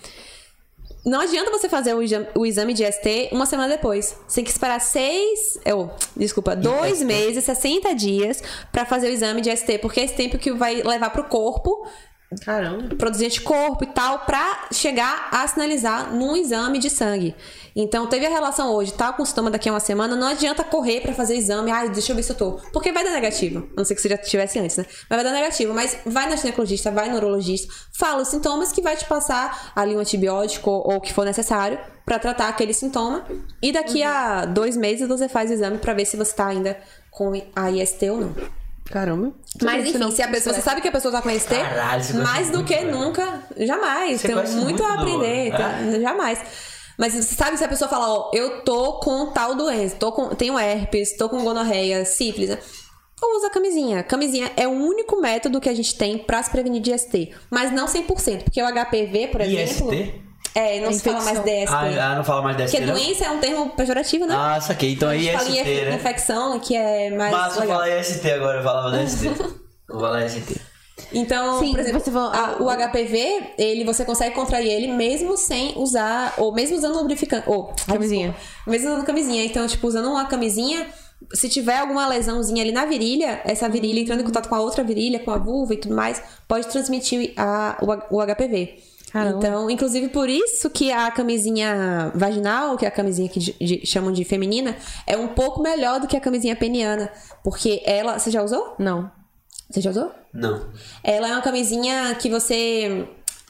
Speaker 3: Não adianta você fazer o exame, o exame de ST uma semana depois. Você tem que esperar seis. Eu, desculpa, dois meses, 60 dias pra fazer o exame de ST. Porque é esse tempo que vai levar pro corpo
Speaker 4: Caramba.
Speaker 3: produzir anticorpo e tal, pra chegar a sinalizar num exame de sangue. Então, teve a relação hoje, tá com sintoma daqui a uma semana, não adianta correr pra fazer exame, ai, deixa eu ver se eu tô. Porque vai dar negativo. A não ser que você já tivesse antes, né? Mas vai dar negativo. Mas vai na ginecologista, vai no urologista, fala os sintomas que vai te passar ali um antibiótico ou ou o que for necessário pra tratar aquele sintoma. E daqui a dois meses você faz o exame pra ver se você tá ainda com a IST ou não.
Speaker 1: Caramba.
Speaker 3: Mas enfim, se a pessoa, você sabe que a pessoa tá com ST,
Speaker 2: Caralho, você conhece
Speaker 3: mais do
Speaker 2: muito,
Speaker 3: que
Speaker 2: velho.
Speaker 3: nunca, jamais.
Speaker 2: Você
Speaker 3: tem
Speaker 2: conhece muito
Speaker 3: muito,
Speaker 2: né?
Speaker 3: a
Speaker 2: do-
Speaker 3: aprender, tem- jamais. Mas você sabe se a pessoa fala, ó, eu tô com tal doença, tô com, tenho herpes, tô com gonorreia, sífilis, né? ou usa camisinha. Camisinha é o único método que a gente tem pra se prevenir de IST. Mas não 100%, porque o HPV, por exemplo.
Speaker 2: IST?
Speaker 3: É, não se fala mais DST.
Speaker 2: Ah, ah, não fala mais dessa
Speaker 3: porque doença é um termo pejorativo, né?
Speaker 2: Ah, saquei. Então é
Speaker 3: a gente fala
Speaker 2: IST,
Speaker 3: em inf-
Speaker 2: né?
Speaker 3: infecção, que é mais.
Speaker 2: Mas eu
Speaker 3: legal.
Speaker 2: falar IST agora, eu falava DST. Vou falar IST.
Speaker 3: Então,
Speaker 1: Sim,
Speaker 3: por exemplo,
Speaker 1: você falou- ah,
Speaker 3: a- o HPV, ele, você consegue contrair ele mesmo sem usar, ou mesmo usando lubrificante, ou
Speaker 1: Camisinha.
Speaker 3: ah, desculpa, mesmo usando camisinha. Então, tipo, usando uma camisinha, se tiver alguma lesãozinha ali na virilha, essa virilha entrando em contato com a outra virilha, com a vulva e tudo mais, pode transmitir a- o, H- o HPV.
Speaker 1: Caramba.
Speaker 3: Então, inclusive por isso que a camisinha vaginal, que é a camisinha que de- de- chamam de feminina, é um pouco melhor do que a camisinha peniana. Porque ela. Você já usou?
Speaker 1: Não.
Speaker 3: Você já usou?
Speaker 2: Não.
Speaker 3: Ela é uma camisinha que você.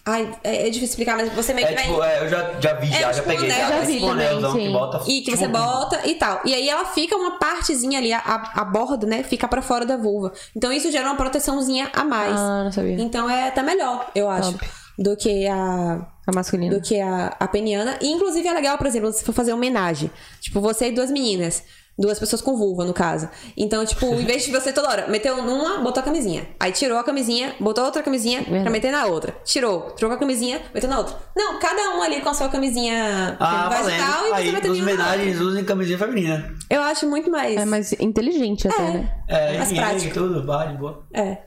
Speaker 3: Ai, é é difícil explicar, mas você meio
Speaker 2: É
Speaker 3: que vai.
Speaker 2: tipo, é, eu já, já vi,
Speaker 3: É,
Speaker 2: já, já
Speaker 3: tipo,
Speaker 2: peguei.
Speaker 3: né, eu
Speaker 2: já,
Speaker 3: já
Speaker 2: é
Speaker 1: vi
Speaker 2: tipo um
Speaker 1: também,
Speaker 2: anelzão que
Speaker 1: sim.
Speaker 2: bota.
Speaker 3: E que
Speaker 2: tipo
Speaker 3: você
Speaker 2: um-
Speaker 3: bota e tal. E aí ela fica uma partezinha ali, a, a, a borda, né? Fica pra fora da vulva. Então isso gera uma proteçãozinha a mais.
Speaker 1: Ah, não sabia.
Speaker 3: Então é até melhor, eu acho.
Speaker 1: Top.
Speaker 3: Do que a.
Speaker 1: A masculina.
Speaker 3: do que a, a peniana. E, inclusive, é legal, por exemplo, se for fazer homenagem. Tipo, você e duas meninas. Duas pessoas com vulva, no caso. Então, tipo, em vez de você toda hora, meteu numa, botou a camisinha. Aí tirou a camisinha, botou outra camisinha pra
Speaker 1: Verdade.
Speaker 3: meter na outra. Tirou, trocou a camisinha, meteu na outra. Não, cada um ali com a sua camisinha
Speaker 2: Ah,
Speaker 3: vaginal e
Speaker 2: valendo.
Speaker 3: você
Speaker 2: Aí,
Speaker 3: metendo
Speaker 2: os
Speaker 3: na outra.
Speaker 2: homenagens usem camisinha feminina.
Speaker 3: Eu acho muito mais.
Speaker 1: É mais inteligente até, né?
Speaker 2: É,
Speaker 3: Mais
Speaker 2: e
Speaker 3: prático.
Speaker 2: e tudo, barra de boa.
Speaker 3: É.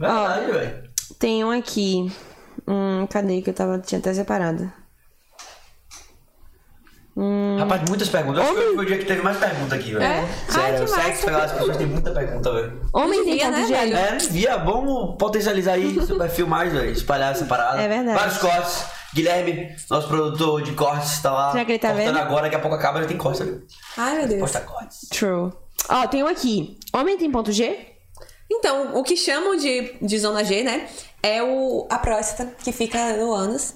Speaker 3: Ah.
Speaker 2: Verdade, velho.
Speaker 4: Tem um aqui.
Speaker 1: um,
Speaker 4: Hum, cadê que eu tava, tinha até separado?
Speaker 2: Rapaz, muitas perguntas. Eu acho que hoje foi o dia que teve mais pergunta aqui, velho.
Speaker 3: É?
Speaker 2: Sério,
Speaker 3: Ai, que
Speaker 2: o sexo
Speaker 3: massa.
Speaker 2: pegar as pessoas tem muita pergunta, velho.
Speaker 1: Homens
Speaker 3: Devia,
Speaker 1: em casa
Speaker 3: né,
Speaker 1: de gênero.
Speaker 3: velho?
Speaker 2: É, via, vamos potencializar aí seu perfil mais, velho. Espalhar essa parada.
Speaker 4: É verdade.
Speaker 2: Vários cortes. Guilherme, nosso produtor de cortes, tá lá.
Speaker 4: Será que ele tá
Speaker 2: cortando
Speaker 4: vendo?
Speaker 2: agora, daqui a pouco acaba, ele tem cortes ali.
Speaker 3: Ai, meu Deus.
Speaker 2: Posta cortes.
Speaker 1: True. Ó, tem um aqui. Homem tem ponto G?
Speaker 3: Então, o que chamam de, de zona G, né? É o, a próstata que fica no ânus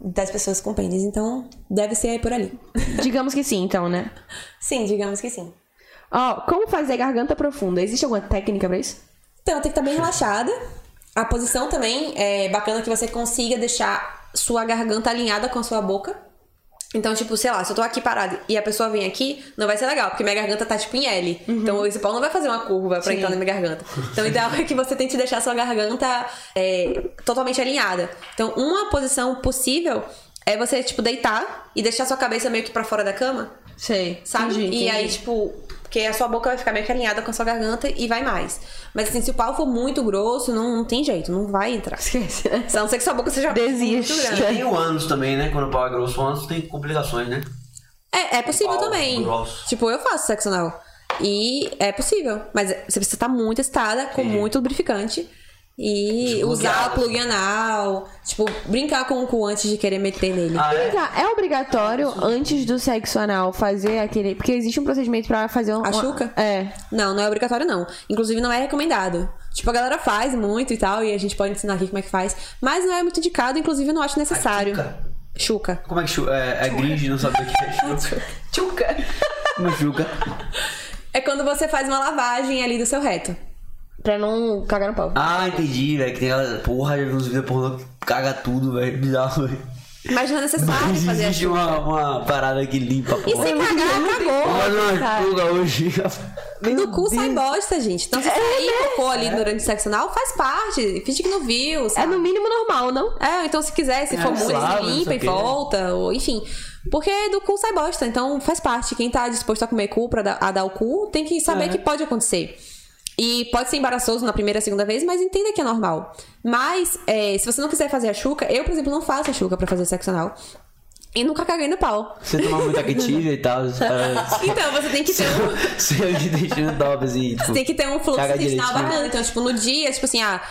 Speaker 3: das pessoas com pênis. Então, deve ser aí por ali.
Speaker 1: Digamos que sim, então, né?
Speaker 3: Sim, digamos que sim.
Speaker 1: Ó, como fazer garganta profunda? Existe alguma técnica pra isso?
Speaker 3: Então, tem que estar bem relaxada. A posição também é bacana que você consiga deixar sua garganta alinhada com a sua boca. Então, tipo, sei lá, se eu tô aqui parada e a pessoa vem aqui, não vai ser legal, porque minha garganta tá tipo em L. Então esse pau não vai fazer uma curva pra entrar na minha garganta. Então o ideal é que você tente deixar sua garganta é, totalmente alinhada. Então, uma posição possível é você, tipo, deitar e deixar sua cabeça meio que pra fora da cama
Speaker 4: Sei.
Speaker 3: sabe? E aí, tipo, porque a sua boca vai ficar meio que alinhada com a sua garganta e vai mais. Mas assim, se o pau for muito grosso, não, não tem jeito, não vai entrar. Esquece. A não ser que sua boca seja
Speaker 1: Desiste.
Speaker 3: muito
Speaker 2: E
Speaker 3: grande.
Speaker 2: tem o ânus também, né? Quando o pau é grosso, o ânus tem complicações, né?
Speaker 3: É, é possível
Speaker 2: Pau
Speaker 3: também.
Speaker 2: grosso.
Speaker 3: Tipo, eu faço sexo anal. E é possível. Mas você precisa estar muito excitada, com
Speaker 2: Sim.
Speaker 3: muito lubrificante. E
Speaker 2: Desbloqueado,
Speaker 3: usar
Speaker 2: assim.
Speaker 3: plug anal. Tipo, brincar com o cu antes de querer meter nele.
Speaker 2: Ah,
Speaker 4: Então.
Speaker 2: é?
Speaker 1: Tá, é obrigatório antes do sexo anal fazer aquele. Porque existe um procedimento pra fazer um.
Speaker 3: A chuca?
Speaker 1: É.
Speaker 3: Não, não é obrigatório, não. Inclusive, não é recomendado. Tipo, a galera faz muito e tal, e a gente pode ensinar aqui como é que faz. Mas não é muito indicado, inclusive, eu não acho necessário.
Speaker 2: Chuca?
Speaker 3: Chuca.
Speaker 2: Como é que chuca? É, é gringe, não sabe o que é chuca.
Speaker 3: Chuca.
Speaker 2: Como é chuca?
Speaker 3: É quando você faz uma lavagem ali do seu reto.
Speaker 1: Pra não cagar no pau.
Speaker 2: Ah, entendi, velho. Que tem aquela. Porra, já vi uns vídeos pornô que caga tudo, velho. Bizarro, velho.
Speaker 3: Mas não é necessário
Speaker 2: Mas
Speaker 3: fazer a
Speaker 2: existe
Speaker 3: chuca.
Speaker 2: uma, uma parada que limpa, a
Speaker 3: E
Speaker 2: porra.
Speaker 3: se
Speaker 4: é
Speaker 3: cagar, cagou.
Speaker 2: Olha uma
Speaker 1: cara.
Speaker 2: chuca hoje.
Speaker 3: Do cu sai bosta, gente.
Speaker 2: É
Speaker 3: Então, se sair cocô ali durante o sexo anal, faz parte. Finge que não viu,
Speaker 1: É
Speaker 3: sabe?
Speaker 1: no mínimo normal, não?
Speaker 3: É, então se quiser, se
Speaker 2: É,
Speaker 3: for muito,
Speaker 2: lava,
Speaker 3: se
Speaker 2: não
Speaker 3: limpa
Speaker 2: sei
Speaker 3: e
Speaker 2: o quê, né?
Speaker 3: volta, ou enfim. Porque é do cu sai bosta, então faz parte. Quem tá disposto a comer cu pra dar, a dar o cu, tem que
Speaker 2: É.
Speaker 3: saber que pode acontecer. E pode ser embaraçoso na primeira, segunda vez, mas entenda que é normal. Mas, é, se você não quiser fazer a chuca, eu, por exemplo, não faço a chuca pra fazer sexo anal. E nunca caguei no pau.
Speaker 2: Você toma muita quitívia e tal. Os caras.
Speaker 3: Então, você tem que ter um.
Speaker 2: Seu intestino top, assim. Tipo,
Speaker 3: Você tem que ter um fluxo
Speaker 2: Caga
Speaker 3: intestinal
Speaker 2: direitinho.
Speaker 3: bacana. Então, tipo, no dia, tipo assim, ah.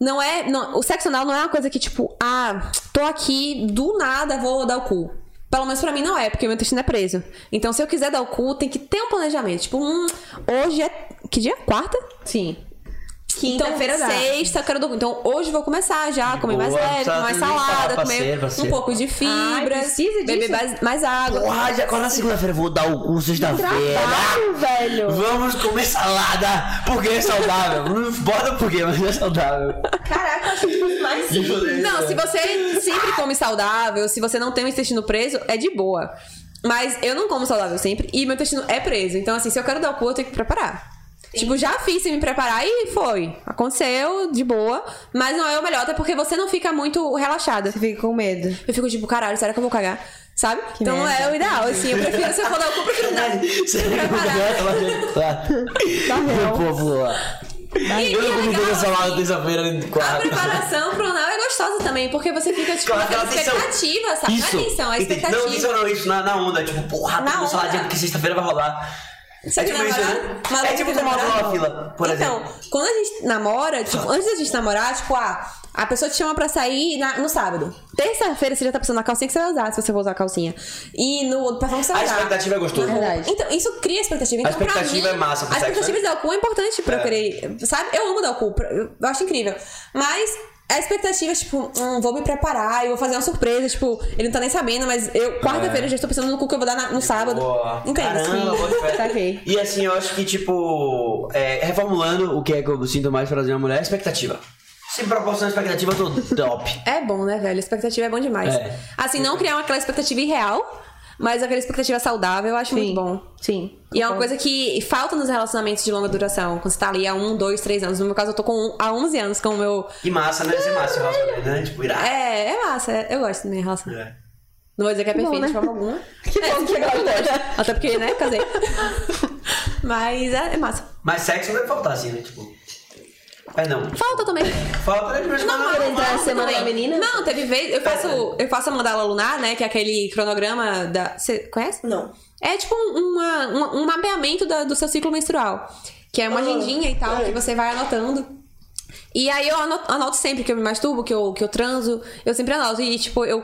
Speaker 3: Não é. não- o sexo anal não é uma coisa que, tipo, ah, tô aqui, do nada vou dar o cu. Pelo menos pra mim não é, porque meu intestino é preso. Então, se eu quiser dar o cu, tem que ter um planejamento. Tipo, hum, hoje é. Que dia? Quarta?
Speaker 1: Sim.
Speaker 3: Quinta-feira, então, sexta, eu quero dar o cu. Então, hoje eu vou começar já, comer mais
Speaker 2: boa, tá
Speaker 3: leve,
Speaker 2: precisa
Speaker 3: comer mais
Speaker 2: nem falar
Speaker 3: salada,
Speaker 2: pra
Speaker 3: comer
Speaker 2: ser, pra ser.
Speaker 3: um pouco de
Speaker 1: Ai,
Speaker 3: fibras,
Speaker 1: precisa
Speaker 3: beber
Speaker 1: disso?
Speaker 3: mais, mais água.
Speaker 2: Porra, já agora na segunda-feira eu vou dar o cu sexta-feira.
Speaker 1: Trabalho, velho.
Speaker 2: Vamos comer salada, porque é saudável. Não importa por quê, mas é saudável.
Speaker 5: Caraca, eu acho que foi mais
Speaker 2: Violência.
Speaker 3: Não, se você sempre come saudável, se você não tem o intestino preso, é de boa. Mas eu não como saudável sempre e meu intestino é preso. Então, assim, se eu quero dar o cu, eu tenho que preparar. Tipo, já fiz sem me preparar e foi. Aconteceu, de boa. Mas não é o melhor, até porque você não fica muito relaxada.
Speaker 4: Você fica com medo.
Speaker 3: Eu fico tipo, caralho, será que eu vou cagar? Sabe? então não é
Speaker 4: merda.
Speaker 3: o ideal, assim. Eu prefiro se eu for dar o cu, prefiro dar.
Speaker 2: O povo lá.
Speaker 3: E-
Speaker 2: Eu
Speaker 3: e é
Speaker 2: não comi
Speaker 3: legal,
Speaker 2: toda essa
Speaker 3: assim.
Speaker 2: salada terça-feira de
Speaker 3: A
Speaker 2: quarta.
Speaker 3: preparação pro anal é gostosa também, porque você fica, tipo,
Speaker 2: Claro,
Speaker 3: naquela
Speaker 2: aquela tensão.
Speaker 3: expectativa, sabe? Não é tensão, é
Speaker 2: é um Entendi.
Speaker 3: expectativa.
Speaker 2: Não, isso não, isso na, na onda. Tipo, porra,
Speaker 3: Na
Speaker 2: na uma
Speaker 3: onda.
Speaker 2: saladinha porque sexta-feira vai rolar.
Speaker 3: Você
Speaker 2: é
Speaker 3: quer
Speaker 2: tipo isso, né?
Speaker 3: namorar? Maluco
Speaker 2: É tipo
Speaker 3: quer
Speaker 2: tomar
Speaker 3: namorar?
Speaker 2: uma fila, por
Speaker 3: então,
Speaker 2: exemplo.
Speaker 3: quando a gente namora, tipo, antes da gente namorar, tipo, ah, a pessoa te chama pra sair na- no sábado. Terça-feira você já tá pensando na calcinha que você vai usar, se você for usar a calcinha. E no perfume que você vai
Speaker 2: A
Speaker 3: usar.
Speaker 2: expectativa é gostosa.
Speaker 4: Verdade.
Speaker 3: Então, isso cria expectativa. Então,
Speaker 2: A expectativa
Speaker 3: pra mim,
Speaker 2: é massa pro
Speaker 3: A
Speaker 2: sexo,
Speaker 3: expectativa de dar o cu é importante pra eu
Speaker 2: É.
Speaker 3: querer. Sabe? Eu amo dar o cu. pra- Eu acho incrível. Mas. A expectativa é tipo, hum, vou me preparar, eu vou fazer uma surpresa, tipo, ele não tá nem sabendo, mas eu, quarta-feira, eu já estou pensando no cu que eu vou dar na- no sábado.
Speaker 2: É. Boa.
Speaker 3: Entende? Assim,
Speaker 2: Caramba, boa fé.
Speaker 4: Saquei.
Speaker 2: E assim, eu acho que, tipo, é, reformulando o que é que eu sinto mais prazer na mulher, é expectativa. Se proporcionar expectativa, eu tô top.
Speaker 3: É bom, né, velho? Expectativa é bom demais.
Speaker 2: É.
Speaker 3: Assim, não criar uma- aquela expectativa irreal, mas aquela expectativa saudável, eu acho muito bom.
Speaker 1: Sim.
Speaker 3: E é uma coisa que falta nos relacionamentos de longa duração. Quando você tá ali há um, dois, três anos. No meu caso, eu tô com um, há 11 anos com o meu.
Speaker 2: E massa, né? Isso é massa, eu acho também, né? Tipo, irado.
Speaker 3: É, é massa. é- Eu gosto da minha relação.
Speaker 2: É.
Speaker 3: Não vou dizer que é perfeita de forma alguma. Que bom que eu gosto. Até porque, né, casei. mas é, é massa.
Speaker 2: Mas sexo não deve faltar, assim, né? Tipo. É não.
Speaker 3: Falta também.
Speaker 2: Falta né? Mas
Speaker 3: Não,
Speaker 2: não,
Speaker 3: entrar na semana É.
Speaker 5: da menina?
Speaker 3: Não, teve vez. Eu faço, eu faço a mandala lunar, né? Que é aquele cronograma da. Você conhece?
Speaker 5: Não.
Speaker 3: É tipo um- uma, uma- um mapeamento da- do seu ciclo menstrual. Que é uma agendinha e tal, que você vai anotando. E aí eu anoto, anoto sempre que eu me masturbo, que eu, que eu transo, eu sempre anoto. E, tipo, eu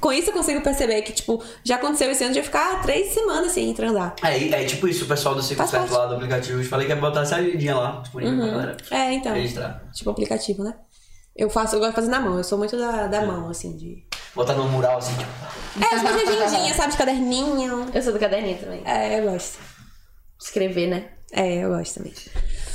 Speaker 3: com isso eu consigo perceber que, tipo, já aconteceu esse ano de eu ficar três semanas sem transar.
Speaker 2: É, é tipo isso, o pessoal do Ciclo
Speaker 3: Faz
Speaker 2: Certo
Speaker 3: parte.
Speaker 2: lá do aplicativo. Eu falei que ia botar essa agendinha lá, disponível pra galera.
Speaker 3: É, então.
Speaker 2: Registrar.
Speaker 3: Tipo aplicativo, né? Eu faço, eu gosto de fazer na mão, eu sou muito da, da mão, assim, de.
Speaker 2: Botar no mural, assim, tipo.
Speaker 3: É, eu gosto de agendinha, sabe? De caderninho.
Speaker 5: Eu sou do caderninho também.
Speaker 3: É, eu gosto.
Speaker 5: Escrever, né?
Speaker 3: É, eu gosto também.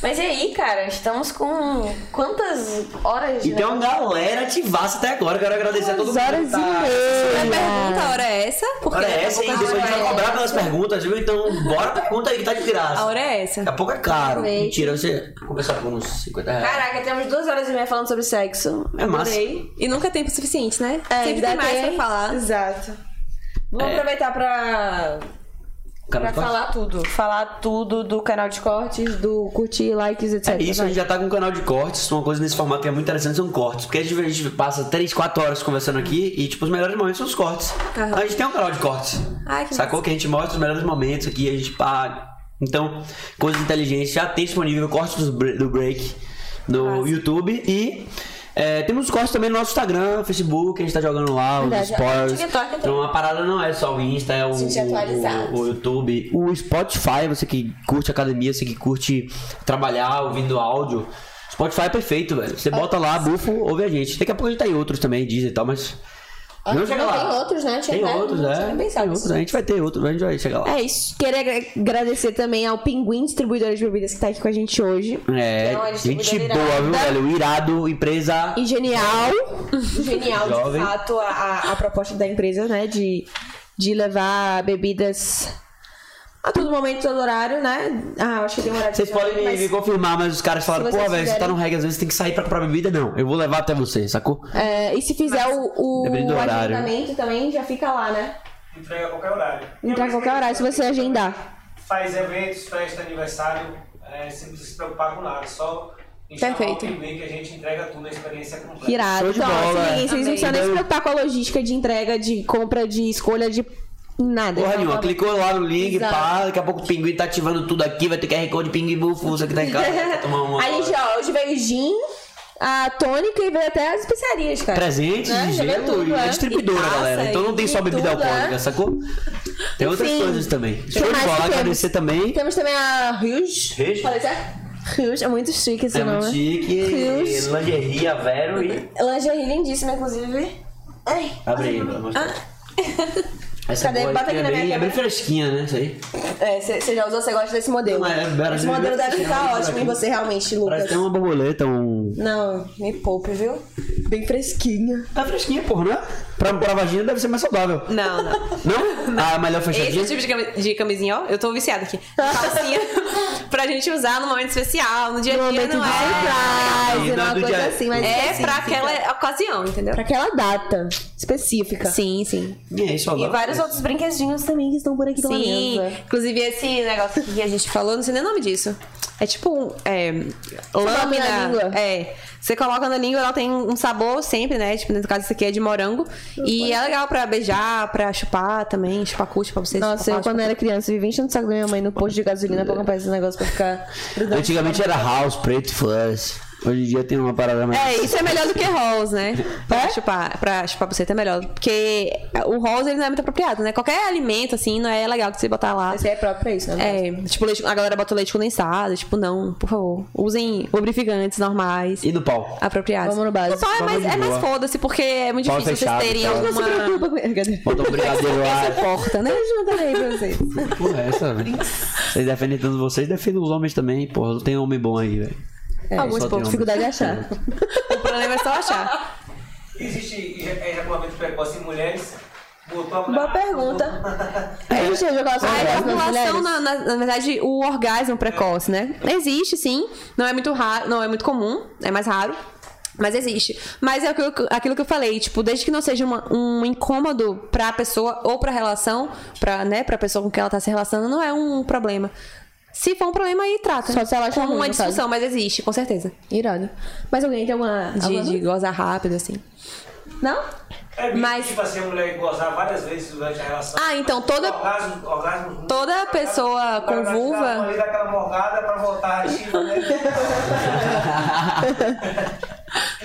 Speaker 5: Mas e aí, cara? Estamos com quantas horas de
Speaker 2: E tem uma galera ativaça até agora. Quero agradecer a todo mundo.
Speaker 1: horas
Speaker 2: que
Speaker 1: e
Speaker 2: tá-
Speaker 3: A
Speaker 1: meia.
Speaker 3: pergunta, a hora é essa? Porque
Speaker 2: Olha
Speaker 3: daqui a
Speaker 2: essa, hein?
Speaker 3: pouco
Speaker 2: Depois a gente vai
Speaker 3: hora
Speaker 2: cobrar pelas perguntas, viu? Então, bora pergunta aí que tá de
Speaker 3: é- A
Speaker 2: graça.
Speaker 3: hora é essa.
Speaker 2: Daqui a pouco é caro. Mentira, você começar por uns 50 reais.
Speaker 5: Caraca, temos duas horas e meia falando sobre sexo.
Speaker 2: É massa.
Speaker 5: Adorei.
Speaker 3: E nunca é tempo suficiente, né? Sempre
Speaker 5: ainda
Speaker 3: tem mais
Speaker 5: tem.
Speaker 3: pra falar. É.
Speaker 4: Exato.
Speaker 5: Vamos aproveitar pra,
Speaker 2: Cara,
Speaker 5: pra
Speaker 2: pode-
Speaker 5: falar tudo. Falar tudo do canal de cortes, do curtir, likes, etc.
Speaker 2: É isso, a gente já tá com um canal de cortes. Uma coisa nesse formato que é muito interessante são cortes. Porque a gente, a gente passa 3, 4 horas conversando aqui e, tipo, os melhores momentos são os cortes.
Speaker 3: Aham.
Speaker 2: A gente tem um canal de cortes.
Speaker 3: Ai, que
Speaker 2: Sacou que a gente mostra os melhores momentos aqui, a gente paga. Então, coisas inteligentes já tem disponível cortes do bre- do break no YouTube e. é, temos os cortes também no nosso Instagram, Facebook, a gente tá jogando lá, os
Speaker 5: Verdade,
Speaker 2: spoilers.
Speaker 5: TikTok também.
Speaker 2: Então a parada não é só o Insta, é o,
Speaker 5: Gente, atualizado.
Speaker 2: o, o YouTube, o Spotify, você que curte academia, você que curte trabalhar ouvindo áudio. Spotify é perfeito, velho. Você bota lá, bufo, ouve a gente. Daqui a pouco a gente tá em outros também, Disney e tal, mas. Não chega lá.
Speaker 1: Tem outros, né? Tinha
Speaker 2: Tem
Speaker 1: até-
Speaker 2: outros,
Speaker 1: não
Speaker 2: é.
Speaker 1: tinha nem pensado
Speaker 2: Tem outros, a gente vai ter outros, a gente vai chegar lá.
Speaker 1: É isso. Queria agra- agradecer também ao Pinguim Distribuidora de Bebidas que tá aqui com a gente hoje.
Speaker 2: É,
Speaker 1: Então,
Speaker 5: Não, eles
Speaker 2: gente
Speaker 5: distribuíram
Speaker 2: boa, viu, velho? Irado, empresa.
Speaker 1: E genial,
Speaker 5: Genial.
Speaker 2: Jovem.
Speaker 1: de fato, a- a, a proposta da empresa, né? De, de levar bebidas a todo momento, todo horário, né? Ah, eu acho que tem um horário.
Speaker 2: Vocês podem me,
Speaker 1: mas-
Speaker 2: me confirmar, mas os caras falaram,
Speaker 1: se
Speaker 2: pô,
Speaker 1: vocês
Speaker 2: velho, você tá
Speaker 1: fizerem-
Speaker 2: no reggae, às vezes tem que sair pra comprar bebida. Não, eu vou levar até você, sacou?
Speaker 1: É, e se fizer o, o
Speaker 2: Dependendo do horário.
Speaker 1: agendamento também, já fica lá, né?
Speaker 7: Entrega a qualquer horário.
Speaker 1: Entrar a qualquer horário, se você agendar.
Speaker 7: Faz eventos, festa, aniversário, é, você não precisa se preocupar com nada, só
Speaker 3: Perfeito.
Speaker 7: o que a gente entrega tudo, a experiência completa.
Speaker 1: Irado.
Speaker 2: Show de
Speaker 1: Então,
Speaker 2: bola,
Speaker 1: assim,
Speaker 2: é.
Speaker 1: ninguém, vocês não precisam nem se preocupar com a logística de entrega, de compra, de escolha, de nada.
Speaker 2: Porra
Speaker 1: Então,
Speaker 2: nenhuma,
Speaker 1: tá-
Speaker 2: clicou lá no link,
Speaker 1: Exato.
Speaker 2: pá, daqui a pouco o pinguim tá ativando tudo aqui, vai ter QR Code pinguim bufo, você que tá em casa, vai tomar uma.
Speaker 1: Aí, ó, hoje veio o gin, a tônica e veio até as especiarias, cara.
Speaker 2: Presente,
Speaker 1: Né? Já veio
Speaker 2: gelo
Speaker 1: tudo,
Speaker 2: e
Speaker 1: é.
Speaker 2: é distribuidora,
Speaker 1: E taça,
Speaker 2: galera. Então não tem
Speaker 1: e
Speaker 2: só bebida
Speaker 1: tudo,
Speaker 2: alcoólica,
Speaker 1: é.
Speaker 2: sacou? Tem outras
Speaker 1: Enfim,
Speaker 2: coisas também.
Speaker 1: que
Speaker 2: Show de
Speaker 1: mais que
Speaker 2: bola,
Speaker 1: temos?
Speaker 2: agradecer também.
Speaker 1: Temos também a Rios.
Speaker 2: Rios?
Speaker 1: Falei certo? Rios, é muito chique esse
Speaker 2: É
Speaker 1: nome.
Speaker 2: muito chique,
Speaker 1: Rios.
Speaker 2: lingerie, a Vero e.
Speaker 1: Lingerie lindíssima, inclusive. Ai,
Speaker 2: Abre aí, pra mostrar. né? Essa
Speaker 1: Ah. Cadê?
Speaker 2: boa
Speaker 1: Bota
Speaker 2: aqui
Speaker 1: aqui na
Speaker 2: é
Speaker 1: minha
Speaker 2: bem, é
Speaker 1: câmera.
Speaker 2: bem fresquinha, né? Isso aí.
Speaker 1: É, você já usou, você gosta desse modelo.
Speaker 2: Não, é bela,
Speaker 1: Esse
Speaker 2: né?
Speaker 1: modelo deve
Speaker 2: Bela,
Speaker 1: ficar
Speaker 2: bela.
Speaker 1: ótimo em você, realmente,
Speaker 2: Parece
Speaker 1: Lucas.
Speaker 2: até uma borboleta, um.
Speaker 1: Não, me poupe, viu? Bem fresquinha.
Speaker 2: Tá fresquinha, porra, não é? pra, pra vagina deve ser mais saudável.
Speaker 3: Não, não.
Speaker 2: Não? Ah, melhor fechadinha?
Speaker 3: Esse tipo de, cami- de camisinha, ó, eu tô viciada aqui. Calcinha pra gente usar no momento especial, no dia a
Speaker 1: No
Speaker 3: dia,
Speaker 1: momento
Speaker 3: não
Speaker 1: de
Speaker 3: é.
Speaker 1: surprise,
Speaker 2: Não,
Speaker 1: uma
Speaker 2: Ah, do
Speaker 1: coisa
Speaker 2: dia-
Speaker 1: assim, mas
Speaker 3: É
Speaker 1: específica.
Speaker 3: pra aquela ocasião, entendeu?
Speaker 1: Pra aquela data específica.
Speaker 3: Sim, sim.
Speaker 2: É isso
Speaker 5: E
Speaker 2: agora.
Speaker 5: vários outros brinquedinhos também que estão por aqui pela
Speaker 3: Sim.
Speaker 5: mesa.
Speaker 3: Inclusive, esse negócio que a gente falou, não sei nem o nome disso. É tipo um. É,
Speaker 1: coloca
Speaker 3: lâmina.
Speaker 1: na língua?
Speaker 3: É. Você coloca na língua, ela tem um sabor sempre, né? Tipo, no caso, isso aqui é de morango. E é legal pra beijar, pra chupar também, chupar cu, chupar vocês.
Speaker 1: Nossa, eu quando era criança vivia enchendo o saco da minha mãe no posto de gasolina pra comprar esse negócio pra ficar.
Speaker 2: Antigamente era house, preto e fuzz. Hoje em dia tem uma parada mais.
Speaker 3: É, isso é melhor do que rolls, né? Pra chupar, pra chupar buceta é melhor. Porque o rolls ele não é muito apropriado, né? Qualquer alimento, assim, não é legal que você botar lá.
Speaker 4: Você é próprio pra isso, né?
Speaker 3: É, tipo, leite, a galera bota leite condensado, tipo, não, por favor. Usem lubrificantes normais.
Speaker 2: E no pau.
Speaker 3: Apropriados.
Speaker 1: Vamos no básico.
Speaker 3: O pau é
Speaker 2: Vamos
Speaker 3: mais,
Speaker 2: de
Speaker 3: é mais
Speaker 2: boa.
Speaker 3: foda-se, porque é muito
Speaker 2: Pau
Speaker 3: difícil
Speaker 2: fechado, então.
Speaker 3: vocês terem
Speaker 2: pau.
Speaker 3: alguma
Speaker 2: Bota um brigadeiro lá.
Speaker 3: porta, né?
Speaker 2: Porra, é essa, velho. Vocês defendem tanto vocês, defendem os homens também. Porra, não tem homem bom aí, velho. É,
Speaker 1: Alguns poucos, dificuldade de achar.
Speaker 3: O problema é só achar.
Speaker 7: Existe ejaculamento precoce em mulheres? Botou a mulher-
Speaker 5: Boa pergunta.
Speaker 1: A
Speaker 2: É.
Speaker 1: gente ia jogar
Speaker 2: Ah,
Speaker 3: A
Speaker 1: as
Speaker 3: ejaculação, na, na, na verdade, o orgasmo precoce, né? Existe, sim. Não é muito raro, não é muito comum, é mais raro. Mas existe. Mas é aquilo, que- aquilo que eu falei, tipo, desde que não seja uma- um incômodo pra pessoa ou pra relação, pra, né, pra pessoa com quem ela tá se relacionando, não é um problema. Se for um problema, aí trata.
Speaker 1: Só se ela achar
Speaker 3: Como
Speaker 1: ruim,
Speaker 3: uma
Speaker 1: no caso.
Speaker 3: discussão, mas existe, com certeza.
Speaker 1: Irado. Mas alguém tem
Speaker 5: Ah,
Speaker 1: uma.
Speaker 3: De, de gozar rápido, assim. Não?
Speaker 7: É mesmo,
Speaker 3: Mas-
Speaker 7: tipo assim, a mulher gozar várias vezes durante a relação.
Speaker 3: Ah, então toda-
Speaker 7: Orgasmo, orgasmo,
Speaker 3: Toda pessoa
Speaker 7: O cara vai
Speaker 3: convulva-
Speaker 7: dar uma ali, dá aquela tá morgada pra voltar ativa, né?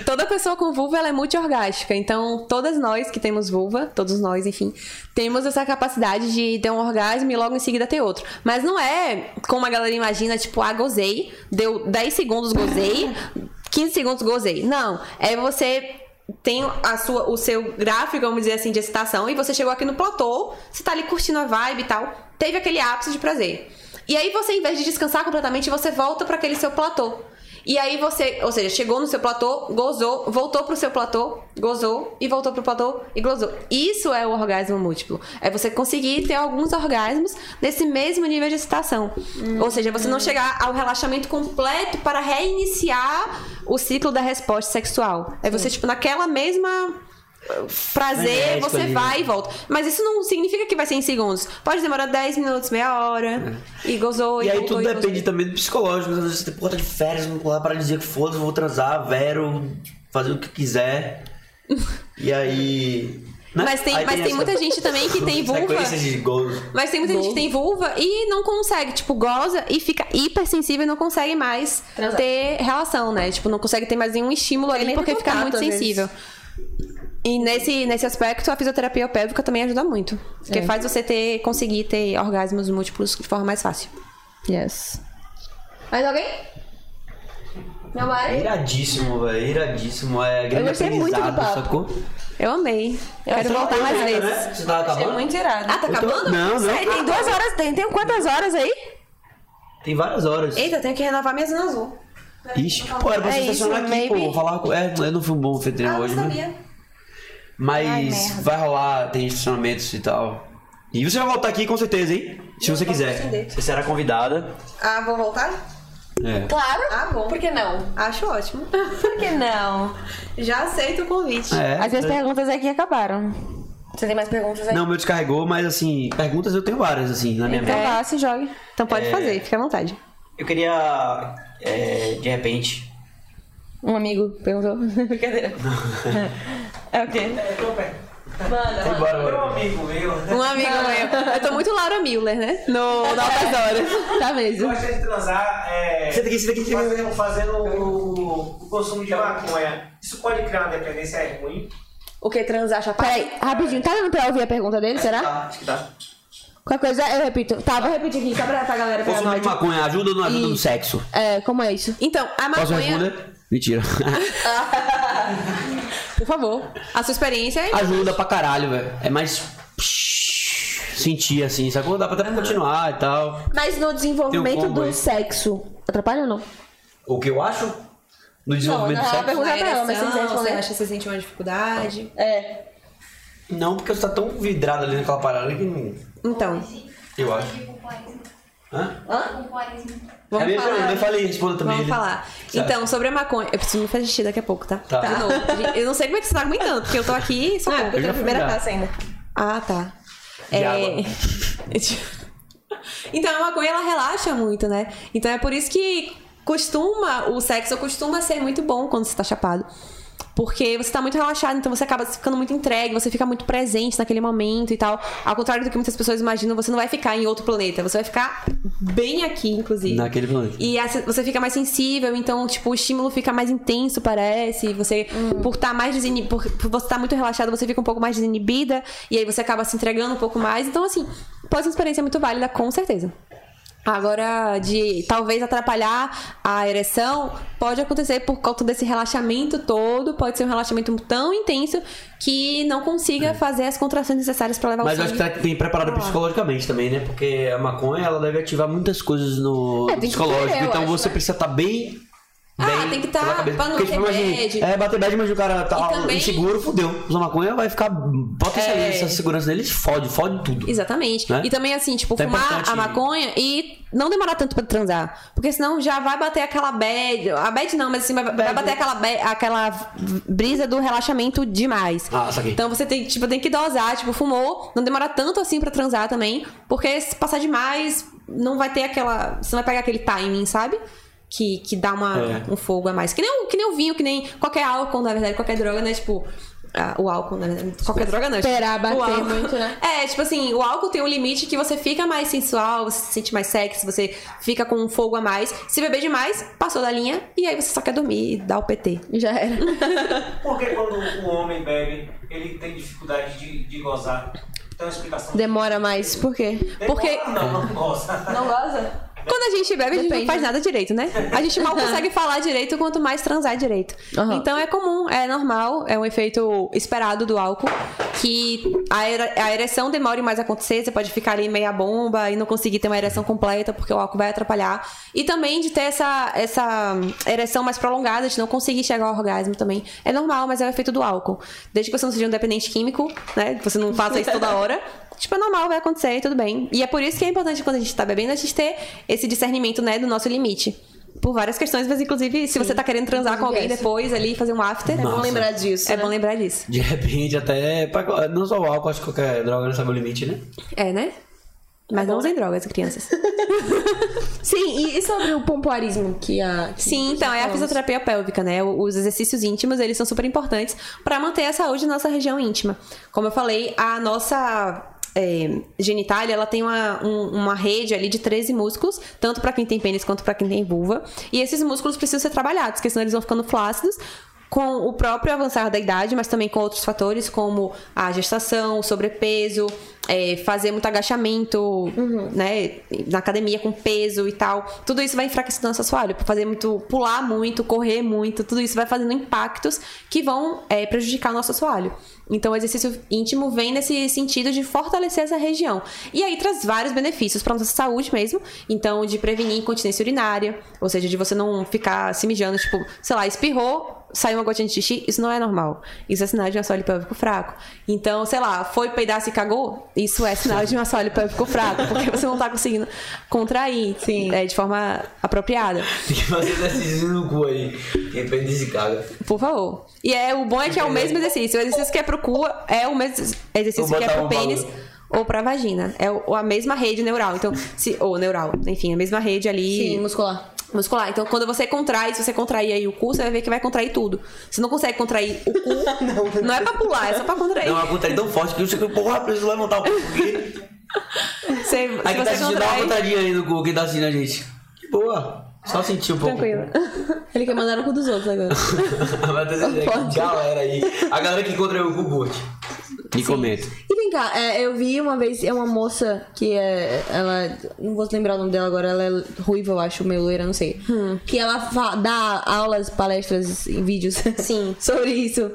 Speaker 3: Toda pessoa com vulva ela é multiorgástica, então todas nós que temos vulva, todos nós, enfim, temos essa capacidade de ter um orgasmo e logo em seguida ter outro. Mas não é como a galera imagina, tipo, ah, gozei, deu 10 segundos, gozei, 15 segundos, gozei. Não, é você tem a sua, o seu gráfico, vamos dizer assim, de excitação, e você chegou aqui no platô, você tá ali curtindo a vibe e tal, teve aquele ápice de prazer. E aí você, em vez de descansar completamente, você volta pra aquele seu platô. E aí você, ou seja, chegou no seu platô, gozou, voltou pro seu platô, gozou e voltou pro platô e gozou. Isso é o orgasmo múltiplo. É você conseguir ter alguns orgasmos nesse mesmo nível de excitação. Ou seja, você não chegar ao relaxamento completo para reiniciar o ciclo da resposta sexual. É você, tipo, naquela mesma eh, prazer,
Speaker 2: Frenético
Speaker 3: você
Speaker 2: ali, né?
Speaker 3: vai e volta. Mas isso não significa que vai ser em segundos. Pode demorar 10 minutos, meia hora. E gozou e,
Speaker 2: É. E aí
Speaker 3: voltou,
Speaker 2: tudo
Speaker 3: e gozou.
Speaker 2: depende também do psicológico. Às vezes você tem porra tá de férias, não lá para dizer que foda-se, vou transar, vero, fazer o que quiser. E aí. né?
Speaker 3: Mas tem-
Speaker 2: Aí
Speaker 3: mas tem
Speaker 2: essa-
Speaker 3: muita gente também que tem vulva.
Speaker 2: Sequência de gozo.
Speaker 3: Mas tem muita gente que tem vulva e não consegue, tipo, goza e fica hipersensível e não consegue mais ter relação, né? Tipo, não consegue ter mais nenhum estímulo ali
Speaker 4: nem
Speaker 3: porque
Speaker 4: ter
Speaker 3: fica
Speaker 4: contato,
Speaker 3: muito
Speaker 4: às
Speaker 3: sensível. E nesse, nesse aspecto, a fisioterapia pélvica também ajuda muito. Porque faz você ter, conseguir ter orgasmos múltiplos de forma mais fácil.
Speaker 1: Yes.
Speaker 5: Mais alguém? Meu
Speaker 2: É
Speaker 5: marido?
Speaker 2: iradíssimo, velho. Iradíssimo. É grande
Speaker 1: gostei muito do
Speaker 2: aprendizado,
Speaker 1: papo.
Speaker 2: sacou?
Speaker 3: Eu amei. Eu quero
Speaker 2: Você
Speaker 3: voltar
Speaker 2: tá
Speaker 3: mais
Speaker 2: acabando,
Speaker 3: vezes.
Speaker 2: né? Você tava acabando?
Speaker 5: É irado.
Speaker 3: Ah, tá
Speaker 2: Eu tô-
Speaker 3: acabando?
Speaker 2: Não, não.
Speaker 3: Sai, tem duas horas. Tem, tem quantas horas aí?
Speaker 2: Tem várias horas.
Speaker 3: Eita, eu tenho que renovar minha zona azul.
Speaker 2: Ixi, pô, era pra
Speaker 3: É
Speaker 2: você
Speaker 3: isso,
Speaker 2: estacionar aqui,
Speaker 3: maybe. Ah,
Speaker 2: pô. Falar com... É, eu não fui um bom anfitrião hoje, né? Mas vai rolar, tem estacionamentos e tal. E você vai voltar aqui com certeza, hein? Se você quiser. Você será convidada.
Speaker 3: Ah, vou voltar?
Speaker 2: É.
Speaker 5: Claro.
Speaker 3: Ah, bom.
Speaker 5: Por que não?
Speaker 3: Acho ótimo. Por que não? Já aceito o convite.
Speaker 2: É.
Speaker 1: As minhas perguntas aqui acabaram.
Speaker 5: Você tem mais perguntas aí?
Speaker 2: Não, o meu descarregou, mas assim, perguntas eu tenho várias, assim, na minha
Speaker 1: Então
Speaker 2: mente.
Speaker 1: vá, se jogue.
Speaker 3: Então pode fazer, fica à vontade.
Speaker 2: Eu queria, é, de repente.
Speaker 1: Um amigo perguntou. Brincadeira.
Speaker 5: É o quê?
Speaker 7: Eu tô perto.
Speaker 5: Manda.
Speaker 2: Bora,
Speaker 7: Meu amigo meu,
Speaker 3: Um amigo meu. Eu tô muito Laura Miller, né? No na Altas Horas. Tá mesmo.
Speaker 7: gosta de transar é,
Speaker 2: Senta aqui, senta aqui, senta aqui.
Speaker 7: fazendo, fazendo o, o consumo de maconha. Isso pode criar uma dependência, é ruim?
Speaker 5: O que transar chapado?
Speaker 1: Peraí, rapidinho. Tá dando pra ouvir a pergunta dele, será?
Speaker 2: Tá, acho que tá.
Speaker 1: Qualquer coisa, eu repito. Tá, vou repetir aqui, só pra, pra galera pegar no
Speaker 2: Consumo de
Speaker 1: áudio.
Speaker 2: maconha, ajuda ou não ajuda no sexo?
Speaker 1: É, como é isso?
Speaker 3: Então, a
Speaker 2: Posso
Speaker 3: maconha,
Speaker 2: responder? Mentira.
Speaker 3: por favor, a sua experiência é
Speaker 2: ajuda pra caralho, velho. É mais. Sentir assim, sacou? Dá pra até continuar e tal.
Speaker 1: Mas no desenvolvimento
Speaker 2: um combo
Speaker 1: do
Speaker 2: aí.
Speaker 1: sexo, atrapalha ou não?
Speaker 2: O que eu acho? No desenvolvimento
Speaker 1: não,
Speaker 2: sexo?
Speaker 1: pergunta pra ela, mas se quiser
Speaker 3: você
Speaker 1: responder.
Speaker 3: acha que você sente uma dificuldade.
Speaker 1: É.
Speaker 2: Não, porque você tá tão vidrado ali naquela parada que não.
Speaker 3: Então,
Speaker 2: Eu acho. Hã?
Speaker 3: Vamos
Speaker 2: é meio
Speaker 3: falar.
Speaker 2: falei, eu falei, responda também.
Speaker 3: Vamos
Speaker 2: né?
Speaker 3: falar.
Speaker 2: Sabe?
Speaker 3: Então, sobre a maconha. Eu preciso me fazer xixi daqui a pouco, tá?
Speaker 2: Tá. É,
Speaker 3: De novo. Gente, Eu não sei como é que você tá aguentando, porque eu tô aqui. Só
Speaker 5: Ah,
Speaker 3: pouco.
Speaker 5: porque
Speaker 2: Eu
Speaker 5: eu tô
Speaker 2: já
Speaker 5: na
Speaker 2: fui
Speaker 5: primeira
Speaker 2: já.
Speaker 5: taça ainda.
Speaker 3: Ah, tá.
Speaker 2: De água.
Speaker 3: então, a maconha ela relaxa muito, né? Então é por isso que costuma, o sexo costuma ser muito bom quando você tá chapado. Porque você tá muito relaxado, então você acaba ficando muito entregue, você fica muito presente naquele momento e tal. Ao contrário do que muitas pessoas imaginam, você não vai ficar em outro planeta, você vai ficar bem aqui, inclusive.
Speaker 2: Naquele planeta.
Speaker 3: E essa- você fica mais sensível, então, tipo, o estímulo fica mais intenso, parece. e Você,
Speaker 2: Uhum.
Speaker 3: por estar mais desinibi- por, por você estar muito relaxado, você fica um pouco mais desinibida. E aí você acaba se entregando um pouco mais. Então, assim, pode ser uma experiência muito válida, com certeza. Agora, de talvez atrapalhar a ereção, pode acontecer por conta desse relaxamento todo. Pode ser um relaxamento tão intenso que não consiga fazer as contrações necessárias pra levar
Speaker 2: É. Mas
Speaker 3: o
Speaker 2: eu acho que
Speaker 3: sangue.
Speaker 2: tá- tem preparado psicologicamente também, né? Porque a maconha, ela deve ativar muitas coisas no
Speaker 1: É,
Speaker 2: no
Speaker 1: tem que
Speaker 2: psicológico.
Speaker 1: querer, eu
Speaker 2: então
Speaker 1: acho,
Speaker 2: você
Speaker 1: né?
Speaker 2: precisa estar bem.
Speaker 3: Ah,
Speaker 2: bem
Speaker 3: tem que tá
Speaker 2: pela cabeça.
Speaker 3: pra não
Speaker 2: Porque, tipo,
Speaker 3: ter
Speaker 2: imagina,
Speaker 3: bad.
Speaker 2: É, bater bad, mas o cara tá
Speaker 3: E também- É.
Speaker 2: inseguro, fudeu. Usa maconha, vai ficar. Bota essa- essa segurança dele, fode, fode tudo.
Speaker 3: Exatamente.
Speaker 2: Né?
Speaker 3: E também, assim, tipo,
Speaker 2: Tá
Speaker 3: fumar
Speaker 2: importante.
Speaker 3: a maconha e não demorar tanto pra transar. Porque senão já vai bater aquela bad. A bad não, mas assim, vai, vai bater aquela, bad- aquela brisa do relaxamento demais.
Speaker 2: Ah, saquei.
Speaker 3: Então você tem, tipo, tem que dosar, tipo, fumou, não demora tanto assim pra transar também. Porque se passar demais, não vai ter aquela. Você não vai pegar aquele timing, sabe? Que, que dá uma,
Speaker 2: É.
Speaker 3: um fogo a mais. Que nem, o- que nem o vinho, que nem qualquer álcool, na verdade, qualquer droga, né? Tipo. ah, o álcool, na verdade. Qualquer droga não.
Speaker 1: Esperar
Speaker 3: tipo, o
Speaker 1: bater
Speaker 3: álcool.
Speaker 1: muito, né?
Speaker 3: É, tipo assim, o álcool tem um limite que você fica mais sensual, você se sente mais sexy, você fica com um fogo a mais. Se beber demais, passou da linha e aí você só quer dormir e dá o PT.
Speaker 1: Já era.
Speaker 7: Porque quando o homem bebe, ele tem dificuldade de, de gozar. Tem uma explicação.
Speaker 1: Demora mais. Por quê?
Speaker 7: Demora
Speaker 3: porque-
Speaker 7: Não, não goza.
Speaker 5: Não goza?
Speaker 3: Quando a gente bebe, a gente não
Speaker 1: Depende,
Speaker 3: faz nada direito, né? A gente mal consegue falar direito, quanto mais transar direito.
Speaker 1: Aham.
Speaker 3: Então é comum, é normal, é um efeito esperado do álcool, que a, era- a ereção demore mais a acontecer, você pode ficar ali meia bomba e não conseguir ter uma ereção completa, porque o álcool vai atrapalhar. E também de ter essa, essa ereção mais prolongada, de não conseguir chegar ao orgasmo também. É normal, mas é o efeito do álcool. Desde que você não seja um dependente químico, né? Que você não faça isso toda hora. Tipo, é normal, vai acontecer, tudo bem. E é por isso que é importante quando a gente tá bebendo a gente ter esse discernimento, né, do nosso limite. Por várias questões, mas inclusive se você tá querendo transar com alguém
Speaker 1: Inclusive essa.
Speaker 3: depois ali, fazer um after.
Speaker 2: Nossa.
Speaker 4: Vamos lembrar disso.
Speaker 3: É
Speaker 4: né?
Speaker 3: bom lembrar disso.
Speaker 2: De repente, até. pra- Não só o álcool, acho que qualquer droga não sabe o limite, né?
Speaker 3: É, né? Mas não usem drogas, crianças.
Speaker 1: Sim, e, e sobre o pompoarismo que a. que
Speaker 3: Sim, então, é a
Speaker 1: falamos?
Speaker 3: fisioterapia pélvica, né? O- Os exercícios íntimos, eles são super importantes pra manter a saúde da nossa região íntima. Como eu falei, a nossa é, genitália, ela tem uma, um- uma rede ali de 13 músculos, tanto pra quem tem pênis quanto pra quem tem vulva. E esses músculos precisam ser trabalhados, porque senão eles vão ficando flácidos. Com o próprio avançar da idade, mas também com outros fatores como a gestação, o sobrepeso, é, fazer muito agachamento, né? Na academia com peso e tal. Tudo isso vai enfraquecendo nosso assoalho. Fazer muito. pular muito, correr muito, tudo isso vai fazendo impactos que vão é, prejudicar o nosso assoalho. Então o exercício íntimo vem nesse sentido de fortalecer essa região. E aí traz vários benefícios para nossa saúde mesmo. Então, de prevenir incontinência urinária, ou seja, de você não ficar se mijando, tipo, sei lá, espirrou, saiu uma gotinha de xixi, isso não é normal. Isso é sinal de um assoalho pélvico fraco. Então, sei lá, foi peidar se cagou, isso é sinal de um assoalho pélvico fraco, porque você não tá conseguindo contrair é, de forma apropriada.
Speaker 2: Tem que fazer exercício no cu aí. Quem perde se caga.
Speaker 3: Por favor. E é, o bom é que é o mesmo exercício. O exercício que é pro cu é o mesmo exercício
Speaker 2: Vou
Speaker 3: que é
Speaker 2: botar
Speaker 3: pro
Speaker 2: um
Speaker 3: pênis
Speaker 2: bagulho.
Speaker 3: ou pra vagina. É o- a mesma rede neural. Então, se, ou neural, enfim, a mesma rede ali.
Speaker 1: Sim, muscular.
Speaker 3: muscular. Então, quando você contrai, se você contrair aí o cu, você vai ver que vai contrair tudo. Você não consegue contrair o cu. não, é pra pular, é só pra contrair.
Speaker 2: Não, a contraí tão forte que eu chego, porra, preciso levantar o cu. Porque-
Speaker 3: Você, se
Speaker 2: Aí quem tá
Speaker 3: você
Speaker 2: assistindo, dá uma
Speaker 3: contrai.
Speaker 2: contadinha aí no cu, quem tá assistindo a gente. De boa. Só sentir um pouco.
Speaker 1: Tranquilo. Ele quer mandar o cu dos outros agora.
Speaker 2: Vai ter essa
Speaker 1: Pode.
Speaker 2: galera aí. A galera que encontra o tipo cu curte. Me comenta.
Speaker 1: E vem cá, é, eu vi uma vez, é uma moça que é. Ela. Não vou lembrar o nome dela agora, ela é ruiva, eu acho, meio loira, não sei.
Speaker 5: Hum.
Speaker 1: Que ela fa- dá aulas, palestras e vídeos. Sim. sobre isso.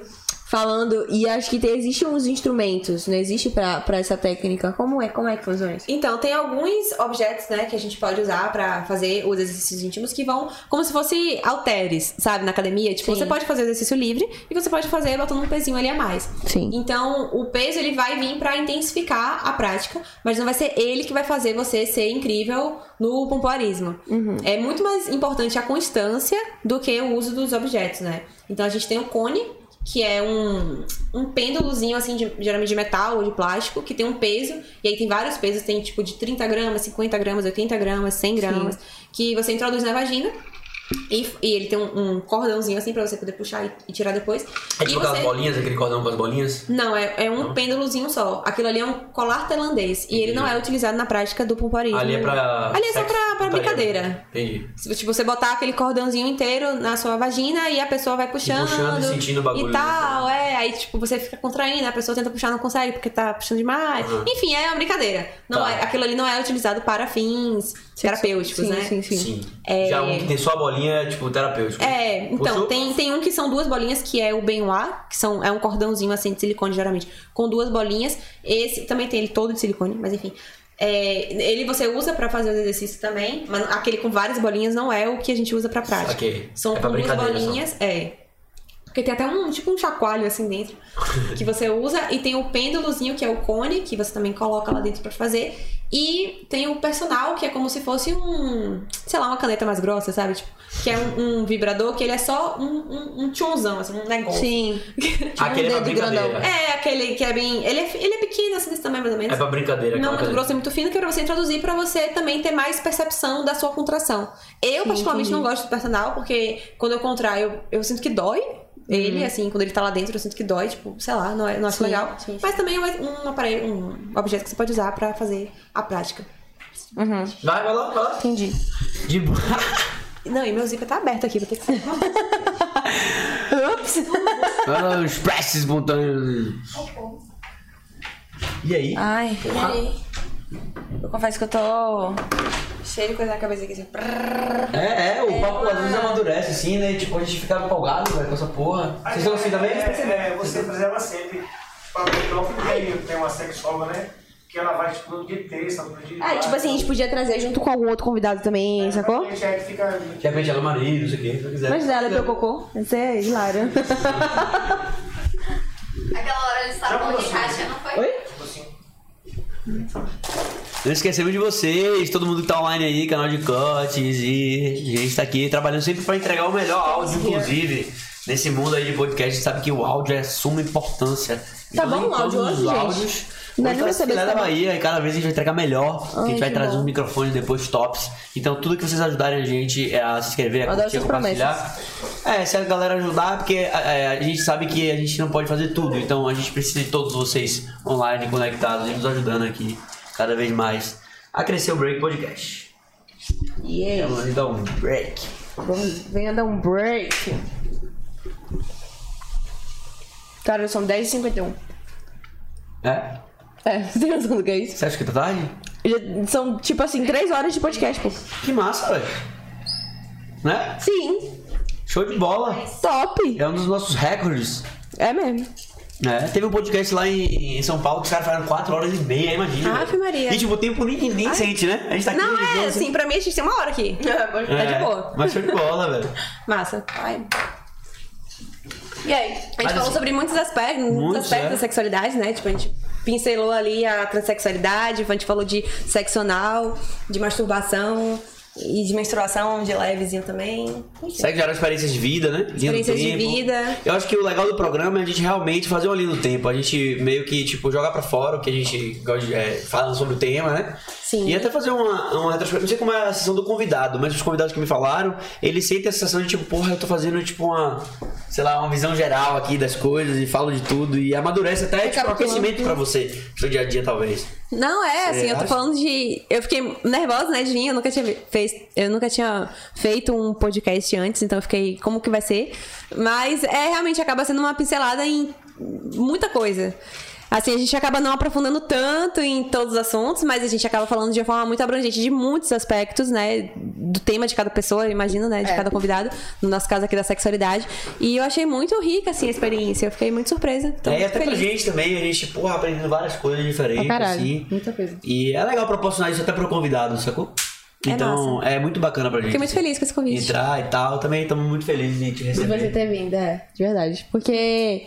Speaker 1: falando. E acho que tem, existem uns instrumentos, não existe pra, pra essa técnica. Como é? Como é que funciona isso?
Speaker 3: Então, tem alguns objetos, né, que a gente pode usar pra fazer os exercícios íntimos que vão como se fosse halteres, sabe, na academia. Tipo,
Speaker 1: Sim.
Speaker 3: você pode fazer exercício livre e você pode fazer botando um pezinho ali a mais.
Speaker 1: Sim.
Speaker 3: Então, o peso ele vai vir pra intensificar a prática, mas não vai ser ele que vai fazer você ser incrível no pompoarismo. É muito mais importante a constância do que o uso dos objetos, né? Então, a gente tem o cone, que é um, um pêndulozinho, assim, de- geralmente de metal ou de plástico, que tem um peso, e aí tem vários pesos, tem tipo de 30 gramas, 50 gramas, 80 gramas, 100 gramas, que você introduz na vagina. E, e ele tem um, um cordãozinho assim pra você poder puxar e, e tirar depois.
Speaker 2: É
Speaker 3: e
Speaker 2: tipo
Speaker 3: você...
Speaker 2: aquelas bolinhas, aquele cordão com as bolinhas?
Speaker 3: Não, é, é um pêndulozinho só. Aquilo ali é um colar tailandês. E ele não é utilizado na prática do pompoarismo.
Speaker 2: Ali é pra.
Speaker 3: Ali é só
Speaker 2: sexo,
Speaker 3: pra, pra
Speaker 2: putaria.
Speaker 3: brincadeira.
Speaker 2: Entendi.
Speaker 3: Se tipo, você botar aquele cordãozinho inteiro na sua vagina e a pessoa vai puxando.
Speaker 2: puxando e sentindo o bagulho, né?
Speaker 3: e tal, é. Aí, tipo, você fica contraindo, a pessoa tenta puxar, não consegue porque tá puxando demais.
Speaker 2: Uhum.
Speaker 3: Enfim, é uma brincadeira. Não
Speaker 2: Tá.
Speaker 3: é, aquilo ali não é utilizado para fins terapêuticos,
Speaker 1: sim,
Speaker 3: né?
Speaker 1: Sim, sim,
Speaker 2: Sim.
Speaker 3: É-
Speaker 2: Já um que tem só a bolinha é tipo terapêutico.
Speaker 3: É, então,
Speaker 2: Puxou?
Speaker 3: tem, tem um que são duas bolinhas, que é o Benoit, que são, é um cordãozinho assim de silicone, geralmente, com duas bolinhas. Esse também tem ele todo de silicone, mas enfim. É, ele você usa pra fazer os exercícios também, mas aquele com várias bolinhas não é o que a gente usa pra prática.
Speaker 2: Saquei.
Speaker 3: São
Speaker 2: É pra
Speaker 3: com duas
Speaker 2: brincadeira só.
Speaker 3: bolinhas, é. Porque tem até um tipo um chacoalho assim dentro que você usa e tem o pêndulozinho que é o cone que você também coloca lá dentro pra fazer e tem o personal que é como se fosse um sei lá uma caneta mais grossa sabe tipo que é um, um vibrador que ele é só um um, um tchonzão, assim, um negócio. um
Speaker 1: Sim.
Speaker 2: Aquele é pra brincadeira.
Speaker 3: É aquele que é bem ele é, ele é pequeno assim desse tamanho mais ou menos.
Speaker 2: É pra brincadeira. aquela
Speaker 3: Não muito
Speaker 2: coisa.
Speaker 3: grosso e muito fino, que é pra você introduzir pra você também ter mais percepção da sua contração. Eu, particularmente, não gosto do personal, porque quando eu contraio, eu, eu sinto que dói. Ele, assim, quando ele tá lá dentro, eu sinto que dói, tipo, sei lá, não, é, não acho legal. Mas também é um um aparelho, um objeto que você pode usar pra fazer a prática.
Speaker 2: Vai, vai lá, vai lá.
Speaker 1: Entendi.
Speaker 2: De boa.
Speaker 3: Não, e meu zíper tá aberto aqui, vou ter que sair.
Speaker 2: Ah, Os prestes espontâneos. E aí?
Speaker 5: Ai, peraí. Eu confesso que eu tô cheio de coisa na cabeça aqui. Assim.
Speaker 2: É, é, o papo às vezes amadurece assim, né? Tipo, a gente fica empolgado velho, com essa porra. Vocês estão assim também?
Speaker 7: É, é, você preserva sempre. Tipo, não tem, tem uma sexóloga, né? Que ela vai tipo, no dia de terça, no dia de
Speaker 2: É,
Speaker 1: Ah, e tipo assim, a gente podia trazer junto com algum outro convidado também, sacou?
Speaker 7: A gente fica...
Speaker 2: De repente ela é marido, não sei o que, se eu quiser.
Speaker 1: Mas dela, teu cocô. Você é hilário.
Speaker 8: Aquela hora eles estavam de caixa, não foi?
Speaker 1: Oi?
Speaker 7: Tipo assim,
Speaker 2: Não esquecemos de vocês, todo mundo que tá online aí, canal de cortes e a gente tá aqui trabalhando sempre pra entregar o melhor áudio,
Speaker 1: é.
Speaker 2: inclusive. Nesse mundo aí de podcast, a gente sabe que o áudio é suma importância.
Speaker 1: Tá
Speaker 2: Então,
Speaker 1: bom
Speaker 2: em
Speaker 1: o áudio
Speaker 2: todos
Speaker 1: hoje,
Speaker 2: os
Speaker 1: gente?
Speaker 2: áudios,
Speaker 1: Não dá nem pra
Speaker 2: hoje tá
Speaker 1: saber se
Speaker 2: filé
Speaker 1: tá
Speaker 2: da
Speaker 1: bom.
Speaker 2: Bahia e cada vez a gente vai entregar melhor. a
Speaker 1: Ai,
Speaker 2: gente vai
Speaker 1: que
Speaker 2: trazer
Speaker 1: bom.
Speaker 2: uns microfones depois tops. Então tudo que vocês ajudarem a gente é a se inscrever, a
Speaker 1: Adoro
Speaker 2: curtir, a
Speaker 1: suas
Speaker 2: compartilhar. É, se a galera ajudar, porque é, a gente sabe que a gente não pode fazer tudo. Então a gente precisa de todos vocês online, conectados e nos ajudando aqui cada vez mais a crescer o Break Podcast. Yeah. Vamos dar um break.
Speaker 1: Vamos, venha dar um break. Cara, um são 10h51.
Speaker 2: É?
Speaker 1: É, você tem noção do que é isso?
Speaker 2: Você acha que tá tarde?
Speaker 1: Já são, tipo assim, 3 horas de podcast, pô.
Speaker 2: Que massa, velho. Né?
Speaker 1: Sim,
Speaker 2: Show de bola.
Speaker 1: top.
Speaker 2: É um dos nossos recordes.
Speaker 1: É mesmo.
Speaker 2: É, teve um podcast lá em, em São Paulo que os caras falaram 4 horas e meia, imagina.
Speaker 3: Ave
Speaker 2: velho.
Speaker 3: Maria.
Speaker 2: E tipo, o tempo nem, nem sente, né? A gente tá aqui.
Speaker 3: Não, é
Speaker 2: dizendo
Speaker 3: assim, pra mim a gente tem uma hora aqui. Tá de
Speaker 2: É,
Speaker 3: boa.
Speaker 2: Mas show de bola, velho.
Speaker 3: Massa. Ai. E aí? A gente
Speaker 2: Mas,
Speaker 3: falou
Speaker 2: assim,
Speaker 3: sobre muitos aspectos, muitos,
Speaker 2: muitos,
Speaker 3: aspectos
Speaker 2: é.
Speaker 3: da sexualidade, né? Tipo, a gente pincelou ali a transexualidade, a gente falou de sexo anal, de masturbação e de menstruação de levezinho também. Enfim.
Speaker 2: Será que geraram experiências de vida, né? Linha do
Speaker 3: Experiências de
Speaker 2: tempo.
Speaker 3: vida.
Speaker 2: Eu acho que o legal do programa é a gente realmente fazer uma linha do tempo. A gente meio que, tipo, jogar pra fora o que a gente gosta de, é, fala sobre o tema, né?
Speaker 3: Sim.
Speaker 2: E até fazer uma, uma retrospectiva. Não sei como é a sessão do convidado, mas os convidados que me falaram, eles sentem a sensação de, tipo, porra, eu tô fazendo, tipo, uma, sei lá, uma visão geral aqui das coisas e falo de tudo. E amadurece até, tipo, um aquecimento pra você, seu dia a dia, talvez.
Speaker 3: Não, é, assim, eu
Speaker 2: acha?
Speaker 3: tô falando de. Eu fiquei nervosa, né, de vir. Eu nunca tinha fez... Eu nunca tinha feito um podcast antes, então eu fiquei, como que vai ser? Mas é realmente acaba sendo uma pincelada em muita coisa. Assim, a gente acaba não aprofundando tanto em todos os assuntos, mas a gente acaba falando de uma forma muito abrangente de muitos aspectos, né? Do tema de cada pessoa, eu imagino, né? De cada convidado. No nosso caso aqui da sexualidade. E eu achei muito rica, assim, a experiência. Eu fiquei muito surpresa. Tô
Speaker 2: É, e
Speaker 3: muito
Speaker 2: até pra
Speaker 3: feliz.
Speaker 2: gente também, a gente, porra, aprendendo várias coisas diferentes,
Speaker 1: caralho,
Speaker 2: assim.
Speaker 1: muita coisa.
Speaker 2: E é legal proporcionar isso até pro convidado, sacou?
Speaker 3: É
Speaker 2: Então, é, muito bacana pra gente.
Speaker 3: Fiquei muito feliz com esse convite.
Speaker 2: Entrar e tal, também estamos muito felizes de te
Speaker 1: De
Speaker 2: receber.
Speaker 1: você ter vindo, é, de verdade. Porque,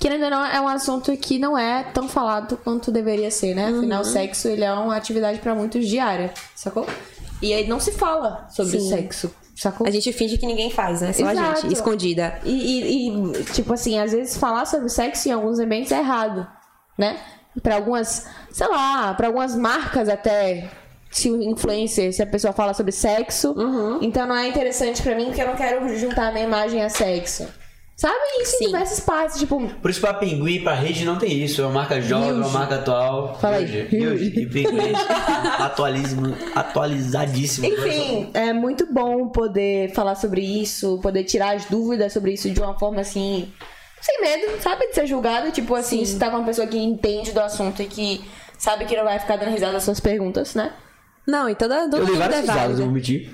Speaker 1: querendo ou não, é um assunto que não é tão falado quanto deveria ser, né? Afinal, o sexo ele é uma atividade pra muitos diária, sacou? E aí não se fala sobre
Speaker 3: Sim.
Speaker 1: sexo, sacou?
Speaker 3: A gente finge que ninguém faz, né? Só a
Speaker 1: Exato.
Speaker 3: gente, escondida.
Speaker 1: E, e- e, tipo assim, às vezes falar sobre sexo em alguns ambientes é errado, né? Pra algumas, sei lá, pra algumas marcas até. Se o influencer, se a pessoa fala sobre sexo.
Speaker 3: Uhum.
Speaker 1: Então não é interessante pra mim, porque eu não quero juntar minha imagem a sexo. Sabe? Isso em diversas partes. Tipo,
Speaker 2: Por isso, pra Pinguim e pra Rede não tem isso. É uma marca jovem, é uma marca atual.
Speaker 1: Fala aí.
Speaker 2: Huge, huge. E Pinguim. Atualismo, atualizadíssimo.
Speaker 1: Enfim, é muito bom poder falar sobre isso, poder tirar as dúvidas sobre isso de uma forma assim, sem medo, sabe? De ser julgado. Tipo assim, se tá com uma pessoa que entende do assunto e que sabe que não vai ficar dando risada às suas perguntas, né?
Speaker 3: Não, e toda
Speaker 2: Eu dei
Speaker 3: dúvida é
Speaker 2: várias risadas, eu
Speaker 3: válida.
Speaker 2: vou mentir.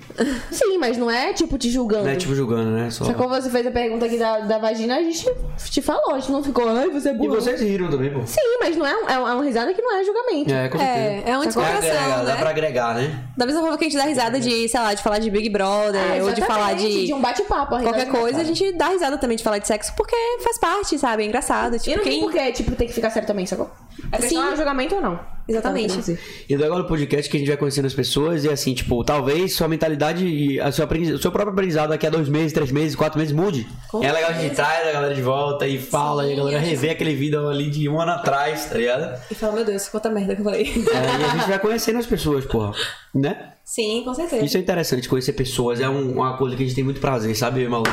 Speaker 1: Sim, mas não é tipo te julgando.
Speaker 2: Não é tipo julgando, né? Só...
Speaker 1: Só como você fez a pergunta aqui da, da vagina, a gente te falou, a gente não ficou, ai, você é
Speaker 2: E
Speaker 1: burro.
Speaker 2: vocês riram também, pô.
Speaker 1: Sim, mas não é, um- é, um- é uma risada que não é julgamento.
Speaker 2: É, com certeza.
Speaker 3: É, é uma
Speaker 2: Dá pra
Speaker 3: descontração,
Speaker 2: agregar, Dá
Speaker 3: né?
Speaker 2: pra agregar, né?
Speaker 3: Da mesma forma que a gente dá risada de, sei lá, de falar de Big Brother,
Speaker 1: É,
Speaker 3: ou de
Speaker 1: exatamente,
Speaker 3: falar Ah, de,
Speaker 1: um bate-papo, a risada
Speaker 3: qualquer
Speaker 1: de-
Speaker 3: coisa, a gente dá risada também de falar de sexo, porque faz parte, sabe? É engraçado.
Speaker 1: E
Speaker 3: Tipo,
Speaker 1: não tem
Speaker 3: quem...
Speaker 1: porquê, tipo, tem que ficar certo também, sacou? A questão
Speaker 3: Sim.
Speaker 1: é julgamento ou não.
Speaker 3: Exatamente.
Speaker 2: E do agora no podcast que a gente vai conhecendo as pessoas e assim, tipo, talvez sua mentalidade e a sua aprendiz- o seu próprio aprendizado daqui a dois meses, três meses, quatro meses mude. é legal a gente traz a galera de volta e fala e a galera revê aquele vídeo ali de um ano atrás, tá ligado?
Speaker 3: E fala, meu Deus, quanta merda que eu falei.
Speaker 2: É, e a gente vai conhecendo as pessoas, porra, né?
Speaker 3: Sim, com certeza.
Speaker 2: Isso é interessante, conhecer pessoas é um- uma coisa que a gente tem muito prazer, sabe, Malu?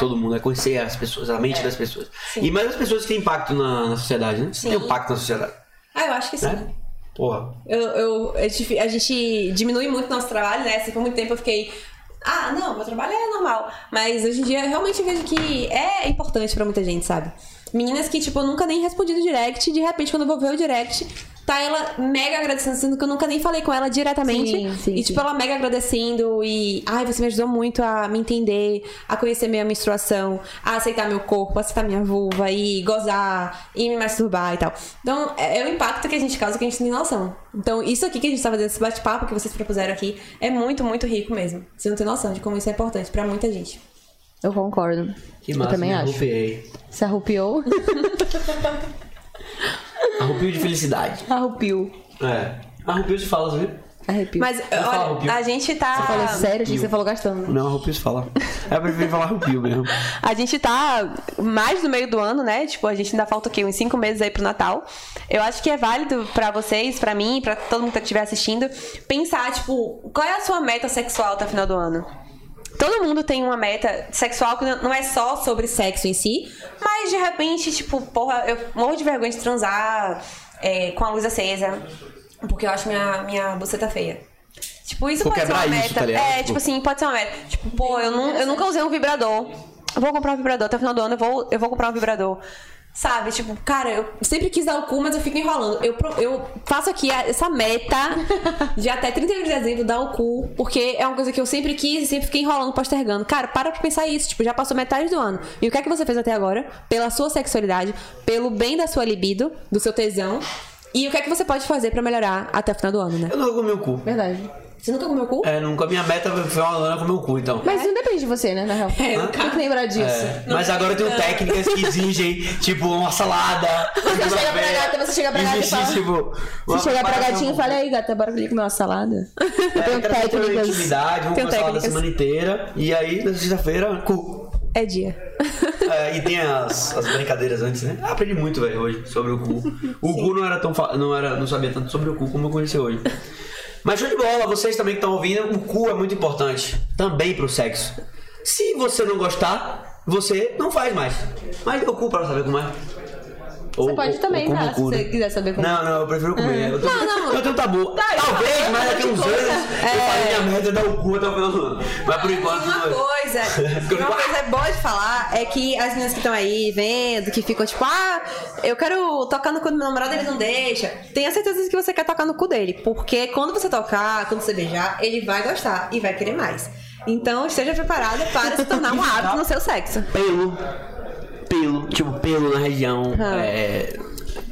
Speaker 2: Todo mundo é conhecer as pessoas, a mente das pessoas. E mais as pessoas que têm impacto na, na sociedade, né? Você tem impacto na sociedade,
Speaker 3: Ah, eu acho que sim.
Speaker 2: né? Porra.
Speaker 3: Eu, eu, é difí- a gente diminui muito nosso trabalho, né? Assim, por muito tempo eu fiquei. Ah, não, meu trabalho é normal. Mas hoje em dia eu realmente vejo que é importante pra muita gente, sabe? Meninas que, tipo, eu nunca nem respondi no direct, de repente, quando eu vou ver o direct, tá ela mega agradecendo, sendo que eu nunca nem falei com ela diretamente.
Speaker 1: Sim, sim,
Speaker 3: e, tipo, ela mega agradecendo e. Ai, você me ajudou muito a me entender, a conhecer minha menstruação, a aceitar meu corpo, a aceitar minha vulva e gozar e me masturbar e tal. Então, é, é o impacto que a gente causa que a gente não tem noção. Então, isso aqui que a gente tá fazendo, esse bate-papo que vocês propuseram aqui, é muito, muito rico mesmo. Você não tem noção de como isso é importante pra muita gente.
Speaker 1: Eu concordo.
Speaker 2: Que massa,
Speaker 1: eu também
Speaker 2: me
Speaker 1: acho.
Speaker 2: arrupiei.
Speaker 1: Se arrupiou,
Speaker 2: Arrupio de felicidade.
Speaker 1: arrupiou.
Speaker 2: É. Arrupio se fala, sabia?
Speaker 1: Arrepiou.
Speaker 3: Mas,
Speaker 2: falar,
Speaker 3: olha,
Speaker 2: Rubio.
Speaker 3: a gente tá.
Speaker 1: Falou
Speaker 5: assim,
Speaker 1: sério, achei que você falou gastando.
Speaker 2: Não, arrupio se fala. É, eu prefiro falar arrupio mesmo.
Speaker 3: A gente tá mais no meio do ano, né? Tipo, a gente ainda falta o quê? Uns cinco meses aí pro Natal. Eu acho que é válido pra vocês, pra mim, pra todo mundo que estiver assistindo, pensar, tipo, qual é a sua meta sexual até o final do ano? Todo mundo tem uma meta sexual que não é só sobre sexo em si, mas de repente, tipo, porra, eu morro de vergonha de transar é, com a luz acesa, porque eu acho minha, minha buceta feia. Tipo, isso
Speaker 2: Vou
Speaker 3: pode ser uma
Speaker 2: quebrar
Speaker 3: meta.
Speaker 2: isso, tá ligado?
Speaker 3: é, tipo assim, pode ser uma meta. Tipo, pô, eu, nu- eu nunca usei um vibrador. Eu vou comprar um vibrador, até o final do ano eu vou, eu vou comprar um vibrador. Sabe, tipo, cara, eu sempre quis dar o cu, mas eu fico enrolando. Eu, pro- eu faço aqui a- essa meta de até 31 de dezembro dar o cu, porque é uma coisa que eu sempre quis e sempre fiquei enrolando, postergando. Cara, para pra pensar isso, tipo, já passou metade do ano. E o que é que você fez até agora? Pela sua sexualidade, pelo bem da sua libido, do seu tesão. E o que é que você pode fazer pra melhorar até o final do ano, né?
Speaker 2: Eu nunca comi o cu.
Speaker 1: Verdade.
Speaker 3: Você nunca comeu cu?
Speaker 2: É, nunca. Minha meta foi uma lana comer o cu, então.
Speaker 1: Mas não depende de você, né, na real.
Speaker 3: É, no
Speaker 1: Tem que lembrar disso.
Speaker 2: É, mas agora eu tenho técnicas que exigem, tipo, uma salada. Você
Speaker 1: chega pra gata, você chega pra gata e fala-
Speaker 2: Tipo,
Speaker 1: Se chegar pra gatinho e falar, aí, gata, bora comer uma salada.
Speaker 2: é,
Speaker 1: Eu
Speaker 3: um
Speaker 1: tenho técnicas.
Speaker 2: Vamos
Speaker 3: Tenho
Speaker 2: uma salada a
Speaker 3: técnicas.
Speaker 2: semana inteira. E aí, na sexta-feira, cu.
Speaker 3: É dia.
Speaker 2: É, e tem as, as brincadeiras antes, né? Eu aprendi muito, velho, hoje, sobre o cu. O cu não era tão fa- não era não sabia tanto sobre o cu como eu conheci hoje. Mas show de bola, vocês também que estão ouvindo, o cu é muito importante. Também pro sexo. Se você não gostar, você não faz mais. Mas dê o cu pra saber como é. Você
Speaker 3: pode também
Speaker 2: ou
Speaker 3: dar, se
Speaker 2: cu,
Speaker 3: você
Speaker 2: né?
Speaker 3: quiser saber como. Ah.
Speaker 2: Não, não, eu prefiro comer. Eu tô,
Speaker 3: Não, não.
Speaker 2: Eu tenho um tabu.
Speaker 3: Tá, eu
Speaker 2: Talvez,
Speaker 3: falo
Speaker 2: mas
Speaker 3: um
Speaker 2: daqui
Speaker 3: monte
Speaker 2: uns
Speaker 3: de coisa.
Speaker 2: anos eu falei minha merda dá o cu até o final do ano. Mas por enquanto.
Speaker 3: Uma
Speaker 2: não é.
Speaker 3: coisa, uma coisa boa de falar é que as meninas que estão aí vendo, que ficam tipo, ah, eu quero tocar no cu do meu namorado, ele não deixa. Tenha certeza que você quer tocar no cu dele, porque quando você tocar, quando você beijar, ele vai gostar e vai querer mais. Então esteja preparada para se tornar um hábito no seu sexo.
Speaker 2: pelo. Pelo, tipo, pelo na região.
Speaker 3: Ah.
Speaker 2: É,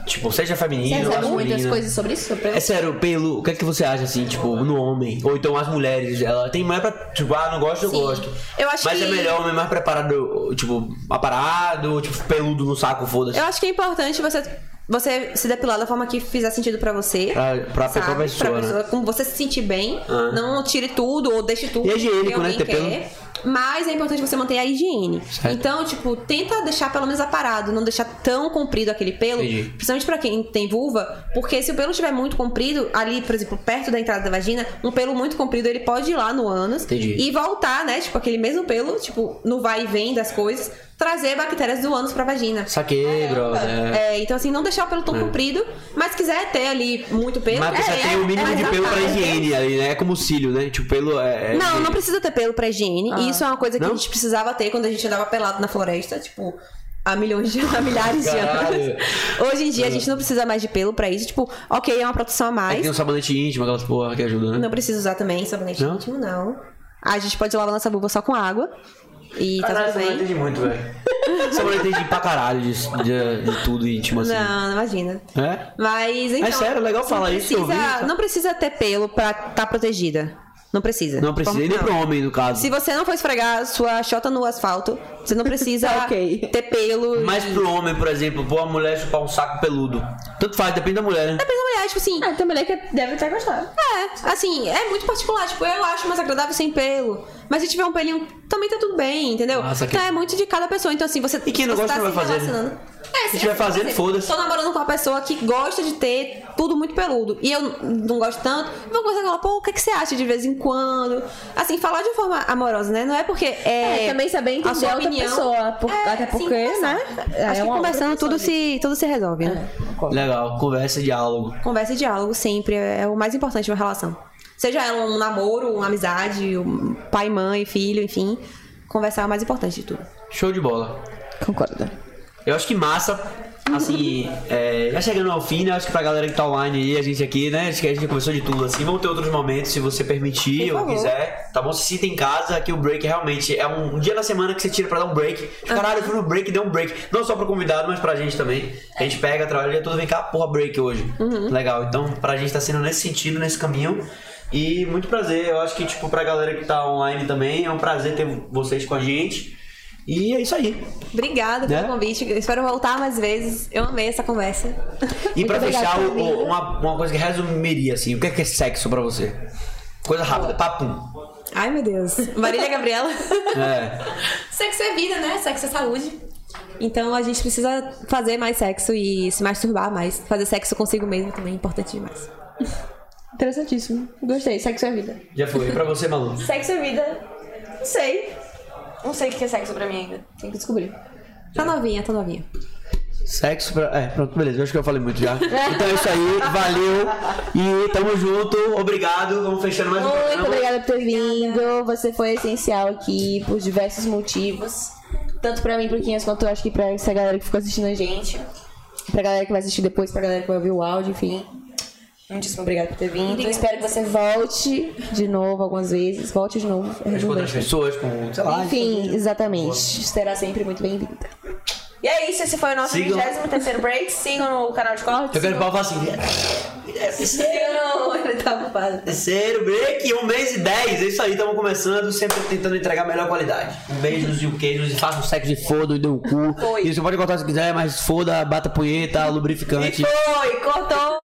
Speaker 2: tipo, seja feminino,
Speaker 1: Você sabe muitas
Speaker 2: masculino.
Speaker 1: coisas sobre isso? Pra eu-
Speaker 2: É sério, pelo, o que é que você acha assim, tipo, no homem? Ou então as mulheres, ela tem mais pra, tipo, ah, não gosto, eu gosto.
Speaker 3: Eu acho
Speaker 2: Mas é
Speaker 3: que-
Speaker 2: melhor o homem mais preparado, tipo, aparado, tipo, peludo no saco, foda-se.
Speaker 3: Eu acho que é importante você, você se depilar da forma que fizer sentido pra você.
Speaker 2: Pra- pra
Speaker 3: sabe?
Speaker 2: própria pessoa,
Speaker 3: Pra
Speaker 2: né?
Speaker 3: como você se sentir bem.
Speaker 2: Ah.
Speaker 3: Não tire tudo ou deixe tudo.
Speaker 2: E é higiênico,
Speaker 3: que alguém
Speaker 2: né, ter
Speaker 3: quer.
Speaker 2: pelo.
Speaker 3: Mas é importante você manter a higiene.
Speaker 2: Certo.
Speaker 3: Então, tipo, tenta deixar pelo menos aparado. Não deixar tão comprido aquele pelo.
Speaker 2: Entendi.
Speaker 3: Principalmente pra quem tem vulva. Porque se o pelo estiver muito comprido, ali, por exemplo, perto da entrada da vagina, um pelo muito comprido, ele pode ir lá no ânus.
Speaker 2: Entendi.
Speaker 3: E voltar, né? Tipo, aquele mesmo pelo, tipo, no vai e vem das coisas. Trazer bactérias do ânus pra vagina.
Speaker 2: Saquei, bro. É.
Speaker 3: É, então assim, não deixar o pelo tão comprido, mas quiser ter ali muito pelo.
Speaker 2: Mas precisa
Speaker 3: é,
Speaker 2: ter o
Speaker 3: é,
Speaker 2: mínimo
Speaker 3: é
Speaker 2: de
Speaker 3: mais
Speaker 2: pelo pra
Speaker 3: rapaz.
Speaker 2: higiene ali, né? É como cílio, né? Tipo, pelo é. é-
Speaker 3: Não, não precisa ter pelo pra higiene. E isso é uma coisa que
Speaker 2: Não?
Speaker 3: a gente precisava ter quando a gente andava pelado na floresta, tipo, há milhões de há milhares de
Speaker 2: Caralho.
Speaker 3: anos. Hoje em dia a gente não precisa mais de pelo pra isso. Tipo, ok, é uma proteção a
Speaker 2: É que
Speaker 3: mais.
Speaker 2: tem um sabonete íntimo, aquelas porra que ajuda, né?
Speaker 3: Não precisa usar também sabonete
Speaker 2: Não?
Speaker 3: íntimo, não. Ah, A gente pode lavar nossa vulva só com água. E tá
Speaker 2: Caralho,
Speaker 3: tudo
Speaker 2: essa mulher
Speaker 3: bem.
Speaker 2: entende é muito, velho. Essa mulher entende pra caralho de, de, de tudo íntimo, assim.
Speaker 3: Não, não imagina.
Speaker 2: É?
Speaker 3: Mas então.
Speaker 2: É sério, legal falar
Speaker 3: não
Speaker 2: isso, que eu
Speaker 3: precisa-
Speaker 2: ouvi, tá?
Speaker 3: Não precisa ter pelo pra estar protegida. Não precisa.
Speaker 2: Não precisa, e nem
Speaker 3: Não.
Speaker 2: pro homem, no caso.
Speaker 3: Se você não for esfregar sua xota no asfalto, você não precisa
Speaker 1: Ok.
Speaker 3: ter pelo. e-
Speaker 2: Tá Mas pro homem, por exemplo, pô, a mulher chupar um saco peludo. Tanto faz, depende da mulher, né?
Speaker 3: Mas a mulher, tipo assim,
Speaker 4: Ah, tem mulher que deve ter gostado.
Speaker 3: é, assim, é muito particular. Tipo, eu acho mais agradável sem pelo. Mas se tiver um pelinho, também tá tudo bem, entendeu?
Speaker 2: Nossa, que-
Speaker 3: Então é muito de cada pessoa. Então, assim, você.
Speaker 2: E quem não
Speaker 3: você
Speaker 2: gosta não vai
Speaker 3: se
Speaker 2: fazer, né?
Speaker 3: relacionando. É,
Speaker 2: Se tiver fazendo, foda-se.
Speaker 3: Tô namorando com uma pessoa que gosta de ter tudo muito peludo. E eu não gosto tanto. Vou conversar com ela, pô, o que, é que você acha de vez em quando? Assim, falar de uma forma amorosa, né? Não é porque. É,
Speaker 1: É, também saber entender
Speaker 3: a sua
Speaker 1: outra
Speaker 3: opinião. É,
Speaker 1: pessoa, por- até
Speaker 3: sim,
Speaker 1: porque,
Speaker 3: conversar.
Speaker 1: né, é
Speaker 3: Acho que
Speaker 1: uma outra
Speaker 3: conversando tudo se, tudo se resolve,
Speaker 1: É.
Speaker 3: né?
Speaker 2: Legal, conversa e diálogo.
Speaker 3: Conversa e diálogo sempre é o mais importante de uma relação. Seja ela um namoro, uma amizade, um pai, mãe, filho, enfim. Conversar é o mais importante de tudo.
Speaker 2: Show de bola.
Speaker 1: Concordo.
Speaker 2: Eu acho que massa. Assim, é, já chegando ao fim, né? Acho que pra galera que tá online aí, a gente aqui, né? Acho que a gente conversou de tudo, assim. Vão ter outros momentos, se você permitir ou quiser. Tá bom? Se sinta em casa, que o break realmente é um, um dia na semana que você tira pra dar um break. Caralho, eu fui no break, deu um break. Não só pro convidado, mas pra gente também. A gente pega, trabalha, tudo vem cá, porra, break hoje. Legal. Então, pra gente tá sendo nesse sentido, nesse caminho. E muito prazer. Eu acho que, tipo, pra galera que tá online também, é um prazer ter vocês com a gente. E é isso aí.
Speaker 3: Obrigada pelo
Speaker 2: Né?
Speaker 3: convite. Eu espero voltar mais vezes. Eu amei essa conversa.
Speaker 2: E pra
Speaker 1: obrigada,
Speaker 2: fechar, o- o-
Speaker 1: amigo.
Speaker 2: uma, uma coisa que resumiria assim, o que é, que é sexo pra você? Coisa rápida, papum.
Speaker 3: Ai, meu Deus. Marília Gabriela.
Speaker 2: É.
Speaker 3: Sexo é vida, né? Sexo é saúde. Então a gente precisa fazer mais sexo e se masturbar mais. Fazer sexo consigo mesmo também é importante demais.
Speaker 4: Interessantíssimo. Gostei. Sexo é vida.
Speaker 2: Já foi. E pra você, Malu?
Speaker 5: Sexo é vida. Não sei. Não sei o que é sexo pra mim ainda.
Speaker 4: Tem que descobrir.
Speaker 3: Tá novinha, tá novinha.
Speaker 2: Sexo pra. É, pronto, beleza. Eu acho que eu falei muito já. Então é isso aí. Valeu. E tamo junto. Obrigado. Vamos fechando mais um
Speaker 1: Muito
Speaker 2: programa.
Speaker 1: obrigada por ter vindo. Você foi essencial aqui por diversos motivos. Tanto pra mim, pro Quinhas, quanto eu acho que pra essa galera que ficou assistindo a gente. Pra galera que vai assistir depois, pra galera que vai ouvir o áudio, enfim. Muitíssimo obrigada por ter vindo. Espero que você volte de novo algumas vezes. Volte de novo. É
Speaker 2: Respondendo as
Speaker 1: redundante.
Speaker 2: pessoas com, sei lá.
Speaker 1: Enfim, exatamente. Será sempre muito bem-vinda.
Speaker 5: E é isso, esse foi o nosso
Speaker 2: Sigam.
Speaker 5: 23º break. Sigam no canal de cortes.
Speaker 2: Eu quero assim. pau assim.
Speaker 5: Sigam. Ele tá ocupado.
Speaker 2: Terceiro É break, um mês e dez. É isso aí, estamos começando, sempre tentando entregar a melhor qualidade. Um beijos e um queijos e faça um sexo de foda e dê um cu. E você pode cortar se quiser, mas foda, bata punheta, lubrificante.
Speaker 5: Foi, cortou.